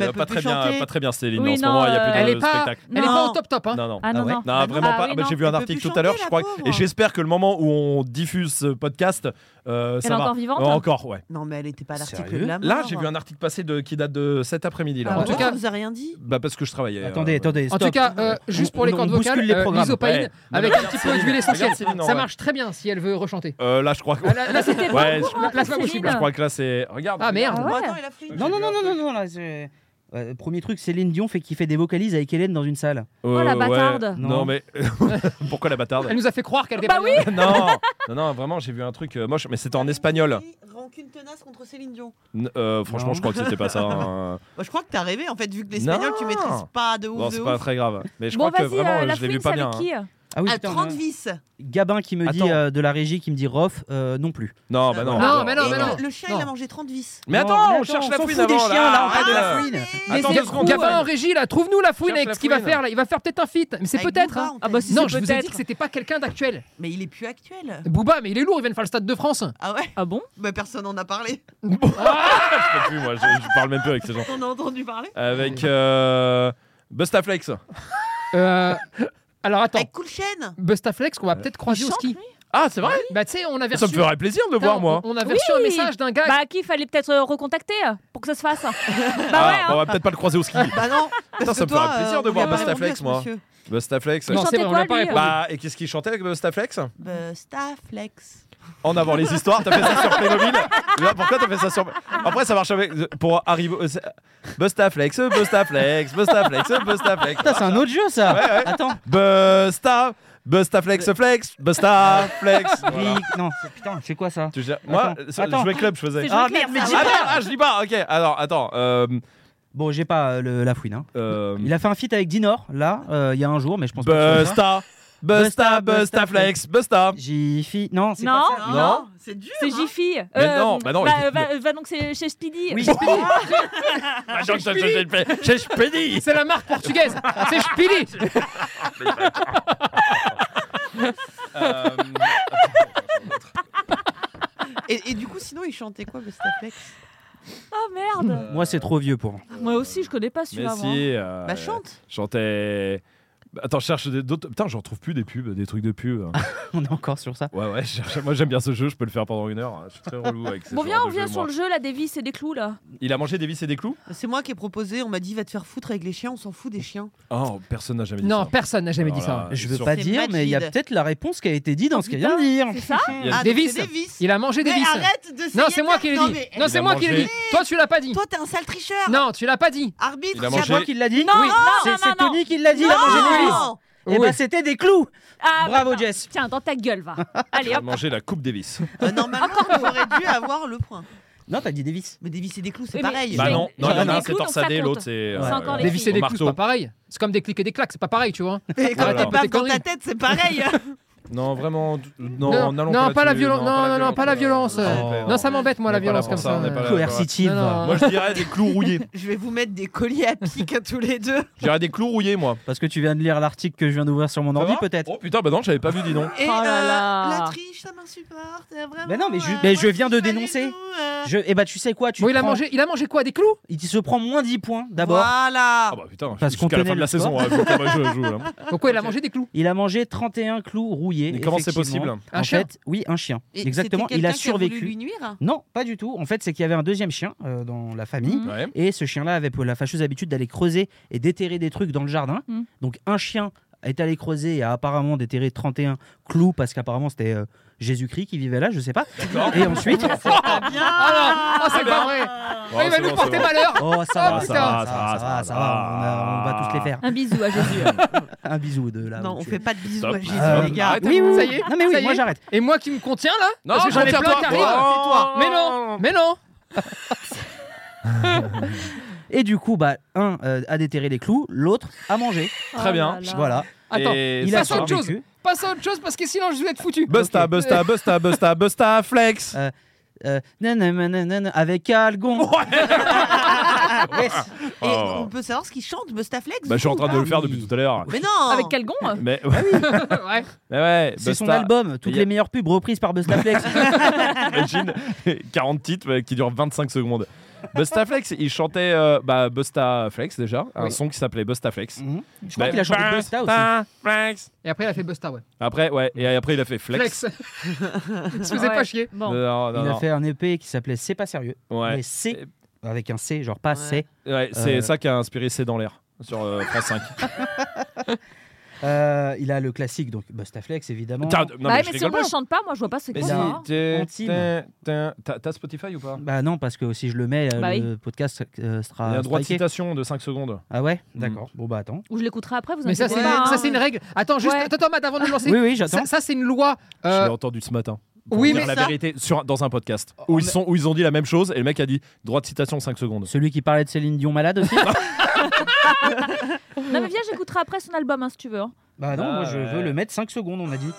[SPEAKER 6] Euh,
[SPEAKER 5] peut
[SPEAKER 6] pas,
[SPEAKER 5] plus
[SPEAKER 6] très bien,
[SPEAKER 5] chanter.
[SPEAKER 6] pas très bien Céline
[SPEAKER 8] Oui,
[SPEAKER 6] en ce
[SPEAKER 8] non,
[SPEAKER 6] moment, il y a plus
[SPEAKER 8] euh,
[SPEAKER 6] de
[SPEAKER 7] Elle est pas,
[SPEAKER 6] spectacle.
[SPEAKER 7] elle est pas
[SPEAKER 5] Non.
[SPEAKER 7] au top top. Hein.
[SPEAKER 6] Non, non.
[SPEAKER 8] Ah non, non.
[SPEAKER 6] Non, vraiment
[SPEAKER 8] Ah
[SPEAKER 6] pas.
[SPEAKER 8] oui,
[SPEAKER 6] Bah,
[SPEAKER 8] non.
[SPEAKER 6] J'ai vu un
[SPEAKER 5] Elle peut plus
[SPEAKER 6] article tout à
[SPEAKER 5] chanter,
[SPEAKER 6] l'heure, je
[SPEAKER 5] la
[SPEAKER 6] crois.
[SPEAKER 5] pauvre.
[SPEAKER 6] Et j'espère que le moment où on diffuse ce podcast, euh,
[SPEAKER 8] Elle est
[SPEAKER 6] ça va.
[SPEAKER 8] encore vivante
[SPEAKER 6] Euh, Encore, ouais.
[SPEAKER 5] Ah Non, mais elle était pas à l'article
[SPEAKER 1] Sérieux
[SPEAKER 5] de la
[SPEAKER 6] Là,
[SPEAKER 5] mort.
[SPEAKER 6] j'ai vu un article passer de, qui date de ce, cet après-midi là.
[SPEAKER 7] Ah, en tout
[SPEAKER 5] tout
[SPEAKER 7] cas-
[SPEAKER 5] cas, vous a rien dit.
[SPEAKER 6] Bah parce que je travaillais.
[SPEAKER 1] Attendez,
[SPEAKER 6] euh,
[SPEAKER 1] attendez.
[SPEAKER 7] En
[SPEAKER 1] stop.
[SPEAKER 7] tout cas, euh,
[SPEAKER 1] On-
[SPEAKER 7] juste pour les
[SPEAKER 1] on-
[SPEAKER 7] cordes
[SPEAKER 1] on bouscule
[SPEAKER 7] vocales,
[SPEAKER 1] les
[SPEAKER 7] euh,
[SPEAKER 1] programmes.
[SPEAKER 7] l'isopaïne
[SPEAKER 6] Ouais.
[SPEAKER 7] avec un petit peu d'huile essentielle.
[SPEAKER 6] Regarde Céline, en
[SPEAKER 7] Ça
[SPEAKER 6] vrai.
[SPEAKER 7] marche très bien si elle veut rechanter.
[SPEAKER 6] Euh, là je crois que.
[SPEAKER 7] Ah, Là, là,
[SPEAKER 8] C'était
[SPEAKER 7] c'est-
[SPEAKER 6] Ouais,
[SPEAKER 8] bon,
[SPEAKER 6] je-
[SPEAKER 8] hein,
[SPEAKER 7] là, c'est pas
[SPEAKER 8] Céline.
[SPEAKER 7] possible,
[SPEAKER 6] Je crois que là c'est. Regarde. Euh,
[SPEAKER 7] Ah merde.
[SPEAKER 8] Ah
[SPEAKER 5] Bon,
[SPEAKER 8] ouais.
[SPEAKER 5] attends, il a flippé.
[SPEAKER 1] Non, non, non, non, non, non, là, c'est- Ouais, premier truc, Céline Dion fait qui fait des vocalises avec Hélène dans une salle.
[SPEAKER 8] Oh, la
[SPEAKER 6] Euh, ouais.
[SPEAKER 8] bâtarde.
[SPEAKER 6] Non,
[SPEAKER 1] Non.
[SPEAKER 6] mais pourquoi la bâtarde
[SPEAKER 7] Elle nous a fait croire qu'elle était
[SPEAKER 8] Bah
[SPEAKER 7] pas-
[SPEAKER 8] oui
[SPEAKER 6] non, non, non, vraiment, j'ai vu un truc euh, moche, mais c'était en espagnol.
[SPEAKER 5] Rancune tenace contre Céline Dion.
[SPEAKER 6] N- euh, franchement,
[SPEAKER 1] Non.
[SPEAKER 6] je crois que c'était pas ça. hein.
[SPEAKER 5] Bah, je crois que t'as rêvé en fait, vu que l'espagnol
[SPEAKER 6] Non.
[SPEAKER 5] tu maîtrises pas de ouf.
[SPEAKER 6] Bon,
[SPEAKER 5] de
[SPEAKER 6] c'est
[SPEAKER 5] ouf.
[SPEAKER 6] pas très grave. Mais je
[SPEAKER 8] Bon,
[SPEAKER 6] crois
[SPEAKER 8] vas-y,
[SPEAKER 6] que vraiment,
[SPEAKER 8] euh,
[SPEAKER 6] euh,
[SPEAKER 8] la
[SPEAKER 6] je l'ai vu
[SPEAKER 8] flume,
[SPEAKER 6] pas
[SPEAKER 8] c'est
[SPEAKER 6] bien.
[SPEAKER 8] avec
[SPEAKER 6] hein.
[SPEAKER 8] qui euh
[SPEAKER 1] Ah oui,
[SPEAKER 5] à
[SPEAKER 1] putain,
[SPEAKER 5] 30
[SPEAKER 1] euh,
[SPEAKER 5] vis.
[SPEAKER 1] Gabin qui me dit
[SPEAKER 6] Attends.
[SPEAKER 1] euh, de la régie qui me dit Rof, euh, non plus.
[SPEAKER 6] Non, bah non.
[SPEAKER 7] Non,
[SPEAKER 6] attends,
[SPEAKER 7] mais non,
[SPEAKER 5] Et
[SPEAKER 7] mais
[SPEAKER 5] le-
[SPEAKER 7] non.
[SPEAKER 5] Le chien, il a mangé Ah, 30 vis.
[SPEAKER 6] Mais
[SPEAKER 1] Non,
[SPEAKER 6] attends, on cherche
[SPEAKER 1] on
[SPEAKER 6] la
[SPEAKER 1] s'en
[SPEAKER 6] fouine
[SPEAKER 1] fout des
[SPEAKER 6] avant,
[SPEAKER 1] chiens, là, on
[SPEAKER 6] là,
[SPEAKER 1] parle de la
[SPEAKER 6] arrête.
[SPEAKER 1] fouine.
[SPEAKER 7] Mais
[SPEAKER 6] Attends
[SPEAKER 7] c'est-
[SPEAKER 6] deux secondes.
[SPEAKER 7] Gabin en régie là, trouve-nous la fouine
[SPEAKER 6] Cherche
[SPEAKER 7] avec
[SPEAKER 6] la
[SPEAKER 7] ce qu'il va
[SPEAKER 6] fouine.
[SPEAKER 7] faire là. Il va faire peut-être un feat, mais c'est
[SPEAKER 5] Avec
[SPEAKER 7] peut-être.
[SPEAKER 5] Booba,
[SPEAKER 7] hein.
[SPEAKER 5] en
[SPEAKER 8] Ah
[SPEAKER 5] fait.
[SPEAKER 8] bah si,
[SPEAKER 7] Non,
[SPEAKER 8] c'est
[SPEAKER 7] je vous ai dit
[SPEAKER 8] peut-être.
[SPEAKER 7] que c'était pas quelqu'un d'actuel.
[SPEAKER 5] Mais il est plus actuel.
[SPEAKER 7] Booba, mais il est lourd, il vient de faire le stade de France.
[SPEAKER 5] Ah ouais
[SPEAKER 8] Ah bon
[SPEAKER 5] Bah personne en a parlé.
[SPEAKER 6] Je peux plus, moi, je, je parle même plus avec ces gens.
[SPEAKER 5] On a entendu parler.
[SPEAKER 6] Avec euh, Bustaflex.
[SPEAKER 7] Euh, alors attends,
[SPEAKER 5] Avec Cool Chain.
[SPEAKER 7] Bustaflex qu'on va peut-être croiser
[SPEAKER 8] Il
[SPEAKER 7] au
[SPEAKER 8] chante,
[SPEAKER 7] ski.
[SPEAKER 6] Euh, Ah, c'est vrai
[SPEAKER 7] Bah tu sais, on avait
[SPEAKER 6] Ça me
[SPEAKER 7] reçu-
[SPEAKER 6] ferait plaisir de le
[SPEAKER 7] Putain,
[SPEAKER 6] voir, moi.
[SPEAKER 7] On, on avait reçu un
[SPEAKER 8] Oui.
[SPEAKER 7] message d'un gars.
[SPEAKER 8] Bah à qui il fallait peut-être euh, recontacter euh, pour que ça se fasse Bah
[SPEAKER 6] Ah,
[SPEAKER 8] ouais,
[SPEAKER 6] bah, on
[SPEAKER 8] hein.
[SPEAKER 6] va peut-être pas le croiser au ski.
[SPEAKER 5] Bah non.
[SPEAKER 6] Putain,
[SPEAKER 5] Parce
[SPEAKER 6] ça
[SPEAKER 5] que
[SPEAKER 6] me ferait
[SPEAKER 5] toi,
[SPEAKER 6] plaisir
[SPEAKER 5] euh,
[SPEAKER 6] de
[SPEAKER 5] on
[SPEAKER 6] voir
[SPEAKER 5] lui a pas
[SPEAKER 6] Bustaflex,
[SPEAKER 5] répondu à ce
[SPEAKER 6] moi.
[SPEAKER 5] monsieur.
[SPEAKER 6] Bustaflex.
[SPEAKER 8] Il
[SPEAKER 7] Non, c'est
[SPEAKER 8] chantait
[SPEAKER 7] vrai, on
[SPEAKER 8] quoi,
[SPEAKER 7] l'a pas
[SPEAKER 8] lui hein.
[SPEAKER 7] répondu.
[SPEAKER 6] Bah, et qu'est-ce qu'il chantait avec Bustaflex
[SPEAKER 5] Bustaflex.
[SPEAKER 6] En avant les histoires, t'as fait ça sur Playmobil Là, Pourquoi t'as fait ça sur. Après, ça marche avec. Pour arriver. au- c'est- Bustaflex, Bustaflex, Bustaflex, Bustaflex.
[SPEAKER 1] Putain, c'est un autre jeu Ah, ça.
[SPEAKER 6] Ouais, ouais.
[SPEAKER 1] Attends.
[SPEAKER 6] Busta, Bustaflex, flex, Bustaflex. Voilà.
[SPEAKER 1] Rick- Non, c'est- putain, c'est quoi ça
[SPEAKER 6] Tu gères- Moi,
[SPEAKER 1] Attends,
[SPEAKER 6] ça,
[SPEAKER 1] attends.
[SPEAKER 6] je jouais club, je faisais.
[SPEAKER 8] C'est
[SPEAKER 1] Ah,
[SPEAKER 8] joué clair,
[SPEAKER 1] mais
[SPEAKER 8] ça.
[SPEAKER 1] dis
[SPEAKER 6] Ah
[SPEAKER 1] pas.
[SPEAKER 6] merde, ah, je dis pas, ok. Alors, attends. Euh,
[SPEAKER 1] Bon, j'ai pas euh, le- la fouine. hein.
[SPEAKER 6] euh,
[SPEAKER 1] Il a fait un feat avec Dinor là, euh, il y a un jour, mais je pense pas. que ce soit ça.
[SPEAKER 6] Busta, Busta, Bustaflex, Busta.
[SPEAKER 1] J'ai fait. Non, c'est
[SPEAKER 8] Non.
[SPEAKER 1] pas ça.
[SPEAKER 6] Non.
[SPEAKER 5] Ah, C'est dur.
[SPEAKER 8] C'est Jiffy. Euh,
[SPEAKER 6] Mais non, bah non, il-
[SPEAKER 8] Va, va- va donc chez, chez Speedy.
[SPEAKER 1] Oui,
[SPEAKER 6] Ah, je- je- je- je- je- je- je pédis.
[SPEAKER 7] C'est la marque portugaise. c'est
[SPEAKER 6] Ah,
[SPEAKER 7] Spili.
[SPEAKER 6] Euh,
[SPEAKER 5] Et, et du coup, sinon, il chantait quoi, Bustaflex
[SPEAKER 8] Ah merde.
[SPEAKER 1] Moi, c'est trop vieux pour moi.
[SPEAKER 8] Moi aussi, je connais pas
[SPEAKER 6] Mais
[SPEAKER 8] celui-là. moi.
[SPEAKER 6] si. euh,
[SPEAKER 5] Bah chante.
[SPEAKER 6] Chantais. Bah, Attends, je cherche des- d'autres. Putain, j'en trouve plus des pubs, des trucs de pub. hein.
[SPEAKER 1] On est encore sur ça.
[SPEAKER 6] Ouais, ouais, je cherche- moi j'aime bien ce jeu, je peux le faire pendant une heure. hein. Je suis très relou avec ce
[SPEAKER 8] Bon,
[SPEAKER 6] genre
[SPEAKER 8] viens, on
[SPEAKER 6] de jeu,
[SPEAKER 8] revient sur
[SPEAKER 6] moi.
[SPEAKER 8] le jeu là des vis et des clous là.
[SPEAKER 6] Il a mangé des vis et des clous
[SPEAKER 5] C'est moi qui ai proposé. On m'a dit, va te faire foutre avec les chiens. On s'en fout des chiens.
[SPEAKER 6] Oh, personne n'a jamais dit
[SPEAKER 7] Non,
[SPEAKER 6] ça.
[SPEAKER 7] personne n'a jamais dit
[SPEAKER 6] Alors
[SPEAKER 7] ça.
[SPEAKER 6] là,
[SPEAKER 1] Je veux
[SPEAKER 6] sur-
[SPEAKER 1] pas
[SPEAKER 5] C'est
[SPEAKER 1] dire, mais il y a
[SPEAKER 5] Majid.
[SPEAKER 1] peut-être la réponse qui a été dit dans ce qu'elle vient de dire.
[SPEAKER 8] Oh, C'est ça
[SPEAKER 6] Il y a-
[SPEAKER 5] Ah,
[SPEAKER 7] Des
[SPEAKER 5] donc c'est des
[SPEAKER 7] vis.
[SPEAKER 5] vis.
[SPEAKER 7] Il a mangé des
[SPEAKER 5] Mais
[SPEAKER 7] vis.
[SPEAKER 5] arrête de
[SPEAKER 7] Non,
[SPEAKER 5] saigner
[SPEAKER 7] c'est moi
[SPEAKER 5] de
[SPEAKER 7] qui l'ai
[SPEAKER 5] la-
[SPEAKER 7] dit.
[SPEAKER 5] Non, mais-
[SPEAKER 7] Non,
[SPEAKER 6] Il
[SPEAKER 7] c'est
[SPEAKER 6] a
[SPEAKER 7] moi qui l'ai
[SPEAKER 6] mangé.
[SPEAKER 7] dit. Toi, tu l'as pas dit.
[SPEAKER 5] Toi, t'es un sale tricheur.
[SPEAKER 7] Non, tu l'as pas dit.
[SPEAKER 5] Arbitre,
[SPEAKER 6] Il a
[SPEAKER 5] c'est
[SPEAKER 1] C'est
[SPEAKER 6] mangé-
[SPEAKER 1] toi qui l'a dit
[SPEAKER 8] Non, non,
[SPEAKER 1] C'est
[SPEAKER 8] non,
[SPEAKER 1] c'est
[SPEAKER 8] non, Oh.
[SPEAKER 1] Tony qui l'a dit, il a mangé des vis.
[SPEAKER 5] Non
[SPEAKER 1] Eh
[SPEAKER 7] Oui.
[SPEAKER 1] ben, c'était des clous
[SPEAKER 8] Ah,
[SPEAKER 1] Bravo,
[SPEAKER 8] bah, non.
[SPEAKER 1] Jess.
[SPEAKER 8] Tiens, dans ta gueule, va.
[SPEAKER 6] Il
[SPEAKER 8] Allez,
[SPEAKER 6] a
[SPEAKER 8] hop.
[SPEAKER 6] mangé la coupe des vis.
[SPEAKER 5] Euh, Normalement, j'aurais dû avoir le point.
[SPEAKER 1] Non, t'as dit des vis.
[SPEAKER 5] Mais des vis et des clous, c'est
[SPEAKER 8] Oui, mais-
[SPEAKER 5] pareil.
[SPEAKER 8] Il
[SPEAKER 6] bah
[SPEAKER 8] fait-
[SPEAKER 6] non,
[SPEAKER 8] il
[SPEAKER 6] non, il y
[SPEAKER 8] fait
[SPEAKER 6] en a
[SPEAKER 8] des
[SPEAKER 6] un c'est
[SPEAKER 8] clous, donc ça
[SPEAKER 6] torsadé,
[SPEAKER 8] compte.
[SPEAKER 6] l'autre c'est.
[SPEAKER 1] C'est
[SPEAKER 8] encore
[SPEAKER 7] Des vis et des
[SPEAKER 6] Au
[SPEAKER 7] coups, c'est
[SPEAKER 6] marteau.
[SPEAKER 7] pas pareil. C'est comme des clics et des claques, c'est pas pareil, tu vois.
[SPEAKER 5] Et quand
[SPEAKER 6] Voilà.
[SPEAKER 5] tu baffes dans ta
[SPEAKER 7] Conneries.
[SPEAKER 5] tête, c'est pareil.
[SPEAKER 6] Non, vraiment. d- Non,
[SPEAKER 7] Non,
[SPEAKER 6] n'allons
[SPEAKER 7] non, pas la
[SPEAKER 6] là-dessus,
[SPEAKER 7] violence. Non, non, non, pas la violence.
[SPEAKER 1] Ah,
[SPEAKER 6] non,
[SPEAKER 7] Euh, Non, ça m'embête, moi,
[SPEAKER 6] On
[SPEAKER 7] la
[SPEAKER 6] est pas là
[SPEAKER 7] violence
[SPEAKER 6] pour
[SPEAKER 7] comme
[SPEAKER 6] ça,
[SPEAKER 7] ça.
[SPEAKER 6] on est pas là.
[SPEAKER 1] Coercitive.
[SPEAKER 7] Non, non.
[SPEAKER 6] Moi je dirais des clous rouillés.
[SPEAKER 5] Je vais vous mettre des colliers à pic à tous les deux.
[SPEAKER 6] Je dirais des clous rouillés moi.
[SPEAKER 1] Parce que tu viens de lire l'article que je viens d'ouvrir sur mon
[SPEAKER 6] Ça
[SPEAKER 1] ordi,
[SPEAKER 6] va
[SPEAKER 1] peut-être.
[SPEAKER 6] Oh putain, bah non, j'avais pas vu, dis donc.
[SPEAKER 5] Et
[SPEAKER 8] Oh là
[SPEAKER 5] euh,
[SPEAKER 8] là.
[SPEAKER 5] la triche, ça m'insupporte. euh, Vraiment.
[SPEAKER 1] Mais non, mais je-
[SPEAKER 5] euh,
[SPEAKER 1] mais
[SPEAKER 5] moi,
[SPEAKER 1] je viens
[SPEAKER 5] il
[SPEAKER 1] de
[SPEAKER 5] fallait
[SPEAKER 1] dénoncer.
[SPEAKER 5] nous, euh,
[SPEAKER 1] Je... Eh ben, tu sais quoi tu
[SPEAKER 7] Bon, il a
[SPEAKER 1] prends-
[SPEAKER 7] mangé, il a mangé quoi Des clous
[SPEAKER 1] Il se prend moins 10 points, d'abord.
[SPEAKER 5] Voilà.
[SPEAKER 6] Ah bah putain,
[SPEAKER 1] Parce qu'on
[SPEAKER 6] jusqu'à la
[SPEAKER 1] connaît
[SPEAKER 6] fin de la
[SPEAKER 1] le
[SPEAKER 6] saison,
[SPEAKER 1] score.
[SPEAKER 6] hein, faut que moi, je joue, là.
[SPEAKER 7] Pourquoi il a mangé des clous
[SPEAKER 1] Il a mangé 31 clous rouillés.
[SPEAKER 6] Mais comment c'est
[SPEAKER 1] effectivement.
[SPEAKER 6] possible
[SPEAKER 7] Un
[SPEAKER 1] en
[SPEAKER 7] chien
[SPEAKER 1] fait, oui, un chien.
[SPEAKER 5] Et
[SPEAKER 1] Exactement,
[SPEAKER 5] c'était
[SPEAKER 1] il a
[SPEAKER 5] quelqu'un qui voulu
[SPEAKER 1] survécu.
[SPEAKER 5] lui nuire
[SPEAKER 1] Non, pas du tout. En fait, c'est qu'il y avait un deuxième chien euh, dans la famille.
[SPEAKER 8] Mhm.
[SPEAKER 6] Ouais.
[SPEAKER 1] Et ce chien-là avait pour la fâcheuse habitude d'aller creuser et déterrer des trucs dans le jardin.
[SPEAKER 8] Mhm.
[SPEAKER 1] Donc un chien est allé creuser et a apparemment déterré 31 clous parce qu'apparemment c'était euh, Jésus-Christ qui vivait là, je sais pas. Et ensuite,
[SPEAKER 5] Ah bien.
[SPEAKER 7] Ah non, ah, c'est pas vrai.
[SPEAKER 6] Oh,
[SPEAKER 7] Ah, il va
[SPEAKER 6] c'est
[SPEAKER 7] nous
[SPEAKER 6] bon,
[SPEAKER 7] porter
[SPEAKER 6] c'est bon.
[SPEAKER 7] malheur.
[SPEAKER 1] oh ça va,
[SPEAKER 7] Ah,
[SPEAKER 1] ça va, ça
[SPEAKER 7] putain.
[SPEAKER 1] va, ça va, ça va, on a- on va tous les faire.
[SPEAKER 8] Un bisou à Jésus.
[SPEAKER 1] Un bisou de là.
[SPEAKER 5] Non,
[SPEAKER 1] où
[SPEAKER 5] on
[SPEAKER 1] tu
[SPEAKER 5] fait
[SPEAKER 1] es.
[SPEAKER 5] pas de bisous
[SPEAKER 6] Stop.
[SPEAKER 5] à Jésus,
[SPEAKER 1] Euh,
[SPEAKER 5] les gars.
[SPEAKER 1] arrête. Oui, oui,
[SPEAKER 7] Ça
[SPEAKER 1] oui.
[SPEAKER 7] y est,
[SPEAKER 1] Non mais oui,
[SPEAKER 7] ça y
[SPEAKER 1] moi
[SPEAKER 7] est.
[SPEAKER 1] j'arrête.
[SPEAKER 7] Et moi qui me contiens là
[SPEAKER 6] Non,
[SPEAKER 7] Parce que j'en ai
[SPEAKER 6] contiens-toi.
[SPEAKER 7] plein qui arrivent.
[SPEAKER 6] Oh.
[SPEAKER 7] Mais non, mais non.
[SPEAKER 1] Et du coup, bah un euh, a déterré les clous, l'autre a mangé.
[SPEAKER 8] Oh
[SPEAKER 6] Très bien.
[SPEAKER 1] Voilà.
[SPEAKER 7] Ah, Attends,
[SPEAKER 6] Et
[SPEAKER 1] Il
[SPEAKER 6] ça
[SPEAKER 1] a
[SPEAKER 7] passe à autre
[SPEAKER 6] sera-
[SPEAKER 7] chose.
[SPEAKER 1] survécu.
[SPEAKER 7] Passe à autre chose parce que sinon je vais être foutu.
[SPEAKER 6] Busta,
[SPEAKER 7] Ok.
[SPEAKER 6] Busta, Busta, Busta, Busta, Flex.
[SPEAKER 1] Euh, nanananana, avec Algon. Yes.
[SPEAKER 5] Et on peut savoir ce qu'il chante, Bustaflex
[SPEAKER 6] Oh. Bah, je suis en train de le faire
[SPEAKER 1] Oui.
[SPEAKER 6] depuis tout à l'heure.
[SPEAKER 5] Mais non
[SPEAKER 8] Avec Calgon
[SPEAKER 6] Mais
[SPEAKER 7] Ouais.
[SPEAKER 6] mais ouais,
[SPEAKER 1] Ah C'est son
[SPEAKER 6] Busta,
[SPEAKER 1] album, toutes
[SPEAKER 6] y a-
[SPEAKER 1] les meilleures pubs reprises par Bustaflex.
[SPEAKER 6] Imagine 40 titres ouais, qui durent 25 secondes. Busta Flex, il chantait euh, bah, Busta Flex déjà, un
[SPEAKER 1] Oui.
[SPEAKER 6] son qui s'appelait Busta Flex.
[SPEAKER 1] Mhm. Je crois
[SPEAKER 6] Bah,
[SPEAKER 1] qu'il a chanté Busta aussi.
[SPEAKER 6] Busta Flex.
[SPEAKER 7] Et après il a fait Busta, ouais.
[SPEAKER 6] Après, ouais, et après il a fait Flex.
[SPEAKER 7] Flex. il se faisait
[SPEAKER 8] Ouais.
[SPEAKER 7] pas chier.
[SPEAKER 8] Bon.
[SPEAKER 6] Non, non,
[SPEAKER 1] Il
[SPEAKER 6] non.
[SPEAKER 1] a fait un EP qui E s'appelait C'est pas sérieux.
[SPEAKER 6] Ouais.
[SPEAKER 1] Mais c'est
[SPEAKER 6] Et
[SPEAKER 1] avec un C, genre pas C.
[SPEAKER 5] Ouais.
[SPEAKER 6] Ouais, c'est
[SPEAKER 1] Euh.
[SPEAKER 6] ça qui a inspiré C'est dans l'air sur euh, France 5.
[SPEAKER 1] Euh, il a le classique, donc Bustaflex évidemment.
[SPEAKER 6] T'as- non,
[SPEAKER 8] bah,
[SPEAKER 6] mais
[SPEAKER 8] ouais,
[SPEAKER 6] je
[SPEAKER 8] mais si
[SPEAKER 6] rigole
[SPEAKER 8] on ne
[SPEAKER 6] pas. hein.
[SPEAKER 8] le chante pas, moi je vois pas ce hein. que
[SPEAKER 6] Mais
[SPEAKER 1] Quoi,
[SPEAKER 6] si,
[SPEAKER 1] ça
[SPEAKER 6] t'es-
[SPEAKER 1] Intime.
[SPEAKER 6] t'es- t'es- t'as t'as Spotify ou pas Ah,
[SPEAKER 1] Bah non, parce que si je le mets, euh,
[SPEAKER 8] Bah
[SPEAKER 1] le podcast euh, sera
[SPEAKER 6] Il y a un droit de
[SPEAKER 1] striké.
[SPEAKER 6] citation de 5 secondes.
[SPEAKER 1] Ah ouais
[SPEAKER 6] Mm.
[SPEAKER 1] D'accord. Bon bah attends.
[SPEAKER 8] Ou je l'écouterai après, vous
[SPEAKER 7] Mais ça,
[SPEAKER 8] inquiétez
[SPEAKER 7] c'est
[SPEAKER 8] pas,
[SPEAKER 7] ça,
[SPEAKER 8] hein.
[SPEAKER 7] c'est une règle. Attends, juste,
[SPEAKER 8] Ouais.
[SPEAKER 7] attends, attends, Matt, avant de le lancer.
[SPEAKER 1] Oui, oui, j'attends.
[SPEAKER 7] ça, ça, c'est une loi.
[SPEAKER 6] Je
[SPEAKER 7] euh,
[SPEAKER 6] l'ai entendu ce matin. Pour
[SPEAKER 7] oui,
[SPEAKER 6] dire
[SPEAKER 7] mais
[SPEAKER 6] la
[SPEAKER 5] ça-
[SPEAKER 6] vérité sur, dans un podcast où ils, sont, où ils ont dit la même chose et le mec a dit droit de citation 5 secondes.
[SPEAKER 1] Celui qui parlait de Céline Dion malade aussi
[SPEAKER 8] Non mais viens, j'écouterai après son album hein, si tu veux. hein.
[SPEAKER 1] Bah non,
[SPEAKER 6] Ah
[SPEAKER 1] moi je
[SPEAKER 6] ouais.
[SPEAKER 1] veux le mettre 5 secondes, on a dit.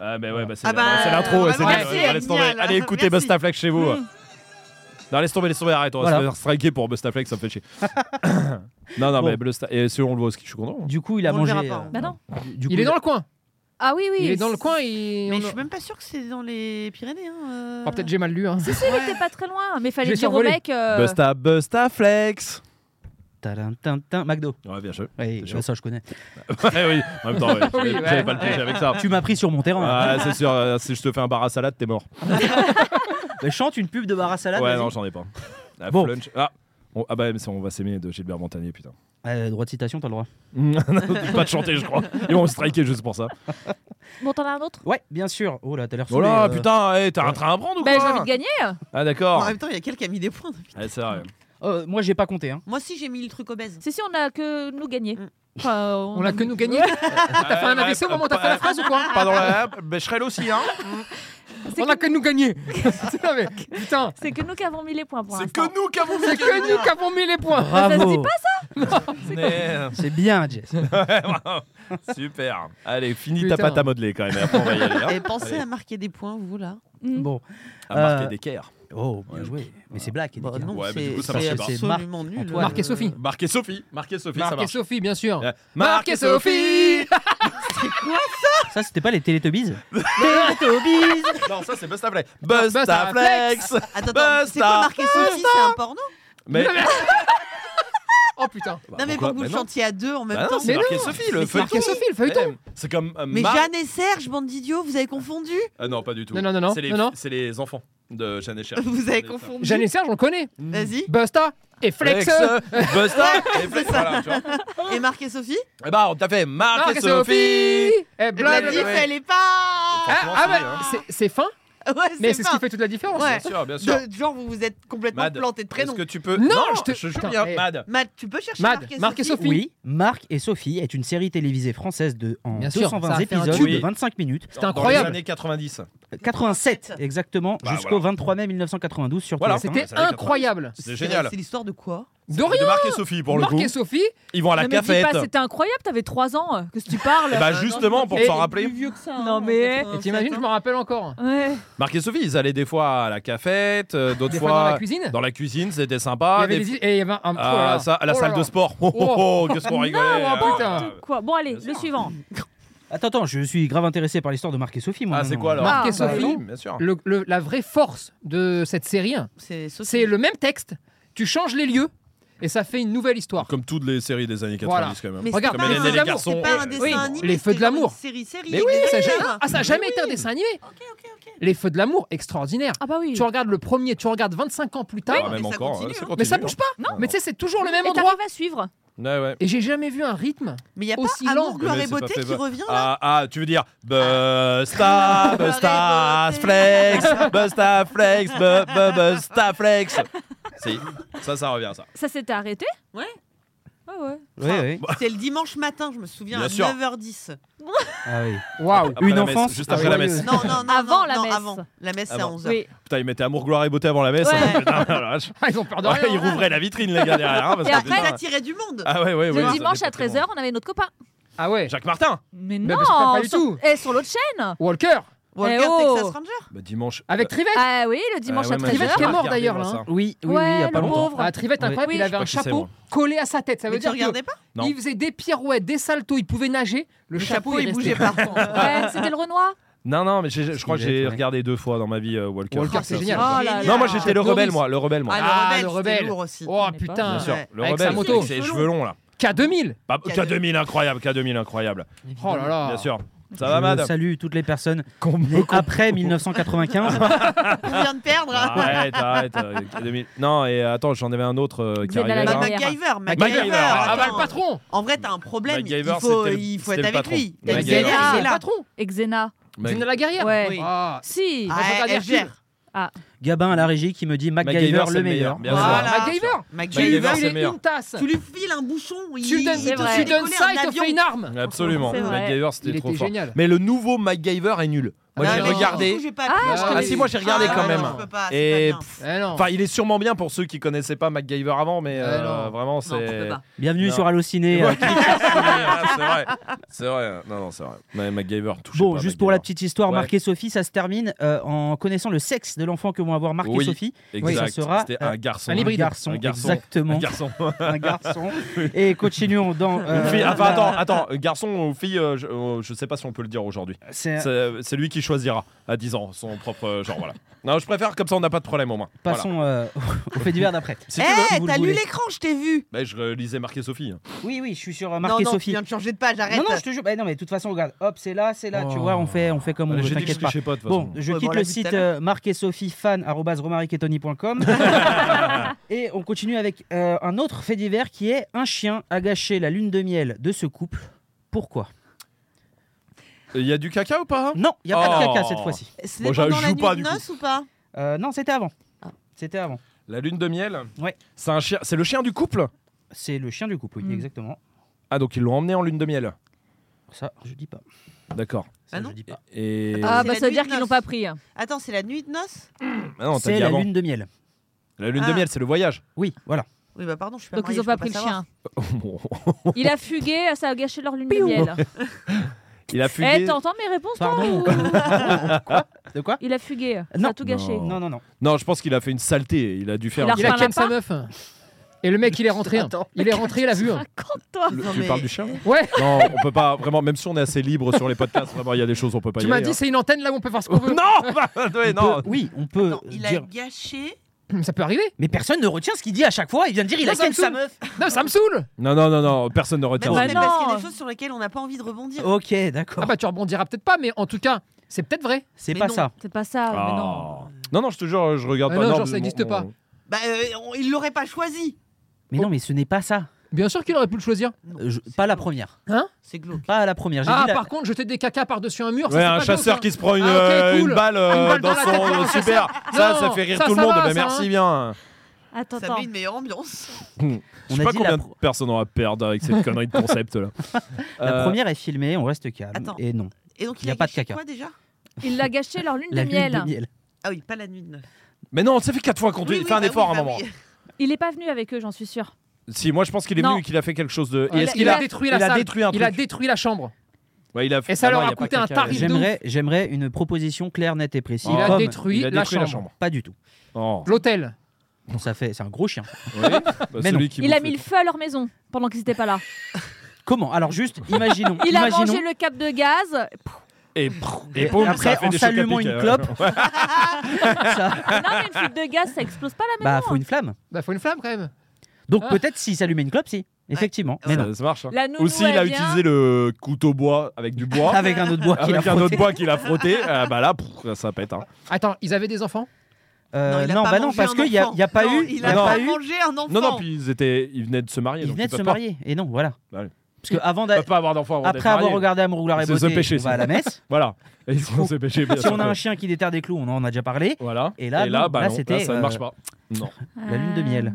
[SPEAKER 6] Ah, bah ouais, bah c'est
[SPEAKER 5] Ah
[SPEAKER 6] la-
[SPEAKER 5] bah,
[SPEAKER 6] c'est l'intro.
[SPEAKER 5] euh,
[SPEAKER 6] c'est
[SPEAKER 5] merci,
[SPEAKER 6] bien, laisse tomber.
[SPEAKER 5] génial.
[SPEAKER 6] Allez, écoutez
[SPEAKER 5] Merci.
[SPEAKER 6] Bustaflex chez vous. Non, laisse tomber, laisse tomber, arrête, on va
[SPEAKER 1] Voilà.
[SPEAKER 6] se faire striker pour Bustaflex, ça me fait chier. non, non,
[SPEAKER 1] Bon.
[SPEAKER 6] mais Busta- et si on le voit au ski, je suis content.
[SPEAKER 1] Du coup, il a
[SPEAKER 5] On le
[SPEAKER 1] mangé.
[SPEAKER 5] verra pas,
[SPEAKER 1] euh,
[SPEAKER 8] Bah non.
[SPEAKER 1] du- du coup,
[SPEAKER 7] il est dans le coin.
[SPEAKER 8] Ah oui, oui.
[SPEAKER 7] Il est dans le coin. Il...
[SPEAKER 5] Mais
[SPEAKER 7] on-
[SPEAKER 5] je suis même pas sûr que c'est dans les Pyrénées. Hein, euh.
[SPEAKER 7] Ah, peut-être j'ai mal lu. hein.
[SPEAKER 8] Si, si, il était pas très loin, mais
[SPEAKER 7] Je
[SPEAKER 8] fallait
[SPEAKER 7] l'ai
[SPEAKER 8] dire au
[SPEAKER 7] survolé.
[SPEAKER 8] mec. euh,
[SPEAKER 6] Busta, Bustaflex.
[SPEAKER 1] Tarantintin, McDo.
[SPEAKER 6] Ouais, bien sûr.
[SPEAKER 1] Ouais,
[SPEAKER 6] chaud.
[SPEAKER 1] ça, je connais.
[SPEAKER 6] Ouais, Eh oui, en même temps, ouais, j'avais-
[SPEAKER 7] Oui, ouais.
[SPEAKER 6] j'avais pas le piège avec ça.
[SPEAKER 1] Tu m'as pris sur mon terrain. là.
[SPEAKER 6] Ah, c'est sûr, euh, si je te fais un bar à salade, t'es mort.
[SPEAKER 1] Bah, chante une pub de bar à salade.
[SPEAKER 6] ouais,
[SPEAKER 1] vas-y.
[SPEAKER 6] non, j'en ai pas. La
[SPEAKER 1] Bon.
[SPEAKER 6] flunch- Ah, on- ah bah, mais ça, on va s'aimer de Gilbert Montagnier, putain.
[SPEAKER 1] Euh, droit de citation, t'as le droit.
[SPEAKER 6] pas de chanter, je crois. Ils vont striker juste pour ça.
[SPEAKER 8] Bon, t'en as un autre
[SPEAKER 1] Ouais, bien sûr. Oh là, t'as l'air
[SPEAKER 6] Oh
[SPEAKER 1] saoulé,
[SPEAKER 6] là,
[SPEAKER 1] euh.
[SPEAKER 6] putain, hey, t'as un train à prendre ou
[SPEAKER 8] Ben, j'ai
[SPEAKER 6] quoi
[SPEAKER 8] envie de gagner.
[SPEAKER 6] Ah, d'accord.
[SPEAKER 5] En même temps, il y a quelqu'un qui a mis des points. putain.
[SPEAKER 6] Ah, c'est vrai.
[SPEAKER 1] Euh, moi, j'ai pas compté. Hein.
[SPEAKER 5] Moi aussi, j'ai mis le truc obèse.
[SPEAKER 8] Si, si, on a que nous gagner.
[SPEAKER 5] Mm.
[SPEAKER 8] Enfin,
[SPEAKER 7] On l'a que nous gagner.
[SPEAKER 6] T'as
[SPEAKER 7] fait un AVC au moment où Ah, t'as fait la phrase Ah. ou quoi
[SPEAKER 6] Pardon, là, ben, je serais là aussi, hein.
[SPEAKER 7] On a que nous gagner. Non, mais, Putain,
[SPEAKER 8] C'est que nous qui avons mis les points pour
[SPEAKER 6] C'est
[SPEAKER 8] l'instant.
[SPEAKER 6] que nous qui avons mis
[SPEAKER 7] c'est que nous qui avons mis les points.
[SPEAKER 8] se dit
[SPEAKER 1] Bravo.
[SPEAKER 6] Mais-
[SPEAKER 1] C'est bien, Jess.
[SPEAKER 6] Super. Allez, finis
[SPEAKER 7] Putain.
[SPEAKER 6] ta pâte à modeler quand même. et après, on va y aller.
[SPEAKER 5] Et pensez
[SPEAKER 6] Allez.
[SPEAKER 5] à marquer des points, vous, là.
[SPEAKER 8] Mm.
[SPEAKER 1] bon.
[SPEAKER 6] À marquer
[SPEAKER 1] Euh,
[SPEAKER 6] des caires.
[SPEAKER 1] Oh, bien joué. Mais c'est black.
[SPEAKER 5] Bah, non,
[SPEAKER 6] Ouais, mais du
[SPEAKER 5] c'est
[SPEAKER 6] coup, ça marchait
[SPEAKER 5] c'est
[SPEAKER 6] pas.
[SPEAKER 5] absolument nul.
[SPEAKER 1] Antoine.
[SPEAKER 7] Marc et Sophie.
[SPEAKER 6] Marquez Sophie. Marquez Sophie, ça
[SPEAKER 7] Marc et
[SPEAKER 6] marche.
[SPEAKER 7] Sophie, bien sûr.
[SPEAKER 6] Ouais.
[SPEAKER 7] Marc et Sophie
[SPEAKER 1] Ça, c'était pas les Teletubbies
[SPEAKER 6] Non, ça c'est Bustaflex.
[SPEAKER 7] Bustaflex.
[SPEAKER 6] Bustaflex.
[SPEAKER 5] Ah, Attends, attends, c'est quoi marquer Sophie C'est un porno
[SPEAKER 6] Mais
[SPEAKER 7] Oh putain
[SPEAKER 5] Non, mais pour que vous le chantiez à deux en même
[SPEAKER 6] Bah non,
[SPEAKER 5] temps.
[SPEAKER 6] c'est
[SPEAKER 7] Mais
[SPEAKER 6] marqué
[SPEAKER 7] non,
[SPEAKER 6] Sophie, le
[SPEAKER 7] mais c'est Marc et
[SPEAKER 6] feuilleton.
[SPEAKER 7] Sophie, le feuilleton
[SPEAKER 6] Ouais, C'est comme euh,
[SPEAKER 5] Mais
[SPEAKER 6] Mar-
[SPEAKER 5] Jeanne et Serge, bande d'idiots, vous avez confondu
[SPEAKER 6] Ah non, pas du tout.
[SPEAKER 7] Non, non, non, non,
[SPEAKER 6] C'est les,
[SPEAKER 7] non, non.
[SPEAKER 6] c'est les enfants de Jeanne et Cher.
[SPEAKER 5] Vous avez confondu.
[SPEAKER 7] Jeanne et Serge, on le connaît.
[SPEAKER 6] Hmm.
[SPEAKER 5] Vas-y.
[SPEAKER 7] Busta et Flex.
[SPEAKER 6] euh, Busta et
[SPEAKER 5] c'est
[SPEAKER 6] Flex.
[SPEAKER 5] ça.
[SPEAKER 6] Voilà, tu vois.
[SPEAKER 7] Ah.
[SPEAKER 5] Et Marc et Sophie
[SPEAKER 6] Eh bah, on t'a fait Marc
[SPEAKER 7] Marc
[SPEAKER 6] et Sophie.
[SPEAKER 7] Et
[SPEAKER 5] La
[SPEAKER 7] blablabla.
[SPEAKER 5] diff, elle est pas.
[SPEAKER 7] Ah,
[SPEAKER 6] Franchement,
[SPEAKER 7] ah,
[SPEAKER 6] c'est,
[SPEAKER 7] bah,
[SPEAKER 6] hein.
[SPEAKER 7] c'est- c'est fin,
[SPEAKER 5] Ouais,
[SPEAKER 7] mais
[SPEAKER 5] c'est
[SPEAKER 7] c'est ce
[SPEAKER 5] pas.
[SPEAKER 7] qui fait toute la différence.
[SPEAKER 5] Ouais.
[SPEAKER 6] Bien sûr, bien sûr.
[SPEAKER 5] De- Genre, vous vous êtes complètement
[SPEAKER 6] Mad,
[SPEAKER 5] planté de
[SPEAKER 6] est-ce
[SPEAKER 5] prénom.
[SPEAKER 6] que tu peux
[SPEAKER 7] Non,
[SPEAKER 6] je te je te jure
[SPEAKER 7] Putain,
[SPEAKER 6] bien,
[SPEAKER 7] eh.
[SPEAKER 6] Mad.
[SPEAKER 5] Mad, tu peux chercher
[SPEAKER 7] Mad,
[SPEAKER 5] Marc et
[SPEAKER 7] Marc et
[SPEAKER 5] Sophie.
[SPEAKER 7] Sophie.
[SPEAKER 1] Oui, Marc et Sophie est une série télévisée française de en
[SPEAKER 7] Bien sûr, ça
[SPEAKER 1] 220
[SPEAKER 7] a fait un
[SPEAKER 1] épisodes
[SPEAKER 6] tube.
[SPEAKER 1] de 25 minutes,
[SPEAKER 6] Dans
[SPEAKER 7] incroyable.
[SPEAKER 6] les années 90.
[SPEAKER 1] 87 exactement,
[SPEAKER 6] Bah,
[SPEAKER 1] jusqu'au
[SPEAKER 6] voilà.
[SPEAKER 1] 23 mai 1992 sur
[SPEAKER 6] Voilà.
[SPEAKER 1] TF1.
[SPEAKER 7] C'était
[SPEAKER 6] Ça va être
[SPEAKER 7] incroyable.
[SPEAKER 6] C'est génial.
[SPEAKER 5] C'est l'histoire de quoi
[SPEAKER 7] De
[SPEAKER 6] De
[SPEAKER 7] rien.
[SPEAKER 6] Marc et Sophie pour le
[SPEAKER 7] Marc
[SPEAKER 6] coup.
[SPEAKER 7] et Sophie,
[SPEAKER 6] Ils vont à la
[SPEAKER 8] Non, mais dis
[SPEAKER 6] cafette.
[SPEAKER 8] pas, C'était incroyable, t'avais 3 ans. euh, Qu'est-ce que tu parles
[SPEAKER 6] Et bah
[SPEAKER 8] Euh, non,
[SPEAKER 6] justement, pour
[SPEAKER 7] Et-
[SPEAKER 6] s'en rappeler.
[SPEAKER 7] hein.
[SPEAKER 8] Non, mais.
[SPEAKER 7] et t'imagines, je m'en rappelle encore.
[SPEAKER 8] Ouais.
[SPEAKER 6] Marc et Sophie, ils allaient des fois à la cafette, euh, d'autres
[SPEAKER 7] Des
[SPEAKER 6] fois,
[SPEAKER 7] fois dans la cuisine.
[SPEAKER 6] dans la cuisine, c'était
[SPEAKER 7] Il y
[SPEAKER 6] sympa.
[SPEAKER 7] avait
[SPEAKER 6] des-
[SPEAKER 7] des- et il y avait un. oh là
[SPEAKER 6] Ah,
[SPEAKER 7] là.
[SPEAKER 6] ça, à la
[SPEAKER 7] Oh là
[SPEAKER 6] salle
[SPEAKER 7] là.
[SPEAKER 6] de sport. Oh, oh, oh, qu'est-ce qu'on rigolait. hein.
[SPEAKER 7] Ah, putain.
[SPEAKER 8] Quoi Bon, allez, le suivant.
[SPEAKER 1] Attends attends, je suis grave intéressé par l'histoire de Marc et Sophie moi.
[SPEAKER 6] Ah, c'est
[SPEAKER 1] maintenant.
[SPEAKER 6] quoi alors
[SPEAKER 7] Marc
[SPEAKER 8] Ah,
[SPEAKER 7] et
[SPEAKER 8] bah
[SPEAKER 7] Sophie,
[SPEAKER 6] Oui, bien sûr.
[SPEAKER 7] le- le- la vraie force de cette série, hein,
[SPEAKER 5] C'est Sophie.
[SPEAKER 7] c'est le même texte. Tu changes les lieux et ça fait une nouvelle histoire.
[SPEAKER 6] Comme toutes les séries des années 90
[SPEAKER 7] Voilà.
[SPEAKER 6] quand même.
[SPEAKER 5] Mais
[SPEAKER 7] Regarde,
[SPEAKER 5] c'est
[SPEAKER 6] comme
[SPEAKER 5] pas
[SPEAKER 7] les
[SPEAKER 5] un-
[SPEAKER 7] feux de
[SPEAKER 6] les
[SPEAKER 7] l'amour,
[SPEAKER 6] garçons.
[SPEAKER 5] C'est pas un dessin
[SPEAKER 7] Oui,
[SPEAKER 5] animé.
[SPEAKER 7] les
[SPEAKER 5] c'était
[SPEAKER 7] feux de l'amour.
[SPEAKER 5] genre une Série, série.
[SPEAKER 7] Mais oui,
[SPEAKER 5] avec
[SPEAKER 7] ça
[SPEAKER 5] des
[SPEAKER 7] a jamais,
[SPEAKER 5] acteurs.
[SPEAKER 7] ah, ça a jamais été un dessin animé. Les feux de l'amour, extraordinaire.
[SPEAKER 8] Ah bah oui.
[SPEAKER 7] Tu regardes le premier, tu regardes 25 ans plus tard,
[SPEAKER 6] Ah,
[SPEAKER 5] mais
[SPEAKER 6] même
[SPEAKER 5] ça
[SPEAKER 6] encore.
[SPEAKER 5] continue,
[SPEAKER 6] hein,
[SPEAKER 5] hein.
[SPEAKER 7] mais ça
[SPEAKER 6] continue,
[SPEAKER 7] bouge pas.
[SPEAKER 6] Non.
[SPEAKER 7] Mais tu sais, c'est toujours le même
[SPEAKER 8] Et
[SPEAKER 7] endroit.
[SPEAKER 8] t'arrives à suivre.
[SPEAKER 6] hein. Ouais, ouais.
[SPEAKER 7] Et j'ai jamais vu un rythme.
[SPEAKER 5] Mais il y a
[SPEAKER 7] Aussi
[SPEAKER 5] pas
[SPEAKER 7] lent.
[SPEAKER 5] Amour, Gloire
[SPEAKER 6] Mais
[SPEAKER 5] et
[SPEAKER 6] c'est pas
[SPEAKER 5] Beauté
[SPEAKER 6] fait,
[SPEAKER 5] qui
[SPEAKER 6] bah.
[SPEAKER 5] revient là
[SPEAKER 6] Ah, ah, tu veux dire Busta, Busta, Flex, Busta, Flex, bu- bu- Busta, Flex. Si, ça, ça revient, ça.
[SPEAKER 8] Ça s'était arrêté
[SPEAKER 5] Ouais.
[SPEAKER 8] Ouais, ouais.
[SPEAKER 1] Oui oui.
[SPEAKER 6] Ah.
[SPEAKER 5] C'était le dimanche matin, je me souviens,
[SPEAKER 6] Bien
[SPEAKER 5] à
[SPEAKER 6] sûr.
[SPEAKER 5] 9h10.
[SPEAKER 1] Ah oui.
[SPEAKER 7] Waouh.
[SPEAKER 6] Après
[SPEAKER 1] Une
[SPEAKER 6] la messe,
[SPEAKER 1] enfance
[SPEAKER 6] Juste après la
[SPEAKER 1] joyeuse.
[SPEAKER 6] messe.
[SPEAKER 5] Non, non, non.
[SPEAKER 8] Avant
[SPEAKER 5] non,
[SPEAKER 8] la
[SPEAKER 5] non,
[SPEAKER 8] messe.
[SPEAKER 5] Avant. La messe, c'est à
[SPEAKER 6] Avant.
[SPEAKER 5] 11h.
[SPEAKER 8] Oui.
[SPEAKER 6] Putain, ils mettaient Amour, Gloire et Beauté avant la messe.
[SPEAKER 8] Ouais.
[SPEAKER 6] hein. Putain, la vache.
[SPEAKER 7] Ah, Ils ont peur de
[SPEAKER 6] Ouais, ils
[SPEAKER 7] rien.
[SPEAKER 6] rouvraient la vitrine, les gars, derrière. hein, parce
[SPEAKER 8] Et
[SPEAKER 6] que-
[SPEAKER 8] après,
[SPEAKER 5] Ils attiraient du monde.
[SPEAKER 6] Ah ouais, ouais, ouais, ça
[SPEAKER 8] Le dimanche
[SPEAKER 6] dépend
[SPEAKER 8] à
[SPEAKER 6] très
[SPEAKER 8] 13h, on avait notre copain.
[SPEAKER 7] Ah ouais.
[SPEAKER 6] loin. Jacques Martin
[SPEAKER 8] Mais
[SPEAKER 7] Mais
[SPEAKER 8] non
[SPEAKER 7] parce que pas du
[SPEAKER 8] sur-
[SPEAKER 7] tout.
[SPEAKER 8] Et sur l'autre chaîne
[SPEAKER 7] Walker
[SPEAKER 5] Walker,
[SPEAKER 8] Eh oh.
[SPEAKER 5] Texas Ranger.
[SPEAKER 6] bah, Dimanche.
[SPEAKER 7] avec Trivette.
[SPEAKER 8] Ah oui, le dimanche
[SPEAKER 6] Ah ouais,
[SPEAKER 8] à
[SPEAKER 6] mais
[SPEAKER 7] Trivette
[SPEAKER 6] j'ai
[SPEAKER 8] 13h.
[SPEAKER 7] qui est
[SPEAKER 6] pas
[SPEAKER 7] mort,
[SPEAKER 6] regardé,
[SPEAKER 7] d'ailleurs,
[SPEAKER 6] moi,
[SPEAKER 7] là,
[SPEAKER 6] ça.
[SPEAKER 1] Oui oui,
[SPEAKER 8] Ouais,
[SPEAKER 1] il y a
[SPEAKER 8] le
[SPEAKER 1] pas longtemps.
[SPEAKER 8] pauvre.
[SPEAKER 7] Ah, Trivette incroyable,
[SPEAKER 8] Oui.
[SPEAKER 7] il avait
[SPEAKER 6] Je
[SPEAKER 7] un
[SPEAKER 6] sais pas qui c'est,
[SPEAKER 7] chapeau
[SPEAKER 6] moi.
[SPEAKER 7] collé à sa tête. Ça veut
[SPEAKER 5] Mais tu
[SPEAKER 7] dire
[SPEAKER 5] regardais pas
[SPEAKER 7] que
[SPEAKER 6] Non.
[SPEAKER 7] il faisait des pirouettes, des saltos, il pouvait nager.
[SPEAKER 5] Le
[SPEAKER 7] Le, chapeau,
[SPEAKER 5] chapeau, il
[SPEAKER 7] restait
[SPEAKER 5] bougeait pas.
[SPEAKER 8] Ouais, c'était le Renoir.
[SPEAKER 6] Non, non, mais j'ai- je crois que j'ai
[SPEAKER 1] Sylvette, ouais.
[SPEAKER 6] regardé deux fois dans ma vie euh, Walker.
[SPEAKER 7] Walker, c'est
[SPEAKER 6] Ça,
[SPEAKER 7] génial. Ah,
[SPEAKER 8] Oh là
[SPEAKER 5] Génial.
[SPEAKER 8] là.
[SPEAKER 6] Non, moi j'étais le
[SPEAKER 7] Doris.
[SPEAKER 6] rebelle, moi, le rebelle, moi.
[SPEAKER 7] Ah,
[SPEAKER 5] Ah,
[SPEAKER 7] le
[SPEAKER 5] le
[SPEAKER 7] rebelle.
[SPEAKER 5] rebelle, c'était lourd aussi.
[SPEAKER 7] Oh
[SPEAKER 8] connais pas.
[SPEAKER 7] putain.
[SPEAKER 6] Bien sûr,
[SPEAKER 5] ouais.
[SPEAKER 6] le
[SPEAKER 7] Avec
[SPEAKER 6] rebelle,
[SPEAKER 7] sa moto.
[SPEAKER 6] avec ses cheveux longs là.
[SPEAKER 7] K2000.
[SPEAKER 6] Bah, K2000, incroyable, K2000, incroyable.
[SPEAKER 7] Oh là là.
[SPEAKER 6] Bien sûr. Ça
[SPEAKER 1] Ah. Je
[SPEAKER 6] va, madame
[SPEAKER 1] salue toutes les personnes
[SPEAKER 6] Qu'on me-
[SPEAKER 1] nées
[SPEAKER 6] qu'on-
[SPEAKER 1] après 1995.
[SPEAKER 5] On vient de perdre.
[SPEAKER 6] Arrête, arrête. euh, 2000. Non, et euh, attends, j'en avais un autre euh, qui
[SPEAKER 8] Vous êtes à la
[SPEAKER 6] arrivait
[SPEAKER 5] Bah,
[SPEAKER 6] là.
[SPEAKER 8] dernière.
[SPEAKER 5] MacGyver,
[SPEAKER 6] MacGyver,
[SPEAKER 5] MacGyver.
[SPEAKER 6] ah,
[SPEAKER 7] Ah bah
[SPEAKER 5] attends.
[SPEAKER 7] le patron
[SPEAKER 5] En vrai, t'as un problème.
[SPEAKER 6] MacGyver,
[SPEAKER 5] il faut,
[SPEAKER 6] c'était le-
[SPEAKER 5] il faut
[SPEAKER 6] c'était
[SPEAKER 5] être
[SPEAKER 6] le
[SPEAKER 5] avec
[SPEAKER 6] patron.
[SPEAKER 5] lui.
[SPEAKER 6] MacGyver,
[SPEAKER 7] Xena,
[SPEAKER 5] MacGyver,
[SPEAKER 7] c'est
[SPEAKER 5] il est
[SPEAKER 7] le
[SPEAKER 5] là.
[SPEAKER 7] patron
[SPEAKER 8] Exena.
[SPEAKER 6] Mac-
[SPEAKER 7] Xena la guerrière
[SPEAKER 8] Ouais.
[SPEAKER 5] Oui.
[SPEAKER 7] Ah,
[SPEAKER 8] Si.
[SPEAKER 7] Ah,
[SPEAKER 5] Ah,
[SPEAKER 7] regarde,
[SPEAKER 5] elle
[SPEAKER 7] Hercule.
[SPEAKER 5] gère.
[SPEAKER 1] Gabin à la régie qui me dit MacGyver,
[SPEAKER 6] MacGyver, c'est
[SPEAKER 1] le meilleur.
[SPEAKER 6] Bien sûr.
[SPEAKER 5] Voilà.
[SPEAKER 7] MacGyver Tu lui
[SPEAKER 6] MacGyver,
[SPEAKER 5] MacGyver,
[SPEAKER 7] files
[SPEAKER 6] c'est le meilleur.
[SPEAKER 7] une tasse
[SPEAKER 5] tu lui files un bouchon. il-
[SPEAKER 7] Tu lui donnes
[SPEAKER 5] il
[SPEAKER 8] c'est
[SPEAKER 5] te
[SPEAKER 8] vrai.
[SPEAKER 5] fait
[SPEAKER 7] tu lui donnes
[SPEAKER 5] décoller
[SPEAKER 7] ça,
[SPEAKER 5] un
[SPEAKER 7] il te
[SPEAKER 5] avion.
[SPEAKER 7] fait une arme
[SPEAKER 6] Absolument.
[SPEAKER 8] C'est vrai.
[SPEAKER 6] MacGyver,
[SPEAKER 7] Il
[SPEAKER 6] c'était trop
[SPEAKER 7] était
[SPEAKER 6] fort.
[SPEAKER 7] génial.
[SPEAKER 6] Mais le nouveau MacGyver est nul. Moi,
[SPEAKER 5] Ah,
[SPEAKER 6] j'ai
[SPEAKER 5] non, du
[SPEAKER 6] regardé.
[SPEAKER 5] coup, j'ai pas
[SPEAKER 8] Ah,
[SPEAKER 5] pu.
[SPEAKER 7] je
[SPEAKER 6] Ah,
[SPEAKER 7] connais.
[SPEAKER 6] si, moi, j'ai regardé
[SPEAKER 5] Ah,
[SPEAKER 6] quand
[SPEAKER 5] non,
[SPEAKER 6] même.
[SPEAKER 5] je peux pas, c'est
[SPEAKER 6] Et
[SPEAKER 5] pas bien.
[SPEAKER 6] pff,
[SPEAKER 7] Eh non.
[SPEAKER 6] Enfin, il est sûrement bien pour ceux qui connaissaient pas MacGyver avant, mais
[SPEAKER 7] Ah,
[SPEAKER 6] euh,
[SPEAKER 7] non.
[SPEAKER 6] vraiment,
[SPEAKER 5] Non, on peut
[SPEAKER 6] c'est.
[SPEAKER 5] pas.
[SPEAKER 1] Bienvenue
[SPEAKER 6] Non.
[SPEAKER 1] sur Allociné. euh,
[SPEAKER 6] Ouais, hein, c'est vrai, c'est vrai. hein. Non, non, c'est vrai. Mais MacGyver, touchez
[SPEAKER 1] Bon,
[SPEAKER 6] pas à
[SPEAKER 1] juste pour la
[SPEAKER 6] MacGyver.
[SPEAKER 1] petite histoire,
[SPEAKER 6] Ouais.
[SPEAKER 1] Marc et Sophie, ça se termine euh, en connaissant le sexe de l'enfant que vont avoir Marc
[SPEAKER 6] Oui.
[SPEAKER 1] et Sophie. ça
[SPEAKER 6] Exact.
[SPEAKER 1] sera,
[SPEAKER 6] C'était
[SPEAKER 1] euh,
[SPEAKER 6] un garçon.
[SPEAKER 7] un hybride.
[SPEAKER 1] garçon,
[SPEAKER 6] Un garçon.
[SPEAKER 1] exactement.
[SPEAKER 6] Un garçon.
[SPEAKER 1] Un garçon. et continuons dans. euh,
[SPEAKER 6] Une fille- Enfin,
[SPEAKER 1] la-
[SPEAKER 6] attends, attends, euh, garçon ou fille, euh, je, euh, je sais pas si on peut le dire aujourd'hui.
[SPEAKER 1] C'est
[SPEAKER 6] C'est euh, c'est lui qui choisira à 10 ans son propre euh, genre, voilà. Non, je préfère comme ça, on n'a pas de problème au moins. Voilà. hein,
[SPEAKER 1] Passons euh, au fait divers d'après.
[SPEAKER 6] Si tu veux.
[SPEAKER 1] si
[SPEAKER 5] Eh,
[SPEAKER 1] vous
[SPEAKER 5] t'as
[SPEAKER 1] le
[SPEAKER 5] lu
[SPEAKER 1] voulez.
[SPEAKER 5] l'écran, je t'ai vu.
[SPEAKER 6] Bah, je lisais Marqué Sophie.
[SPEAKER 1] Oui, oui, je suis sur euh,
[SPEAKER 5] non,
[SPEAKER 1] Marc et
[SPEAKER 5] non, tu
[SPEAKER 1] Sophie.
[SPEAKER 5] viens de changer de page, arrête.
[SPEAKER 1] Non, non, je te jure. Bah, non, mais de toute façon, regarde, hop, c'est là, c'est là. Tu
[SPEAKER 6] Oh.
[SPEAKER 1] vois, on fait, on fait comme on
[SPEAKER 6] Allez,
[SPEAKER 1] veut,
[SPEAKER 6] j'ai dit que
[SPEAKER 1] bah, t'inquiète
[SPEAKER 6] je
[SPEAKER 1] pas.
[SPEAKER 6] léchais pas de toute
[SPEAKER 1] Bon,
[SPEAKER 6] façon.
[SPEAKER 1] je
[SPEAKER 5] Ouais,
[SPEAKER 1] quitte
[SPEAKER 5] bon, on l'a
[SPEAKER 1] le
[SPEAKER 5] vu tout
[SPEAKER 1] site
[SPEAKER 5] à l'heure.
[SPEAKER 1] euh, marc et Sophie fan arobase romainriquetoni.com. et on continue avec euh, un autre fait divers qui est un chien a gâché la lune de miel de ce couple. Pourquoi
[SPEAKER 6] Il Euh, y a du caca ou pas
[SPEAKER 1] Non, il n'y a pas de
[SPEAKER 6] Oh.
[SPEAKER 1] caca cette fois-ci.
[SPEAKER 5] C'est
[SPEAKER 6] Bon, je-
[SPEAKER 5] pendant
[SPEAKER 6] je
[SPEAKER 5] la
[SPEAKER 6] joue
[SPEAKER 5] nuit
[SPEAKER 6] pas,
[SPEAKER 5] de
[SPEAKER 6] du coup.
[SPEAKER 5] noces ou pas
[SPEAKER 1] Euh, non, c'était avant.
[SPEAKER 5] Ah.
[SPEAKER 1] C'était avant.
[SPEAKER 6] La lune de miel
[SPEAKER 1] Ouais.
[SPEAKER 6] C'est un chien. C'est le chien du couple
[SPEAKER 1] C'est le chien du couple, oui,
[SPEAKER 8] Mm.
[SPEAKER 1] exactement.
[SPEAKER 6] Ah, donc ils l'ont emmené en lune de miel.
[SPEAKER 1] Ça, je dis pas.
[SPEAKER 6] D'accord.
[SPEAKER 1] Ça,
[SPEAKER 5] Ah
[SPEAKER 1] je
[SPEAKER 5] non.
[SPEAKER 1] dis pas.
[SPEAKER 6] Et.
[SPEAKER 8] Ah,
[SPEAKER 5] C'est
[SPEAKER 8] bah
[SPEAKER 5] la
[SPEAKER 8] ça veut
[SPEAKER 5] nuit
[SPEAKER 8] dire
[SPEAKER 5] de
[SPEAKER 8] qu'ils l'ont
[SPEAKER 5] noces.
[SPEAKER 8] pas pris.
[SPEAKER 5] Attends, c'est la nuit de noces
[SPEAKER 6] Ah non, t'as
[SPEAKER 1] C'est
[SPEAKER 6] dit
[SPEAKER 1] la
[SPEAKER 6] avant.
[SPEAKER 1] lune de miel.
[SPEAKER 6] La lune de
[SPEAKER 5] Ah.
[SPEAKER 6] miel, c'est le voyage.
[SPEAKER 1] Oui, voilà.
[SPEAKER 5] Oui, bah pardon, je suis pas
[SPEAKER 8] Donc ils
[SPEAKER 5] mariée,
[SPEAKER 8] ont
[SPEAKER 5] je
[SPEAKER 8] pas
[SPEAKER 5] peux
[SPEAKER 8] pris le
[SPEAKER 5] savoir.
[SPEAKER 8] chien. Il a fugué, ça a gâché leur lune de
[SPEAKER 1] Piou.
[SPEAKER 8] miel.
[SPEAKER 6] Il a
[SPEAKER 8] Eh,
[SPEAKER 6] fugué.
[SPEAKER 8] t'entends mes réponses, toi
[SPEAKER 1] Pardon.
[SPEAKER 8] ou-
[SPEAKER 1] De quoi
[SPEAKER 8] Il a fugué, ça
[SPEAKER 1] Non.
[SPEAKER 8] a tout gâché.
[SPEAKER 6] Non.
[SPEAKER 1] Non, non, non.
[SPEAKER 6] Non, je pense qu'il a fait une saleté. Il a dû faire.
[SPEAKER 8] Il a
[SPEAKER 7] Il a
[SPEAKER 8] Enfin,
[SPEAKER 7] ken
[SPEAKER 8] pas.
[SPEAKER 7] sa meuf. Et le mec, il est rentré. il est rentré, il a vu.
[SPEAKER 8] Raconte-toi.
[SPEAKER 6] Le-
[SPEAKER 5] Non,
[SPEAKER 6] tu
[SPEAKER 5] mais-
[SPEAKER 6] parles du chien là
[SPEAKER 7] Ouais,
[SPEAKER 6] Non, on peut pas vraiment. Même si on est assez libre sur les podcasts, vraiment, il y a des choses on peut pas.
[SPEAKER 7] tu
[SPEAKER 6] y
[SPEAKER 7] m'as
[SPEAKER 6] aller,
[SPEAKER 7] dit, c'est une antenne là où on peut faire ce qu'on
[SPEAKER 6] hein.
[SPEAKER 7] veut.
[SPEAKER 6] Non, bah, ouais,
[SPEAKER 1] On
[SPEAKER 6] non.
[SPEAKER 1] peut- oui, on peut
[SPEAKER 5] Attends, il a
[SPEAKER 1] dire.
[SPEAKER 5] gâché.
[SPEAKER 7] Ça peut arriver.
[SPEAKER 1] Mais personne ne retient ce qu'il dit à chaque fois. Il vient de dire il
[SPEAKER 7] Non,
[SPEAKER 1] a
[SPEAKER 7] ça
[SPEAKER 1] ken
[SPEAKER 7] me
[SPEAKER 1] sa
[SPEAKER 7] saoule.
[SPEAKER 1] meuf.
[SPEAKER 7] Non, ça me saoule.
[SPEAKER 6] Non, non, non, non, personne ne
[SPEAKER 5] Mais
[SPEAKER 6] retient.
[SPEAKER 5] non,
[SPEAKER 8] Bah
[SPEAKER 5] mais parce qu'il y a
[SPEAKER 8] non.
[SPEAKER 5] des choses sur lesquelles on n'a pas envie de rebondir.
[SPEAKER 1] Ok,
[SPEAKER 7] Ah
[SPEAKER 1] d'accord.
[SPEAKER 7] bah tu rebondiras peut-être pas, mais en tout cas, c'est peut-être vrai.
[SPEAKER 1] C'est
[SPEAKER 5] mais
[SPEAKER 1] pas
[SPEAKER 5] non.
[SPEAKER 1] ça.
[SPEAKER 8] C'est pas ça, mais non.
[SPEAKER 6] Ah. Non, non, je te jure, je regarde
[SPEAKER 7] Ah
[SPEAKER 6] pas.
[SPEAKER 7] non,
[SPEAKER 6] Non,
[SPEAKER 7] genre, ça
[SPEAKER 6] mon-
[SPEAKER 7] existe
[SPEAKER 6] mon-
[SPEAKER 7] pas.
[SPEAKER 5] Bah, euh, on- il l'aurait pas choisi.
[SPEAKER 1] Mais non, mais ce n'est pas ça.
[SPEAKER 7] Bien sûr qu'il aurait pu le choisir.
[SPEAKER 5] Non,
[SPEAKER 1] Euh, je-
[SPEAKER 5] c'est
[SPEAKER 1] Pas la
[SPEAKER 5] glauque.
[SPEAKER 1] première.
[SPEAKER 5] C'est glauque.
[SPEAKER 1] Pas à la première. J'ai
[SPEAKER 7] Ah,
[SPEAKER 1] dit la-
[SPEAKER 7] par contre, jeter des caca par-dessus un mur, ça,
[SPEAKER 6] Ouais,
[SPEAKER 7] c'est
[SPEAKER 6] un
[SPEAKER 7] pas
[SPEAKER 6] chasseur
[SPEAKER 7] glauque,
[SPEAKER 6] qui se prend une,
[SPEAKER 7] Ah, ok,
[SPEAKER 6] euh,
[SPEAKER 7] cool.
[SPEAKER 6] une balle euh,
[SPEAKER 7] Une balle dans
[SPEAKER 6] dans
[SPEAKER 7] la
[SPEAKER 6] son
[SPEAKER 7] tête, non, c'est
[SPEAKER 6] super. Ça,
[SPEAKER 7] Non,
[SPEAKER 6] ça fait rire
[SPEAKER 7] ça,
[SPEAKER 6] tout le
[SPEAKER 7] ça
[SPEAKER 6] monde.
[SPEAKER 7] va,
[SPEAKER 6] Bah,
[SPEAKER 7] ça,
[SPEAKER 6] merci
[SPEAKER 7] hein.
[SPEAKER 6] bien.
[SPEAKER 8] Attends,
[SPEAKER 5] Ça
[SPEAKER 8] attends.
[SPEAKER 5] met une meilleure ambiance.
[SPEAKER 6] Je
[SPEAKER 1] On
[SPEAKER 6] sais
[SPEAKER 1] a
[SPEAKER 6] pas
[SPEAKER 1] dit
[SPEAKER 6] combien
[SPEAKER 1] la,
[SPEAKER 6] de personnes on va perdre avec cette connerie de concept là.
[SPEAKER 1] la
[SPEAKER 6] Euh,
[SPEAKER 1] première est filmée, on reste calme.
[SPEAKER 5] Attends.
[SPEAKER 1] Et non.
[SPEAKER 5] Et donc,
[SPEAKER 1] Il
[SPEAKER 5] il
[SPEAKER 1] y
[SPEAKER 5] a,
[SPEAKER 1] a pas de
[SPEAKER 5] gâché
[SPEAKER 1] caca.
[SPEAKER 5] quoi déjà
[SPEAKER 8] Il l'a gâché leur lune de
[SPEAKER 1] La lune
[SPEAKER 8] miel.
[SPEAKER 1] de miel.
[SPEAKER 5] Ah oui, pas la nuit de noces.
[SPEAKER 6] Mais non, ça fait quatre fois qu'on
[SPEAKER 5] Oui,
[SPEAKER 6] fait
[SPEAKER 5] oui,
[SPEAKER 6] un
[SPEAKER 5] bah
[SPEAKER 6] effort
[SPEAKER 5] oui,
[SPEAKER 6] à un
[SPEAKER 5] bah
[SPEAKER 6] moment.
[SPEAKER 5] oui.
[SPEAKER 8] Il est pas venu avec eux, j'en suis sûre.
[SPEAKER 6] Si, moi je pense qu'il est
[SPEAKER 8] Non.
[SPEAKER 6] venu et qu'il a fait quelque chose de.
[SPEAKER 7] hein.
[SPEAKER 6] Et
[SPEAKER 8] Il
[SPEAKER 6] est-ce
[SPEAKER 8] a-
[SPEAKER 6] qu'il
[SPEAKER 7] il a
[SPEAKER 6] a.
[SPEAKER 7] détruit la
[SPEAKER 6] il a
[SPEAKER 7] salle
[SPEAKER 6] détruit un
[SPEAKER 7] Il a
[SPEAKER 6] truc.
[SPEAKER 7] détruit la chambre.
[SPEAKER 6] Ouais, il a fait-
[SPEAKER 7] Et ça
[SPEAKER 6] Ah non,
[SPEAKER 7] leur a
[SPEAKER 6] il pas
[SPEAKER 7] coûté un
[SPEAKER 6] quelqu'un-
[SPEAKER 7] tarif de
[SPEAKER 1] J'aimerais, j'aimerais une proposition claire, nette et précise.
[SPEAKER 7] Il a
[SPEAKER 1] Comme-
[SPEAKER 7] détruit
[SPEAKER 6] il a
[SPEAKER 7] la
[SPEAKER 6] détruit la
[SPEAKER 7] chambre.
[SPEAKER 6] chambre.
[SPEAKER 1] Pas du tout.
[SPEAKER 6] Oh.
[SPEAKER 7] L'hôtel.
[SPEAKER 1] Bon, ça fait, c'est un gros chien.
[SPEAKER 6] Oui, bah,
[SPEAKER 1] Mais
[SPEAKER 6] celui
[SPEAKER 1] non.
[SPEAKER 6] qui
[SPEAKER 8] Il a
[SPEAKER 6] bouffe
[SPEAKER 8] mis le
[SPEAKER 6] le-
[SPEAKER 8] feu à leur maison pendant qu'ils étaient pas là.
[SPEAKER 1] Comment Alors juste, imaginons.
[SPEAKER 8] Il a
[SPEAKER 1] imaginons
[SPEAKER 8] mangé le cap de gaz. Pouf.
[SPEAKER 6] Et, et boum,
[SPEAKER 1] après,
[SPEAKER 6] ça fait
[SPEAKER 1] en
[SPEAKER 6] des chocs à
[SPEAKER 1] s'allumant
[SPEAKER 6] pic,
[SPEAKER 1] une
[SPEAKER 6] euh,
[SPEAKER 1] clope.
[SPEAKER 6] ouais.
[SPEAKER 1] ça.
[SPEAKER 8] Non, mais une fuite de gaz, ça explose pas la
[SPEAKER 1] Bah,
[SPEAKER 8] maison.
[SPEAKER 1] faut une flamme.
[SPEAKER 7] Bah faut une flamme quand même.
[SPEAKER 1] Donc
[SPEAKER 7] Ah.
[SPEAKER 1] peut-être s'il s'allumait une clope, si. Effectivement. Mais non.
[SPEAKER 6] Ça, ça marche. hein.
[SPEAKER 8] La nounou,
[SPEAKER 6] Ou s'il a
[SPEAKER 8] elle vient.
[SPEAKER 6] utilisé le couteau bois avec du bois.
[SPEAKER 1] Avec un autre bois qu'il a
[SPEAKER 6] Avec un autre
[SPEAKER 1] frotté.
[SPEAKER 6] bois qu'il a frotté, euh, bah là, pff, ça pète. hein.
[SPEAKER 7] Attends, ils avaient des enfants
[SPEAKER 1] Euh,
[SPEAKER 5] il a
[SPEAKER 1] non,
[SPEAKER 5] pas
[SPEAKER 1] bah non,
[SPEAKER 5] mangé
[SPEAKER 1] parce
[SPEAKER 5] un
[SPEAKER 1] qu'il n'y a,
[SPEAKER 5] enfant.
[SPEAKER 1] y a pas
[SPEAKER 5] Non,
[SPEAKER 1] eu.
[SPEAKER 5] Il
[SPEAKER 1] y a
[SPEAKER 5] a
[SPEAKER 6] non.
[SPEAKER 1] pas
[SPEAKER 5] pas
[SPEAKER 1] eu.
[SPEAKER 5] mangé un enfant.
[SPEAKER 6] Non, non, puis ils, étaient, ils venaient de se marier.
[SPEAKER 1] Il
[SPEAKER 6] donc
[SPEAKER 1] venait de
[SPEAKER 6] peuvent
[SPEAKER 1] se
[SPEAKER 6] pas-
[SPEAKER 1] marier. Et non, voilà.
[SPEAKER 6] Bah oui.
[SPEAKER 1] Parce que avant
[SPEAKER 6] Ils
[SPEAKER 1] d'a-
[SPEAKER 6] peuvent pas avoir d'enfant avant d'être
[SPEAKER 1] après avoir
[SPEAKER 6] mariés.
[SPEAKER 1] regardé Amour, gloire et
[SPEAKER 6] C'est ce
[SPEAKER 1] beauté,
[SPEAKER 6] péché,
[SPEAKER 1] on va
[SPEAKER 6] ça.
[SPEAKER 1] à la messe.
[SPEAKER 6] Voilà. Et si on
[SPEAKER 1] coup,
[SPEAKER 6] s'est pêché, bien
[SPEAKER 1] si
[SPEAKER 6] sûr
[SPEAKER 1] on a
[SPEAKER 6] que-
[SPEAKER 1] un chien qui déterre des clous, on en a déjà parlé.
[SPEAKER 6] Voilà.
[SPEAKER 1] Et là, non,
[SPEAKER 6] bah
[SPEAKER 1] là,
[SPEAKER 6] non.
[SPEAKER 1] c'était,
[SPEAKER 6] ça ne
[SPEAKER 1] euh,
[SPEAKER 6] marche pas. Non.
[SPEAKER 1] La lune de
[SPEAKER 8] Ah,
[SPEAKER 1] miel.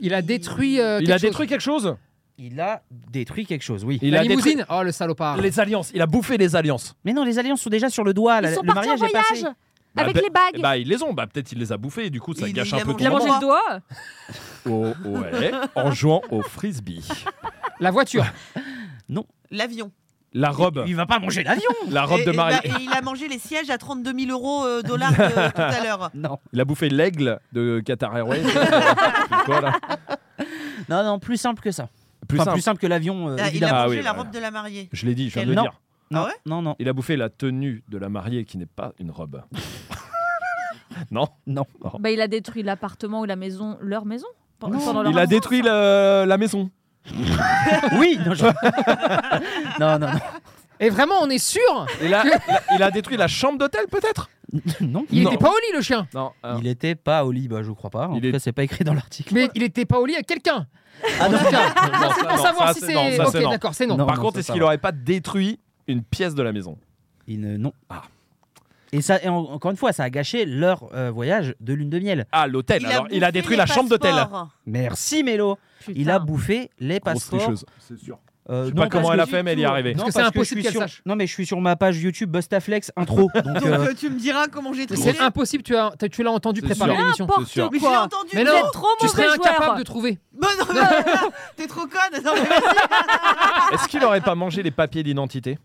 [SPEAKER 7] Il a détruit.
[SPEAKER 6] Il
[SPEAKER 7] euh, quelque
[SPEAKER 6] a
[SPEAKER 7] chose.
[SPEAKER 6] détruit quelque chose
[SPEAKER 1] Il a détruit quelque chose, oui.
[SPEAKER 6] Il
[SPEAKER 7] la
[SPEAKER 6] a détruit-
[SPEAKER 7] limousine. Oh le salopard.
[SPEAKER 6] Les alliances. Il a bouffé les alliances.
[SPEAKER 1] Mais non, les alliances sont déjà sur le doigt. Ah, la-
[SPEAKER 8] Ils sont
[SPEAKER 1] le
[SPEAKER 8] partis en
[SPEAKER 1] mariage est
[SPEAKER 8] voyage
[SPEAKER 1] passé.
[SPEAKER 6] Bah,
[SPEAKER 8] avec
[SPEAKER 6] bah-
[SPEAKER 8] les bagues.
[SPEAKER 6] Bah, ils les ont. Bah, peut-être il les a bouffés et du coup, ça
[SPEAKER 5] Il-
[SPEAKER 6] gâche
[SPEAKER 5] il
[SPEAKER 6] un
[SPEAKER 5] a
[SPEAKER 6] peu
[SPEAKER 5] mangé
[SPEAKER 8] Il a
[SPEAKER 6] ton
[SPEAKER 5] la
[SPEAKER 8] mangé
[SPEAKER 6] moment.
[SPEAKER 8] le doigt.
[SPEAKER 6] Oh, oh, ouais. En jouant au frisbee.
[SPEAKER 7] La voiture.
[SPEAKER 5] L'avion.
[SPEAKER 6] La robe.
[SPEAKER 1] Il va pas manger l'avion.
[SPEAKER 6] La robe
[SPEAKER 5] Et-
[SPEAKER 6] de
[SPEAKER 5] et bah,
[SPEAKER 6] mariée.
[SPEAKER 5] Et il a mangé les sièges à 32 000 euros euh, dollars euh, tout à l'heure.
[SPEAKER 1] Non,
[SPEAKER 6] Il a bouffé l'aigle de Qatar Airways. C'est quoi, là
[SPEAKER 1] non, non, plus simple que ça.
[SPEAKER 6] Plus
[SPEAKER 1] Enfin,
[SPEAKER 6] simple.
[SPEAKER 1] plus simple que l'avion, euh,
[SPEAKER 5] Ah, il a
[SPEAKER 1] évidemment.
[SPEAKER 6] Ah
[SPEAKER 5] mangé
[SPEAKER 6] oui,
[SPEAKER 5] la
[SPEAKER 6] voilà.
[SPEAKER 5] robe de la mariée.
[SPEAKER 6] Je l'ai dit, je viens de
[SPEAKER 1] Non.
[SPEAKER 6] le dire.
[SPEAKER 1] Non,
[SPEAKER 5] Ah ouais
[SPEAKER 1] non, non,
[SPEAKER 6] Il a bouffé la tenue de la mariée qui n'est pas une robe. non
[SPEAKER 1] non.
[SPEAKER 8] Bah, il a détruit l'appartement ou la maison, leur maison. pe-
[SPEAKER 1] Non.
[SPEAKER 8] pendant leur
[SPEAKER 6] Il a
[SPEAKER 8] enfance.
[SPEAKER 6] détruit le- la maison.
[SPEAKER 1] Oui, non, je- non, non, non.
[SPEAKER 7] Et vraiment, on est sûr
[SPEAKER 6] Il a, il a détruit la chambre d'hôtel, peut-être
[SPEAKER 1] non.
[SPEAKER 7] Il
[SPEAKER 6] Non.
[SPEAKER 7] était pas au lit, le chien.
[SPEAKER 6] Non.
[SPEAKER 7] euh,
[SPEAKER 1] Il était pas au lit, bah, je crois pas. En
[SPEAKER 6] Il
[SPEAKER 1] tout
[SPEAKER 6] est-
[SPEAKER 1] cas, c'est pas écrit dans l'article.
[SPEAKER 7] Mais il était pas au lit à quelqu'un.
[SPEAKER 6] Ah
[SPEAKER 7] En tout cas, c'est pour savoir si c'est. ok, d'accord, c'est non.
[SPEAKER 1] Non.
[SPEAKER 6] Par contre,
[SPEAKER 1] ça,
[SPEAKER 6] est-ce
[SPEAKER 1] ça
[SPEAKER 6] qu'il
[SPEAKER 1] va.
[SPEAKER 6] aurait pas détruit une pièce de la maison
[SPEAKER 1] Il ne- non.
[SPEAKER 6] Ah.
[SPEAKER 1] Et ça, et en- encore une fois, ça a gâché leur euh, voyage de lune de miel.
[SPEAKER 6] Ah, l'hôtel. Alors, il a
[SPEAKER 5] bouffé
[SPEAKER 6] détruit
[SPEAKER 5] les
[SPEAKER 6] la chambre d'hôtel.
[SPEAKER 5] passeports.
[SPEAKER 1] Merci Mélo. Il a bouffé les
[SPEAKER 6] Grosse
[SPEAKER 1] passeports.
[SPEAKER 6] tricheuse. C'est sûr.
[SPEAKER 1] Euh,
[SPEAKER 6] Je sais pas
[SPEAKER 1] parce
[SPEAKER 6] comment
[SPEAKER 1] que-
[SPEAKER 6] elle a fait, mais elle y est arrivée.
[SPEAKER 1] Non,
[SPEAKER 7] Parce que c'est
[SPEAKER 1] je
[SPEAKER 7] impossible
[SPEAKER 1] suis
[SPEAKER 7] qu'elle
[SPEAKER 1] sur-
[SPEAKER 7] sache.
[SPEAKER 1] Non, mais je suis sur ma page YouTube Bustaflex intro. Donc,
[SPEAKER 5] Donc
[SPEAKER 1] euh,
[SPEAKER 5] euh, tu me diras comment j'ai
[SPEAKER 7] Mais
[SPEAKER 5] trouvé.
[SPEAKER 7] C'est impossible, tu, as, tu l'as entendu
[SPEAKER 6] C'est
[SPEAKER 7] préparer
[SPEAKER 6] sûr.
[SPEAKER 7] l'émission.
[SPEAKER 6] C'est sûr.
[SPEAKER 5] Mais j'ai
[SPEAKER 8] Quoi
[SPEAKER 5] entendu.
[SPEAKER 7] Mais
[SPEAKER 8] Vous
[SPEAKER 7] non,
[SPEAKER 8] êtes trop
[SPEAKER 7] Tu
[SPEAKER 8] mauvais
[SPEAKER 7] serais
[SPEAKER 8] joueur.
[SPEAKER 7] incapable de trouver.
[SPEAKER 5] Bon, non, mais voilà, T'es trop conne. Non, mais vas-y.
[SPEAKER 6] Est-ce qu'il aurait pas mangé les papiers d'identité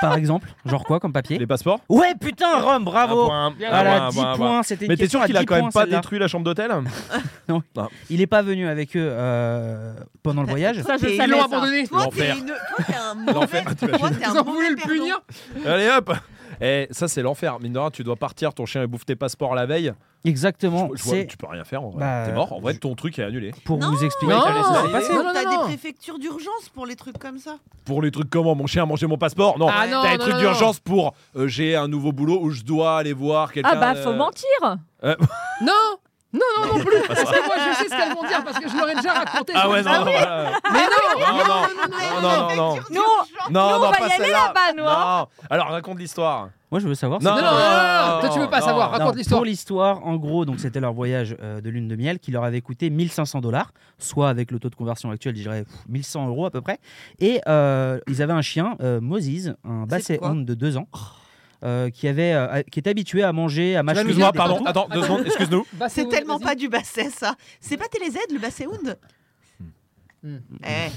[SPEAKER 1] par exemple, genre quoi comme papier
[SPEAKER 6] Les passeports
[SPEAKER 1] Ouais, putain, Rome,
[SPEAKER 6] Un
[SPEAKER 1] bravo.
[SPEAKER 6] point, un
[SPEAKER 1] Voilà,
[SPEAKER 6] point, un
[SPEAKER 1] 10
[SPEAKER 6] point, un point.
[SPEAKER 1] points, c'était une
[SPEAKER 6] Mais t'es
[SPEAKER 1] question
[SPEAKER 6] sûr
[SPEAKER 1] à
[SPEAKER 6] qu'il a
[SPEAKER 1] 10
[SPEAKER 6] quand même
[SPEAKER 1] points,
[SPEAKER 6] pas
[SPEAKER 1] celle-là.
[SPEAKER 6] détruit la chambre d'hôtel
[SPEAKER 1] Il est pas venu avec eux euh, pendant le voyage.
[SPEAKER 8] Ça, je
[SPEAKER 5] Ils
[SPEAKER 8] savais,
[SPEAKER 7] l'ont
[SPEAKER 8] ça.
[SPEAKER 7] abandonné.
[SPEAKER 5] Toi, t'es
[SPEAKER 6] L'enfer.
[SPEAKER 5] une- toi, t'es un mauvais.
[SPEAKER 6] L'enfer, Ah, t'imagines.
[SPEAKER 5] Toi, t'es
[SPEAKER 7] Ils
[SPEAKER 5] un
[SPEAKER 7] ont voulu
[SPEAKER 5] mauvais
[SPEAKER 7] le
[SPEAKER 5] perdant.
[SPEAKER 7] punir.
[SPEAKER 6] Allez hop Et ça, c'est l'enfer. Mine de rien, tu dois partir, ton chien il bouffe tes passeports la veille.
[SPEAKER 1] Exactement.
[SPEAKER 6] Je vois,
[SPEAKER 1] C'est
[SPEAKER 6] tu peux rien faire en vrai.
[SPEAKER 1] Bah,
[SPEAKER 6] T'es mort. En vrai,
[SPEAKER 1] je-
[SPEAKER 6] ton truc est annulé.
[SPEAKER 1] pour
[SPEAKER 5] Non,
[SPEAKER 1] vous expliquer.
[SPEAKER 7] non,
[SPEAKER 1] comment ça s'est
[SPEAKER 7] non,
[SPEAKER 1] passé.
[SPEAKER 7] non, non,
[SPEAKER 5] T'as
[SPEAKER 7] non.
[SPEAKER 5] des préfectures d'urgence pour les trucs comme ça.
[SPEAKER 6] Pour les trucs comment Mon chien a mangé mon passeport Non.
[SPEAKER 7] Ah non,
[SPEAKER 6] T'as des
[SPEAKER 7] non,
[SPEAKER 6] trucs
[SPEAKER 7] non,
[SPEAKER 6] d'urgence pour euh, j'ai un nouveau boulot où je dois aller voir quelqu'un.
[SPEAKER 8] Ah bah, faut
[SPEAKER 6] euh,
[SPEAKER 8] mentir.
[SPEAKER 7] Non, non, non, non plus. Parce que moi, je sais ce qu'elles vont dire parce que je leur ai déjà raconté.
[SPEAKER 6] Ah ouais, non, non,
[SPEAKER 7] Mais non
[SPEAKER 6] non, non,
[SPEAKER 5] non,
[SPEAKER 6] Ah, non, non, non, non,
[SPEAKER 5] Préfecture
[SPEAKER 8] Non.
[SPEAKER 5] d'urgence.
[SPEAKER 6] non,
[SPEAKER 8] Nous, on
[SPEAKER 6] non,
[SPEAKER 8] va
[SPEAKER 6] pas
[SPEAKER 8] y aller
[SPEAKER 6] celle-là.
[SPEAKER 8] là-bas, nous, hein.
[SPEAKER 6] Non. Alors raconte l'histoire.
[SPEAKER 1] Moi, je veux savoir.
[SPEAKER 6] Non,
[SPEAKER 1] c'est-
[SPEAKER 7] Non, non, non, non, non,
[SPEAKER 6] non,
[SPEAKER 7] toi, tu veux pas
[SPEAKER 6] non,
[SPEAKER 7] savoir.
[SPEAKER 6] non.
[SPEAKER 1] Non,
[SPEAKER 7] Raconte l'histoire.
[SPEAKER 1] Pour l'histoire, en gros, donc c'était leur voyage euh, de lune de miel qui leur avait coûté 1500 dollars, soit avec le taux de conversion actuel, je dirais pff, 1100 euros à peu près. Et euh, ils avaient un chien, euh, Moses, un basset
[SPEAKER 5] quoi
[SPEAKER 1] hound de 2 ans, euh, qui avait, euh, qui est habitué à manger, à mâcher.
[SPEAKER 6] Excuse-moi,
[SPEAKER 1] des-
[SPEAKER 6] pardon. Ah, Attends, deux
[SPEAKER 7] Attends.
[SPEAKER 6] secondes. Excuse-nous.
[SPEAKER 7] Bah,
[SPEAKER 5] C'est
[SPEAKER 7] où,
[SPEAKER 5] tellement
[SPEAKER 7] vas-y.
[SPEAKER 5] pas du basset, ça. C'est pas TéléZ, le basset Hound
[SPEAKER 7] Hmm.
[SPEAKER 5] Eh,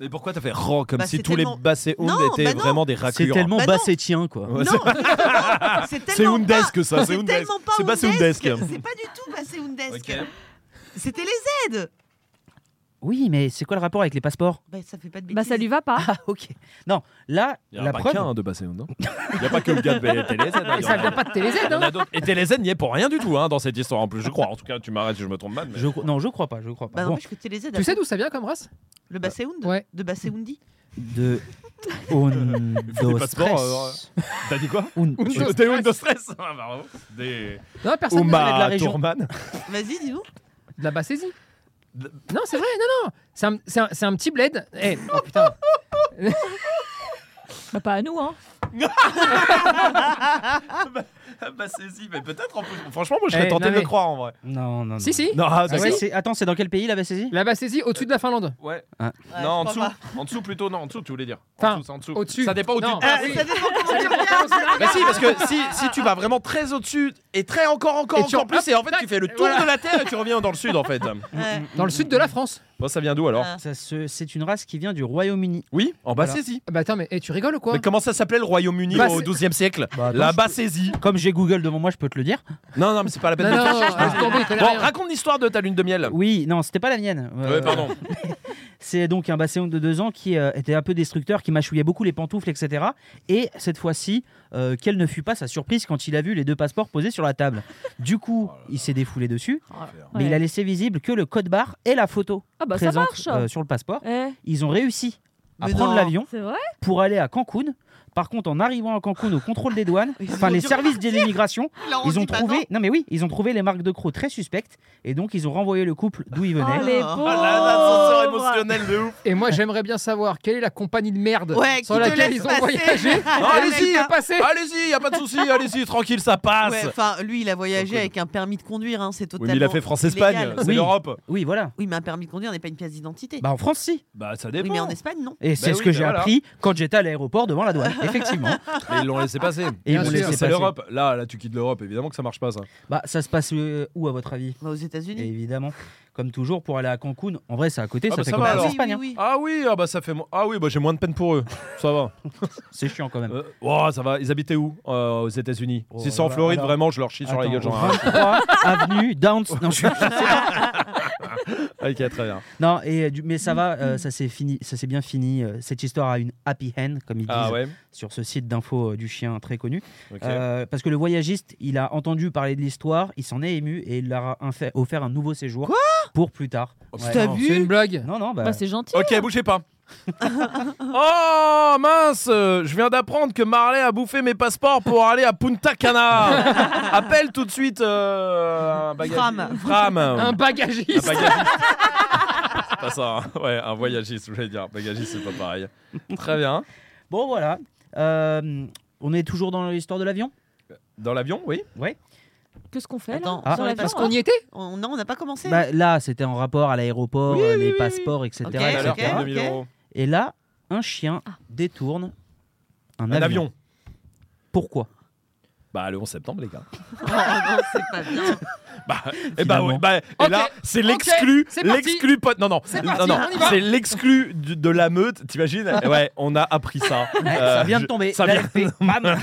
[SPEAKER 6] Mais pourquoi t'as fait ro comme
[SPEAKER 5] Bah,
[SPEAKER 6] si
[SPEAKER 5] c'est
[SPEAKER 6] tous
[SPEAKER 5] tellement-
[SPEAKER 6] les bassets
[SPEAKER 5] Non,
[SPEAKER 6] hondes étaient
[SPEAKER 5] bah non.
[SPEAKER 6] vraiment des
[SPEAKER 1] C'est
[SPEAKER 6] raclures
[SPEAKER 1] tellement
[SPEAKER 5] Bah non.
[SPEAKER 1] bassetien, quoi.
[SPEAKER 6] Ouais,
[SPEAKER 5] Non,
[SPEAKER 6] c'est-
[SPEAKER 5] c'est
[SPEAKER 6] C'est
[SPEAKER 5] tellement pas-
[SPEAKER 6] houndesque ça. C'est
[SPEAKER 5] C'est
[SPEAKER 6] houndesque.
[SPEAKER 5] tellement pas
[SPEAKER 6] C'est bassé
[SPEAKER 5] houndesque.
[SPEAKER 6] houndesque.
[SPEAKER 5] C'est pas du tout basset Houndesque.
[SPEAKER 6] Ok.
[SPEAKER 5] C'est TéléZ.
[SPEAKER 1] Oui, mais c'est quoi le rapport avec les passeports
[SPEAKER 5] Bah, ça fait pas de bêtises.
[SPEAKER 8] Bah, ça lui va pas.
[SPEAKER 1] Ah, ok. Non, là,
[SPEAKER 6] Il y en a
[SPEAKER 1] la
[SPEAKER 6] pas
[SPEAKER 1] preuve.
[SPEAKER 6] qu'un hein, de basset hound. Il n'y a pas que le gars de TéléZ. hein,
[SPEAKER 7] Et
[SPEAKER 6] il y en
[SPEAKER 7] ça
[SPEAKER 6] a-
[SPEAKER 7] vient pas de TéléZ,
[SPEAKER 6] il y en
[SPEAKER 7] hein
[SPEAKER 6] a d'autres. Et TéléZ n'y est pour rien du tout hein, dans cette histoire en plus, je crois. En tout cas, tu m'arrêtes si je me trompe mal. mais-
[SPEAKER 1] Je, cro- non, je crois pas, je crois pas.
[SPEAKER 5] Bah,
[SPEAKER 1] Bon,
[SPEAKER 5] n'empêche que TéléZ a
[SPEAKER 7] Tu sais d'où ça vient comme race
[SPEAKER 5] le basset Hound
[SPEAKER 7] Ouais.
[SPEAKER 5] De basset Houndi
[SPEAKER 1] de. Hound
[SPEAKER 6] faut des passeports, euh,
[SPEAKER 1] stress.
[SPEAKER 6] T'as dit quoi
[SPEAKER 1] Hound-
[SPEAKER 7] Hound-
[SPEAKER 1] je-
[SPEAKER 7] Stress.
[SPEAKER 6] Des hondes de stress. Ah, bravo. Des
[SPEAKER 7] Non, personne ne connaît de la
[SPEAKER 6] Oma
[SPEAKER 7] région.
[SPEAKER 6] Tourman.
[SPEAKER 5] Vas-y, dis-nous.
[SPEAKER 7] De la Bassésie.
[SPEAKER 6] De-
[SPEAKER 7] Non, c'est vrai, non, non. C'est un, c'est un- c'est un petit bled. Eh, oh putain.
[SPEAKER 8] Bah, pas à nous, hein.
[SPEAKER 6] Bah c'est si, mais peut-être en plus. Franchement, moi je serais
[SPEAKER 7] Eh,
[SPEAKER 6] tenté
[SPEAKER 7] non,
[SPEAKER 6] de le
[SPEAKER 7] mais- bah,
[SPEAKER 6] croire en vrai.
[SPEAKER 1] Non, non, non.
[SPEAKER 7] Si, si.
[SPEAKER 6] Non, ah,
[SPEAKER 1] Ah
[SPEAKER 6] d'accord.
[SPEAKER 1] ouais, c'est- Attends, c'est dans quel pays la saisie
[SPEAKER 7] La Bassésie au-dessus de la Finlande.
[SPEAKER 6] Ouais.
[SPEAKER 1] Ah.
[SPEAKER 6] non, en
[SPEAKER 5] Ouais, je
[SPEAKER 6] dessous.
[SPEAKER 5] crois
[SPEAKER 6] En dessous plutôt, non, en dessous, tu voulais dire. En
[SPEAKER 7] Enfin,
[SPEAKER 6] dessous, c'est en dessous.
[SPEAKER 7] Au-dessus.
[SPEAKER 6] Ça dépend au-dessus.
[SPEAKER 7] Non.
[SPEAKER 5] Ah,
[SPEAKER 7] Ah, oui.
[SPEAKER 5] Ça dépend comment
[SPEAKER 7] Ça
[SPEAKER 5] tu
[SPEAKER 7] dépend
[SPEAKER 5] regardes.
[SPEAKER 7] aussi.
[SPEAKER 6] Bah si, parce que si, si tu vas vraiment très au-dessus et très encore, encore,
[SPEAKER 7] Et tu
[SPEAKER 6] encore
[SPEAKER 7] re-
[SPEAKER 6] plus, et en fait
[SPEAKER 7] tac,
[SPEAKER 6] tu fais le
[SPEAKER 7] et
[SPEAKER 6] tour
[SPEAKER 7] voilà.
[SPEAKER 6] de la Terre et tu reviens dans le sud en fait.
[SPEAKER 1] Mm,
[SPEAKER 5] Ouais.
[SPEAKER 7] Dans le sud de la France.
[SPEAKER 6] Bon, ça vient d'où alors
[SPEAKER 5] Ah.
[SPEAKER 1] Ça se- C'est une race qui vient du Royaume-Uni.
[SPEAKER 6] Oui, en
[SPEAKER 1] Voilà.
[SPEAKER 6] Bassésie.
[SPEAKER 7] Ah Bah attends, mais eh, tu rigoles ou quoi
[SPEAKER 6] Mais comment ça s'appelait le Royaume-Uni
[SPEAKER 7] Bah,
[SPEAKER 6] au
[SPEAKER 7] c'est-
[SPEAKER 6] 12e siècle
[SPEAKER 1] Bah, attends,
[SPEAKER 6] La
[SPEAKER 1] je-
[SPEAKER 6] Bassésie.
[SPEAKER 1] Comme j'ai Google devant moi, je peux te le dire.
[SPEAKER 6] Non, non, mais c'est pas la peine
[SPEAKER 7] Non,
[SPEAKER 6] de
[SPEAKER 7] non,
[SPEAKER 6] faire
[SPEAKER 7] non,
[SPEAKER 6] chercher.
[SPEAKER 7] laisse tomber, il connaît
[SPEAKER 6] Bon,
[SPEAKER 7] rien.
[SPEAKER 6] raconte l'histoire de ta lune de miel.
[SPEAKER 1] Oui, non, c'était pas la mienne. Euh,
[SPEAKER 6] Ouais, pardon.
[SPEAKER 1] C'est donc un basset hound de deux ans qui euh, était un peu destructeur, qui mâchouillait beaucoup les pantoufles, etc. Et cette fois-ci, euh, quelle ne fut pas sa surprise quand il a vu les deux passeports posés sur la table. Du coup, il s'est défoulé dessus, mais
[SPEAKER 8] Ouais.
[SPEAKER 1] il a laissé visible que le code barre et la photo
[SPEAKER 8] Ah bah, ça
[SPEAKER 1] présente
[SPEAKER 8] marche.
[SPEAKER 1] euh, sur le passeport.
[SPEAKER 8] Eh,
[SPEAKER 1] Ils ont réussi à
[SPEAKER 5] Mais
[SPEAKER 1] prendre
[SPEAKER 5] non.
[SPEAKER 1] l'avion
[SPEAKER 8] c'est vrai
[SPEAKER 1] pour aller à Cancun. Par contre, en arrivant à Cancun au contrôle des douanes,
[SPEAKER 5] Ils
[SPEAKER 1] enfin
[SPEAKER 5] ont
[SPEAKER 1] les
[SPEAKER 5] dû
[SPEAKER 1] services de l'immigration,
[SPEAKER 5] Là, on
[SPEAKER 1] ils ont
[SPEAKER 5] dit, bah,
[SPEAKER 1] trouvé,
[SPEAKER 5] non.
[SPEAKER 1] non. mais oui, ils ont trouvé les marques de crocs très suspectes et donc ils ont renvoyé le couple d'où ils venaient.
[SPEAKER 8] Oh, les
[SPEAKER 5] Ah,
[SPEAKER 8] pauvres
[SPEAKER 6] Ah là là, l'ascenseur
[SPEAKER 8] oh,
[SPEAKER 6] émotionnel de ouf.
[SPEAKER 7] Et moi, j'aimerais bien savoir quelle est la compagnie de merde
[SPEAKER 5] Ouais, qui
[SPEAKER 7] sur
[SPEAKER 5] te
[SPEAKER 7] laquelle
[SPEAKER 5] laisse
[SPEAKER 7] ils ont
[SPEAKER 5] passer. hein.
[SPEAKER 7] voyagé.
[SPEAKER 6] allez-y,
[SPEAKER 7] Allez-y, passé.
[SPEAKER 6] Allez-y, y a pas de souci, allez-y, tranquille, ça passe.
[SPEAKER 5] Ouais, Enfin, lui, il a voyagé
[SPEAKER 6] Cool.
[SPEAKER 5] avec un permis de conduire, hein, c'est
[SPEAKER 6] Oui,
[SPEAKER 5] totalement.
[SPEAKER 6] mais il a fait France-Espagne,
[SPEAKER 5] illégal.
[SPEAKER 6] c'est
[SPEAKER 1] Oui.
[SPEAKER 6] l'Europe.
[SPEAKER 5] Ah.
[SPEAKER 1] Oui, voilà.
[SPEAKER 5] Oui, mais un permis de conduire n'est pas une pièce d'identité.
[SPEAKER 1] Bah en France si.
[SPEAKER 6] Bah ça
[SPEAKER 5] oui,
[SPEAKER 6] dépend.
[SPEAKER 5] mais en Espagne, non.
[SPEAKER 1] Et c'est
[SPEAKER 6] Bah
[SPEAKER 1] ce
[SPEAKER 6] oui,
[SPEAKER 1] que
[SPEAKER 6] bah
[SPEAKER 1] j'ai
[SPEAKER 6] voilà.
[SPEAKER 1] appris quand j'étais à l'aéroport devant la douane, effectivement.
[SPEAKER 6] Mais ils l'ont laissé passer.
[SPEAKER 1] Et ils
[SPEAKER 7] Bien
[SPEAKER 1] m'ont
[SPEAKER 7] sûr,
[SPEAKER 1] laissé
[SPEAKER 6] C'est
[SPEAKER 1] passer.
[SPEAKER 6] l'Europe. Là, là, tu quittes l'Europe, évidemment que ça marche pas ça.
[SPEAKER 1] Bah ça se passe euh, où à votre avis
[SPEAKER 5] Bah, aux États-Unis.
[SPEAKER 1] Évidemment, comme toujours pour aller à Cancun, en vrai c'est à côté,
[SPEAKER 6] Ah,
[SPEAKER 1] ça
[SPEAKER 6] bah,
[SPEAKER 1] fait
[SPEAKER 6] ça
[SPEAKER 1] comme
[SPEAKER 6] va,
[SPEAKER 1] la
[SPEAKER 6] alors.
[SPEAKER 5] Oui,
[SPEAKER 1] Espagne. hein.
[SPEAKER 5] oui, oui.
[SPEAKER 6] Ah oui, ah bah ça fait mo- Ah oui, bah j'ai moins de peine pour eux. Ça va.
[SPEAKER 1] hein. C'est chiant quand même.
[SPEAKER 6] Euh, oh, ça va, ils habitaient où Euh, aux États-Unis.
[SPEAKER 1] Oh,
[SPEAKER 6] si c'est en
[SPEAKER 1] voilà,
[SPEAKER 6] Floride,
[SPEAKER 1] alors.
[SPEAKER 6] vraiment, je leur chie sur la
[SPEAKER 1] Attends,
[SPEAKER 6] gueule genre. hein.
[SPEAKER 1] 23 avenue Downs. Non, je-
[SPEAKER 6] OK, très bien.
[SPEAKER 1] non, et euh, du- mais ça va, euh, ça s'est fini, ça s'est bien fini. euh, cette histoire a une happy end comme ils disent
[SPEAKER 6] Ah ouais.
[SPEAKER 1] sur ce site d'info euh, du chien très connu.
[SPEAKER 6] OK.
[SPEAKER 1] Euh, parce que le voyagiste, il a entendu parler de l'histoire, il s'en est ému et il leur a infa- offert un nouveau séjour pour plus tard.
[SPEAKER 6] Oh,
[SPEAKER 1] Ouais.
[SPEAKER 5] T'as
[SPEAKER 6] non.
[SPEAKER 5] vu
[SPEAKER 7] C'est une blague.
[SPEAKER 1] Non, non, bah,
[SPEAKER 8] Bah, c'est gentil.
[SPEAKER 6] OK, bougez pas. Oh mince euh, Je viens d'apprendre que Marley a bouffé mes passeports pour aller à Punta Cana Appelle tout de suite euh, un bagage-
[SPEAKER 5] Fram.
[SPEAKER 6] Fram.
[SPEAKER 7] Un
[SPEAKER 6] Un
[SPEAKER 7] bagagiste.
[SPEAKER 6] bagagiste. C'est pas ça, hein. ouais, un voyagiste, je voulais dire. Bagagiste, c'est pas pareil. Très bien.
[SPEAKER 1] Bon, voilà. Euh, on est toujours dans l'histoire de l'avion
[SPEAKER 6] Dans l'avion, oui
[SPEAKER 8] Qu'est-ce qu'on fait
[SPEAKER 5] Attends,
[SPEAKER 8] là
[SPEAKER 1] Ah,
[SPEAKER 8] sur l'avion,
[SPEAKER 5] parce
[SPEAKER 8] là
[SPEAKER 7] On y était
[SPEAKER 5] On- non, on n'a pas commencé.
[SPEAKER 1] Bah, Là, c'était en rapport à l'aéroport,
[SPEAKER 6] Oui,
[SPEAKER 1] euh,
[SPEAKER 6] oui,
[SPEAKER 1] les
[SPEAKER 6] oui,
[SPEAKER 1] passeports, etc.
[SPEAKER 5] Ok,
[SPEAKER 6] Tout à l'heure,
[SPEAKER 5] ok,
[SPEAKER 1] etc.
[SPEAKER 6] 42 000
[SPEAKER 5] ok.
[SPEAKER 6] euros.
[SPEAKER 1] Et là, un chien détourne un,
[SPEAKER 6] Un avion.
[SPEAKER 1] Pourquoi
[SPEAKER 6] Bah, le 11 septembre, les gars.
[SPEAKER 5] Oh, non, c'est pas bien.
[SPEAKER 6] Bah, et bah,
[SPEAKER 1] Finalement.
[SPEAKER 6] ouais, bah, et
[SPEAKER 7] Ok,
[SPEAKER 6] là, c'est
[SPEAKER 7] ok,
[SPEAKER 6] l'exclu.
[SPEAKER 7] c'est parti.
[SPEAKER 6] l'exclu pote. Non, non,
[SPEAKER 7] C'est
[SPEAKER 6] non,
[SPEAKER 7] parti,
[SPEAKER 6] non,
[SPEAKER 7] on y va.
[SPEAKER 6] c'est l'exclu du- de la meute, t'imagines Eh Ouais, on a appris ça. Euh,
[SPEAKER 1] Ça vient
[SPEAKER 6] je-
[SPEAKER 1] de tomber.
[SPEAKER 6] Ça
[SPEAKER 1] la
[SPEAKER 6] vient. Bah,
[SPEAKER 1] LFP. Bam.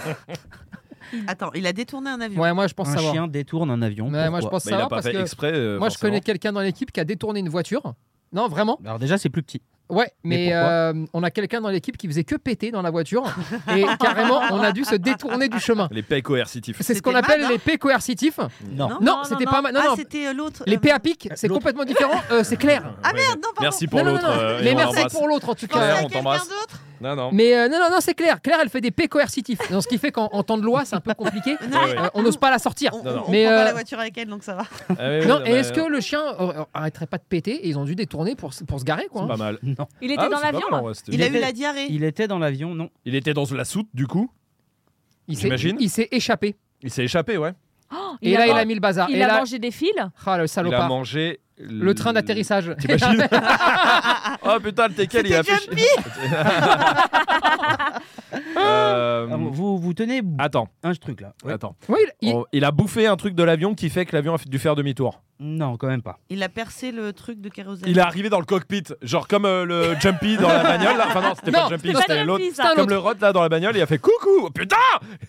[SPEAKER 5] Attends, il a détourné un avion.
[SPEAKER 7] Ouais, moi je pense
[SPEAKER 1] un
[SPEAKER 7] savoir.
[SPEAKER 1] chien détourne un avion.
[SPEAKER 7] Ouais, moi je
[SPEAKER 1] Pourquoi
[SPEAKER 7] pense
[SPEAKER 6] Bah, il a
[SPEAKER 7] savoir
[SPEAKER 6] pas
[SPEAKER 7] parce
[SPEAKER 6] fait
[SPEAKER 7] que
[SPEAKER 6] exprès. euh,
[SPEAKER 7] moi je
[SPEAKER 6] forcément.
[SPEAKER 7] connais quelqu'un dans l'équipe qui a détourné une voiture. Non, vraiment.
[SPEAKER 1] Alors déjà, c'est plus petit.
[SPEAKER 7] Ouais, mais,
[SPEAKER 1] Mais pourquoi
[SPEAKER 7] euh, on a quelqu'un dans l'équipe qui faisait que péter dans la voiture et carrément on a dû se détourner du chemin.
[SPEAKER 6] Les paix coercitifs.
[SPEAKER 7] C'est ce qu'on
[SPEAKER 5] C'était
[SPEAKER 7] appelle
[SPEAKER 5] mal, hein
[SPEAKER 7] les P coercitifs.
[SPEAKER 1] Non.
[SPEAKER 5] Non.
[SPEAKER 7] Non,
[SPEAKER 8] non,
[SPEAKER 7] c'était
[SPEAKER 8] non.
[SPEAKER 7] pas mal. Non,
[SPEAKER 5] ah,
[SPEAKER 7] non.
[SPEAKER 5] c'était euh, l'autre.
[SPEAKER 7] Les
[SPEAKER 5] euh,
[SPEAKER 7] P à pic, c'est
[SPEAKER 1] L'autre.
[SPEAKER 7] complètement différent. Euh, c'est clair.
[SPEAKER 5] Ah merde, non, pardon.
[SPEAKER 6] Merci pour
[SPEAKER 7] Non, non,
[SPEAKER 6] l'autre.
[SPEAKER 7] non, non.
[SPEAKER 6] euh, et
[SPEAKER 7] mais
[SPEAKER 6] on
[SPEAKER 7] merci
[SPEAKER 6] l'embrasse.
[SPEAKER 7] pour l'autre en tout
[SPEAKER 5] Pensez
[SPEAKER 7] cas.
[SPEAKER 5] à
[SPEAKER 6] on t'embrasse.
[SPEAKER 5] quelqu'un d'autre
[SPEAKER 6] Non, non.
[SPEAKER 7] Mais euh, non, non, non, c'est clair. Claire, elle fait des P coercitifs. Donc, ce qui fait qu'en en temps de loi, c'est un peu compliqué.
[SPEAKER 5] Non,
[SPEAKER 6] Ouais, ouais.
[SPEAKER 7] Euh, on n'ose pas la sortir.
[SPEAKER 5] On,
[SPEAKER 6] Non, non.
[SPEAKER 5] on
[SPEAKER 7] Mais,
[SPEAKER 5] prend
[SPEAKER 7] euh,
[SPEAKER 5] pas la voiture avec elle, donc ça va.
[SPEAKER 6] Ah oui, oui,
[SPEAKER 7] Non,
[SPEAKER 6] non,
[SPEAKER 7] et
[SPEAKER 6] mais-
[SPEAKER 7] est-ce que le chien euh, arrêterait pas de péter et ils ont dû détourner pour, se- pour se garer quoi hein.
[SPEAKER 6] Pas mal.
[SPEAKER 1] Non.
[SPEAKER 8] Il était
[SPEAKER 6] Ah,
[SPEAKER 8] dans
[SPEAKER 6] c'est pas
[SPEAKER 8] l'avion.
[SPEAKER 6] mal, en
[SPEAKER 8] là.
[SPEAKER 6] vrai, c'était-
[SPEAKER 5] Il,
[SPEAKER 6] il,
[SPEAKER 5] a
[SPEAKER 1] était-
[SPEAKER 5] eu la diarrhée.
[SPEAKER 1] Il était dans l'avion, non
[SPEAKER 6] était dans la soute, du coup.
[SPEAKER 7] Il s'est-
[SPEAKER 6] J'imagine.
[SPEAKER 7] Il s'est échappé.
[SPEAKER 6] Il s'est échappé, ouais.
[SPEAKER 8] Oh,
[SPEAKER 7] et
[SPEAKER 8] il
[SPEAKER 7] là,
[SPEAKER 8] a-
[SPEAKER 7] il a mis le bazar.
[SPEAKER 8] il
[SPEAKER 7] et
[SPEAKER 8] a
[SPEAKER 7] là,
[SPEAKER 8] mangé des fils.
[SPEAKER 7] ah,
[SPEAKER 6] Il
[SPEAKER 7] le
[SPEAKER 6] a
[SPEAKER 7] salopard.
[SPEAKER 6] mangé
[SPEAKER 7] Le train d'atterrissage.
[SPEAKER 6] T'imagines Oh putain, le teckel, il a
[SPEAKER 5] C'était
[SPEAKER 6] fait.
[SPEAKER 5] Jumpy
[SPEAKER 6] Euh,
[SPEAKER 1] Ah, vous, vous tenez
[SPEAKER 6] Attends,
[SPEAKER 1] un truc là. Ouais.
[SPEAKER 6] attends.
[SPEAKER 7] oui, il- il-
[SPEAKER 6] On- Il a bouffé un truc de l'avion qui fait que l'avion a dû faire demi-tour.
[SPEAKER 1] Non, quand même pas.
[SPEAKER 5] Il a percé le truc de kérosène.
[SPEAKER 6] Il est arrivé dans le cockpit, genre comme euh, le Jumpy dans la bagnole. Là. Enfin non, c'était
[SPEAKER 7] Non,
[SPEAKER 6] pas le Jumpy,
[SPEAKER 8] c'était pas hein.
[SPEAKER 6] c'était
[SPEAKER 8] Jumpy,
[SPEAKER 6] l'autre.
[SPEAKER 8] ça.
[SPEAKER 6] Comme le Rot là dans la bagnole, il a fait coucou. Putain,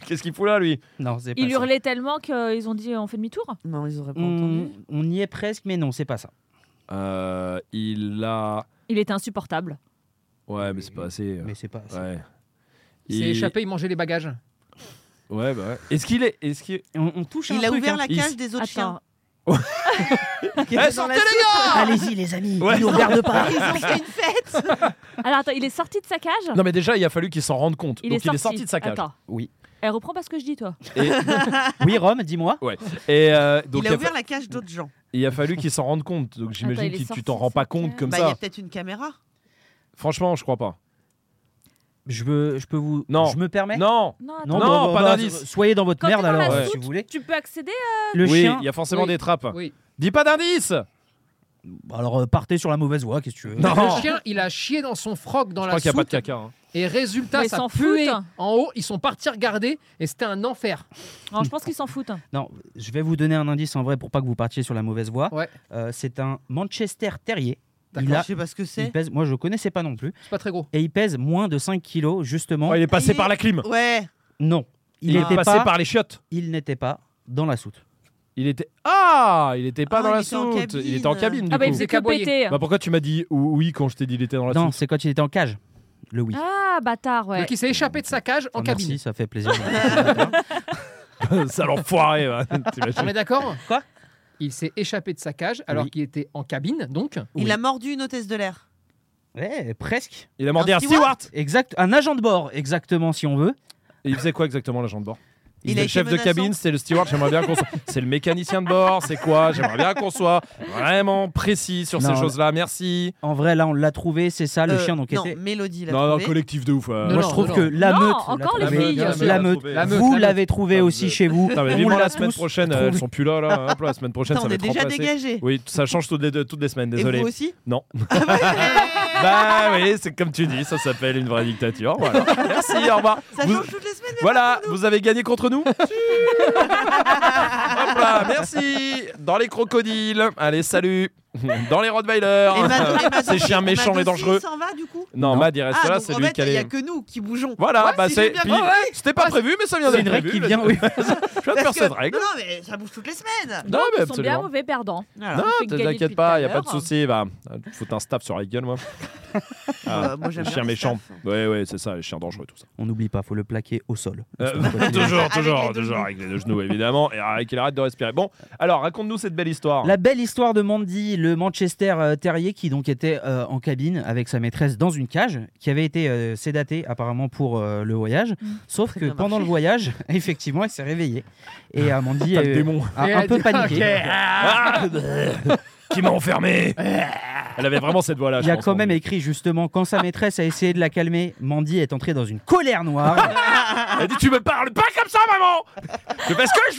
[SPEAKER 6] qu'est-ce qu'il fout là lui
[SPEAKER 1] Non, c'est pas
[SPEAKER 8] Il
[SPEAKER 1] ça.
[SPEAKER 8] hurlait tellement qu'ils ont dit on fait demi-tour.
[SPEAKER 5] Non, ils auraient pas
[SPEAKER 1] On,
[SPEAKER 5] entendu.
[SPEAKER 1] on y est presque, mais non, c'est pas ça.
[SPEAKER 6] Euh, Il a.
[SPEAKER 8] Il était insupportable.
[SPEAKER 6] Ouais, mais c'est pas assez. euh,
[SPEAKER 1] Mais c'est pas ça.
[SPEAKER 6] Ouais.
[SPEAKER 7] il s'est
[SPEAKER 6] Il-
[SPEAKER 7] échappé, il mangeait les bagages.
[SPEAKER 6] Ouais, bah ouais. Est-ce qu'il est. Est-ce qu'il.
[SPEAKER 1] On, on touche à un
[SPEAKER 5] Il a
[SPEAKER 1] truc.
[SPEAKER 5] ouvert
[SPEAKER 1] hein.
[SPEAKER 5] la
[SPEAKER 6] Il-
[SPEAKER 5] cage des autres chiens.
[SPEAKER 8] Attends.
[SPEAKER 1] Qui
[SPEAKER 6] Eh,
[SPEAKER 1] était dans la
[SPEAKER 6] sortez les gars
[SPEAKER 1] Allez-y les amis,
[SPEAKER 6] Ouais.
[SPEAKER 1] ne nous regarde pas.
[SPEAKER 5] Ils ont fait une fête
[SPEAKER 8] Alors attends, il est sorti de sa cage.
[SPEAKER 6] Non, mais déjà, il a fallu qu'il s'en rende compte.
[SPEAKER 8] il,
[SPEAKER 6] Donc,
[SPEAKER 8] est
[SPEAKER 6] il est sorti de sa cage.
[SPEAKER 8] Attends.
[SPEAKER 1] Oui.
[SPEAKER 8] Elle reprend pas ce que je dis toi.
[SPEAKER 6] Et,
[SPEAKER 1] Oui Rome, dis-moi.
[SPEAKER 6] et, euh, donc,
[SPEAKER 5] Il a
[SPEAKER 6] fa-
[SPEAKER 5] ouvert la cage d'autres gens.
[SPEAKER 6] Il a fallu qu'il s'en rende compte. Donc j'imagine
[SPEAKER 8] il est
[SPEAKER 6] que tu
[SPEAKER 8] sorti
[SPEAKER 6] t'en
[SPEAKER 8] de
[SPEAKER 6] rends
[SPEAKER 8] sa
[SPEAKER 6] pas compte
[SPEAKER 8] cage.
[SPEAKER 6] comme
[SPEAKER 5] Bah, il y
[SPEAKER 6] ça.
[SPEAKER 5] a peut-être une caméra.
[SPEAKER 6] Franchement, je crois pas.
[SPEAKER 1] Je veux, je peux vous.
[SPEAKER 6] Non.
[SPEAKER 1] Je me permets.
[SPEAKER 6] Non
[SPEAKER 8] Non,
[SPEAKER 6] Non,
[SPEAKER 8] attends.
[SPEAKER 1] bah,
[SPEAKER 6] pas
[SPEAKER 1] bah,
[SPEAKER 6] d'indice.
[SPEAKER 1] Soyez dans votre
[SPEAKER 8] Quand
[SPEAKER 1] merde
[SPEAKER 8] t'es dans la
[SPEAKER 1] alors,
[SPEAKER 6] soute,
[SPEAKER 1] si vous voulez.
[SPEAKER 8] Tu peux accéder hein. à...
[SPEAKER 1] Le
[SPEAKER 6] Oui,
[SPEAKER 1] chien.
[SPEAKER 6] il y a forcément
[SPEAKER 7] Oui.
[SPEAKER 6] des trappes.
[SPEAKER 7] Oui.
[SPEAKER 6] Dis pas d'indice
[SPEAKER 1] Alors euh, partez sur la mauvaise voie, qu'est-ce que tu veux.
[SPEAKER 6] Non.
[SPEAKER 7] Le chien, il a chié dans son froc dans
[SPEAKER 6] Je
[SPEAKER 7] la
[SPEAKER 6] crois qu'il n'y a pas de
[SPEAKER 7] soute
[SPEAKER 6] caca. hein.
[SPEAKER 7] et résultat,
[SPEAKER 8] Mais ils
[SPEAKER 7] ça
[SPEAKER 8] s'en
[SPEAKER 7] puait
[SPEAKER 8] foutent.
[SPEAKER 7] en haut. Ils sont partis regarder et c'était un enfer.
[SPEAKER 8] Non, je pense qu'ils s'en foutent. hein.
[SPEAKER 1] Non, je vais vous donner un indice en vrai pour pas que vous partiez sur la mauvaise voie.
[SPEAKER 7] Ouais.
[SPEAKER 1] Euh, c'est un Manchester Terrier. Il
[SPEAKER 5] Attends,
[SPEAKER 1] a,
[SPEAKER 5] je sais pas ce que
[SPEAKER 1] il
[SPEAKER 5] c'est.
[SPEAKER 1] pèse, moi je connaissais pas non plus,
[SPEAKER 7] C'est pas très gros.
[SPEAKER 1] et il pèse moins de 5 kilos justement.
[SPEAKER 6] Oh, il est passé
[SPEAKER 5] Ah, Il est-
[SPEAKER 6] par la clim.
[SPEAKER 5] Ouais.
[SPEAKER 1] Non, il
[SPEAKER 6] est
[SPEAKER 1] n'était
[SPEAKER 6] passé
[SPEAKER 1] pas,
[SPEAKER 6] par les chiottes.
[SPEAKER 1] il n'était pas dans la soute.
[SPEAKER 6] Il était. Ah Il était pas
[SPEAKER 5] Ah,
[SPEAKER 6] dans
[SPEAKER 5] il
[SPEAKER 6] la
[SPEAKER 5] était en
[SPEAKER 6] soute. Il était en cabine.
[SPEAKER 5] cabine.
[SPEAKER 6] Du
[SPEAKER 8] Ah bah il
[SPEAKER 6] coup.
[SPEAKER 8] faisait que
[SPEAKER 7] Décaboyer.
[SPEAKER 8] péter.
[SPEAKER 6] Bah, pourquoi tu m'as dit ou- oui quand je t'ai dit il était dans la
[SPEAKER 1] non,
[SPEAKER 6] soute
[SPEAKER 1] c'est quand il était en cage. Le oui.
[SPEAKER 8] Ah bâtard ouais.
[SPEAKER 7] Donc il s'est échappé de sa cage en
[SPEAKER 1] Ah, merci,
[SPEAKER 7] cabine.
[SPEAKER 1] ça fait plaisir.
[SPEAKER 6] Ça l'enfoiré. bah, t'imagines.
[SPEAKER 5] Ah,
[SPEAKER 7] On est Ah, d'accord
[SPEAKER 1] Quoi
[SPEAKER 7] Il s'est échappé de sa cage alors
[SPEAKER 1] Oui.
[SPEAKER 7] qu'il était en cabine, donc.
[SPEAKER 1] Oui.
[SPEAKER 5] Il a mordu une hôtesse de l'air.
[SPEAKER 1] ouais, presque.
[SPEAKER 6] Il a mordu
[SPEAKER 5] Un
[SPEAKER 6] un steward.
[SPEAKER 1] Exact, un agent de bord, exactement si on veut.
[SPEAKER 6] Et il faisait quoi exactement l'agent de bord
[SPEAKER 5] Il
[SPEAKER 6] il
[SPEAKER 5] a
[SPEAKER 6] est le
[SPEAKER 5] été
[SPEAKER 6] chef de
[SPEAKER 5] menaçant.
[SPEAKER 6] cabine, c'est le steward, j'aimerais bien qu'on soit... C'est le mécanicien de bord, c'est quoi J'aimerais bien qu'on soit vraiment précis sur
[SPEAKER 1] Non,
[SPEAKER 6] ces choses-là, merci.
[SPEAKER 1] En vrai, là on l'a trouvé, c'est ça le
[SPEAKER 5] Euh,
[SPEAKER 1] chien donc
[SPEAKER 5] Non,
[SPEAKER 1] était.
[SPEAKER 5] Mélodie l'a
[SPEAKER 6] Non, non,
[SPEAKER 5] trouvé.
[SPEAKER 6] collectif de ouf. ouais.
[SPEAKER 7] Non,
[SPEAKER 1] Moi
[SPEAKER 7] non,
[SPEAKER 1] je trouve
[SPEAKER 7] non.
[SPEAKER 1] que la
[SPEAKER 8] Non,
[SPEAKER 1] meute, l'a
[SPEAKER 8] encore les
[SPEAKER 1] trouvé.
[SPEAKER 8] filles.
[SPEAKER 1] la,
[SPEAKER 6] La
[SPEAKER 1] meute,
[SPEAKER 6] meute,
[SPEAKER 7] la meute.
[SPEAKER 1] vous l'avez trouvé aussi chez vous.
[SPEAKER 6] Putain, mais
[SPEAKER 1] On
[SPEAKER 6] vivement
[SPEAKER 1] l'a
[SPEAKER 6] la semaine
[SPEAKER 1] tous
[SPEAKER 6] prochaine,
[SPEAKER 1] trouvé.
[SPEAKER 6] elles sont plus là, là. Hop, la semaine prochaine,
[SPEAKER 5] Putain,
[SPEAKER 6] ça
[SPEAKER 5] on
[SPEAKER 6] va
[SPEAKER 5] est
[SPEAKER 6] être remplacé.
[SPEAKER 5] déjà dégagé.
[SPEAKER 6] Oui, ça change toutes les, deux- toutes les semaines,
[SPEAKER 5] Et
[SPEAKER 6] désolé.
[SPEAKER 5] vous aussi
[SPEAKER 6] Non. bah oui, c'est comme tu dis, ça s'appelle une vraie dictature. Voilà. Merci, au revoir.
[SPEAKER 5] Ça
[SPEAKER 6] Vous-
[SPEAKER 5] change toutes les semaines. mais
[SPEAKER 6] Voilà,
[SPEAKER 5] pas pour nous.
[SPEAKER 6] vous avez gagné contre nous. Hop là, merci. Dans les crocodiles. Allez, salut. Dans les Rottweilers.
[SPEAKER 5] Et Mad- et Mad
[SPEAKER 6] Ces chiens
[SPEAKER 5] aussi-
[SPEAKER 6] méchants
[SPEAKER 5] Mad
[SPEAKER 6] et
[SPEAKER 5] aussi,
[SPEAKER 6] dangereux.
[SPEAKER 5] Il s'en va du coup
[SPEAKER 6] Non,
[SPEAKER 1] Non.
[SPEAKER 6] Mad, il reste
[SPEAKER 5] Ah,
[SPEAKER 6] là,
[SPEAKER 5] donc,
[SPEAKER 6] c'est
[SPEAKER 5] en
[SPEAKER 6] lui
[SPEAKER 5] fait,
[SPEAKER 6] qui
[SPEAKER 5] il n'y
[SPEAKER 6] allait.
[SPEAKER 5] a que nous qui bougeons.
[SPEAKER 6] Voilà,
[SPEAKER 5] Ouais,
[SPEAKER 6] bah
[SPEAKER 5] si
[SPEAKER 6] c'est.
[SPEAKER 5] j'ai bien
[SPEAKER 6] puis-
[SPEAKER 5] compris.
[SPEAKER 6] C'était pas prévu, mais ça vient
[SPEAKER 1] C'est
[SPEAKER 6] d'être
[SPEAKER 1] une règle
[SPEAKER 6] prévu.
[SPEAKER 1] qui vient, oui.
[SPEAKER 6] Je viens de faire
[SPEAKER 5] Parce
[SPEAKER 6] cette
[SPEAKER 5] que-
[SPEAKER 6] règle.
[SPEAKER 5] Non, non, mais ça bouge toutes les semaines.
[SPEAKER 6] Non, mais
[SPEAKER 8] ils sont bien
[SPEAKER 6] absolument.
[SPEAKER 8] mauvais perdants.
[SPEAKER 5] Voilà.
[SPEAKER 6] Non,
[SPEAKER 8] fait gagner
[SPEAKER 6] t'inquiète
[SPEAKER 8] depuis
[SPEAKER 6] pas,
[SPEAKER 8] tout à
[SPEAKER 6] y a pas de
[SPEAKER 8] l'heure.
[SPEAKER 6] souci. Bah, faut un stab sur la gueule, moi.
[SPEAKER 5] Euh, moi,
[SPEAKER 6] les
[SPEAKER 5] j'aime bien
[SPEAKER 6] chiens
[SPEAKER 5] le
[SPEAKER 6] méchants.
[SPEAKER 5] staff.
[SPEAKER 6] Ouais, ouais, c'est ça, les chiens dangereux, tout ça.
[SPEAKER 1] On n'oublie pas, faut le plaquer au sol. Parce qu'on
[SPEAKER 6] Euh,
[SPEAKER 1] continue.
[SPEAKER 6] toujours,
[SPEAKER 5] Avec les
[SPEAKER 6] toujours,
[SPEAKER 5] deux
[SPEAKER 6] toujours,
[SPEAKER 5] genoux.
[SPEAKER 6] avec les deux genoux, évidemment, et avec qu'il arrête de respirer. Bon, alors, raconte-nous cette belle histoire.
[SPEAKER 1] La belle histoire de Mandy, le Manchester euh, terrier qui donc était euh, en cabine avec sa maîtresse dans une cage, qui avait été euh, sédatée apparemment pour euh, le voyage.
[SPEAKER 7] Mmh,
[SPEAKER 1] Sauf
[SPEAKER 5] Très
[SPEAKER 1] que
[SPEAKER 5] bien
[SPEAKER 1] pendant
[SPEAKER 5] marché.
[SPEAKER 1] le voyage, effectivement, elle s'est réveillée. Et euh, Mandy euh, a
[SPEAKER 7] Et
[SPEAKER 1] un
[SPEAKER 7] elle
[SPEAKER 1] peu
[SPEAKER 7] dit,
[SPEAKER 1] paniqué.
[SPEAKER 7] Ok,
[SPEAKER 6] Ah Qui m'a enfermé Elle avait vraiment cette voix-là.
[SPEAKER 1] Il
[SPEAKER 6] je
[SPEAKER 1] y a
[SPEAKER 6] pense, hein.
[SPEAKER 1] quand
[SPEAKER 6] en
[SPEAKER 1] même
[SPEAKER 6] vrai.
[SPEAKER 1] écrit justement quand sa maîtresse a essayé de la calmer, Mandy est entrée dans une colère noire.
[SPEAKER 6] Elle a dit Tu me parles pas comme ça, maman Je fais ce que je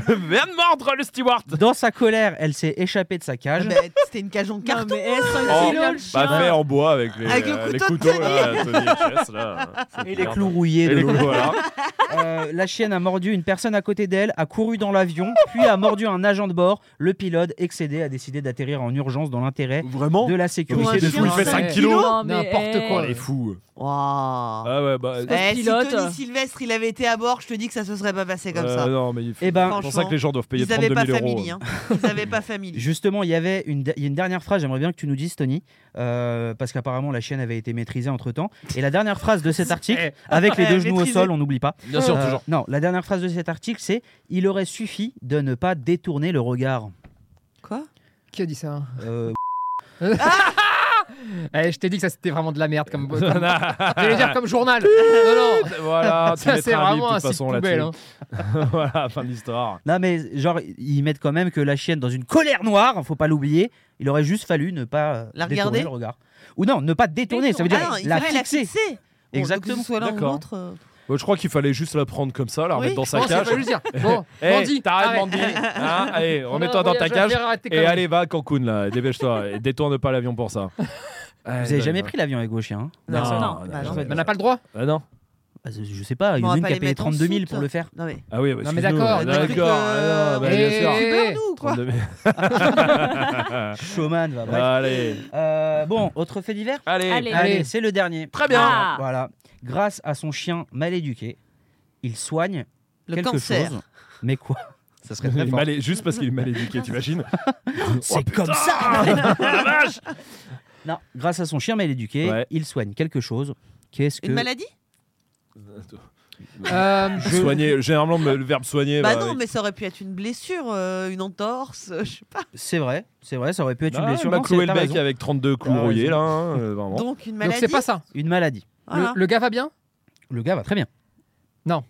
[SPEAKER 6] veux Je viens de mordre le steward
[SPEAKER 1] Dans sa colère, elle s'est échappée de sa cage.
[SPEAKER 5] Mais C'était une cage en carton.
[SPEAKER 6] Oh,
[SPEAKER 8] Kilo, le chien.
[SPEAKER 6] Bah, fait en bois avec les,
[SPEAKER 5] Avec le
[SPEAKER 6] euh, les
[SPEAKER 5] couteau de
[SPEAKER 6] couteaux,
[SPEAKER 5] Tony.
[SPEAKER 6] là, Tony Chess, là. C'est
[SPEAKER 1] Et les
[SPEAKER 6] clair.
[SPEAKER 1] clous rouillés
[SPEAKER 6] Et
[SPEAKER 1] de
[SPEAKER 6] les
[SPEAKER 1] l'autre.
[SPEAKER 6] clous, voilà.
[SPEAKER 1] Euh, la chienne a mordu une personne à côté d'elle, a couru dans l'avion, puis a mordu un agent de bord. Le pilote, excédé, a décidé d'atterrir en urgence dans l'intérêt
[SPEAKER 6] Vraiment
[SPEAKER 1] de la
[SPEAKER 5] Pour un
[SPEAKER 1] sécurité de
[SPEAKER 5] chien,
[SPEAKER 1] tous.
[SPEAKER 6] fou, il fait
[SPEAKER 5] c'est-
[SPEAKER 6] 5 kilos
[SPEAKER 8] Non, mais,
[SPEAKER 7] N'importe
[SPEAKER 8] eh,
[SPEAKER 7] quoi.
[SPEAKER 6] Elle est fou.
[SPEAKER 5] Waouh.
[SPEAKER 6] Ah ouais, bah.
[SPEAKER 8] Parce
[SPEAKER 5] Eh,
[SPEAKER 8] que
[SPEAKER 5] si
[SPEAKER 8] pilote.
[SPEAKER 5] Tony Sylvestre il avait été à bord, je te dis que ça se serait pas passé comme
[SPEAKER 6] euh,
[SPEAKER 5] ça.
[SPEAKER 6] Non, mais il faut-
[SPEAKER 1] Eh ben,
[SPEAKER 6] c'est pour ça que les gens doivent payer
[SPEAKER 5] Ils avaient
[SPEAKER 6] 32
[SPEAKER 5] pas
[SPEAKER 6] 000 euros.
[SPEAKER 5] famille. Hein. Ils avaient pas famille.
[SPEAKER 1] Justement, il y avait une, de- il y a une dernière phrase, j'aimerais bien que tu nous dises, Tony, euh, parce qu'apparemment la chienne avait été maîtrisée entre temps. Et la dernière phrase de cet article, avec les
[SPEAKER 5] Eh,
[SPEAKER 1] deux genoux au
[SPEAKER 5] maîtrisée.
[SPEAKER 1] sol, on n'oublie pas.
[SPEAKER 6] Bien sûr,
[SPEAKER 1] Euh,
[SPEAKER 6] toujours.
[SPEAKER 1] Non, la dernière phrase de cet article, c'est Il aurait suffi de ne pas détourner le regard.
[SPEAKER 5] Quoi
[SPEAKER 7] qui a dit ça hein
[SPEAKER 1] Euh,
[SPEAKER 7] Eh, Je t'ai dit que ça c'était vraiment de la merde comme. comme- J'allais dire
[SPEAKER 6] voilà,
[SPEAKER 7] comme journal. Non, non.
[SPEAKER 6] tu
[SPEAKER 7] ça c'est
[SPEAKER 6] mettras un livre, de
[SPEAKER 7] vraiment un
[SPEAKER 6] toute
[SPEAKER 7] site
[SPEAKER 6] façon
[SPEAKER 7] poubelle.
[SPEAKER 6] là-dessus.
[SPEAKER 7] hein.
[SPEAKER 6] voilà, fin de l'histoire.
[SPEAKER 1] non, mais genre, ils mettent quand même que la chienne, dans une colère noire, faut pas l'oublier, il aurait juste fallu ne pas euh,
[SPEAKER 5] La
[SPEAKER 1] détourner
[SPEAKER 5] regarder
[SPEAKER 1] le regard. Ou non, ne pas détourner, ça veut dire
[SPEAKER 5] Ah non, il
[SPEAKER 1] la
[SPEAKER 5] faudrait
[SPEAKER 1] fixer.
[SPEAKER 5] la fixer. Bon,
[SPEAKER 1] Exactement.
[SPEAKER 5] Que ce soit l'un ou
[SPEAKER 6] D'accord.
[SPEAKER 5] l'autre. euh,
[SPEAKER 6] Bah, je crois qu'il fallait juste la prendre comme ça, la
[SPEAKER 5] Oui,
[SPEAKER 6] remettre dans
[SPEAKER 5] je
[SPEAKER 6] sa
[SPEAKER 7] Bon, c'est
[SPEAKER 6] cage.
[SPEAKER 7] pas juste dire. Bon,
[SPEAKER 6] Eh,
[SPEAKER 7] Mandy,
[SPEAKER 6] t'arrêtes,
[SPEAKER 7] arrête.
[SPEAKER 6] Mandy. Hein Allez,
[SPEAKER 7] On a
[SPEAKER 6] remets-toi
[SPEAKER 7] un
[SPEAKER 6] dans ta
[SPEAKER 7] voyage à
[SPEAKER 6] cage.
[SPEAKER 7] faire, arrête tes
[SPEAKER 6] Et
[SPEAKER 7] conneries.
[SPEAKER 6] allez, va à Cancun, là. et Dépêche-toi. Et détourne pas l'avion pour ça. Ah, Eh,
[SPEAKER 1] Vous avez jamais pris l'avion avec vos chiens hein
[SPEAKER 6] Non,
[SPEAKER 8] Non,
[SPEAKER 6] non, non,
[SPEAKER 5] bah non.
[SPEAKER 6] non.
[SPEAKER 7] Mais on n'a pas le droit.
[SPEAKER 6] Ah non.
[SPEAKER 1] Bah, je- Je sais pas, il y
[SPEAKER 5] on
[SPEAKER 1] en
[SPEAKER 5] va
[SPEAKER 1] a une
[SPEAKER 5] pas
[SPEAKER 1] qui a
[SPEAKER 5] les
[SPEAKER 1] payé
[SPEAKER 5] mettre en
[SPEAKER 1] 32 000
[SPEAKER 5] soute.
[SPEAKER 1] pour le faire.
[SPEAKER 5] Non mais.
[SPEAKER 6] Ah oui, bah,
[SPEAKER 7] Non,
[SPEAKER 6] excuse-nous,
[SPEAKER 7] mais d'accord,
[SPEAKER 6] ouais,
[SPEAKER 7] d'accord.
[SPEAKER 6] D'accord. Ah, non, bah, bien
[SPEAKER 7] Eh,
[SPEAKER 6] sûr.
[SPEAKER 7] eh,
[SPEAKER 5] Beurre, nous ou quoi
[SPEAKER 6] 32 000. Ah.
[SPEAKER 1] Showman, va. bref.
[SPEAKER 6] Bah, Allez.
[SPEAKER 1] Euh, bon, autre fait divers
[SPEAKER 6] eh, Allez.
[SPEAKER 8] Allez.
[SPEAKER 1] Allez, c'est le dernier.
[SPEAKER 6] Très bien.
[SPEAKER 8] Ah.
[SPEAKER 1] Voilà. Grâce à son chien mal éduqué, il soigne
[SPEAKER 5] Le
[SPEAKER 1] quelque
[SPEAKER 5] cancer.
[SPEAKER 1] chose. Mais quoi Ça serait
[SPEAKER 6] Il
[SPEAKER 1] très
[SPEAKER 6] est
[SPEAKER 1] fort.
[SPEAKER 6] mal é- juste parce qu'il est mal éduqué, t'imagines Oh,
[SPEAKER 1] C'est comme ça Non, grâce à son chien mal éduqué,
[SPEAKER 6] Ouais.
[SPEAKER 1] il soigne quelque chose. Qu'est-ce que
[SPEAKER 5] Une maladie
[SPEAKER 7] Euh,
[SPEAKER 6] Soigner, généralement le le verbe soigner.
[SPEAKER 5] Bah
[SPEAKER 6] bah,
[SPEAKER 5] non,
[SPEAKER 6] oui.
[SPEAKER 5] mais ça aurait pu être une blessure, euh, une entorse, euh, je sais pas.
[SPEAKER 1] C'est vrai, c'est vrai, ça aurait pu être
[SPEAKER 6] Ah,
[SPEAKER 1] une
[SPEAKER 6] il
[SPEAKER 1] blessure.
[SPEAKER 6] m'a
[SPEAKER 1] Non,
[SPEAKER 6] cloué
[SPEAKER 1] c'est-
[SPEAKER 6] le
[SPEAKER 1] t'as
[SPEAKER 6] bec
[SPEAKER 1] raison.
[SPEAKER 6] avec 32 clous
[SPEAKER 1] T'as
[SPEAKER 6] rouillés,
[SPEAKER 1] raison.
[SPEAKER 6] là. hein, euh, vraiment.
[SPEAKER 5] Donc une
[SPEAKER 7] Donc
[SPEAKER 5] maladie.
[SPEAKER 7] c'est pas ça.
[SPEAKER 1] Une maladie.
[SPEAKER 5] Voilà.
[SPEAKER 7] Le, le gars va bien
[SPEAKER 1] Le gars va très bien.
[SPEAKER 7] Non.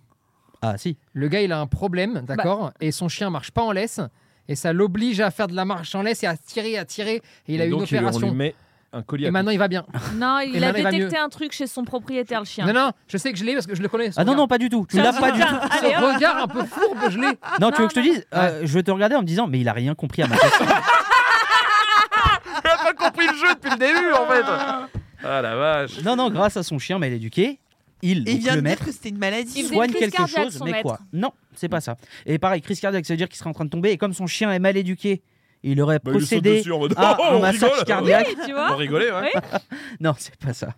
[SPEAKER 1] Ah si.
[SPEAKER 7] Le gars il a un problème, d'accord
[SPEAKER 5] Bah.
[SPEAKER 7] Et son chien marche pas en laisse. Et ça l'oblige à faire de la marche en laisse et à tirer, à tirer. Et il a
[SPEAKER 6] Et
[SPEAKER 7] eu une
[SPEAKER 6] donc, il- On
[SPEAKER 7] opération.
[SPEAKER 6] lui met un collier
[SPEAKER 7] Et
[SPEAKER 6] à
[SPEAKER 7] maintenant il va bien.
[SPEAKER 8] Non, il
[SPEAKER 7] Et
[SPEAKER 8] a
[SPEAKER 7] maintenant, il va
[SPEAKER 8] détecté un truc chez son propriétaire, le chien.
[SPEAKER 7] Non, non, je sais que je l'ai parce que je le connais. son
[SPEAKER 1] Ah non,
[SPEAKER 7] regard.
[SPEAKER 1] non, pas du tout. Tu
[SPEAKER 8] Ça,
[SPEAKER 1] l'as
[SPEAKER 8] c'est
[SPEAKER 1] pas du
[SPEAKER 8] ça.
[SPEAKER 1] tout.
[SPEAKER 7] Ce
[SPEAKER 8] Allez, hop.
[SPEAKER 7] regard un peu fourbe, je l'ai.
[SPEAKER 1] Non, tu veux
[SPEAKER 8] Non,
[SPEAKER 1] que je te dise Euh, Je te regardais en me disant, mais il a rien compris à ma question.
[SPEAKER 6] Il a pas compris le jeu depuis le début en fait. Ah la vache.
[SPEAKER 1] non, non, grâce à son chien mal éduqué, il,
[SPEAKER 5] Et il
[SPEAKER 1] donc
[SPEAKER 5] vient
[SPEAKER 1] le
[SPEAKER 5] de dire
[SPEAKER 1] maître,
[SPEAKER 5] que c'était une maladie.
[SPEAKER 8] Il faisait
[SPEAKER 1] soigne
[SPEAKER 8] une crise
[SPEAKER 1] quelque
[SPEAKER 8] cardiaque,
[SPEAKER 1] chose,
[SPEAKER 8] son
[SPEAKER 1] mais
[SPEAKER 8] maître.
[SPEAKER 1] quoi Non, c'est pas ça. Et pareil, crise cardiaque, ça veut dire qu'il serait en train de tomber. Et comme son chien est mal éduqué, il aurait
[SPEAKER 6] Bah, il saute
[SPEAKER 1] possédé
[SPEAKER 6] dessus en mode,
[SPEAKER 1] à
[SPEAKER 6] oh,
[SPEAKER 1] un
[SPEAKER 6] on
[SPEAKER 1] massage
[SPEAKER 6] rigole.
[SPEAKER 1] cardiaque.
[SPEAKER 8] Oui, tu
[SPEAKER 6] On
[SPEAKER 8] vois
[SPEAKER 6] rigolait, ouais.
[SPEAKER 1] Non, c'est pas ça.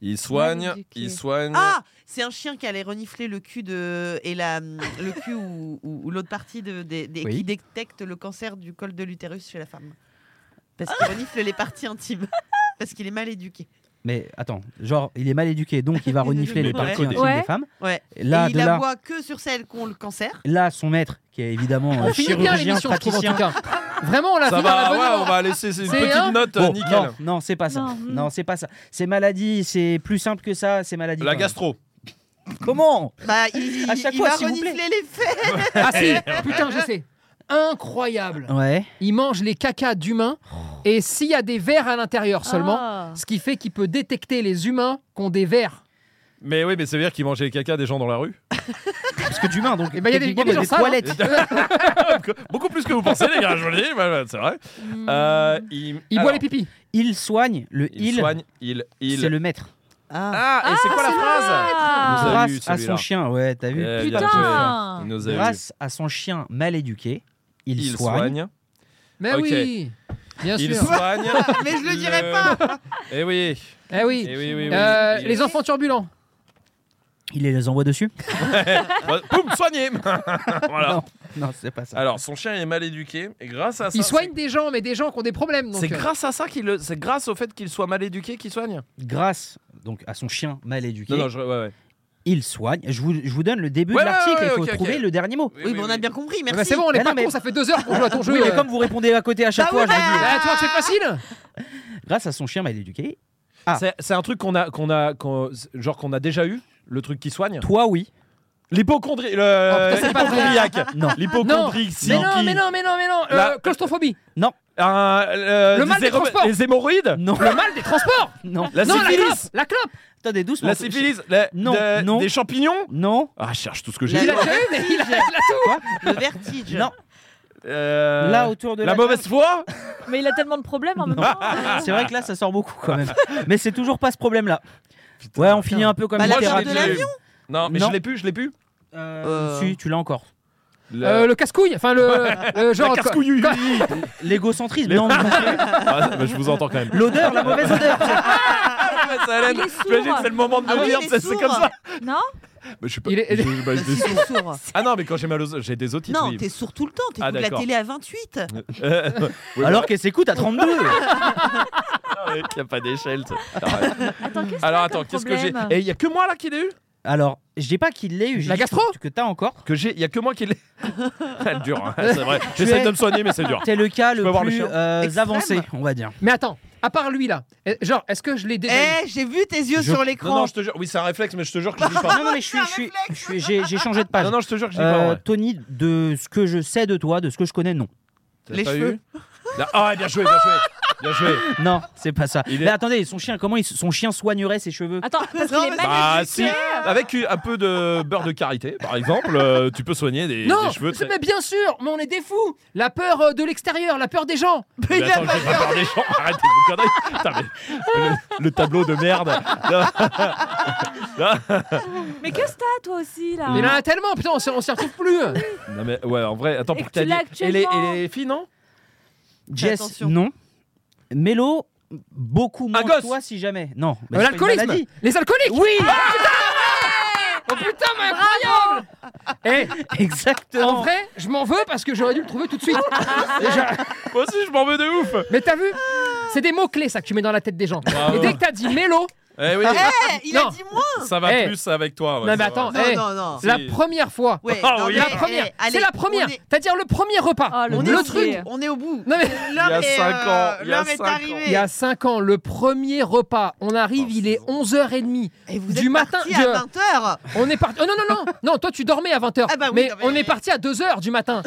[SPEAKER 6] Il soigne,
[SPEAKER 8] Mal éduqué.
[SPEAKER 6] il soigne.
[SPEAKER 5] Ah, c'est un chien qui allait renifler le cul de et la le cul ou, ou- ou l'autre partie de, des- des-
[SPEAKER 1] Oui.
[SPEAKER 5] qui détecte le cancer du col de l'utérus chez la femme. Parce qu'il renifle les parties intimes. Parce qu'il est mal éduqué.
[SPEAKER 1] Mais attends, genre, il est mal éduqué, donc il va renifler les
[SPEAKER 6] Ouais.
[SPEAKER 1] parties intimes
[SPEAKER 8] Ouais.
[SPEAKER 1] des femmes.
[SPEAKER 5] Ouais.
[SPEAKER 1] Là,
[SPEAKER 5] et
[SPEAKER 1] de
[SPEAKER 5] il
[SPEAKER 1] là,
[SPEAKER 5] aboie que sur celles qui ont le cancer.
[SPEAKER 1] là, son maître, qui est évidemment euh,
[SPEAKER 7] On finit bien
[SPEAKER 1] chirurgien,
[SPEAKER 7] l'émission, je trouve, en tout
[SPEAKER 1] praticien.
[SPEAKER 7] cas. Vraiment, on l'a
[SPEAKER 6] Ça
[SPEAKER 7] fait dans la
[SPEAKER 6] va,
[SPEAKER 7] bonne
[SPEAKER 6] ouais,
[SPEAKER 7] humeur.
[SPEAKER 6] on va laisser c'est une
[SPEAKER 7] C'est
[SPEAKER 6] petite
[SPEAKER 7] un
[SPEAKER 6] note euh,
[SPEAKER 1] Bon,
[SPEAKER 6] nickel.
[SPEAKER 1] non, non, c'est pas ça.
[SPEAKER 8] Non,
[SPEAKER 1] Non,
[SPEAKER 8] hmm.
[SPEAKER 1] c'est pas ça. C'est maladie, c'est plus simple que ça, c'est maladie.
[SPEAKER 6] La
[SPEAKER 1] quand même.
[SPEAKER 6] gastro.
[SPEAKER 1] Comment
[SPEAKER 5] Bah, il,
[SPEAKER 1] À chaque
[SPEAKER 5] il
[SPEAKER 1] fois,
[SPEAKER 5] va
[SPEAKER 1] s'il vous
[SPEAKER 5] renifler les fesses.
[SPEAKER 7] Ah si, putain, je sais. Incroyable.
[SPEAKER 1] Ouais.
[SPEAKER 7] Il mange les cacas d'humains et s'il y a des vers à l'intérieur seulement,
[SPEAKER 8] Ah.
[SPEAKER 7] ce qui fait qu'il peut détecter les humains qui ont des vers.
[SPEAKER 6] Mais oui, mais ça veut dire qu'il mangeait les caca des gens dans la rue.
[SPEAKER 1] Parce que d'humain, donc.
[SPEAKER 7] Et ben il y a des, il y
[SPEAKER 1] techniquement,
[SPEAKER 7] a des gens
[SPEAKER 1] des
[SPEAKER 7] sales, hein.
[SPEAKER 1] toilettes.
[SPEAKER 6] Beaucoup plus que vous pensez, les gars, je vous le dis. bah, bah, c'est vrai.
[SPEAKER 8] Hmm.
[SPEAKER 6] Euh, il
[SPEAKER 7] Il
[SPEAKER 6] alors,
[SPEAKER 7] boit les pipis.
[SPEAKER 1] Il soigne, le
[SPEAKER 6] Il,
[SPEAKER 1] il,
[SPEAKER 6] soigne, il. il...
[SPEAKER 1] c'est le maître.
[SPEAKER 5] Ah.
[SPEAKER 6] Ah, et c'est quoi la
[SPEAKER 8] c'est
[SPEAKER 6] phrase
[SPEAKER 8] Ah.
[SPEAKER 6] Vous avez
[SPEAKER 1] grâce
[SPEAKER 6] eu
[SPEAKER 1] à
[SPEAKER 6] celui-là.
[SPEAKER 1] son chien, ouais, t'as vu.
[SPEAKER 6] Eh, bien
[SPEAKER 8] Putain.
[SPEAKER 6] joué. Il nous a eu.
[SPEAKER 1] Grâce à son chien mal éduqué, il,
[SPEAKER 6] Il
[SPEAKER 1] soigne.
[SPEAKER 6] soigne.
[SPEAKER 7] Mais
[SPEAKER 6] Ok.
[SPEAKER 7] oui. Bien
[SPEAKER 6] Il
[SPEAKER 7] sûr.
[SPEAKER 6] soigne.
[SPEAKER 5] Mais je le dirai
[SPEAKER 6] Le-
[SPEAKER 5] pas.
[SPEAKER 6] Eh oui.
[SPEAKER 7] Eh oui.
[SPEAKER 6] Eh oui, oui, oui.
[SPEAKER 7] Euh,
[SPEAKER 6] Il- Ah,
[SPEAKER 7] les enfants turbulents.
[SPEAKER 1] Il les envoie dessus.
[SPEAKER 6] Poum, soigné Bah, Voilà.
[SPEAKER 1] Non. Non, c'est pas ça.
[SPEAKER 6] Alors, son chien est mal éduqué, et grâce à ça.
[SPEAKER 7] Il soigne des gens, mais des gens qui ont des problèmes.
[SPEAKER 6] c'est-
[SPEAKER 7] donc,
[SPEAKER 6] C'est
[SPEAKER 7] euh,
[SPEAKER 6] grâce à ça qu'il le- C'est grâce au fait qu'il soit mal éduqué qu'il soigne
[SPEAKER 1] Grâce donc à son chien mal éduqué,
[SPEAKER 6] Non, non, je. Ouais, ouais.
[SPEAKER 1] il soigne. Je vous, je vous donne le début
[SPEAKER 6] Ouais,
[SPEAKER 1] de l'article.
[SPEAKER 6] ouais, ouais,
[SPEAKER 1] il faut
[SPEAKER 6] ok, ok.
[SPEAKER 1] trouver le dernier mot.
[SPEAKER 5] Oui, mais on a bien compris,
[SPEAKER 7] bah,
[SPEAKER 5] merci.
[SPEAKER 7] c'est bon, on est
[SPEAKER 1] Mais
[SPEAKER 7] pas
[SPEAKER 1] non, mais-
[SPEAKER 7] cons, ça fait deux heures qu'on joue à ton jeu.
[SPEAKER 1] Oui, mais
[SPEAKER 7] euh.
[SPEAKER 1] comme vous répondez à côté à chaque
[SPEAKER 5] Bah
[SPEAKER 1] fois,
[SPEAKER 5] ouais,
[SPEAKER 1] je vous le dis.
[SPEAKER 7] Ah, tu vois que c'est facile
[SPEAKER 1] Grâce à son chien mal éduqué, Ah.
[SPEAKER 6] C'est- C'est un truc qu'on a, qu'on a, qu'on- genre qu'on a déjà eu, le truc qui soigne.
[SPEAKER 1] toi oui.
[SPEAKER 6] L'hypochondrie,
[SPEAKER 7] Oh,
[SPEAKER 6] le
[SPEAKER 7] putain, c'est pas vrai.
[SPEAKER 6] l'hypochondriaque.
[SPEAKER 1] Non.
[SPEAKER 7] Non,
[SPEAKER 6] L'hypochondrie,
[SPEAKER 7] mais non, mais non, mais non, mais non. euh,
[SPEAKER 6] La-
[SPEAKER 7] claustrophobie.
[SPEAKER 6] Un, euh,
[SPEAKER 7] Le mal
[SPEAKER 6] des
[SPEAKER 7] des
[SPEAKER 6] héro-
[SPEAKER 7] transports.
[SPEAKER 6] Les hémorroïdes.
[SPEAKER 1] Non.
[SPEAKER 7] Le mal des transports.
[SPEAKER 1] Non.
[SPEAKER 6] La
[SPEAKER 7] non,
[SPEAKER 6] syphilis.
[SPEAKER 7] la clope.
[SPEAKER 1] Attendez, doucement.
[SPEAKER 6] La syphilis. la-
[SPEAKER 1] Non,
[SPEAKER 6] de-
[SPEAKER 1] non.
[SPEAKER 6] Des champignons.
[SPEAKER 1] Non.
[SPEAKER 6] Ah, je cherche tout ce que
[SPEAKER 7] La
[SPEAKER 6] j'ai.
[SPEAKER 7] clope. Il a
[SPEAKER 5] Le
[SPEAKER 7] déjà eu, mais il a, il a tout.
[SPEAKER 5] Le vertige.
[SPEAKER 1] Non.
[SPEAKER 6] Euh,
[SPEAKER 1] Là autour de Ah,
[SPEAKER 6] la mauvaise foi.
[SPEAKER 8] Hmm. Mais il a tellement de problèmes en même temps.
[SPEAKER 1] C'est vrai que là, ça sort beaucoup quand même. Mais c'est toujours pas ce problème-là. Ouais, on finit un peu comme
[SPEAKER 5] Bah,
[SPEAKER 1] une
[SPEAKER 5] la
[SPEAKER 6] Moi, je
[SPEAKER 5] peur
[SPEAKER 6] l'ai
[SPEAKER 5] de
[SPEAKER 1] thérapie.
[SPEAKER 6] déjà eu.
[SPEAKER 5] l'avion
[SPEAKER 6] Non, mais
[SPEAKER 1] Non.
[SPEAKER 6] je l'ai pu, je l'ai pu.
[SPEAKER 1] Euh,
[SPEAKER 5] Euh.
[SPEAKER 1] Si, tu l'as encore.
[SPEAKER 7] Euh, le casse-couille. Enfin, le, le genre.
[SPEAKER 6] la casse-couille.
[SPEAKER 7] quoi-
[SPEAKER 1] L'égocentrisme, non.
[SPEAKER 6] Ah, bah, je vous entends quand même.
[SPEAKER 1] L'odeur, la mauvaise odeur.
[SPEAKER 6] Ah, bah, ça, Hélène,
[SPEAKER 8] Il est sourd.
[SPEAKER 6] J'imagine que c'est le moment de
[SPEAKER 5] Ah
[SPEAKER 6] me
[SPEAKER 5] oui,
[SPEAKER 6] dire,
[SPEAKER 5] il est
[SPEAKER 6] c'est c'est
[SPEAKER 5] sourd.
[SPEAKER 6] comme ça.
[SPEAKER 8] Non
[SPEAKER 6] Bah, je suis pas.
[SPEAKER 7] Il est-
[SPEAKER 6] je- bah, je
[SPEAKER 5] Bah, si,
[SPEAKER 6] dé-
[SPEAKER 5] t'es sourd.
[SPEAKER 6] Ah non, mais quand j'ai mal aux j'ai des otites.
[SPEAKER 5] Non,
[SPEAKER 6] oui.
[SPEAKER 5] t'es sourd tout le temps. T'écoutes
[SPEAKER 6] Ah,
[SPEAKER 5] la
[SPEAKER 6] d'accord.
[SPEAKER 5] télé à 28.
[SPEAKER 6] Euh, oui,
[SPEAKER 1] Alors qu'elle s'écoute à 32.
[SPEAKER 6] Il n'y a pas d'échelle. ça.
[SPEAKER 8] Attends, qu'est-ce
[SPEAKER 6] Alors
[SPEAKER 8] que
[SPEAKER 6] attends, qu'est-ce que j'ai
[SPEAKER 8] problème
[SPEAKER 6] Et il y a que moi là qui l'ai eu
[SPEAKER 1] Alors, je dis pas qu'il l'ait eu. je
[SPEAKER 7] La
[SPEAKER 1] dis
[SPEAKER 7] gastro
[SPEAKER 1] que- Que t'as encore.
[SPEAKER 6] Que j'ai, il y a que moi qui l'ai. Elle dure, hein, c'est vrai. J'essaie
[SPEAKER 1] es-
[SPEAKER 6] de me soigner, mais c'est dur.
[SPEAKER 1] C'est le cas le
[SPEAKER 6] peux voir le
[SPEAKER 1] plus
[SPEAKER 6] chien
[SPEAKER 1] euh,
[SPEAKER 5] Extrême.
[SPEAKER 1] avancé, on va dire.
[SPEAKER 7] Mais attends, à part lui là, eh, genre, est-ce que je l'ai
[SPEAKER 5] Eh,
[SPEAKER 7] déjà eu
[SPEAKER 5] j'ai vu tes yeux
[SPEAKER 1] Je-
[SPEAKER 5] sur
[SPEAKER 6] Non,
[SPEAKER 5] l'écran.
[SPEAKER 6] non, je te jure. Oui, c'est un réflexe, mais je te jure que je dis pas.
[SPEAKER 1] Non, non, mais je suis, je suis- je suis- j'ai, j'ai changé de page.
[SPEAKER 6] Non, non, je te jure que je dis
[SPEAKER 1] Euh,
[SPEAKER 6] pas. ouais.
[SPEAKER 1] Tony, de ce que je sais de toi, de ce que je connais, non.
[SPEAKER 6] T'as
[SPEAKER 5] les
[SPEAKER 6] pas
[SPEAKER 5] cheveux.
[SPEAKER 6] eu Là- Ah, bien joué, bien joué. Bien joué.
[SPEAKER 1] Non, c'est pas ça.
[SPEAKER 6] Il est-
[SPEAKER 1] Mais attendez, son chien, comment il- son chien soignerait ses cheveux
[SPEAKER 8] Attends, parce qu'il
[SPEAKER 5] Non,
[SPEAKER 8] est
[SPEAKER 5] mais-
[SPEAKER 8] mal
[SPEAKER 6] Bah,
[SPEAKER 8] éduqué.
[SPEAKER 6] si. Avec un peu de beurre de karité, par exemple, euh, tu peux soigner des,
[SPEAKER 7] Eh, Non,
[SPEAKER 6] des cheveux.
[SPEAKER 7] c'est-
[SPEAKER 6] très-
[SPEAKER 7] mais bien sûr, mais on est des fous. La peur euh, de l'extérieur, la peur des gens.
[SPEAKER 5] Mais
[SPEAKER 6] Mais
[SPEAKER 5] il a
[SPEAKER 6] attends,
[SPEAKER 5] pas
[SPEAKER 6] je vais pas peur des gens. Arrêtez vos conneries. Putain, mais le, le tableau de merde.
[SPEAKER 8] Mais qu'est-ce que t'as toi aussi là
[SPEAKER 7] Il y en a tellement, putain, on s'y on s'y retrouve plus. Euh,
[SPEAKER 6] Non, mais ouais, en vrai, attends,
[SPEAKER 8] Et
[SPEAKER 6] pour
[SPEAKER 8] que tu l'as
[SPEAKER 6] Et les,
[SPEAKER 8] actuellement.
[SPEAKER 6] et les filles, non
[SPEAKER 1] Jess,
[SPEAKER 5] attention.
[SPEAKER 1] non. Mélo, beaucoup moins que
[SPEAKER 6] gosse.
[SPEAKER 1] toi si jamais. Non. mais
[SPEAKER 7] Euh,
[SPEAKER 1] c'est pas une
[SPEAKER 7] L'alcoolisme
[SPEAKER 1] maladie.
[SPEAKER 7] Les alcooliques Ah,
[SPEAKER 1] Oui,
[SPEAKER 7] Oh putain, mais incroyable Eh, en
[SPEAKER 1] exactement.
[SPEAKER 7] vrai, je m'en veux parce que j'aurais dû le trouver tout de suite. Et j'a-
[SPEAKER 6] Moi aussi, je m'en veux de ouf.
[SPEAKER 7] mais t'as vu C'est des mots-clés, ça, que tu mets dans la tête des gens.
[SPEAKER 6] Bravo.
[SPEAKER 7] Et dès que t'as dit mélo,
[SPEAKER 6] Eh oui,
[SPEAKER 5] Eh, il
[SPEAKER 7] Non.
[SPEAKER 5] a dit moi.
[SPEAKER 6] ça va
[SPEAKER 7] Eh.
[SPEAKER 6] plus avec toi. ouais,
[SPEAKER 7] Non, mais
[SPEAKER 6] ça
[SPEAKER 7] attends,
[SPEAKER 6] va.
[SPEAKER 5] Non,
[SPEAKER 7] Eh.
[SPEAKER 5] non, non.
[SPEAKER 7] la
[SPEAKER 6] Si.
[SPEAKER 7] première fois.
[SPEAKER 5] Ouais,
[SPEAKER 6] Ah
[SPEAKER 5] non,
[SPEAKER 6] oui.
[SPEAKER 5] mais,
[SPEAKER 7] La première,
[SPEAKER 5] eh, allez,
[SPEAKER 7] c'est la
[SPEAKER 5] on
[SPEAKER 7] première.
[SPEAKER 5] est-
[SPEAKER 7] C'est-à-dire le premier repas.
[SPEAKER 8] Ah, le
[SPEAKER 5] On est
[SPEAKER 7] le
[SPEAKER 5] au
[SPEAKER 7] truc.
[SPEAKER 8] dossier.
[SPEAKER 5] truc, on est au bout.
[SPEAKER 7] Non, mais-
[SPEAKER 6] Il y a
[SPEAKER 5] L'homme est,
[SPEAKER 6] cinq ans,
[SPEAKER 5] euh,
[SPEAKER 6] il y a
[SPEAKER 5] l'homme est
[SPEAKER 6] cinq ans.
[SPEAKER 7] Il y
[SPEAKER 5] arrivé.
[SPEAKER 7] a 5 ans, le premier repas, on arrive,
[SPEAKER 6] Oh,
[SPEAKER 7] il est
[SPEAKER 6] c'est
[SPEAKER 7] 11h30.
[SPEAKER 5] Et vous
[SPEAKER 7] Du
[SPEAKER 5] êtes
[SPEAKER 7] matin,
[SPEAKER 5] parti
[SPEAKER 7] je-
[SPEAKER 5] à 20h.
[SPEAKER 7] On est parti. Oh non, non, non, non, toi tu dormais à 20h.
[SPEAKER 5] Ah bah oui,
[SPEAKER 7] mais,
[SPEAKER 5] non, mais-
[SPEAKER 7] on est parti à 2h du matin.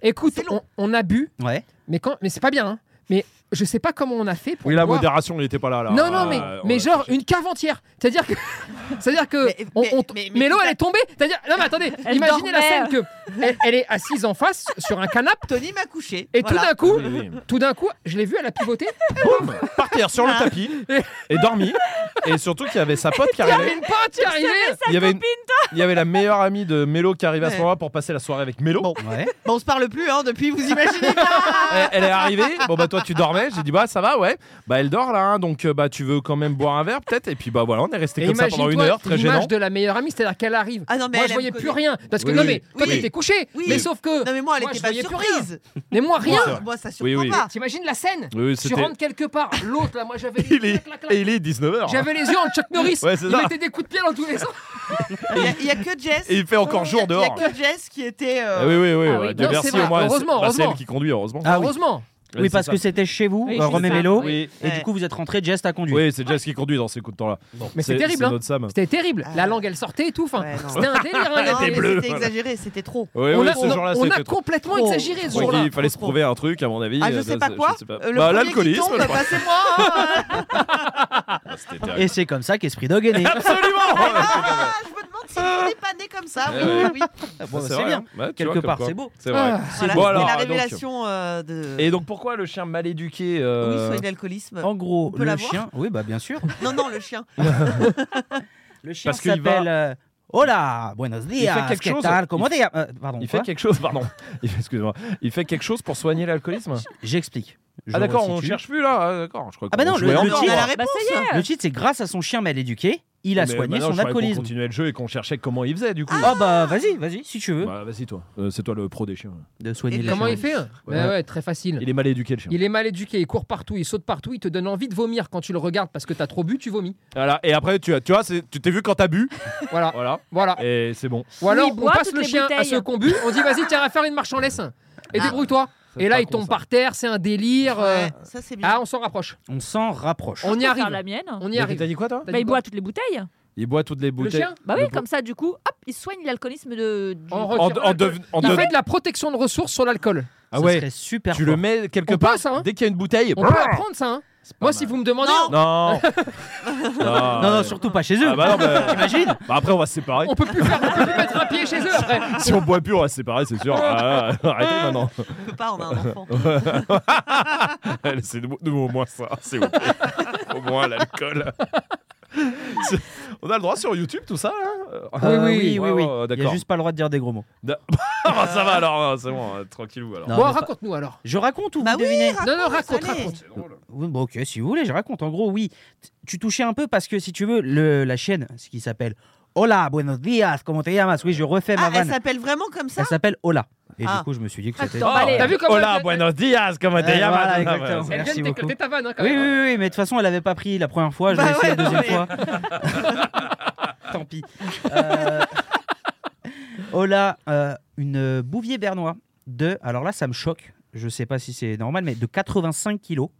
[SPEAKER 7] Écoute,
[SPEAKER 5] C'est
[SPEAKER 7] on,
[SPEAKER 5] long.
[SPEAKER 7] on a bu,
[SPEAKER 1] Ouais.
[SPEAKER 7] mais, quand... mais c'est pas bien. hein. Mais je sais pas comment on a fait pour.
[SPEAKER 6] Oui, la
[SPEAKER 7] boire.
[SPEAKER 6] modération, il n'était pas là. là.
[SPEAKER 7] Non, non, mais,
[SPEAKER 6] Euh, on
[SPEAKER 7] mais
[SPEAKER 6] l'a
[SPEAKER 7] genre
[SPEAKER 6] cherché.
[SPEAKER 7] une cave entière. C'est-à-dire que. C'est-à-dire que.
[SPEAKER 5] Mais-
[SPEAKER 7] on-
[SPEAKER 5] mais-
[SPEAKER 7] on-
[SPEAKER 5] mais- mais-
[SPEAKER 7] Mélo, elle est tombée. C'est-à-dire. Non, mais attendez,
[SPEAKER 8] Elle
[SPEAKER 7] imaginez la scène
[SPEAKER 8] dormait.
[SPEAKER 7] que. Elle, elle est assise en face sur un canapé.
[SPEAKER 5] Tony m'a couché.
[SPEAKER 7] Et
[SPEAKER 5] Voilà.
[SPEAKER 7] tout d'un coup,
[SPEAKER 6] Oui, oui.
[SPEAKER 7] tout d'un coup, je l'ai vue, elle a pivoté.
[SPEAKER 6] Boum Par terre, sur le tapis, et dormi. Et surtout qu'il y avait sa pote qui
[SPEAKER 7] Il y avait
[SPEAKER 6] arrivait.
[SPEAKER 7] une pote qui arrivait.
[SPEAKER 6] Il y, avait une- il y avait la meilleure amie de Mélo qui arrivait à ce
[SPEAKER 5] Ouais.
[SPEAKER 6] moment-là pour passer la soirée avec Mélo.
[SPEAKER 5] Bon.
[SPEAKER 1] Ouais.
[SPEAKER 5] Bon, on se parle plus, hein, depuis, vous imaginez bien.
[SPEAKER 6] Elle, elle est arrivée. Bon, bah, toi, tu dormais. J'ai dit, bah, ça va, ouais. Bah, elle dort là. hein. donc, euh, bah, tu veux quand même boire un verre, peut-être. Et puis, bah, voilà, on est resté
[SPEAKER 7] Et
[SPEAKER 6] comme ça pendant une
[SPEAKER 7] imagine-toi
[SPEAKER 6] heure, très gênant.
[SPEAKER 7] L'image de la meilleure amie, c'est-à-dire qu'elle arrive.
[SPEAKER 5] Ah non, mais elle,
[SPEAKER 7] moi, je
[SPEAKER 5] elle
[SPEAKER 7] voyais
[SPEAKER 5] me
[SPEAKER 7] plus
[SPEAKER 5] connaît.
[SPEAKER 7] rien. Parce que
[SPEAKER 6] Oui,
[SPEAKER 7] non,
[SPEAKER 6] oui.
[SPEAKER 7] mais toi,
[SPEAKER 5] Oui.
[SPEAKER 7] t'étais couché.
[SPEAKER 5] Oui.
[SPEAKER 7] Mais sauf que.
[SPEAKER 5] Non, mais moi, elle
[SPEAKER 7] Moi, je
[SPEAKER 5] était pas
[SPEAKER 7] voyais plus rien.
[SPEAKER 5] surprise.
[SPEAKER 7] Mais moi, rien.
[SPEAKER 6] c'est vrai.
[SPEAKER 5] Moi, ça surprend
[SPEAKER 6] Oui, oui.
[SPEAKER 5] pas.
[SPEAKER 7] T'imagines la scène
[SPEAKER 6] Oui, oui,
[SPEAKER 7] Tu
[SPEAKER 6] c'était.
[SPEAKER 7] rentres quelque part. L'autre, là, moi, j'avais.
[SPEAKER 6] Il est-
[SPEAKER 7] Clac, clac, clac.
[SPEAKER 6] Et il est 19h.
[SPEAKER 7] J'avais les yeux en Chuck Norris.
[SPEAKER 6] Ouais, c'est
[SPEAKER 7] il
[SPEAKER 6] ça.
[SPEAKER 7] mettait des coups de pied dans tous les sens.
[SPEAKER 5] Il y a- Il y a, que Jess.
[SPEAKER 6] Et il fait encore jour
[SPEAKER 5] Il y a-
[SPEAKER 6] dehors.
[SPEAKER 5] Il y a que Jess qui était. euh,
[SPEAKER 6] Ah oui, oui, oui.
[SPEAKER 7] Ah
[SPEAKER 6] ouais,
[SPEAKER 7] oui,
[SPEAKER 6] Dieu
[SPEAKER 7] non,
[SPEAKER 6] merci,
[SPEAKER 7] c'est vrai.
[SPEAKER 6] au moins. c'est-
[SPEAKER 7] Heureusement,
[SPEAKER 6] bah, c'est elle
[SPEAKER 7] heureusement.
[SPEAKER 6] qui conduit, heureusement.
[SPEAKER 1] Ah oui.
[SPEAKER 7] Heureusement.
[SPEAKER 1] Oui,
[SPEAKER 6] Ouais,
[SPEAKER 1] parce
[SPEAKER 6] c'est
[SPEAKER 1] que
[SPEAKER 6] ça.
[SPEAKER 1] c'était chez vous,
[SPEAKER 8] Oui,
[SPEAKER 1] euh,
[SPEAKER 8] c'est
[SPEAKER 1] Romain
[SPEAKER 8] ça.
[SPEAKER 1] Mello,
[SPEAKER 6] Oui,
[SPEAKER 1] et du coup vous êtes rentré, Jess t'a conduit.
[SPEAKER 6] oui c'est Jess qui conduit dans ces coups de temps-là.
[SPEAKER 7] Mais c'est terrible,
[SPEAKER 6] C'est
[SPEAKER 7] hein.
[SPEAKER 6] notre Sam.
[SPEAKER 7] C'était terrible. La langue, elle sortait et tout. Enfin,
[SPEAKER 5] Ah. Ouais, non.
[SPEAKER 7] c'était un délire. hein,
[SPEAKER 5] non,
[SPEAKER 7] la
[SPEAKER 5] mais
[SPEAKER 7] télé.
[SPEAKER 6] bleus.
[SPEAKER 5] C'était exagéré, c'était trop.
[SPEAKER 6] Oui,
[SPEAKER 7] on
[SPEAKER 6] oui,
[SPEAKER 7] a,
[SPEAKER 6] ce
[SPEAKER 7] on a-
[SPEAKER 6] jour-là,
[SPEAKER 7] on a
[SPEAKER 6] c'était trop.
[SPEAKER 7] complètement
[SPEAKER 5] trop-
[SPEAKER 7] exagéré ce
[SPEAKER 5] trop-
[SPEAKER 7] jour-là.
[SPEAKER 6] il fallait se
[SPEAKER 5] trop.
[SPEAKER 6] prouver un truc, à mon avis.
[SPEAKER 5] Ah, je
[SPEAKER 6] euh,
[SPEAKER 5] sais
[SPEAKER 6] de-
[SPEAKER 5] pas
[SPEAKER 6] je
[SPEAKER 5] quoi.
[SPEAKER 6] sais pas.
[SPEAKER 5] Euh, le
[SPEAKER 6] Bah,
[SPEAKER 5] premier qui
[SPEAKER 6] l'alcoolisme,
[SPEAKER 5] tombe,
[SPEAKER 6] je crois.
[SPEAKER 5] bah, c'est moi.
[SPEAKER 6] C'était terrible.
[SPEAKER 1] Et c'est comme ça qu'Esprit Dog est né.
[SPEAKER 6] Absolument
[SPEAKER 5] Ah, je me demande si on n'est pas né comme ça. Oui,
[SPEAKER 6] Ouais, ouais.
[SPEAKER 5] oui, oui.
[SPEAKER 1] Bon, c'est
[SPEAKER 6] vrai,
[SPEAKER 1] bien.
[SPEAKER 6] hein. Ouais, tu
[SPEAKER 1] Quelque
[SPEAKER 6] vois, comme
[SPEAKER 1] part,
[SPEAKER 6] quoi.
[SPEAKER 1] c'est beau.
[SPEAKER 6] C'est vrai.
[SPEAKER 7] Ah.
[SPEAKER 5] Voilà,
[SPEAKER 6] Bon,
[SPEAKER 5] c'était
[SPEAKER 6] alors,
[SPEAKER 5] la
[SPEAKER 6] donc.
[SPEAKER 5] révélation euh, de.
[SPEAKER 6] Et donc, pourquoi le chien mal éduqué euh,
[SPEAKER 5] Oui, soigne l'alcoolisme.
[SPEAKER 1] En gros,
[SPEAKER 5] peut
[SPEAKER 1] le
[SPEAKER 5] l'avoir
[SPEAKER 1] chien, oui bah bien sûr.
[SPEAKER 5] Non, non, le chien.
[SPEAKER 1] Le chien
[SPEAKER 6] Parce qu'il
[SPEAKER 1] s'appelle euh, Hola, buenos
[SPEAKER 6] fait
[SPEAKER 1] dias,
[SPEAKER 6] quelque
[SPEAKER 1] ¿qué
[SPEAKER 6] chose.
[SPEAKER 1] tal? ¿Cómo
[SPEAKER 6] Il-
[SPEAKER 1] te llamas Euh, pardon,
[SPEAKER 6] Il fait
[SPEAKER 1] quoi
[SPEAKER 6] quelque chose, pardon. Il fait- Excuse-moi. Il fait quelque chose pour soigner l'alcoolisme
[SPEAKER 1] J'explique. Je
[SPEAKER 6] Ah d'accord, on
[SPEAKER 1] resitue.
[SPEAKER 6] cherche plus là. Ah, d'accord, je crois
[SPEAKER 1] Ah bah
[SPEAKER 6] qu'on
[SPEAKER 1] non, le-
[SPEAKER 6] jouait
[SPEAKER 1] hein. le
[SPEAKER 6] en
[SPEAKER 5] Non,
[SPEAKER 1] titre-
[SPEAKER 5] on a la
[SPEAKER 8] Bah
[SPEAKER 5] réponse.
[SPEAKER 8] ça y est
[SPEAKER 1] Le titre c'est grâce à son chien mal éduqué, il a
[SPEAKER 6] Mais
[SPEAKER 1] soigné son
[SPEAKER 6] maintenant, je croyais qu'on
[SPEAKER 1] alcoolisme.
[SPEAKER 6] continuait le jeu et qu'on cherchait comment il faisait, du coup.
[SPEAKER 1] Ah bah vas-y, vas-y, si tu veux.
[SPEAKER 6] Bah, vas-y, toi. Euh, c'est toi le pro des chiens.
[SPEAKER 1] De soigner
[SPEAKER 5] Et
[SPEAKER 1] les
[SPEAKER 7] Comment
[SPEAKER 1] gens.
[SPEAKER 7] il fait hein
[SPEAKER 6] Ouais.
[SPEAKER 7] Bah ouais, très facile.
[SPEAKER 6] Il est mal éduqué, le chien.
[SPEAKER 7] Il est mal éduqué, il court partout, il saute partout, il te donne envie de vomir quand tu le regardes parce que t'as trop bu, tu vomis.
[SPEAKER 6] Voilà. Et après, tu, as, tu vois, c'est- tu t'es vu quand t'as bu.
[SPEAKER 1] Ah.
[SPEAKER 7] Voilà,
[SPEAKER 6] voilà.
[SPEAKER 7] voilà.
[SPEAKER 6] Et c'est bon.
[SPEAKER 7] Ou alors
[SPEAKER 8] il
[SPEAKER 7] on
[SPEAKER 8] boit
[SPEAKER 7] passe
[SPEAKER 8] toutes
[SPEAKER 7] le
[SPEAKER 8] les
[SPEAKER 7] chien à
[SPEAKER 8] bouteilles.
[SPEAKER 7] ceux qu'on bu, on dit vas-y tiens, va faire une marche en laisse et
[SPEAKER 5] Ah.
[SPEAKER 7] débrouille-toi. Et là il tombe par terre, c'est un délire. euh,
[SPEAKER 5] Ouais, ça c'est bien.
[SPEAKER 7] Ah on s'en rapproche,
[SPEAKER 1] On s'en rapproche.
[SPEAKER 7] on y
[SPEAKER 8] Je peux faire
[SPEAKER 7] arrive,
[SPEAKER 8] la mienne.
[SPEAKER 7] on y arrive.
[SPEAKER 6] T'as dit quoi, toi
[SPEAKER 8] Bah,
[SPEAKER 7] T'as dit
[SPEAKER 8] il
[SPEAKER 7] quoi
[SPEAKER 8] boit toutes les bouteilles.
[SPEAKER 6] Il boit toutes les
[SPEAKER 7] Le
[SPEAKER 6] bouteilles.
[SPEAKER 7] chien
[SPEAKER 8] Bah
[SPEAKER 6] Le
[SPEAKER 8] oui,
[SPEAKER 6] bo-
[SPEAKER 8] comme ça, du coup, hop, il soigne l'alcoolisme de. du-
[SPEAKER 7] En
[SPEAKER 6] En,
[SPEAKER 7] retirant
[SPEAKER 6] en
[SPEAKER 7] l'alcool.
[SPEAKER 6] dev- en
[SPEAKER 7] Il
[SPEAKER 6] dev-
[SPEAKER 7] fait de la protection de ressources sur l'alcool.
[SPEAKER 6] Ah
[SPEAKER 1] Ça
[SPEAKER 6] ouais.
[SPEAKER 1] serait super
[SPEAKER 6] Tu le
[SPEAKER 1] fort.
[SPEAKER 6] mets quelque
[SPEAKER 7] On peut,
[SPEAKER 6] part.
[SPEAKER 7] ça, hein
[SPEAKER 6] Dès qu'il y a une bouteille.
[SPEAKER 7] On peut apprendre ça. hein. Moi si vous me demandez,
[SPEAKER 5] Non.
[SPEAKER 6] Non.
[SPEAKER 1] Non, non, surtout pas chez eux.
[SPEAKER 6] Ah bah non, bah-
[SPEAKER 1] T'imagines
[SPEAKER 6] Bah après, on va se séparer.
[SPEAKER 7] on peut plus faire, on peut plus mettre un pied chez eux après.
[SPEAKER 6] Si on boit plus, on va se séparer, c'est sûr. Ah, ah, arrêtez maintenant.
[SPEAKER 5] On peut pas, on a un enfant.
[SPEAKER 6] Allez, C'est de nouveau au moins ça. C'est ok. Au moins l'alcool. C'est- On a le droit sur YouTube, tout ça hein
[SPEAKER 1] Euh, oui, oui,
[SPEAKER 7] oui,
[SPEAKER 6] ouais,
[SPEAKER 1] oui.
[SPEAKER 6] ouais, ouais,
[SPEAKER 1] Il y a
[SPEAKER 6] D'accord.
[SPEAKER 1] juste pas le droit de dire des gros mots.
[SPEAKER 6] Ah, ça va alors, hein, c'est bon, euh, tranquillou alors.
[SPEAKER 1] Non,
[SPEAKER 7] Bon
[SPEAKER 1] mais pas-
[SPEAKER 7] raconte-nous alors.
[SPEAKER 1] Je raconte ou
[SPEAKER 5] Bah
[SPEAKER 1] vous
[SPEAKER 5] oui,
[SPEAKER 1] devinez
[SPEAKER 7] Non non raconte
[SPEAKER 5] allez.
[SPEAKER 6] Oh,
[SPEAKER 7] raconte.
[SPEAKER 1] Oui, bon, ok, si vous voulez, je raconte. En gros, oui, t- tu touchais un peu parce que, si tu veux, le, la chaîne, ce qui s'appelle Hola, buenos días, comment te llamas Oui, je refais ma
[SPEAKER 5] Ah, elle
[SPEAKER 1] vanne.
[SPEAKER 5] s'appelle vraiment comme ça
[SPEAKER 1] Elle s'appelle Hola. Et
[SPEAKER 5] Ah.
[SPEAKER 1] du coup, je me suis dit que
[SPEAKER 5] Ah,
[SPEAKER 1] c'était...
[SPEAKER 5] t'en bats les-
[SPEAKER 7] T'as vu comment
[SPEAKER 6] Hola,
[SPEAKER 7] elle-
[SPEAKER 6] buenos dias,
[SPEAKER 7] Eh,
[SPEAKER 6] como te
[SPEAKER 1] Ouais,
[SPEAKER 6] llamas
[SPEAKER 1] voilà,
[SPEAKER 6] Ah,
[SPEAKER 1] exactement.
[SPEAKER 6] voilà.
[SPEAKER 7] Elle vient
[SPEAKER 1] Merci
[SPEAKER 7] de
[SPEAKER 1] beaucoup.
[SPEAKER 7] t'éclater ta vanne hein, quand
[SPEAKER 1] Oui, oui,
[SPEAKER 7] même.
[SPEAKER 1] oui, oui, mais de toute façon, elle avait pas pris la première fois, je
[SPEAKER 5] Bah
[SPEAKER 1] l'ai essayé
[SPEAKER 5] ouais,
[SPEAKER 1] la
[SPEAKER 5] non,
[SPEAKER 1] deuxième
[SPEAKER 5] mais-
[SPEAKER 1] fois. Tant pis. Euh, Hola, euh, une bouvier bernois de... Alors là, ça me choque, je sais pas si c'est normal, mais de 85 kilos.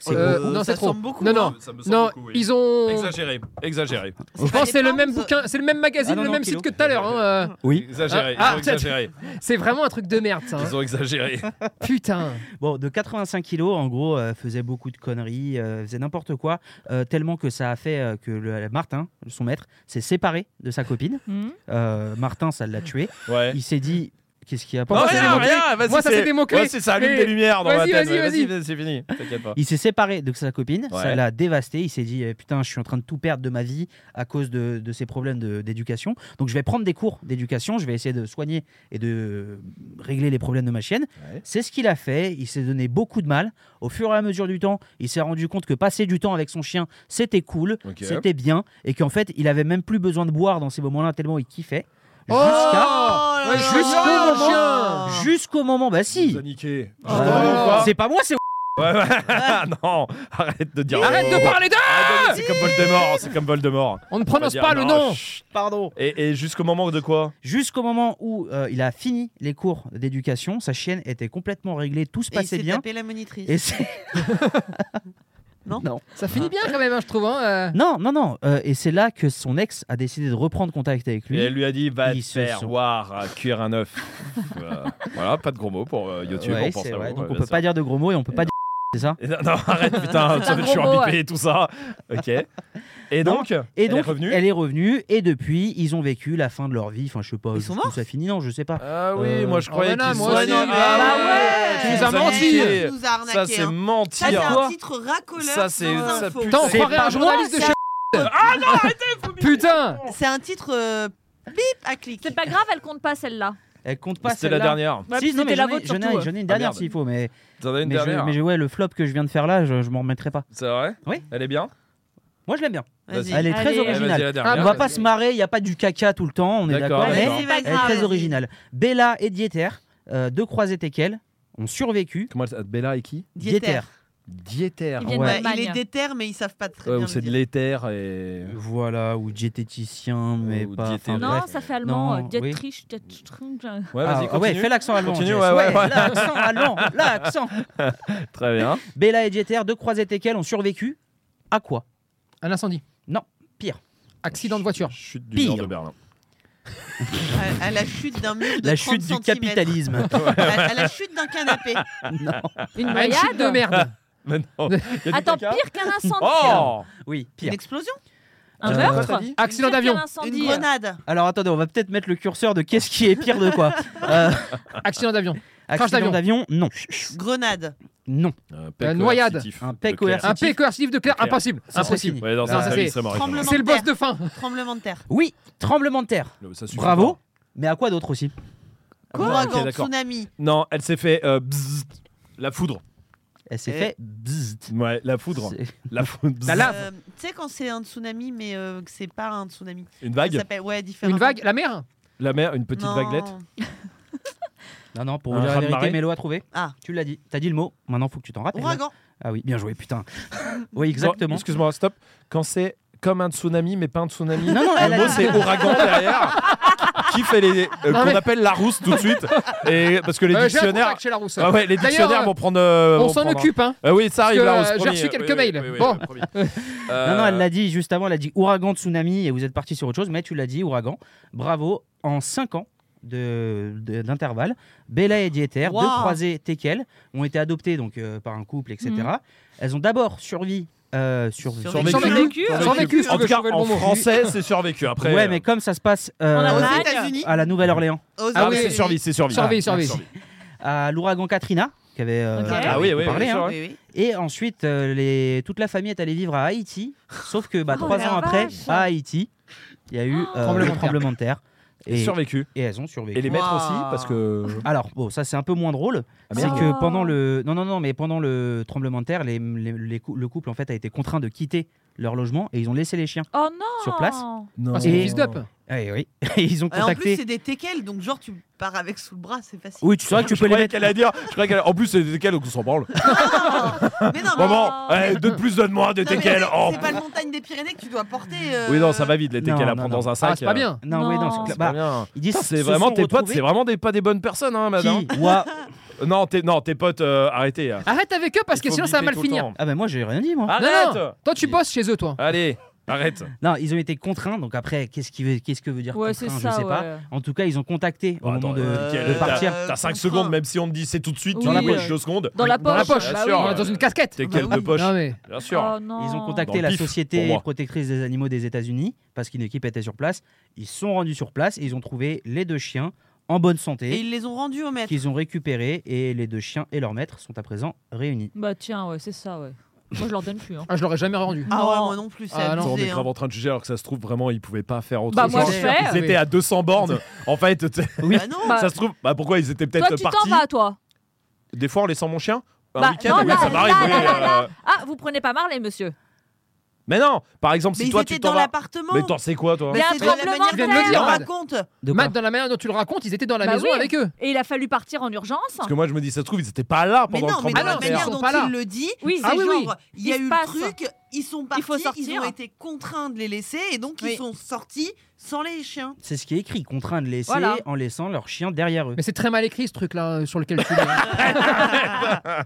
[SPEAKER 1] C'est
[SPEAKER 7] Euh,
[SPEAKER 1] beaucoup.
[SPEAKER 7] non,
[SPEAKER 5] Ça
[SPEAKER 7] c'est trop.
[SPEAKER 5] semble beaucoup,
[SPEAKER 7] non,
[SPEAKER 5] hein.
[SPEAKER 7] non,
[SPEAKER 6] Ça me semble
[SPEAKER 7] non,
[SPEAKER 6] beaucoup, oui.
[SPEAKER 7] ils ont.
[SPEAKER 6] Exagéré, exagéré.
[SPEAKER 1] Je
[SPEAKER 7] Je pense que c'est le
[SPEAKER 5] dépend,
[SPEAKER 7] même
[SPEAKER 5] ça-
[SPEAKER 7] bouquin, c'est le même magazine,
[SPEAKER 1] Ah non,
[SPEAKER 7] le
[SPEAKER 1] non,
[SPEAKER 7] même
[SPEAKER 1] kilo.
[SPEAKER 7] site que tout à l'heure. hein, euh.
[SPEAKER 1] Oui.
[SPEAKER 6] Exagéré,
[SPEAKER 7] Ah,
[SPEAKER 6] ils ont
[SPEAKER 7] peut-être.
[SPEAKER 6] exagéré.
[SPEAKER 7] C'est vraiment un truc de merde, ça. hein.
[SPEAKER 6] Ils ont exagéré.
[SPEAKER 7] Putain.
[SPEAKER 1] Bon, de 85 kilos, en gros, euh, faisait beaucoup de conneries, euh, faisait n'importe quoi, euh, tellement que ça a fait euh, que le, Martin, son maître, s'est séparé de sa copine.
[SPEAKER 8] Hmm.
[SPEAKER 1] Euh, Martin, ça l'a tué.
[SPEAKER 6] Ouais.
[SPEAKER 1] Il s'est dit, qu'est-ce qu'il y a
[SPEAKER 6] Non,
[SPEAKER 1] Pourquoi
[SPEAKER 7] c'est
[SPEAKER 1] ça
[SPEAKER 7] des
[SPEAKER 6] rien,
[SPEAKER 1] démontre-
[SPEAKER 6] rien, vas-y.
[SPEAKER 7] Moi, ça, c'est des mots-clés.
[SPEAKER 6] Ouais, c'est ça allume
[SPEAKER 7] Mais-
[SPEAKER 6] des lumières dans ma
[SPEAKER 7] Vas-y,
[SPEAKER 6] tête.
[SPEAKER 7] vas-y,
[SPEAKER 6] ouais,
[SPEAKER 7] vas-y.
[SPEAKER 6] c'est fini. T'inquiète pas.
[SPEAKER 1] Il s'est séparé de sa copine,
[SPEAKER 6] Ouais.
[SPEAKER 1] ça l'a dévasté. Il s'est dit, eh, putain, je suis en train de tout perdre de ma vie à cause de, de ces problèmes de- d'éducation. Donc, je vais prendre des cours d'éducation, je vais essayer de soigner et de régler les problèmes de ma chienne.
[SPEAKER 6] Ouais.
[SPEAKER 1] C'est ce qu'il a fait. Il s'est donné beaucoup de mal. Au fur et à mesure du temps, il s'est rendu compte que passer du temps avec son chien, c'était cool,
[SPEAKER 6] Ok.
[SPEAKER 1] c'était bien, et qu'en fait, il avait même plus besoin de boire dans ces moments-là tellement il kiffait. Jusqu'à-
[SPEAKER 7] Oh
[SPEAKER 5] là là
[SPEAKER 1] Jusqu'au
[SPEAKER 5] là là
[SPEAKER 1] moment.
[SPEAKER 5] là.
[SPEAKER 1] Jusqu'au moment, bah
[SPEAKER 6] Il nous
[SPEAKER 1] si.
[SPEAKER 6] a niqué.
[SPEAKER 7] Oh.
[SPEAKER 1] Euh, C'est pas moi, c'est
[SPEAKER 6] Ouais, ouais. Ah, non, arrête de dire. Oh.
[SPEAKER 7] Arrête de parler d'eux
[SPEAKER 1] Ah,
[SPEAKER 6] parler. C'est comme Voldemort. C'est comme Voldemort.
[SPEAKER 7] On ne
[SPEAKER 6] On va
[SPEAKER 7] prononce
[SPEAKER 6] dire,
[SPEAKER 7] pas le nom.
[SPEAKER 6] chut.
[SPEAKER 1] pardon.
[SPEAKER 6] Et, et jusqu'au moment de quoi
[SPEAKER 1] Jusqu'au moment où euh, il a fini les cours d'éducation, sa chienne était complètement réglée, tout se
[SPEAKER 5] Et il
[SPEAKER 1] passait
[SPEAKER 5] s'est
[SPEAKER 1] bien.
[SPEAKER 5] tapé la monitrice.
[SPEAKER 1] Et c'est-
[SPEAKER 7] Ça finit bien quand même, hein, je trouve. hein, euh.
[SPEAKER 1] non, non, non. euh, et c'est là que son ex a décidé de reprendre contact avec
[SPEAKER 6] Et
[SPEAKER 1] lui.
[SPEAKER 6] elle lui a dit va
[SPEAKER 1] Ils
[SPEAKER 6] te
[SPEAKER 1] se
[SPEAKER 6] faire
[SPEAKER 1] sont-
[SPEAKER 6] voir à cuire un œuf. Voilà. Voilà, pas de gros mots pour euh, YouTube.
[SPEAKER 1] Ouais,
[SPEAKER 6] on pense
[SPEAKER 1] c'est
[SPEAKER 6] à
[SPEAKER 1] vrai,
[SPEAKER 6] vous,
[SPEAKER 1] donc
[SPEAKER 6] ouais,
[SPEAKER 1] on
[SPEAKER 6] bien
[SPEAKER 1] peut pas
[SPEAKER 6] sûr.
[SPEAKER 1] dire de gros mots et on peut pas dire. C'est ça
[SPEAKER 6] Et Non, non, arrête, putain,
[SPEAKER 8] C'est un
[SPEAKER 6] je suis
[SPEAKER 8] gros mot,
[SPEAKER 6] embipé et tout ça. Ok. Et
[SPEAKER 1] Non.
[SPEAKER 6] donc,
[SPEAKER 1] Et
[SPEAKER 6] elle
[SPEAKER 1] donc,
[SPEAKER 6] est revenue.
[SPEAKER 1] elle est revenue, et depuis, ils ont vécu la fin de leur vie. Enfin, je sais pas.
[SPEAKER 5] Ils sont
[SPEAKER 1] jusqu'où
[SPEAKER 5] morts
[SPEAKER 1] ça finit, non, je sais pas.
[SPEAKER 6] Ah oui,
[SPEAKER 1] Euh,
[SPEAKER 6] moi je croyais
[SPEAKER 7] Rowena,
[SPEAKER 6] qu'il
[SPEAKER 7] moi aussi,
[SPEAKER 6] soignait.
[SPEAKER 7] mais-
[SPEAKER 6] Ah
[SPEAKER 5] Ah
[SPEAKER 6] ouais,
[SPEAKER 7] ouais,
[SPEAKER 6] tu
[SPEAKER 7] tu nous as menti.
[SPEAKER 6] niqué.
[SPEAKER 5] Tu nous as
[SPEAKER 6] Ça
[SPEAKER 5] arnaqué,
[SPEAKER 6] c'est
[SPEAKER 5] hein.
[SPEAKER 6] mentir.
[SPEAKER 5] Ça, c'est un
[SPEAKER 1] Quoi
[SPEAKER 5] titre racoleur
[SPEAKER 6] Ça, c'est-
[SPEAKER 5] sans
[SPEAKER 6] ça
[SPEAKER 5] info.
[SPEAKER 6] pue.
[SPEAKER 7] Putain, on
[SPEAKER 6] c'est
[SPEAKER 7] croirait
[SPEAKER 6] pas
[SPEAKER 7] un journaliste de chez. Ah non, arrêtez Putain
[SPEAKER 5] C'est un titre euh, bip à clic.
[SPEAKER 8] C'est pas grave, elle compte pas celle-là.
[SPEAKER 1] Elle compte pas.
[SPEAKER 6] C'était la
[SPEAKER 1] celle-là.
[SPEAKER 6] dernière.
[SPEAKER 8] Ouais,
[SPEAKER 1] Si,
[SPEAKER 8] puis
[SPEAKER 1] non, mais
[SPEAKER 8] c'était
[SPEAKER 1] j'en ai,
[SPEAKER 8] la
[SPEAKER 1] hein.
[SPEAKER 8] vôtre
[SPEAKER 1] j'en ai-
[SPEAKER 8] surtout.
[SPEAKER 1] j'en ai une
[SPEAKER 6] Ah,
[SPEAKER 1] dernière
[SPEAKER 6] merde.
[SPEAKER 1] s'il faut, mais,
[SPEAKER 6] T'en as une
[SPEAKER 1] mais, je-
[SPEAKER 6] dernière.
[SPEAKER 1] mais je- ouais, le flop que je viens de faire là, je, je m'en remettrai pas.
[SPEAKER 6] C'est vrai
[SPEAKER 1] Oui.
[SPEAKER 6] Elle est bien
[SPEAKER 1] Moi, je l'aime bien.
[SPEAKER 5] Vas-y.
[SPEAKER 1] Elle est
[SPEAKER 8] Allez.
[SPEAKER 1] très
[SPEAKER 8] Eh, vas-y,
[SPEAKER 6] Eh, Vas-y,
[SPEAKER 1] originale.
[SPEAKER 6] la dernière.
[SPEAKER 1] on
[SPEAKER 7] Ah,
[SPEAKER 1] va
[SPEAKER 7] bah,
[SPEAKER 1] pas se marrer, il y a pas du caca tout le temps, on est
[SPEAKER 6] D'accord,
[SPEAKER 1] d'accord.
[SPEAKER 6] d'accord.
[SPEAKER 1] mais-
[SPEAKER 5] Vas-y,
[SPEAKER 8] Elle est
[SPEAKER 1] hein. Elle est
[SPEAKER 5] vas-y.
[SPEAKER 1] très originale. Bella et Dieter, euh, deux croisés tequels, ont survécu.
[SPEAKER 6] Comment elle s'appelle Bella et qui
[SPEAKER 5] Dieter.
[SPEAKER 1] Dieter.
[SPEAKER 6] Diéter.
[SPEAKER 8] Ils viennent
[SPEAKER 1] Ouais.
[SPEAKER 5] Ouais,
[SPEAKER 8] d'Allemagne.
[SPEAKER 5] Bah, il est déter, mais ils savent pas très
[SPEAKER 6] Ouais,
[SPEAKER 5] bien.
[SPEAKER 6] ou
[SPEAKER 5] le
[SPEAKER 6] c'est de
[SPEAKER 5] dire.
[SPEAKER 6] l'éther et.
[SPEAKER 1] Voilà, ou diététicien, mais
[SPEAKER 6] Ou
[SPEAKER 1] pas.
[SPEAKER 6] diétéri-
[SPEAKER 1] enfin,
[SPEAKER 8] Non,
[SPEAKER 1] bref.
[SPEAKER 8] ça fait allemand.
[SPEAKER 1] Non,
[SPEAKER 8] euh, Diet
[SPEAKER 1] oui.
[SPEAKER 8] Triche, Diet Triche.
[SPEAKER 6] Ouais,
[SPEAKER 1] Ah,
[SPEAKER 6] vas-y,
[SPEAKER 1] ah ouais,
[SPEAKER 6] continue.
[SPEAKER 1] fais l'accent allemand.
[SPEAKER 6] Continue,
[SPEAKER 1] Jess.
[SPEAKER 6] ouais, ouais, ouais.
[SPEAKER 1] L'accent allemand, l'accent.
[SPEAKER 6] Très bien.
[SPEAKER 1] Bella et Dieter, deux croisés tequels, ont survécu à quoi
[SPEAKER 7] Un incendie.
[SPEAKER 1] Non, pire.
[SPEAKER 7] Accident de voiture.
[SPEAKER 6] Chute du
[SPEAKER 1] Pire.
[SPEAKER 6] mur de Berlin.
[SPEAKER 5] À, à la chute d'un mur de
[SPEAKER 1] La
[SPEAKER 5] 30
[SPEAKER 1] chute du
[SPEAKER 5] centimètres.
[SPEAKER 1] capitalisme.
[SPEAKER 5] À, à la chute d'un canapé.
[SPEAKER 1] non.
[SPEAKER 8] Une
[SPEAKER 7] Ah, Une chute de
[SPEAKER 8] noyade.
[SPEAKER 7] merde.
[SPEAKER 6] Mais non. y a du
[SPEAKER 8] Attends,
[SPEAKER 6] caca
[SPEAKER 8] pire qu'un incendie.
[SPEAKER 6] Oh
[SPEAKER 1] Oui,
[SPEAKER 5] Une
[SPEAKER 1] pire.
[SPEAKER 5] explosion.
[SPEAKER 8] Un
[SPEAKER 1] Euh,
[SPEAKER 8] meurtre.
[SPEAKER 7] Accident
[SPEAKER 8] Pire qu'un
[SPEAKER 7] d'avion.
[SPEAKER 5] Une
[SPEAKER 8] incendie.
[SPEAKER 5] grenade.
[SPEAKER 1] Alors attendez, on va peut-être mettre le curseur de qu'est-ce qui est pire de quoi. Euh,
[SPEAKER 7] Accident d'avion.
[SPEAKER 1] accident
[SPEAKER 7] d'avion.
[SPEAKER 1] d'avion, non.
[SPEAKER 5] Grenade.
[SPEAKER 1] Non.
[SPEAKER 6] Un
[SPEAKER 7] Euh, noyade.
[SPEAKER 6] coercitif.
[SPEAKER 1] Un pec
[SPEAKER 6] De Claire.
[SPEAKER 1] coercitif.
[SPEAKER 7] Un P coercitif de Claire.
[SPEAKER 6] Claire.
[SPEAKER 7] Impossible.
[SPEAKER 1] Ça, c'est
[SPEAKER 7] Impossible.
[SPEAKER 1] fini.
[SPEAKER 6] Ouais, dans
[SPEAKER 7] Non,
[SPEAKER 6] sa
[SPEAKER 7] ça,
[SPEAKER 6] vie,
[SPEAKER 7] c'est
[SPEAKER 6] ça m'aurait
[SPEAKER 5] tremblement.
[SPEAKER 7] C'est le boss de fin.
[SPEAKER 5] Tremblement de terre.
[SPEAKER 1] Oui, tremblement de terre.
[SPEAKER 6] jamais. Ça suffit
[SPEAKER 1] Bravo.
[SPEAKER 6] pas.
[SPEAKER 1] Mais à quoi d'autre aussi
[SPEAKER 6] Ah,
[SPEAKER 5] Ouragan,
[SPEAKER 6] ok, d'accord.
[SPEAKER 5] tsunami.
[SPEAKER 6] Non, elle s'est fait euh, bzzzt, la foudre.
[SPEAKER 1] Elle s'est
[SPEAKER 6] Et-
[SPEAKER 1] fait bzzzt.
[SPEAKER 6] Ouais, la foudre.
[SPEAKER 1] C'est-
[SPEAKER 6] La foudre.
[SPEAKER 1] Bah là-
[SPEAKER 5] Euh, tu sais, quand c'est un tsunami, mais euh, que c'est pas un tsunami.
[SPEAKER 6] Une
[SPEAKER 5] Ça
[SPEAKER 6] vague
[SPEAKER 5] s'appelle, ouais, différemment.
[SPEAKER 7] Une vague, la mer Euh,
[SPEAKER 6] La mer, une petite
[SPEAKER 5] Non.
[SPEAKER 6] vaguelette
[SPEAKER 1] Non, non, pour
[SPEAKER 6] Un
[SPEAKER 1] vous dire la
[SPEAKER 6] raz de
[SPEAKER 1] vérité,
[SPEAKER 6] marée
[SPEAKER 1] Mélo a trouvé.
[SPEAKER 5] Ah.
[SPEAKER 1] Tu l'as dit. T'as dit le mot. Maintenant, faut que tu t'en rappelles.
[SPEAKER 5] Ouragan.
[SPEAKER 1] Ah oui, bien joué, putain. oui, exactement.
[SPEAKER 6] Non, Excuse-moi, stop. Quand c'est comme un tsunami, mais pas un tsunami.
[SPEAKER 1] Non, non, elle
[SPEAKER 6] le
[SPEAKER 1] a
[SPEAKER 6] mot
[SPEAKER 1] dit-
[SPEAKER 6] c'est ouragan derrière. Qui fait les. euh,
[SPEAKER 7] Non,
[SPEAKER 6] qu'on
[SPEAKER 7] mais-
[SPEAKER 6] appelle la rousse tout de suite. Et, parce que les
[SPEAKER 7] Euh, j'ai un
[SPEAKER 6] dictionnaires.
[SPEAKER 7] contact chez Larousse.
[SPEAKER 6] Ah ouais, les
[SPEAKER 7] D'ailleurs,
[SPEAKER 6] dictionnaires
[SPEAKER 7] euh,
[SPEAKER 6] vont prendre. euh,
[SPEAKER 7] on
[SPEAKER 6] vont
[SPEAKER 7] s'en
[SPEAKER 6] prendre-
[SPEAKER 7] occupe, hein.
[SPEAKER 6] Ah oui, ça arrive
[SPEAKER 7] que,
[SPEAKER 6] la rousse.
[SPEAKER 7] euh, j'ai
[SPEAKER 6] promis.
[SPEAKER 7] reçu quelques
[SPEAKER 6] Oui, oui,
[SPEAKER 7] mails.
[SPEAKER 6] oui, oui,
[SPEAKER 7] Bon.
[SPEAKER 6] oui, promis.
[SPEAKER 1] Non, non, elle
[SPEAKER 6] Euh,
[SPEAKER 1] l'a dit juste avant, elle a dit ouragan, tsunami, et vous êtes parti sur autre chose, mais tu l'as dit, ouragan. Bravo, en 5 ans de- de- d'intervalle, Bella et Dieter,
[SPEAKER 5] Wow.
[SPEAKER 1] deux croisés Tekel, ont été adoptées donc, euh, par un couple, etc. Elles ont d'abord survi. euh, survi-
[SPEAKER 5] Mm. Survécu.
[SPEAKER 6] Survécu.
[SPEAKER 7] Survécu, survécu, si
[SPEAKER 6] En
[SPEAKER 7] tu veux
[SPEAKER 6] tout cas,
[SPEAKER 7] trouver le
[SPEAKER 6] en
[SPEAKER 7] bon mot.
[SPEAKER 6] français, c'est survécu. Après,
[SPEAKER 1] ouais, mais comme ça se passe euh,
[SPEAKER 8] En Allemagne.
[SPEAKER 5] Aux États-Unis.
[SPEAKER 1] à la Nouvelle-Orléans,
[SPEAKER 5] Aux
[SPEAKER 6] Ah
[SPEAKER 7] oui,
[SPEAKER 6] oui, c'est
[SPEAKER 5] États-Unis.
[SPEAKER 6] survie, c'est survie.
[SPEAKER 7] Survie, survie.
[SPEAKER 1] à l'ouragan Katrina, qui avait euh,
[SPEAKER 8] Ok.
[SPEAKER 1] dont
[SPEAKER 8] Ah
[SPEAKER 1] on
[SPEAKER 6] oui,
[SPEAKER 1] peut
[SPEAKER 6] oui,
[SPEAKER 1] parler,
[SPEAKER 6] oui,
[SPEAKER 1] hein.
[SPEAKER 6] sûr.
[SPEAKER 5] Oui, oui.
[SPEAKER 1] Et ensuite, euh, les... toute la famille est allée vivre à Haïti, sauf que bah,
[SPEAKER 8] Oh,
[SPEAKER 1] trois
[SPEAKER 8] la
[SPEAKER 1] ans après,
[SPEAKER 8] vache.
[SPEAKER 1] à Haïti, il y a
[SPEAKER 6] Oh,
[SPEAKER 1] eu euh,
[SPEAKER 7] Tremblement
[SPEAKER 1] le
[SPEAKER 7] de terre.
[SPEAKER 1] tremblement de terre. Et,
[SPEAKER 6] Survécu.
[SPEAKER 1] et elles ont survécu.
[SPEAKER 6] Et les maîtres
[SPEAKER 5] Wow.
[SPEAKER 6] aussi, parce que.
[SPEAKER 1] Alors, bon, ça c'est un peu moins drôle.
[SPEAKER 6] Ah,
[SPEAKER 1] c'est
[SPEAKER 6] merde.
[SPEAKER 8] Oh.
[SPEAKER 1] que pendant le. Non, non, non, mais pendant le tremblement de terre, les, les- les cou- le couple en fait a été contraint de quitter leur logement et ils ont laissé les chiens.
[SPEAKER 8] Oh non
[SPEAKER 1] Sur place.
[SPEAKER 6] Non.
[SPEAKER 7] Ah, c'est
[SPEAKER 1] Et-
[SPEAKER 7] fils d'up.
[SPEAKER 1] Ah,
[SPEAKER 6] Eh
[SPEAKER 1] et oui. Et ils ont
[SPEAKER 5] Et en plus,
[SPEAKER 1] contacté.
[SPEAKER 5] c'est des teckels, donc genre tu pars avec sous le bras, c'est facile.
[SPEAKER 1] oui, tu sais que tu
[SPEAKER 6] Je
[SPEAKER 1] peux les
[SPEAKER 6] croyais
[SPEAKER 1] mettre.
[SPEAKER 6] qu'elle allait dire. Je croyais qu'elle. En plus, c'est des teckels, donc on s'en branle.
[SPEAKER 5] Mais non, mais,
[SPEAKER 6] Maman, eh, de plus, donne-moi des
[SPEAKER 5] non, mais
[SPEAKER 6] teckels.
[SPEAKER 5] c'est-
[SPEAKER 6] Oh,
[SPEAKER 5] c'est pas le montagne des Pyrénées que tu dois porter. euh,
[SPEAKER 6] Oui, non, ça va vite, les
[SPEAKER 1] Non,
[SPEAKER 6] teckels à
[SPEAKER 1] non,
[SPEAKER 6] prendre
[SPEAKER 1] non.
[SPEAKER 6] dans un sac.
[SPEAKER 7] Ah, c'est pas
[SPEAKER 6] euh,
[SPEAKER 7] bien.
[SPEAKER 1] Non, oui, non, c'est
[SPEAKER 8] Non.
[SPEAKER 1] clair.
[SPEAKER 6] pas
[SPEAKER 1] Bah,
[SPEAKER 6] bien.
[SPEAKER 1] ils disent
[SPEAKER 6] Putain,
[SPEAKER 1] se
[SPEAKER 6] C'est vraiment
[SPEAKER 1] sont
[SPEAKER 6] tes potes,
[SPEAKER 1] retrouvés-
[SPEAKER 6] c'est vraiment des, pas des bonnes personnes, hein, madame.
[SPEAKER 1] Qui Ouah.
[SPEAKER 6] Non, tes, non, tes potes, euh, arrêtez. là.
[SPEAKER 7] Arrête avec eux parce que
[SPEAKER 6] Il faut
[SPEAKER 7] sinon ça va
[SPEAKER 6] biper
[SPEAKER 7] mal
[SPEAKER 6] tout le
[SPEAKER 7] finir.
[SPEAKER 6] temps.
[SPEAKER 1] Ah, ben moi j'ai rien dit, moi.
[SPEAKER 7] Non,
[SPEAKER 6] Arrête
[SPEAKER 7] non, toi tu bosses chez eux, toi.
[SPEAKER 6] Allez, arrête.
[SPEAKER 1] Non, ils ont été contraints, donc après, qu'est-ce qui veut- qu'est-ce que veut dire
[SPEAKER 8] Ouais, c'est
[SPEAKER 1] contraint
[SPEAKER 8] ça,
[SPEAKER 1] Je sais pas.
[SPEAKER 8] ouais.
[SPEAKER 1] En tout cas, ils ont contacté au
[SPEAKER 6] Bon, attends,
[SPEAKER 1] moment de,
[SPEAKER 6] euh,
[SPEAKER 1] de
[SPEAKER 6] quel- t'as-
[SPEAKER 1] partir.
[SPEAKER 5] Euh,
[SPEAKER 6] T'as 5
[SPEAKER 5] contraint.
[SPEAKER 6] secondes, même si on te dit c'est tout de suite, tu
[SPEAKER 8] Oui,
[SPEAKER 6] dis
[SPEAKER 8] euh,
[SPEAKER 6] deux secondes.
[SPEAKER 8] Dans la
[SPEAKER 7] Dans la
[SPEAKER 8] poche,
[SPEAKER 7] poche,
[SPEAKER 6] bien
[SPEAKER 8] bah
[SPEAKER 6] sûr.
[SPEAKER 8] oui.
[SPEAKER 7] euh, dans une casquette.
[SPEAKER 6] Teckels
[SPEAKER 5] Bah
[SPEAKER 6] de
[SPEAKER 5] oui.
[SPEAKER 6] poche,
[SPEAKER 7] Non, mais-
[SPEAKER 6] bien sûr.
[SPEAKER 8] Oh non.
[SPEAKER 1] Ils ont
[SPEAKER 6] Dans
[SPEAKER 1] contacté
[SPEAKER 6] le
[SPEAKER 1] la
[SPEAKER 6] pif, pour
[SPEAKER 1] Société
[SPEAKER 6] moi.
[SPEAKER 1] protectrice des animaux des États-Unis parce qu'une équipe était sur place. Ils se sont rendus sur place et ils ont trouvé les deux chiens en bonne
[SPEAKER 5] Et
[SPEAKER 1] santé
[SPEAKER 5] ils les ont rendus au maître.
[SPEAKER 1] qu'ils ont récupérés et les deux chiens et leur maître sont à présent réunis.
[SPEAKER 8] Bah tiens, ouais, c'est ça, ouais. Moi, je leur donne plus. Hein.
[SPEAKER 7] Ah, je l'aurais jamais rendu.
[SPEAKER 5] Ah ouais,
[SPEAKER 8] Non.
[SPEAKER 5] moi non plus, c'est
[SPEAKER 7] Ah, non.
[SPEAKER 6] Attends, on est
[SPEAKER 5] abusé. hein.
[SPEAKER 6] grave en train de juger alors que ça se trouve vraiment ils pouvaient pas faire autre
[SPEAKER 8] Bah,
[SPEAKER 6] chose.
[SPEAKER 8] moi, je fais.
[SPEAKER 6] ils étaient à 200 bornes. En fait, tu sais,
[SPEAKER 1] Oui.
[SPEAKER 5] Bah non,
[SPEAKER 8] Bah,
[SPEAKER 6] ça se trouve, bah pourquoi ils étaient
[SPEAKER 8] toi,
[SPEAKER 6] peut-être
[SPEAKER 8] tu t'en
[SPEAKER 6] partis
[SPEAKER 8] vas, toi.
[SPEAKER 6] Des fois en laissant mon chien Un
[SPEAKER 8] Bah,
[SPEAKER 6] week-end,
[SPEAKER 8] non,
[SPEAKER 6] oui,
[SPEAKER 8] là,
[SPEAKER 6] ça m'arrive.
[SPEAKER 8] là,
[SPEAKER 6] oui,
[SPEAKER 8] là, là,
[SPEAKER 6] euh,
[SPEAKER 8] Ah, vous prenez pas Marley, monsieur.
[SPEAKER 6] Mais non, par exemple,
[SPEAKER 5] mais
[SPEAKER 6] si
[SPEAKER 5] ils
[SPEAKER 6] toi tu
[SPEAKER 5] étaient
[SPEAKER 6] t'en
[SPEAKER 5] dans
[SPEAKER 6] vas.
[SPEAKER 5] l'appartement.
[SPEAKER 6] Mais t'en sais quoi toi
[SPEAKER 8] Il y a un
[SPEAKER 5] c'est de la
[SPEAKER 8] tremblement
[SPEAKER 5] manière
[SPEAKER 8] de
[SPEAKER 5] dont
[SPEAKER 7] terre.
[SPEAKER 5] tu le
[SPEAKER 7] Merde.
[SPEAKER 5] racontes.
[SPEAKER 1] De quoi
[SPEAKER 7] Matt, dans la manière dont tu le racontes, ils étaient dans la
[SPEAKER 8] Bah
[SPEAKER 7] maison
[SPEAKER 8] oui.
[SPEAKER 7] avec eux.
[SPEAKER 8] Et il a fallu partir en urgence.
[SPEAKER 6] Parce que moi je me dis, ça se trouve, ils étaient pas là
[SPEAKER 5] Mais
[SPEAKER 6] pendant
[SPEAKER 5] non,
[SPEAKER 6] le
[SPEAKER 5] mais
[SPEAKER 6] tremblement
[SPEAKER 5] dans la
[SPEAKER 7] Ah
[SPEAKER 6] de
[SPEAKER 7] mais ils
[SPEAKER 5] manière
[SPEAKER 6] terre.
[SPEAKER 7] sont
[SPEAKER 5] dont
[SPEAKER 7] pas là.
[SPEAKER 5] il le dit,
[SPEAKER 8] Oui.
[SPEAKER 5] c'est
[SPEAKER 7] Ah oui, oui.
[SPEAKER 5] genre, il y
[SPEAKER 8] Il
[SPEAKER 5] a
[SPEAKER 8] se
[SPEAKER 5] eu le
[SPEAKER 8] passe.
[SPEAKER 5] truc, ils sont partis,
[SPEAKER 8] faut sortir.
[SPEAKER 5] ils ont été contraints de les laisser et donc
[SPEAKER 8] Oui.
[SPEAKER 5] ils sont sortis sans les chiens.
[SPEAKER 1] C'est ce qui est écrit, contraint de laisser
[SPEAKER 8] Voilà.
[SPEAKER 1] en laissant leur chien derrière eux.
[SPEAKER 7] Mais c'est très mal écrit ce truc-là euh, sur lequel tu lis. ah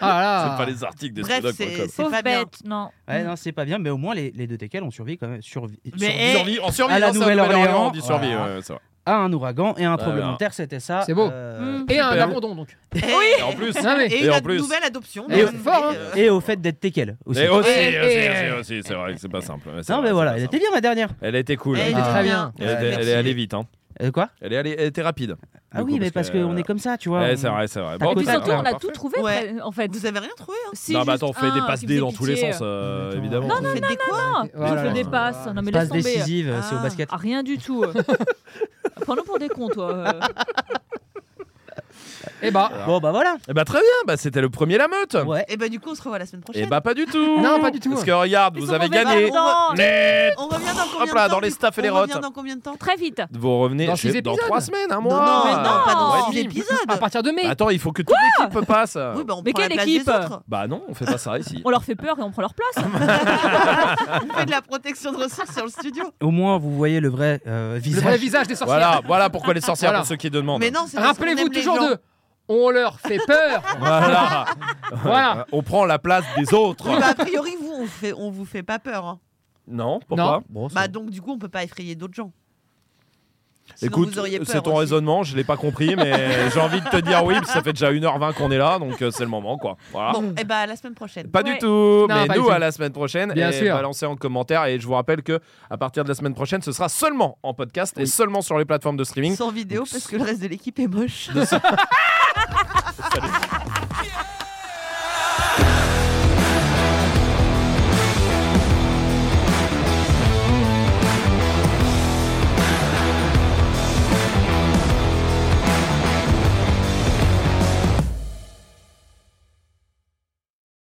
[SPEAKER 6] C'est
[SPEAKER 7] là
[SPEAKER 6] pas
[SPEAKER 7] là.
[SPEAKER 6] les articles des
[SPEAKER 5] Bref, c'est
[SPEAKER 6] Spreadock.com.
[SPEAKER 5] c'est
[SPEAKER 8] Pauvre
[SPEAKER 5] pas bien.
[SPEAKER 8] bête, non.
[SPEAKER 1] Ouais, non, c'est pas bien, mais au moins les, les deux teckels ont survécu quand même survi- survi-
[SPEAKER 5] eh,
[SPEAKER 6] Survie, on survit,
[SPEAKER 1] à la
[SPEAKER 6] non, c'est un
[SPEAKER 1] Nouvelle-Orléans,
[SPEAKER 6] Nouvelle-Orléans, on dit survie,
[SPEAKER 1] voilà.
[SPEAKER 6] ouais, ça va.
[SPEAKER 1] à un ouragan et à un tremblement
[SPEAKER 6] voilà.
[SPEAKER 1] de terre, c'était ça.
[SPEAKER 7] C'est beau.
[SPEAKER 1] euh,
[SPEAKER 8] Mm.
[SPEAKER 7] Et un
[SPEAKER 6] Super.
[SPEAKER 7] abandon donc.
[SPEAKER 6] Et en plus,
[SPEAKER 7] Non, mais-
[SPEAKER 5] Et,
[SPEAKER 6] Et
[SPEAKER 5] une
[SPEAKER 6] en
[SPEAKER 5] ad-
[SPEAKER 6] plus-
[SPEAKER 5] nouvelle adoption.
[SPEAKER 7] Et
[SPEAKER 5] euh,
[SPEAKER 7] fort, hein.
[SPEAKER 5] euh,
[SPEAKER 1] Et au fait d'être teckel aussi.
[SPEAKER 6] Et aussi,
[SPEAKER 7] Et-
[SPEAKER 6] aussi,
[SPEAKER 7] et-
[SPEAKER 6] aussi, aussi, c'est vrai que c'est pas simple. ouais, c'est
[SPEAKER 1] Non,
[SPEAKER 6] vrai,
[SPEAKER 1] mais
[SPEAKER 6] c'est
[SPEAKER 1] voilà,
[SPEAKER 6] pas
[SPEAKER 1] elle
[SPEAKER 6] simple.
[SPEAKER 1] était bien ma dernière.
[SPEAKER 6] Elle a été cool. Ah.
[SPEAKER 5] elle
[SPEAKER 7] Elle
[SPEAKER 5] était
[SPEAKER 7] était très bien.
[SPEAKER 6] Elle, était-
[SPEAKER 1] Ouais,
[SPEAKER 6] elle
[SPEAKER 5] merci.
[SPEAKER 6] est allée vite, hein.
[SPEAKER 1] Euh, quoi
[SPEAKER 6] Elle est allée, elle était rapide.
[SPEAKER 1] Ah
[SPEAKER 6] Du
[SPEAKER 1] oui,
[SPEAKER 6] coup,
[SPEAKER 1] mais parce
[SPEAKER 6] que-
[SPEAKER 1] qu'on est comme ça, tu vois.
[SPEAKER 6] Ouais,
[SPEAKER 1] on-
[SPEAKER 6] c'est vrai, c'est vrai.
[SPEAKER 1] Et
[SPEAKER 8] Et
[SPEAKER 1] puis
[SPEAKER 8] puis
[SPEAKER 1] Parfait.
[SPEAKER 6] bah,
[SPEAKER 8] surtout, on a
[SPEAKER 6] parfait.
[SPEAKER 8] tout trouvé,
[SPEAKER 5] Ouais.
[SPEAKER 8] pre- en fait.
[SPEAKER 5] Vous avez rien trouvé. Hein.
[SPEAKER 8] Si,
[SPEAKER 6] Non, mais
[SPEAKER 8] juste
[SPEAKER 6] attends, on fait des
[SPEAKER 8] un
[SPEAKER 6] passes
[SPEAKER 8] qui
[SPEAKER 6] dés
[SPEAKER 8] faisait
[SPEAKER 6] dans tous les
[SPEAKER 8] pitié. Ah,
[SPEAKER 6] sens, Ah, euh,
[SPEAKER 1] Attends.
[SPEAKER 6] évidemment.
[SPEAKER 8] Non,
[SPEAKER 5] Vous
[SPEAKER 8] non,
[SPEAKER 5] faites des quoi
[SPEAKER 1] Voilà.
[SPEAKER 8] Je le dépasse. Non, mais laisse
[SPEAKER 1] Passe
[SPEAKER 8] tomber.
[SPEAKER 1] décisive, euh, c'est au
[SPEAKER 5] Ah.
[SPEAKER 1] basket.
[SPEAKER 8] Ah, rien du tout. euh. Prends-nous pour des cons, toi. euh.
[SPEAKER 7] Et bah.
[SPEAKER 1] Bon, bah voilà.
[SPEAKER 6] Et bah, très bien, bah, c'était le premier la meute.
[SPEAKER 1] Ouais.
[SPEAKER 5] Et bah du coup, on se revoit la semaine prochaine.
[SPEAKER 6] Et bah, pas du tout.
[SPEAKER 7] Non, pas du tout.
[SPEAKER 6] Parce que regarde,
[SPEAKER 8] Ils
[SPEAKER 6] vous
[SPEAKER 8] sont
[SPEAKER 6] avez
[SPEAKER 8] mauvais
[SPEAKER 6] gagné.
[SPEAKER 8] perdants.
[SPEAKER 6] Mais-
[SPEAKER 5] on revient dans combien
[SPEAKER 6] Hop là,
[SPEAKER 5] de temps
[SPEAKER 6] dans les
[SPEAKER 5] du-
[SPEAKER 6] staffs et les
[SPEAKER 5] On revient
[SPEAKER 6] rotes.
[SPEAKER 5] dans combien de temps
[SPEAKER 8] Très vite.
[SPEAKER 6] Vous revenez
[SPEAKER 7] Dans
[SPEAKER 6] je-
[SPEAKER 7] six
[SPEAKER 6] dans
[SPEAKER 7] épisodes.
[SPEAKER 6] trois semaines, un
[SPEAKER 5] Non,
[SPEAKER 6] mois.
[SPEAKER 5] mais non, pas
[SPEAKER 6] Ouais, ah,
[SPEAKER 5] dans
[SPEAKER 6] si.
[SPEAKER 5] six épisodes.
[SPEAKER 7] À partir de mai.
[SPEAKER 6] Attends, il faut que toute l'équipe passe.
[SPEAKER 5] Oui, bah on
[SPEAKER 8] Mais
[SPEAKER 5] prend la
[SPEAKER 8] quelle
[SPEAKER 5] place des
[SPEAKER 8] équipe
[SPEAKER 5] autres.
[SPEAKER 6] Bah non, on fait pas ça ici.
[SPEAKER 8] On leur fait peur et on prend leur place.
[SPEAKER 5] On fait de la protection de ressources sur le studio.
[SPEAKER 1] Au moins, vous voyez le vrai euh,
[SPEAKER 7] Le
[SPEAKER 1] visage.
[SPEAKER 7] vrai visage des sorcières.
[SPEAKER 6] Voilà, voilà pourquoi les sorcières
[SPEAKER 7] Voilà.
[SPEAKER 6] pour ceux qui demandent.
[SPEAKER 5] Mais non, c'est parce qu'on
[SPEAKER 7] Rappelez-vous
[SPEAKER 5] aime les
[SPEAKER 7] toujours
[SPEAKER 5] gens.
[SPEAKER 7] d'eux. On leur fait peur.
[SPEAKER 6] Voilà.
[SPEAKER 7] Voilà.
[SPEAKER 6] On prend la place des autres.
[SPEAKER 5] Oui, bah, a priori, vous, on, fait, on vous fait pas peur. hein.
[SPEAKER 6] Non, pourquoi
[SPEAKER 1] Bon, c'est-
[SPEAKER 5] Bah donc du coup, on peut pas effrayer d'autres gens. Sinon,
[SPEAKER 6] Écoute,
[SPEAKER 5] vous auriez peur
[SPEAKER 6] c'est ton
[SPEAKER 5] aussi.
[SPEAKER 6] raisonnement, je l'ai pas compris, mais j'ai envie de te dire oui, parce que ça fait déjà 1h20 qu'on est là, donc euh, c'est le moment, quoi. Voilà.
[SPEAKER 5] Bon, et bah à la semaine prochaine.
[SPEAKER 6] Pas du
[SPEAKER 8] Ouais.
[SPEAKER 6] tout, mais
[SPEAKER 7] pas du
[SPEAKER 6] nous
[SPEAKER 7] tout.
[SPEAKER 6] à la semaine prochaine
[SPEAKER 7] Bien
[SPEAKER 6] et
[SPEAKER 7] sûr.
[SPEAKER 6] balancez en commentaire et je vous rappelle que à partir de la semaine prochaine ce sera seulement en podcast et seulement sur les plateformes de streaming.
[SPEAKER 5] Sans vidéo parce que le reste de l'équipe est moche.
[SPEAKER 6] Salut.